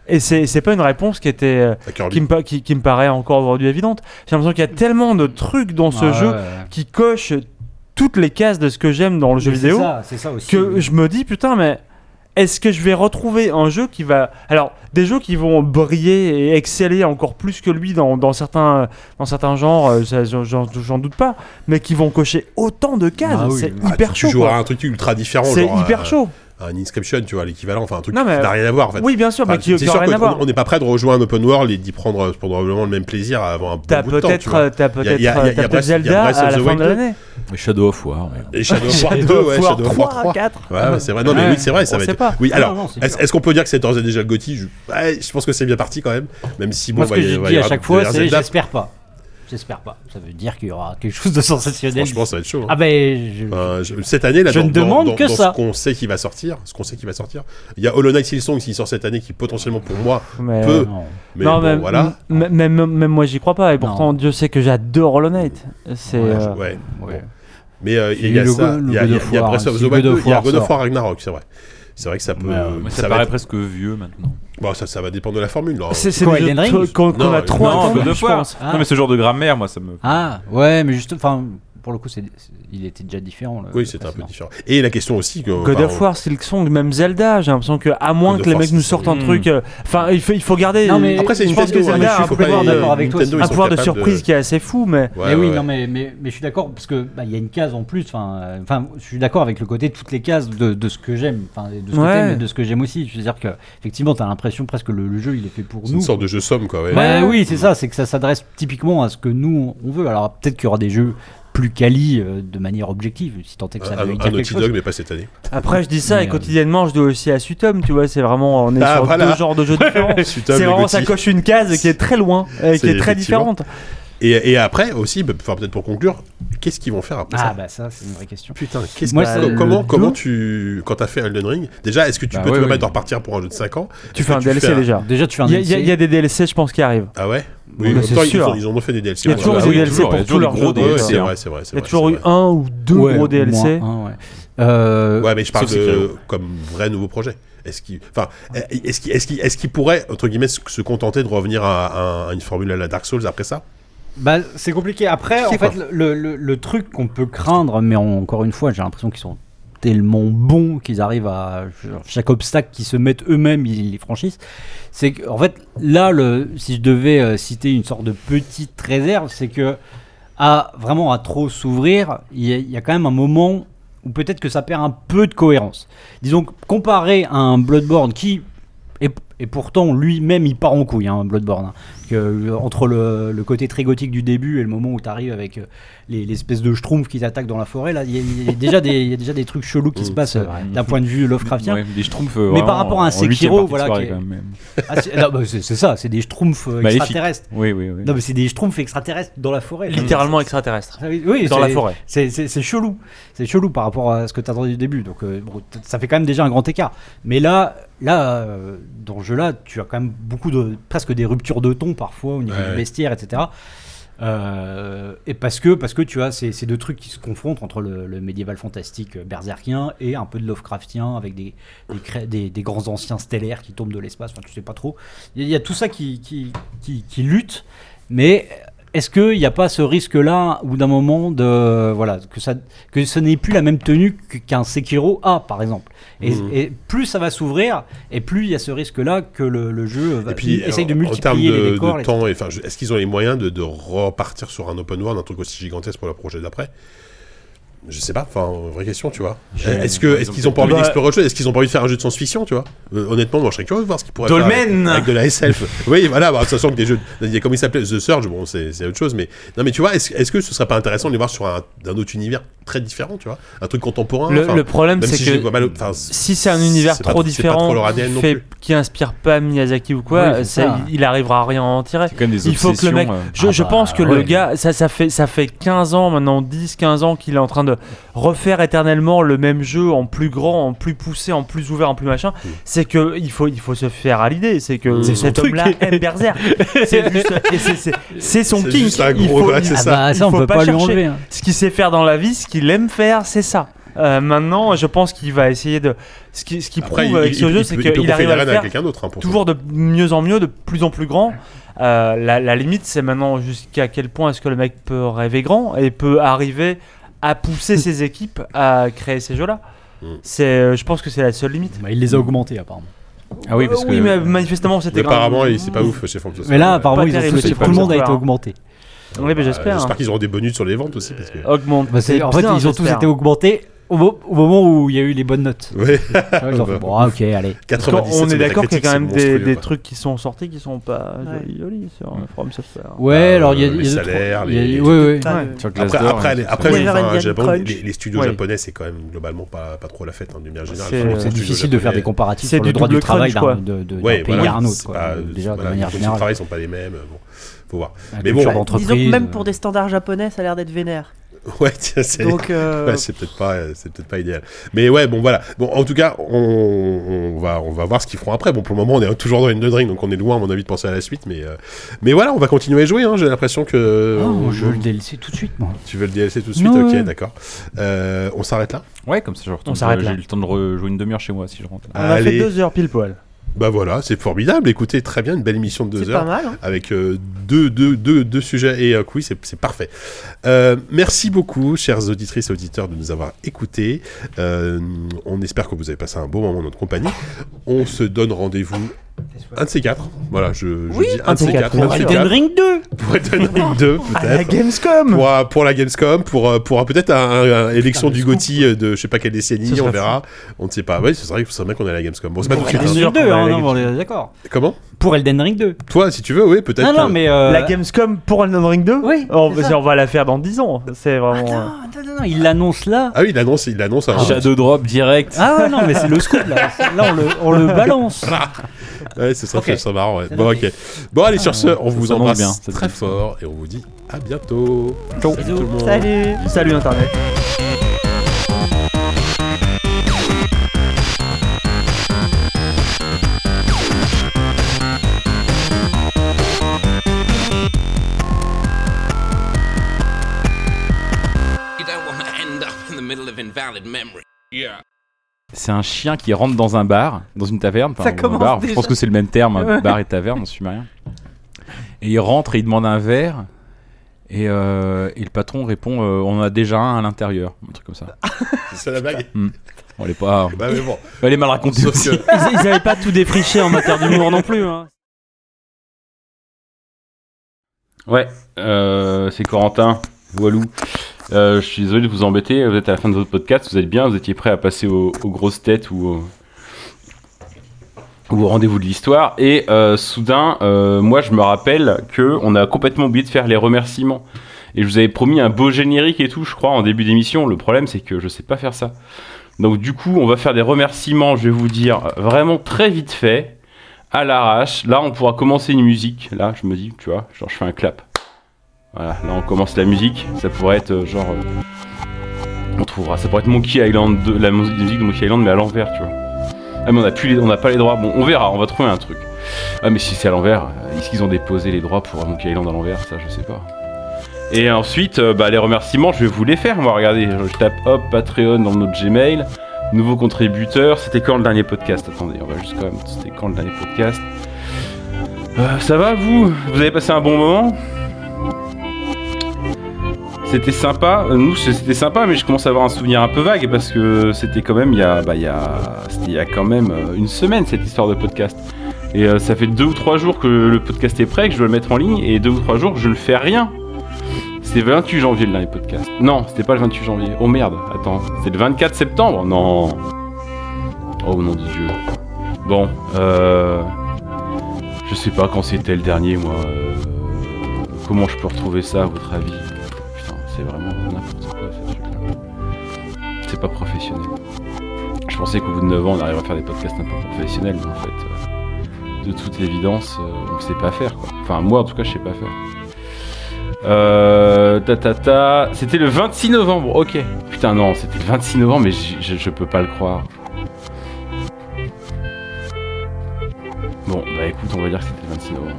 S5: Et c'est c'est pas une réponse qui était euh,
S2: À Kirby.
S5: qui me, pa- qui, qui me paraît encore aujourd'hui évidente. J'ai l'impression qu'il y a tellement de trucs dans ce
S8: Ah,
S5: jeu
S8: ouais.
S5: qui cochent toutes les cases de ce que j'aime dans le jeu
S8: Mais
S5: vidéo
S8: C'est ça, c'est ça aussi.
S5: que je me dis putain mais est-ce que je vais retrouver un jeu qui va. Alors, des jeux qui vont briller et exceller encore plus que lui dans, dans certains, dans certains genres, euh, ça, j'en- j'en j'en doute pas, mais qui vont cocher autant de cases,
S6: Ah oui.
S5: c'est
S2: Ah,
S5: hyper
S2: tu,
S5: chaud.
S2: tu joues à
S5: quoi.
S2: un truc ultra différent.
S5: C'est
S2: genre,
S5: hyper
S2: euh,
S5: chaud.
S2: Un Inscription, tu vois, l'équivalent, enfin un truc
S5: Non, mais-
S2: qui n'a rien à voir en fait.
S5: Oui, bien sûr,
S2: Enfin,
S5: mais qui
S2: c'est
S5: n'a
S2: sûr
S5: rien à voir.
S2: qu'on n'est pas prêt de rejoindre un open world et d'y prendre euh, probablement le même plaisir avant un bon
S5: T'as
S2: bout de temps. tu
S5: peut-être
S2: vois.
S5: euh, t'as peut-être
S2: y a-
S5: euh,
S2: y a
S5: t'as peut-être
S2: Breath of- y a
S5: Zelda
S2: Breath of
S5: à la
S2: the
S5: fin de
S2: Wild
S5: l'année.
S9: Shadow of War. mais-
S2: Et Shadow of War 2, ouais, Shadow of War 3.
S5: 4.
S2: Ouais, ouais, c'est vrai. Non, mais
S5: Ouais.
S2: oui, c'est vrai, ça
S5: On
S2: va
S5: sait
S2: être.
S5: pas.
S2: Oui,
S8: Ah
S2: alors,
S8: non, non, c'est
S2: est-ce
S8: sûr.
S2: est-ce qu'on peut dire que c'est d'ores et déjà le Gotti je... ouais, je pense que c'est bien parti quand même. Même si, bon,
S8: Moi, ce
S2: va
S8: que
S2: y-
S8: j'ai
S2: va y
S8: dit à
S2: avoir
S8: chaque
S2: des
S8: fois,
S2: dernières
S8: c'est
S2: étapes.
S8: j'espère pas. J'espère pas. Ça veut dire qu'il y aura quelque chose de sensationnel.
S2: Franchement, ça va être chaud. hein.
S8: Ah ben, je-
S2: Euh, je- cette année, là,
S8: Je
S2: dans,
S8: ne
S2: dans-
S8: demande
S2: dans-
S8: que
S2: dans
S8: ça.
S2: ce qu'on sait qui va sortir, ce qu'on sait qui va sortir, il y a Hollow Knight Silksong qui sort cette année, qui potentiellement pour moi
S5: Mais- euh,
S2: peut,
S8: non.
S2: mais
S5: non,
S2: bon,
S5: mais
S2: voilà.
S5: m- m- même, même moi j'y crois pas, et pourtant
S8: Non.
S5: Dieu sait que j'adore Hollow Knight. C'est.
S2: Ouais,
S5: euh,
S2: je- ouais.
S8: Ouais.
S2: Mais euh, il
S8: Et
S2: y a
S8: mm. le
S2: ça,
S8: go- le
S2: il y a,
S8: God
S2: il y a-
S8: of
S2: il y a
S8: War,
S2: Breath of the
S8: si le
S2: Wild
S8: God
S2: 2,
S8: of
S2: il y a
S8: War
S2: God of
S8: sort.
S2: War Ragnarok, c'est vrai. C'est vrai que ça peut.
S8: Mais, euh,
S9: Moi,
S2: ça
S9: ça
S2: va
S9: paraît
S2: être-
S9: presque vieux maintenant.
S2: bon, ça, ça va dépendre de la formule. hein. là.
S5: C'est c'est
S8: Quoi,
S5: des jeux
S8: Elden
S5: tro-
S8: Ring
S5: qu'on qu'on
S2: Non,
S5: a trop
S2: non,
S5: attendu,
S3: God of
S5: je
S3: War.
S5: pense.
S8: Ah.
S3: Non, mais ce genre de grammaire, moi, ça me.
S8: Ah ouais, mais juste, enfin, pour le coup, c'est, c'est- il était déjà différent. le-
S2: Oui,
S8: le
S2: c'était un peu
S8: précédent.
S2: différent. Et la question aussi que.
S5: God
S2: enfin,
S5: of War, Silksong, même Zelda, j'ai l'impression que à moins que
S2: God of
S5: les
S2: War,
S5: mecs nous
S2: c'est
S5: sortent
S2: ça.
S5: un truc. euh, Enfin, il, faut, il faut regarder
S8: Non, mais-
S5: un
S2: Après, c'est
S5: Je pense
S2: Nintendo,
S5: que
S2: hein,
S5: Zelda
S2: là-dessus,
S5: a un
S2: faut
S5: pouvoir
S2: pas-
S5: d'accord
S8: avec toi,
S2: Nintendo,
S8: c'est
S2: ils
S5: un
S2: sont
S5: pouvoir de
S2: capables
S5: surprise qui est assez fou, mais.
S2: Ouais,
S8: mais oui,
S2: ouais,
S8: non,
S2: ouais.
S8: mais, mais, mais je suis d'accord parce que bah, il y a une case en plus. Enfin, euh, enfin, je suis d'accord avec le côté toutes les cases de, de ce que j'aime, enfin, de ce que
S5: Ouais.
S8: t'aimes et de ce que j'aime aussi. Je veux dire que effectivement, t'as l'impression presque que le, le jeu il est fait pour
S2: C'est
S8: nous.
S2: une sorte de jeu somme, quoi. ouais.
S8: Bah oui, c'est ça, c'est que ça s'adresse typiquement à ce que nous on veut. Alors peut-être qu'il y aura des jeux plus quali euh, de manière objective, si tant est que
S2: Euh,
S8: ça
S2: Un,
S8: veut
S2: un
S8: dire quelque
S2: Naughty
S8: chose.
S2: Dog, mais pas cette année.
S5: Après, je dis ça,
S8: Mais,
S5: et
S8: euh,
S5: quotidiennement, je dois aussi à Sutom, tu vois, c'est vraiment. On est
S2: Ah,
S5: sur
S2: voilà.
S5: deux genres de jeux différents.
S2: Sutom,
S5: C'est
S2: le
S5: vraiment,
S2: Gotti.
S5: ça coche une case qui est très loin, euh, qui
S2: C'est
S5: est très
S2: effectivement.
S5: différente.
S2: Et, et après aussi, bah, enfin, peut-être pour conclure, qu'est-ce qu'ils vont faire après
S8: Ah
S2: ça
S8: bah ça, c'est une vraie question.
S2: Putain, qu'est-ce
S8: Moi,
S2: que-
S8: c'est
S2: co-
S8: le
S2: comment,
S8: deux.
S2: comment tu. Quand t'as fait Elden Ring, déjà, est-ce que tu
S9: Bah
S2: peux
S9: ouais,
S2: te
S9: ouais.
S2: permettre de repartir pour un jeu de 5 ans
S5: Tu fais un
S2: tu
S5: DLC
S2: fais un-
S5: déjà.
S8: Déjà, tu fais un
S5: Il y, a- il y a- il y
S8: DLC.
S5: a des DLC, je pense, qui arrivent.
S2: Ah ouais
S5: Bah,
S2: en même
S5: c'est
S2: temps, ils-
S5: sûr.
S2: Ils, ont, ils en ont fait des DLC.
S5: Il y a
S2: ouais.
S5: toujours
S2: Ouais,
S5: des
S2: ouais,
S5: DLC
S2: toujours,
S5: pour
S2: ouais,
S5: tous leurs
S2: toujours des
S5: jeux,
S2: Ah gros
S5: d'ailleurs.
S2: DLC. C'est vrai, c'est vrai. c'est
S5: Il y a
S2: vrai,
S5: toujours
S2: c'est
S5: eu
S2: vrai.
S5: un ou deux
S8: Ouais,
S5: gros
S8: au
S5: DLC.
S8: moins un, ouais. Euh,
S2: Ouais, mais je parle
S9: Sauf
S2: de
S9: Sekiro.
S2: comme vrai nouveau projet. Est-ce qu'il, enfin, est-ce qu'il, est-ce qu'il, est-ce qu'il pourrait entre guillemets se se contenter de revenir à, à une formule à la Dark Souls après ça
S8: Bah, c'est compliqué. Après, en fait, le, le- le truc qu'on peut craindre, mais on- encore une fois, j'ai l'impression qu'ils sont tellement bons qu'ils arrivent à genre, chaque obstacle qu'ils se mettent eux-mêmes, ils les franchissent. C'est qu'en fait, là, le, si je devais euh, citer une sorte de petite réserve, c'est que à vraiment à trop s'ouvrir, il y, a- il y a quand même un moment où peut-être que ça perd un peu de cohérence. Disons que comparé à un Bloodborne qui et, et pourtant lui-même il part en couille hein, Bloodborne hein. que, euh, entre le, le côté très gothique du début et le moment où tu arrives avec euh, les- l'espèce de schtroumpf qui t'attaque dans la forêt là il y, a- il y a déjà des- il y a déjà des trucs chelous
S5: Oh,
S8: qui se passent euh,
S9: vrai.
S8: d'un point de vue Lovecraftien
S3: Mm. Ouais, des schtroumpfs.
S8: Mais par rapport à un Sekiro, voilà, qui est- Ah, c'est non, bah, c'est- c'est ça c'est des schtroumpfs euh,
S3: Maléfique.
S8: extraterrestres
S3: Oui, oui, oui.
S8: non mais c'est des schtroumpfs extraterrestres dans la forêt
S5: Littéralement extraterrestre.
S8: Ah oui, oui,
S5: Dans
S8: c'est-
S5: la forêt.
S8: C'est c'est- c'est chelou. C'est chelou par rapport à ce que t'attendais du début. Donc euh, bon, t- ça fait quand même déjà un grand écart. Mais là, là euh, dans ce jeu-là, tu as quand même beaucoup de. presque des ruptures de ton parfois au niveau
S2: Ouais.
S8: du bestiaire, etc. Euh, et parce que, parce que tu as ces, ces deux trucs qui se confrontent entre le, le médiéval fantastique euh, berserkien et un peu de Lovecraftien avec des, des, cré- des- des grands anciens stellaires qui tombent de l'espace, enfin tu sais pas trop. Il y, a- il y a tout ça qui, qui, qui, qui lutte, mais est-ce qu'il n'y a pas ce risque-là, au bout d'un moment, de, voilà, que, ça, que ce n'est plus la même tenue que- qu'un Sekiro a, par exemple et,
S2: Mhm.
S8: et plus ça va s'ouvrir, et plus il y a ce risque-là que le, le jeu va,
S2: Et puis,
S8: essaye de
S2: en- en termes
S8: multiplier les
S2: de,
S8: décors.
S2: de
S8: et-
S2: temps, et, enfin, je- est-ce qu'ils ont les moyens de, de repartir sur un open world, un truc aussi gigantesque pour le projet d'après je sais pas, enfin, vraie question, tu vois. Euh, Est-ce que, est-ce qu'ils ont pas envie
S5: Bah-
S2: d'explorer autre chose Est-ce qu'ils ont pas envie de faire un jeu de science-fiction, tu vois Euh, Honnêtement, moi, je serais curieux de voir ce qu'ils pourraient
S3: Dolmen
S2: faire avec, avec de la SF. oui, voilà, bah, sachant que des jeux, il y a- comment il s'appelait The Surge, bon, c'est c'est autre chose, mais non, mais tu vois, est-ce est-ce que ce serait pas intéressant de les voir sur un, d'un autre univers très différent, tu vois, un truc contemporain
S5: Le,
S2: enfin,
S5: le problème,
S2: même
S5: c'est
S2: si j'ai
S5: que
S2: pas mal, enfin, c'est-
S5: si c'est un univers
S2: c'est pas
S5: trop
S2: trop- c'est pas
S5: différent,
S2: trop leur ADN non
S5: fait-
S2: plus.
S5: qui inspire pas Miyazaki ou quoi,
S8: Oui, c'est
S5: ça,
S8: ça.
S5: il, il arrivera à rien à en tirer.
S3: C'est quand même des
S5: Il faut que le
S3: obsessions.
S5: mec-
S3: euh,
S5: Je,
S8: Ah
S5: je
S8: bah,
S5: pense que le
S8: ouais.
S5: gars, ça, ça, fait, ça fait 15 ans maintenant, 10-15 ans qu'il est en train de refaire éternellement le même jeu en plus grand, en plus poussé, en plus ouvert, en plus machin. C'est que il faut, il faut se faire à l'idée, c'est que
S2: Mm. C'est son
S5: cet
S2: truc.
S5: homme-là aime Berserk. C'est juste- et c'est- c'est- C'est son
S2: C'est
S5: king.
S2: juste un
S5: Il
S2: gros-
S5: faut-
S2: voilà, c'est
S8: Ah
S2: ça.
S8: bah,
S5: il
S8: ça, on
S5: faut
S8: peut
S5: pas
S8: pas, lui
S5: chercher.
S8: enlever. hein.
S5: ce qu'il sait faire dans la vie, ce qu'il aime faire, c'est ça. Euh, maintenant, je pense qu'il va essayer de. Ce qui, ce qui
S2: Après,
S5: prouve avec
S2: il-
S5: ce
S2: il-
S5: jeu,
S2: il
S5: c'est
S2: peut- il peut
S5: qu'il
S2: confier
S5: arrive
S2: les
S5: à le
S2: rênes à
S5: faire
S2: quelqu'un d'autre, hein, pour
S5: toujours de mieux en mieux, de plus en plus grand. Euh, la, la limite, c'est maintenant jusqu'à quel point est-ce que le mec
S2: Hmm.
S5: peut rêver grand et peut arriver à pousser ses équipes à créer ces jeux-là.
S2: Mm.
S5: C'est, euh, je pense que c'est la seule limite. Euh,
S6: Bah, il les a
S2: Mhm.
S6: augmentés apparemment.
S3: Ah oui, parce que.
S5: mais manifestement c'était.
S2: Mais apparemment,
S5: grave.
S2: il- c'est pas ouf chez Franck.
S6: Mais là, apparemment,
S5: pas
S6: ils ont
S5: terrible,
S6: tous-
S5: c'est
S6: tout
S5: pas
S6: le monde a
S5: bizarre.
S6: été augmenté.
S5: Ouais, mais j'espère.
S2: Ah,
S5: hein. Euh,
S2: J'espère qu'ils auront des bonus sur les ventes aussi. Parce que...
S5: Augmente.
S6: Bah, c'est- en fait,
S5: bien,
S6: ils ont tous
S5: j'espère.
S6: été augmentés au, mo- au moment où il y a eu les bonnes notes.
S2: Ouais, Bah,
S6: Tu vois, ils ont fait, bon, ah, ok, allez.
S5: Parce qu'on-
S2: 97,
S5: on est d'accord qu'il y a quand même des,
S2: Metacritic,
S5: des
S2: c'est monstrueux,
S5: trucs qui sont sortis qui sont pas
S4: Ouais.
S5: jolis jolis sur
S6: Mm.
S5: euh, From Software.
S6: Ouais,
S2: Bah,
S6: alors il y a
S2: euh,
S6: il
S2: les
S6: y a deux,
S2: salaires,
S6: trois- il y a-
S2: les-
S6: ouais, ouais.
S4: Pas de-
S3: Sur
S2: quoi.
S3: Glassdoor,
S2: Après,
S3: hein,
S2: après, les,
S3: c'est-
S2: après,
S4: ça.
S2: les-
S4: Never
S2: enfin,
S4: Indian
S2: Japon,
S4: Crunch.
S2: les, les studios
S5: Ouais.
S2: japonais, c'est quand même globalement pas, pas trop la fête en manière générale.
S5: C'est-
S2: Enfin, les
S6: C'est
S2: studios
S6: difficile de faire
S2: japonais-
S6: des comparatifs
S5: C'est
S6: sur le
S5: du
S6: droit du
S5: double
S6: travail
S5: crunch, quoi.
S6: d'un de- de-
S2: Ouais,
S6: d'un pays
S2: voilà,
S6: à un autre.
S2: c'est
S6: quoi. Euh,
S2: pas-
S6: Déjà, de manière
S2: voilà, Les conditions de
S6: générale.
S2: travail sont pas les mêmes. euh, Bon, faut voir.
S6: La
S2: Mais
S6: culture
S2: bon.
S6: d'entreprise,
S4: Disons que même
S6: euh,
S4: pour des standards japonais, ça a l'air d'être vénère.
S2: Ouais, tiens, c'est.
S4: Donc, euh,
S2: Ouais, c'est peut-être pas, euh, c'est peut-être pas idéal. Mais ouais, bon voilà. Bon, en tout cas, on, on va, on va voir ce qu'ils feront après. Bon, pour le moment, on est toujours dans End Ring, donc on est loin, à mon avis, de penser à la suite. Mais, euh, mais voilà, on va continuer à jouer. hein. J'ai l'impression que
S6: Ah,
S2: on-
S6: moi, je veux le DLC tout de suite, moi.
S2: tu veux le DLC tout de suite.
S6: Non,
S2: ok,
S6: ouais.
S2: d'accord. Euh, on s'arrête là.
S3: Ouais, comme ça, je retourne.
S5: On s'arrête
S3: euh,
S5: là.
S3: J'ai eu le temps de rejouer une demi-heure chez moi si je rentre.
S5: On a fait
S2: Allez.
S5: deux heures pile poil.
S2: Bah voilà, c'est formidable. Écoutez, très bien, une belle émission de deux
S4: c'est pas
S2: heures.
S4: mal. hein.
S2: avec euh, deux, deux, deux, deux sujets et un quiz, c'est- c'est parfait. Euh, merci beaucoup, chères auditrices et auditeurs, de nous avoir écoutés. Euh, on espère que vous avez passé un bon moment en notre compagnie. On se donne rendez-vous. Un de ces quatre, voilà, je, je dis un de ces quatre, un de ces
S6: Elden
S2: quatre,
S6: Ring 2
S2: pour Elden Ring 2 peut-être,
S5: Gamescom
S2: pour, euh, pour la Gamescom, pour, euh, pour euh, peut-être un, un- un élection du Gotti euh, de je sais pas quelle décennie, on verra, on ne sait pas, ouais, ce serait, ce serait bien qu'on ait la Gamescom, bon c'est pas tout de suite,
S6: Elden
S5: sûr
S6: Ring
S5: qu'on
S6: 2,
S5: va
S6: hein,
S5: aller
S6: non,
S5: vite.
S6: bon, on est d'accord.
S2: hein. comment
S6: Pour Elden Ring 2.
S2: Toi si tu veux, oui peut-être,
S6: Non, non,
S2: que-
S6: mais. euh,
S5: La Gamescom pour Elden Ring 2
S6: Oui,
S5: on,
S6: c'est ça.
S5: c'est- on va la faire dans 10 ans. C'est vraiment. euh,
S6: Ah, non, non, non, il l'annonce là.
S2: ah oui il annonce, il annonce un-
S3: Shadow Drop direct.
S6: Ah ouais, non, mais c'est le scoop là. C'est- Là, on le, on le balance.
S2: Ouais, ce serait
S6: Ok.
S2: ce serait marrant. ouais.
S6: C'est
S2: Bon, ok. Bon, allez, sur ce, on
S3: Ah, ça
S2: vous
S3: s'annonce
S2: embrasse
S3: bien, cette
S2: très
S3: émission.
S2: fort et on vous dit à bientôt. Salut tout le monde.
S4: Salut.
S5: Salut Internet.
S1: You don't want to end up in the middle of invalid memory. Yeah.
S3: C'est un chien qui rentre dans un bar, dans une taverne. enfin,
S4: Ça
S3: dans un
S4: commence
S3: bar, Je
S4: déjà.
S3: pense que c'est le même terme,
S4: Ouais.
S3: bar et taverne, on suit rien. Et il rentre et il demande un verre. Et, euh, et le patron répond euh, On en a déjà un à l'intérieur. Un truc comme ça.
S2: C'est ça la blague
S3: Bon, elle est pas.
S2: Bah, mais bon.
S3: Elle est mal racontée
S2: Sauf
S3: aussi.
S2: que.
S5: Ils n'avaient pas tout défriché en matière d'humour non plus. Hein.
S3: Ouais, euh, c'est Corentin, Walou. Euh, je suis désolé de vous embêter, vous êtes à la fin de votre podcast, vous êtes bien, vous étiez prêt à passer aux, aux grosses têtes ou au, ou au rendez-vous de l'histoire. Et euh, soudain, euh, moi je me rappelle que on a complètement oublié de faire les remerciements. Et je vous avais promis un beau générique et tout, je crois, en début d'émission. Le problème, c'est que je sais pas faire ça. Donc du coup, on va faire des remerciements, je vais vous dire, vraiment très vite fait, à l'arrache. Là, on pourra commencer une musique. Là, je me dis, tu vois, genre je fais un clap. Voilà, là on commence la musique, ça pourrait être euh, genre... euh, on trouvera, ça pourrait être Monkey Island 2, la mus- musique de Monkey Island mais à l'envers, tu vois. Ah mais on a plus les- on n'a pas les droits, bon on verra, on va trouver un truc. Ah mais si c'est à l'envers, euh, est-ce qu'ils ont déposé les droits pour Monkey Island à l'envers Ça je sais pas. Et ensuite, euh, bah, les remerciements, je vais vous les faire, moi, regardez, je, je tape hop, Patreon dans notre Gmail, nouveau contributeur, c'était quand le dernier podcast Attendez, on va juste quand même, c'était quand le dernier podcast Euh, Ça va vous Vous avez passé un bon moment c'était sympa, Euh, nous c'est- c'était sympa, mais je commence à avoir un souvenir un peu vague parce que c'était quand même il y a, bah, il y a, c'était il y a quand même euh, une semaine cette histoire de podcast. Et euh, ça fait deux ou trois jours que le podcast est prêt, que je dois le mettre en ligne, et deux ou trois jours je ne fais rien. C'était le 28 janvier le dernier podcast. Non, c'était pas le 28 janvier. Oh merde, attends, c'est le 24 septembre Non. Oh au nom de Dieu. Bon, euh. Je sais pas quand c'était le dernier, moi. euh, Comment je peux retrouver ça, à votre avis Putain, c'est vraiment n'importe quoi ce truc-là. C'est pas professionnel. Je pensais qu'au bout de 9 ans, on arriverait à faire des podcasts un peu professionnels, mais en fait, euh, de toute évidence, euh, on sait pas faire, quoi. Enfin, moi, en tout cas, je sais pas faire. Euh. Ta ta ta. C'était le 26 novembre, ok. Putain, non, c'était le 26 novembre, mais j- je- je peux pas le croire. Bon, bah écoute, on va dire que c'était le 26 novembre.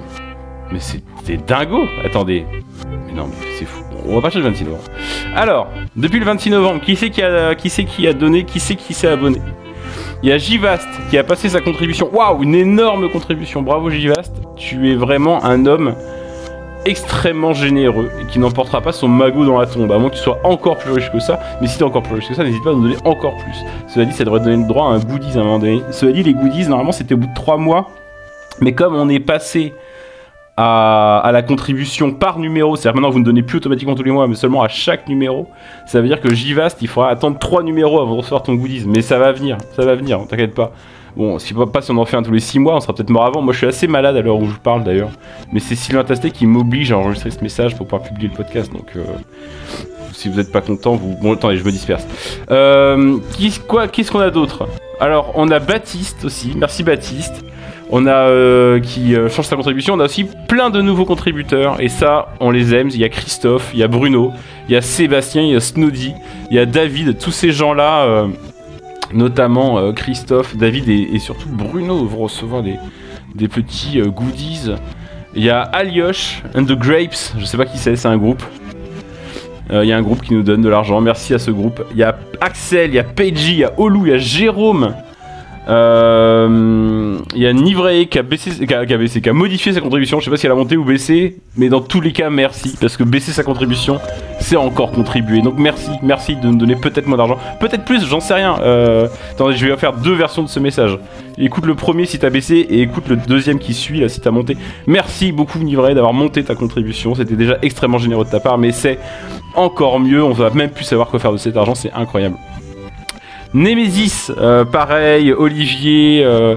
S3: Mais c'était dingo Attendez. Mais non, mais c'est fou. Bon, on va pas chercher le 26 novembre. Alors, depuis le 26 novembre, qui c'est qui a, qui c'est qui a donné Qui c'est qui s'est abonné Il y a Givast qui a passé sa contribution. Waouh, une énorme contribution. Bravo Givast. Tu es vraiment un homme extrêmement généreux et qui n'emportera pas son magot dans la tombe, à moins que tu sois encore plus riche que ça. Mais si t'es encore plus riche que ça, n'hésite pas à nous donner encore plus. Cela dit, ça devrait te donner le droit à un goodies à un moment donné. Cela dit, les goodies, normalement, c'était au bout de 3 mois. Mais comme on est passé à, à la contribution par numéro, c'est-à-dire maintenant vous ne donnez plus automatiquement tous les mois, mais seulement à chaque numéro, ça veut dire que Givast, il faudra attendre 3 numéros avant de recevoir ton goodies. Mais ça va venir, ça va venir, t'inquiète pas. Bon, si pas, pas si on en fait un tous les 6 mois, on sera peut-être mort avant. Moi, je suis assez malade à l'heure où je vous parle d'ailleurs. Mais c'est Sylvain Tasté qui m'oblige à enregistrer ce message pour pouvoir publier le podcast. Donc, euh, si vous n'êtes pas content, vous. Bon, attendez, je me disperse. Euh, qui- quoi- Qu'est-ce qu'on a d'autre Alors, on a Baptiste aussi. Merci Baptiste. On a euh, qui euh, change sa contribution. On a aussi plein de nouveaux contributeurs. Et ça, on les aime. Il y a Christophe, il y a Bruno, il y a Sébastien, il y a Snowdy, il y a David. Tous ces gens-là. euh, notamment euh, Christophe, David et, et surtout Bruno vont recevoir des, des petits euh, goodies. Il y a Aliosh and the Grapes, je sais pas qui c'est, c'est un groupe. Euh, Il y a un groupe qui nous donne de l'argent, merci à ce groupe. Il y a Axel, il y a Peji, il y a Olou, il y a Jérôme. Euh, Il y a Nivray qui a, baissé, qui, a, qui a baissé- qui a modifié sa contribution. Je sais pas si elle a monté ou baissé, mais dans tous les cas, merci. Parce que baisser sa contribution, c'est encore contribuer. Donc merci, merci de me donner peut-être moins d'argent. Peut-être plus, j'en sais rien. Euh, attendez, je vais faire deux versions de ce message. Écoute le premier si t'as baissé et écoute le deuxième qui suit là si t'as monté. Merci beaucoup Nivray d'avoir monté ta contribution. C'était déjà extrêmement généreux de ta part, mais c'est encore mieux. On va même plus savoir quoi faire de cet argent. C'est incroyable. Nemesis, euh, pareil, Olivier, euh,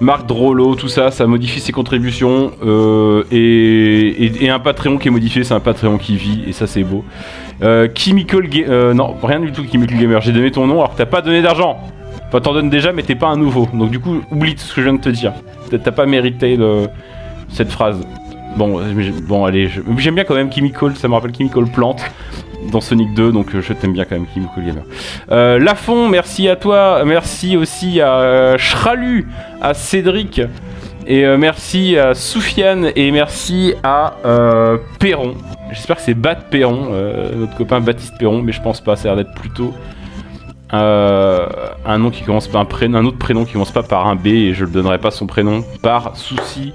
S3: Marc Drollo, tout ça, ça modifie ses contributions. euh, et, et- et un Patreon qui est modifié, c'est un Patreon qui vit, et ça c'est beau. Euh, Chemical Ga- euh, non, rien du tout Chemical Gamer, j'ai donné ton nom alors que t'as pas donné d'argent. Enfin, t'en donnes déjà, mais t'es pas un nouveau. Donc du coup, oublie tout ce que je viens de te dire. T'as- T'as pas mérité le- cette phrase. Bon, euh, mais j'ai- bon allez, je- j'aime bien quand même Chemical, ça me rappelle Chemical Plante dans Sonic 2, donc euh, je t'aime bien quand même, Kim Gamer. Euh, Lafon, merci à toi, merci aussi à euh, Shralu, à Cédric, et euh, merci à Soufiane, et merci à euh, Perron. J'espère que c'est Bat Perron, euh, notre copain Baptiste Perron, mais je pense pas, ça a l'air d'être plutôt euh, un nom qui commence par un prénom, un autre prénom qui commence pas par un B et je le donnerai pas son prénom par souci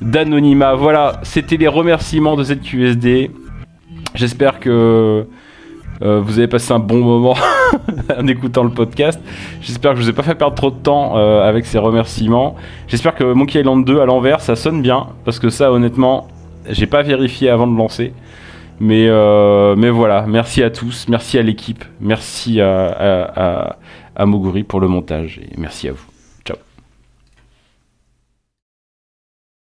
S3: d'anonymat. Voilà, c'était les remerciements de cette QSD. J'espère que euh, vous avez passé un bon moment en écoutant le podcast. J'espère que je vous ai pas fait perdre trop de temps euh, avec ces remerciements. J'espère que Monkey Island 2 à l'envers, ça sonne bien parce que ça, honnêtement, j'ai pas vérifié avant de lancer. Mais, euh, mais voilà, merci à tous, merci à l'équipe, merci à, à, à- à Moguri pour le montage et merci à vous.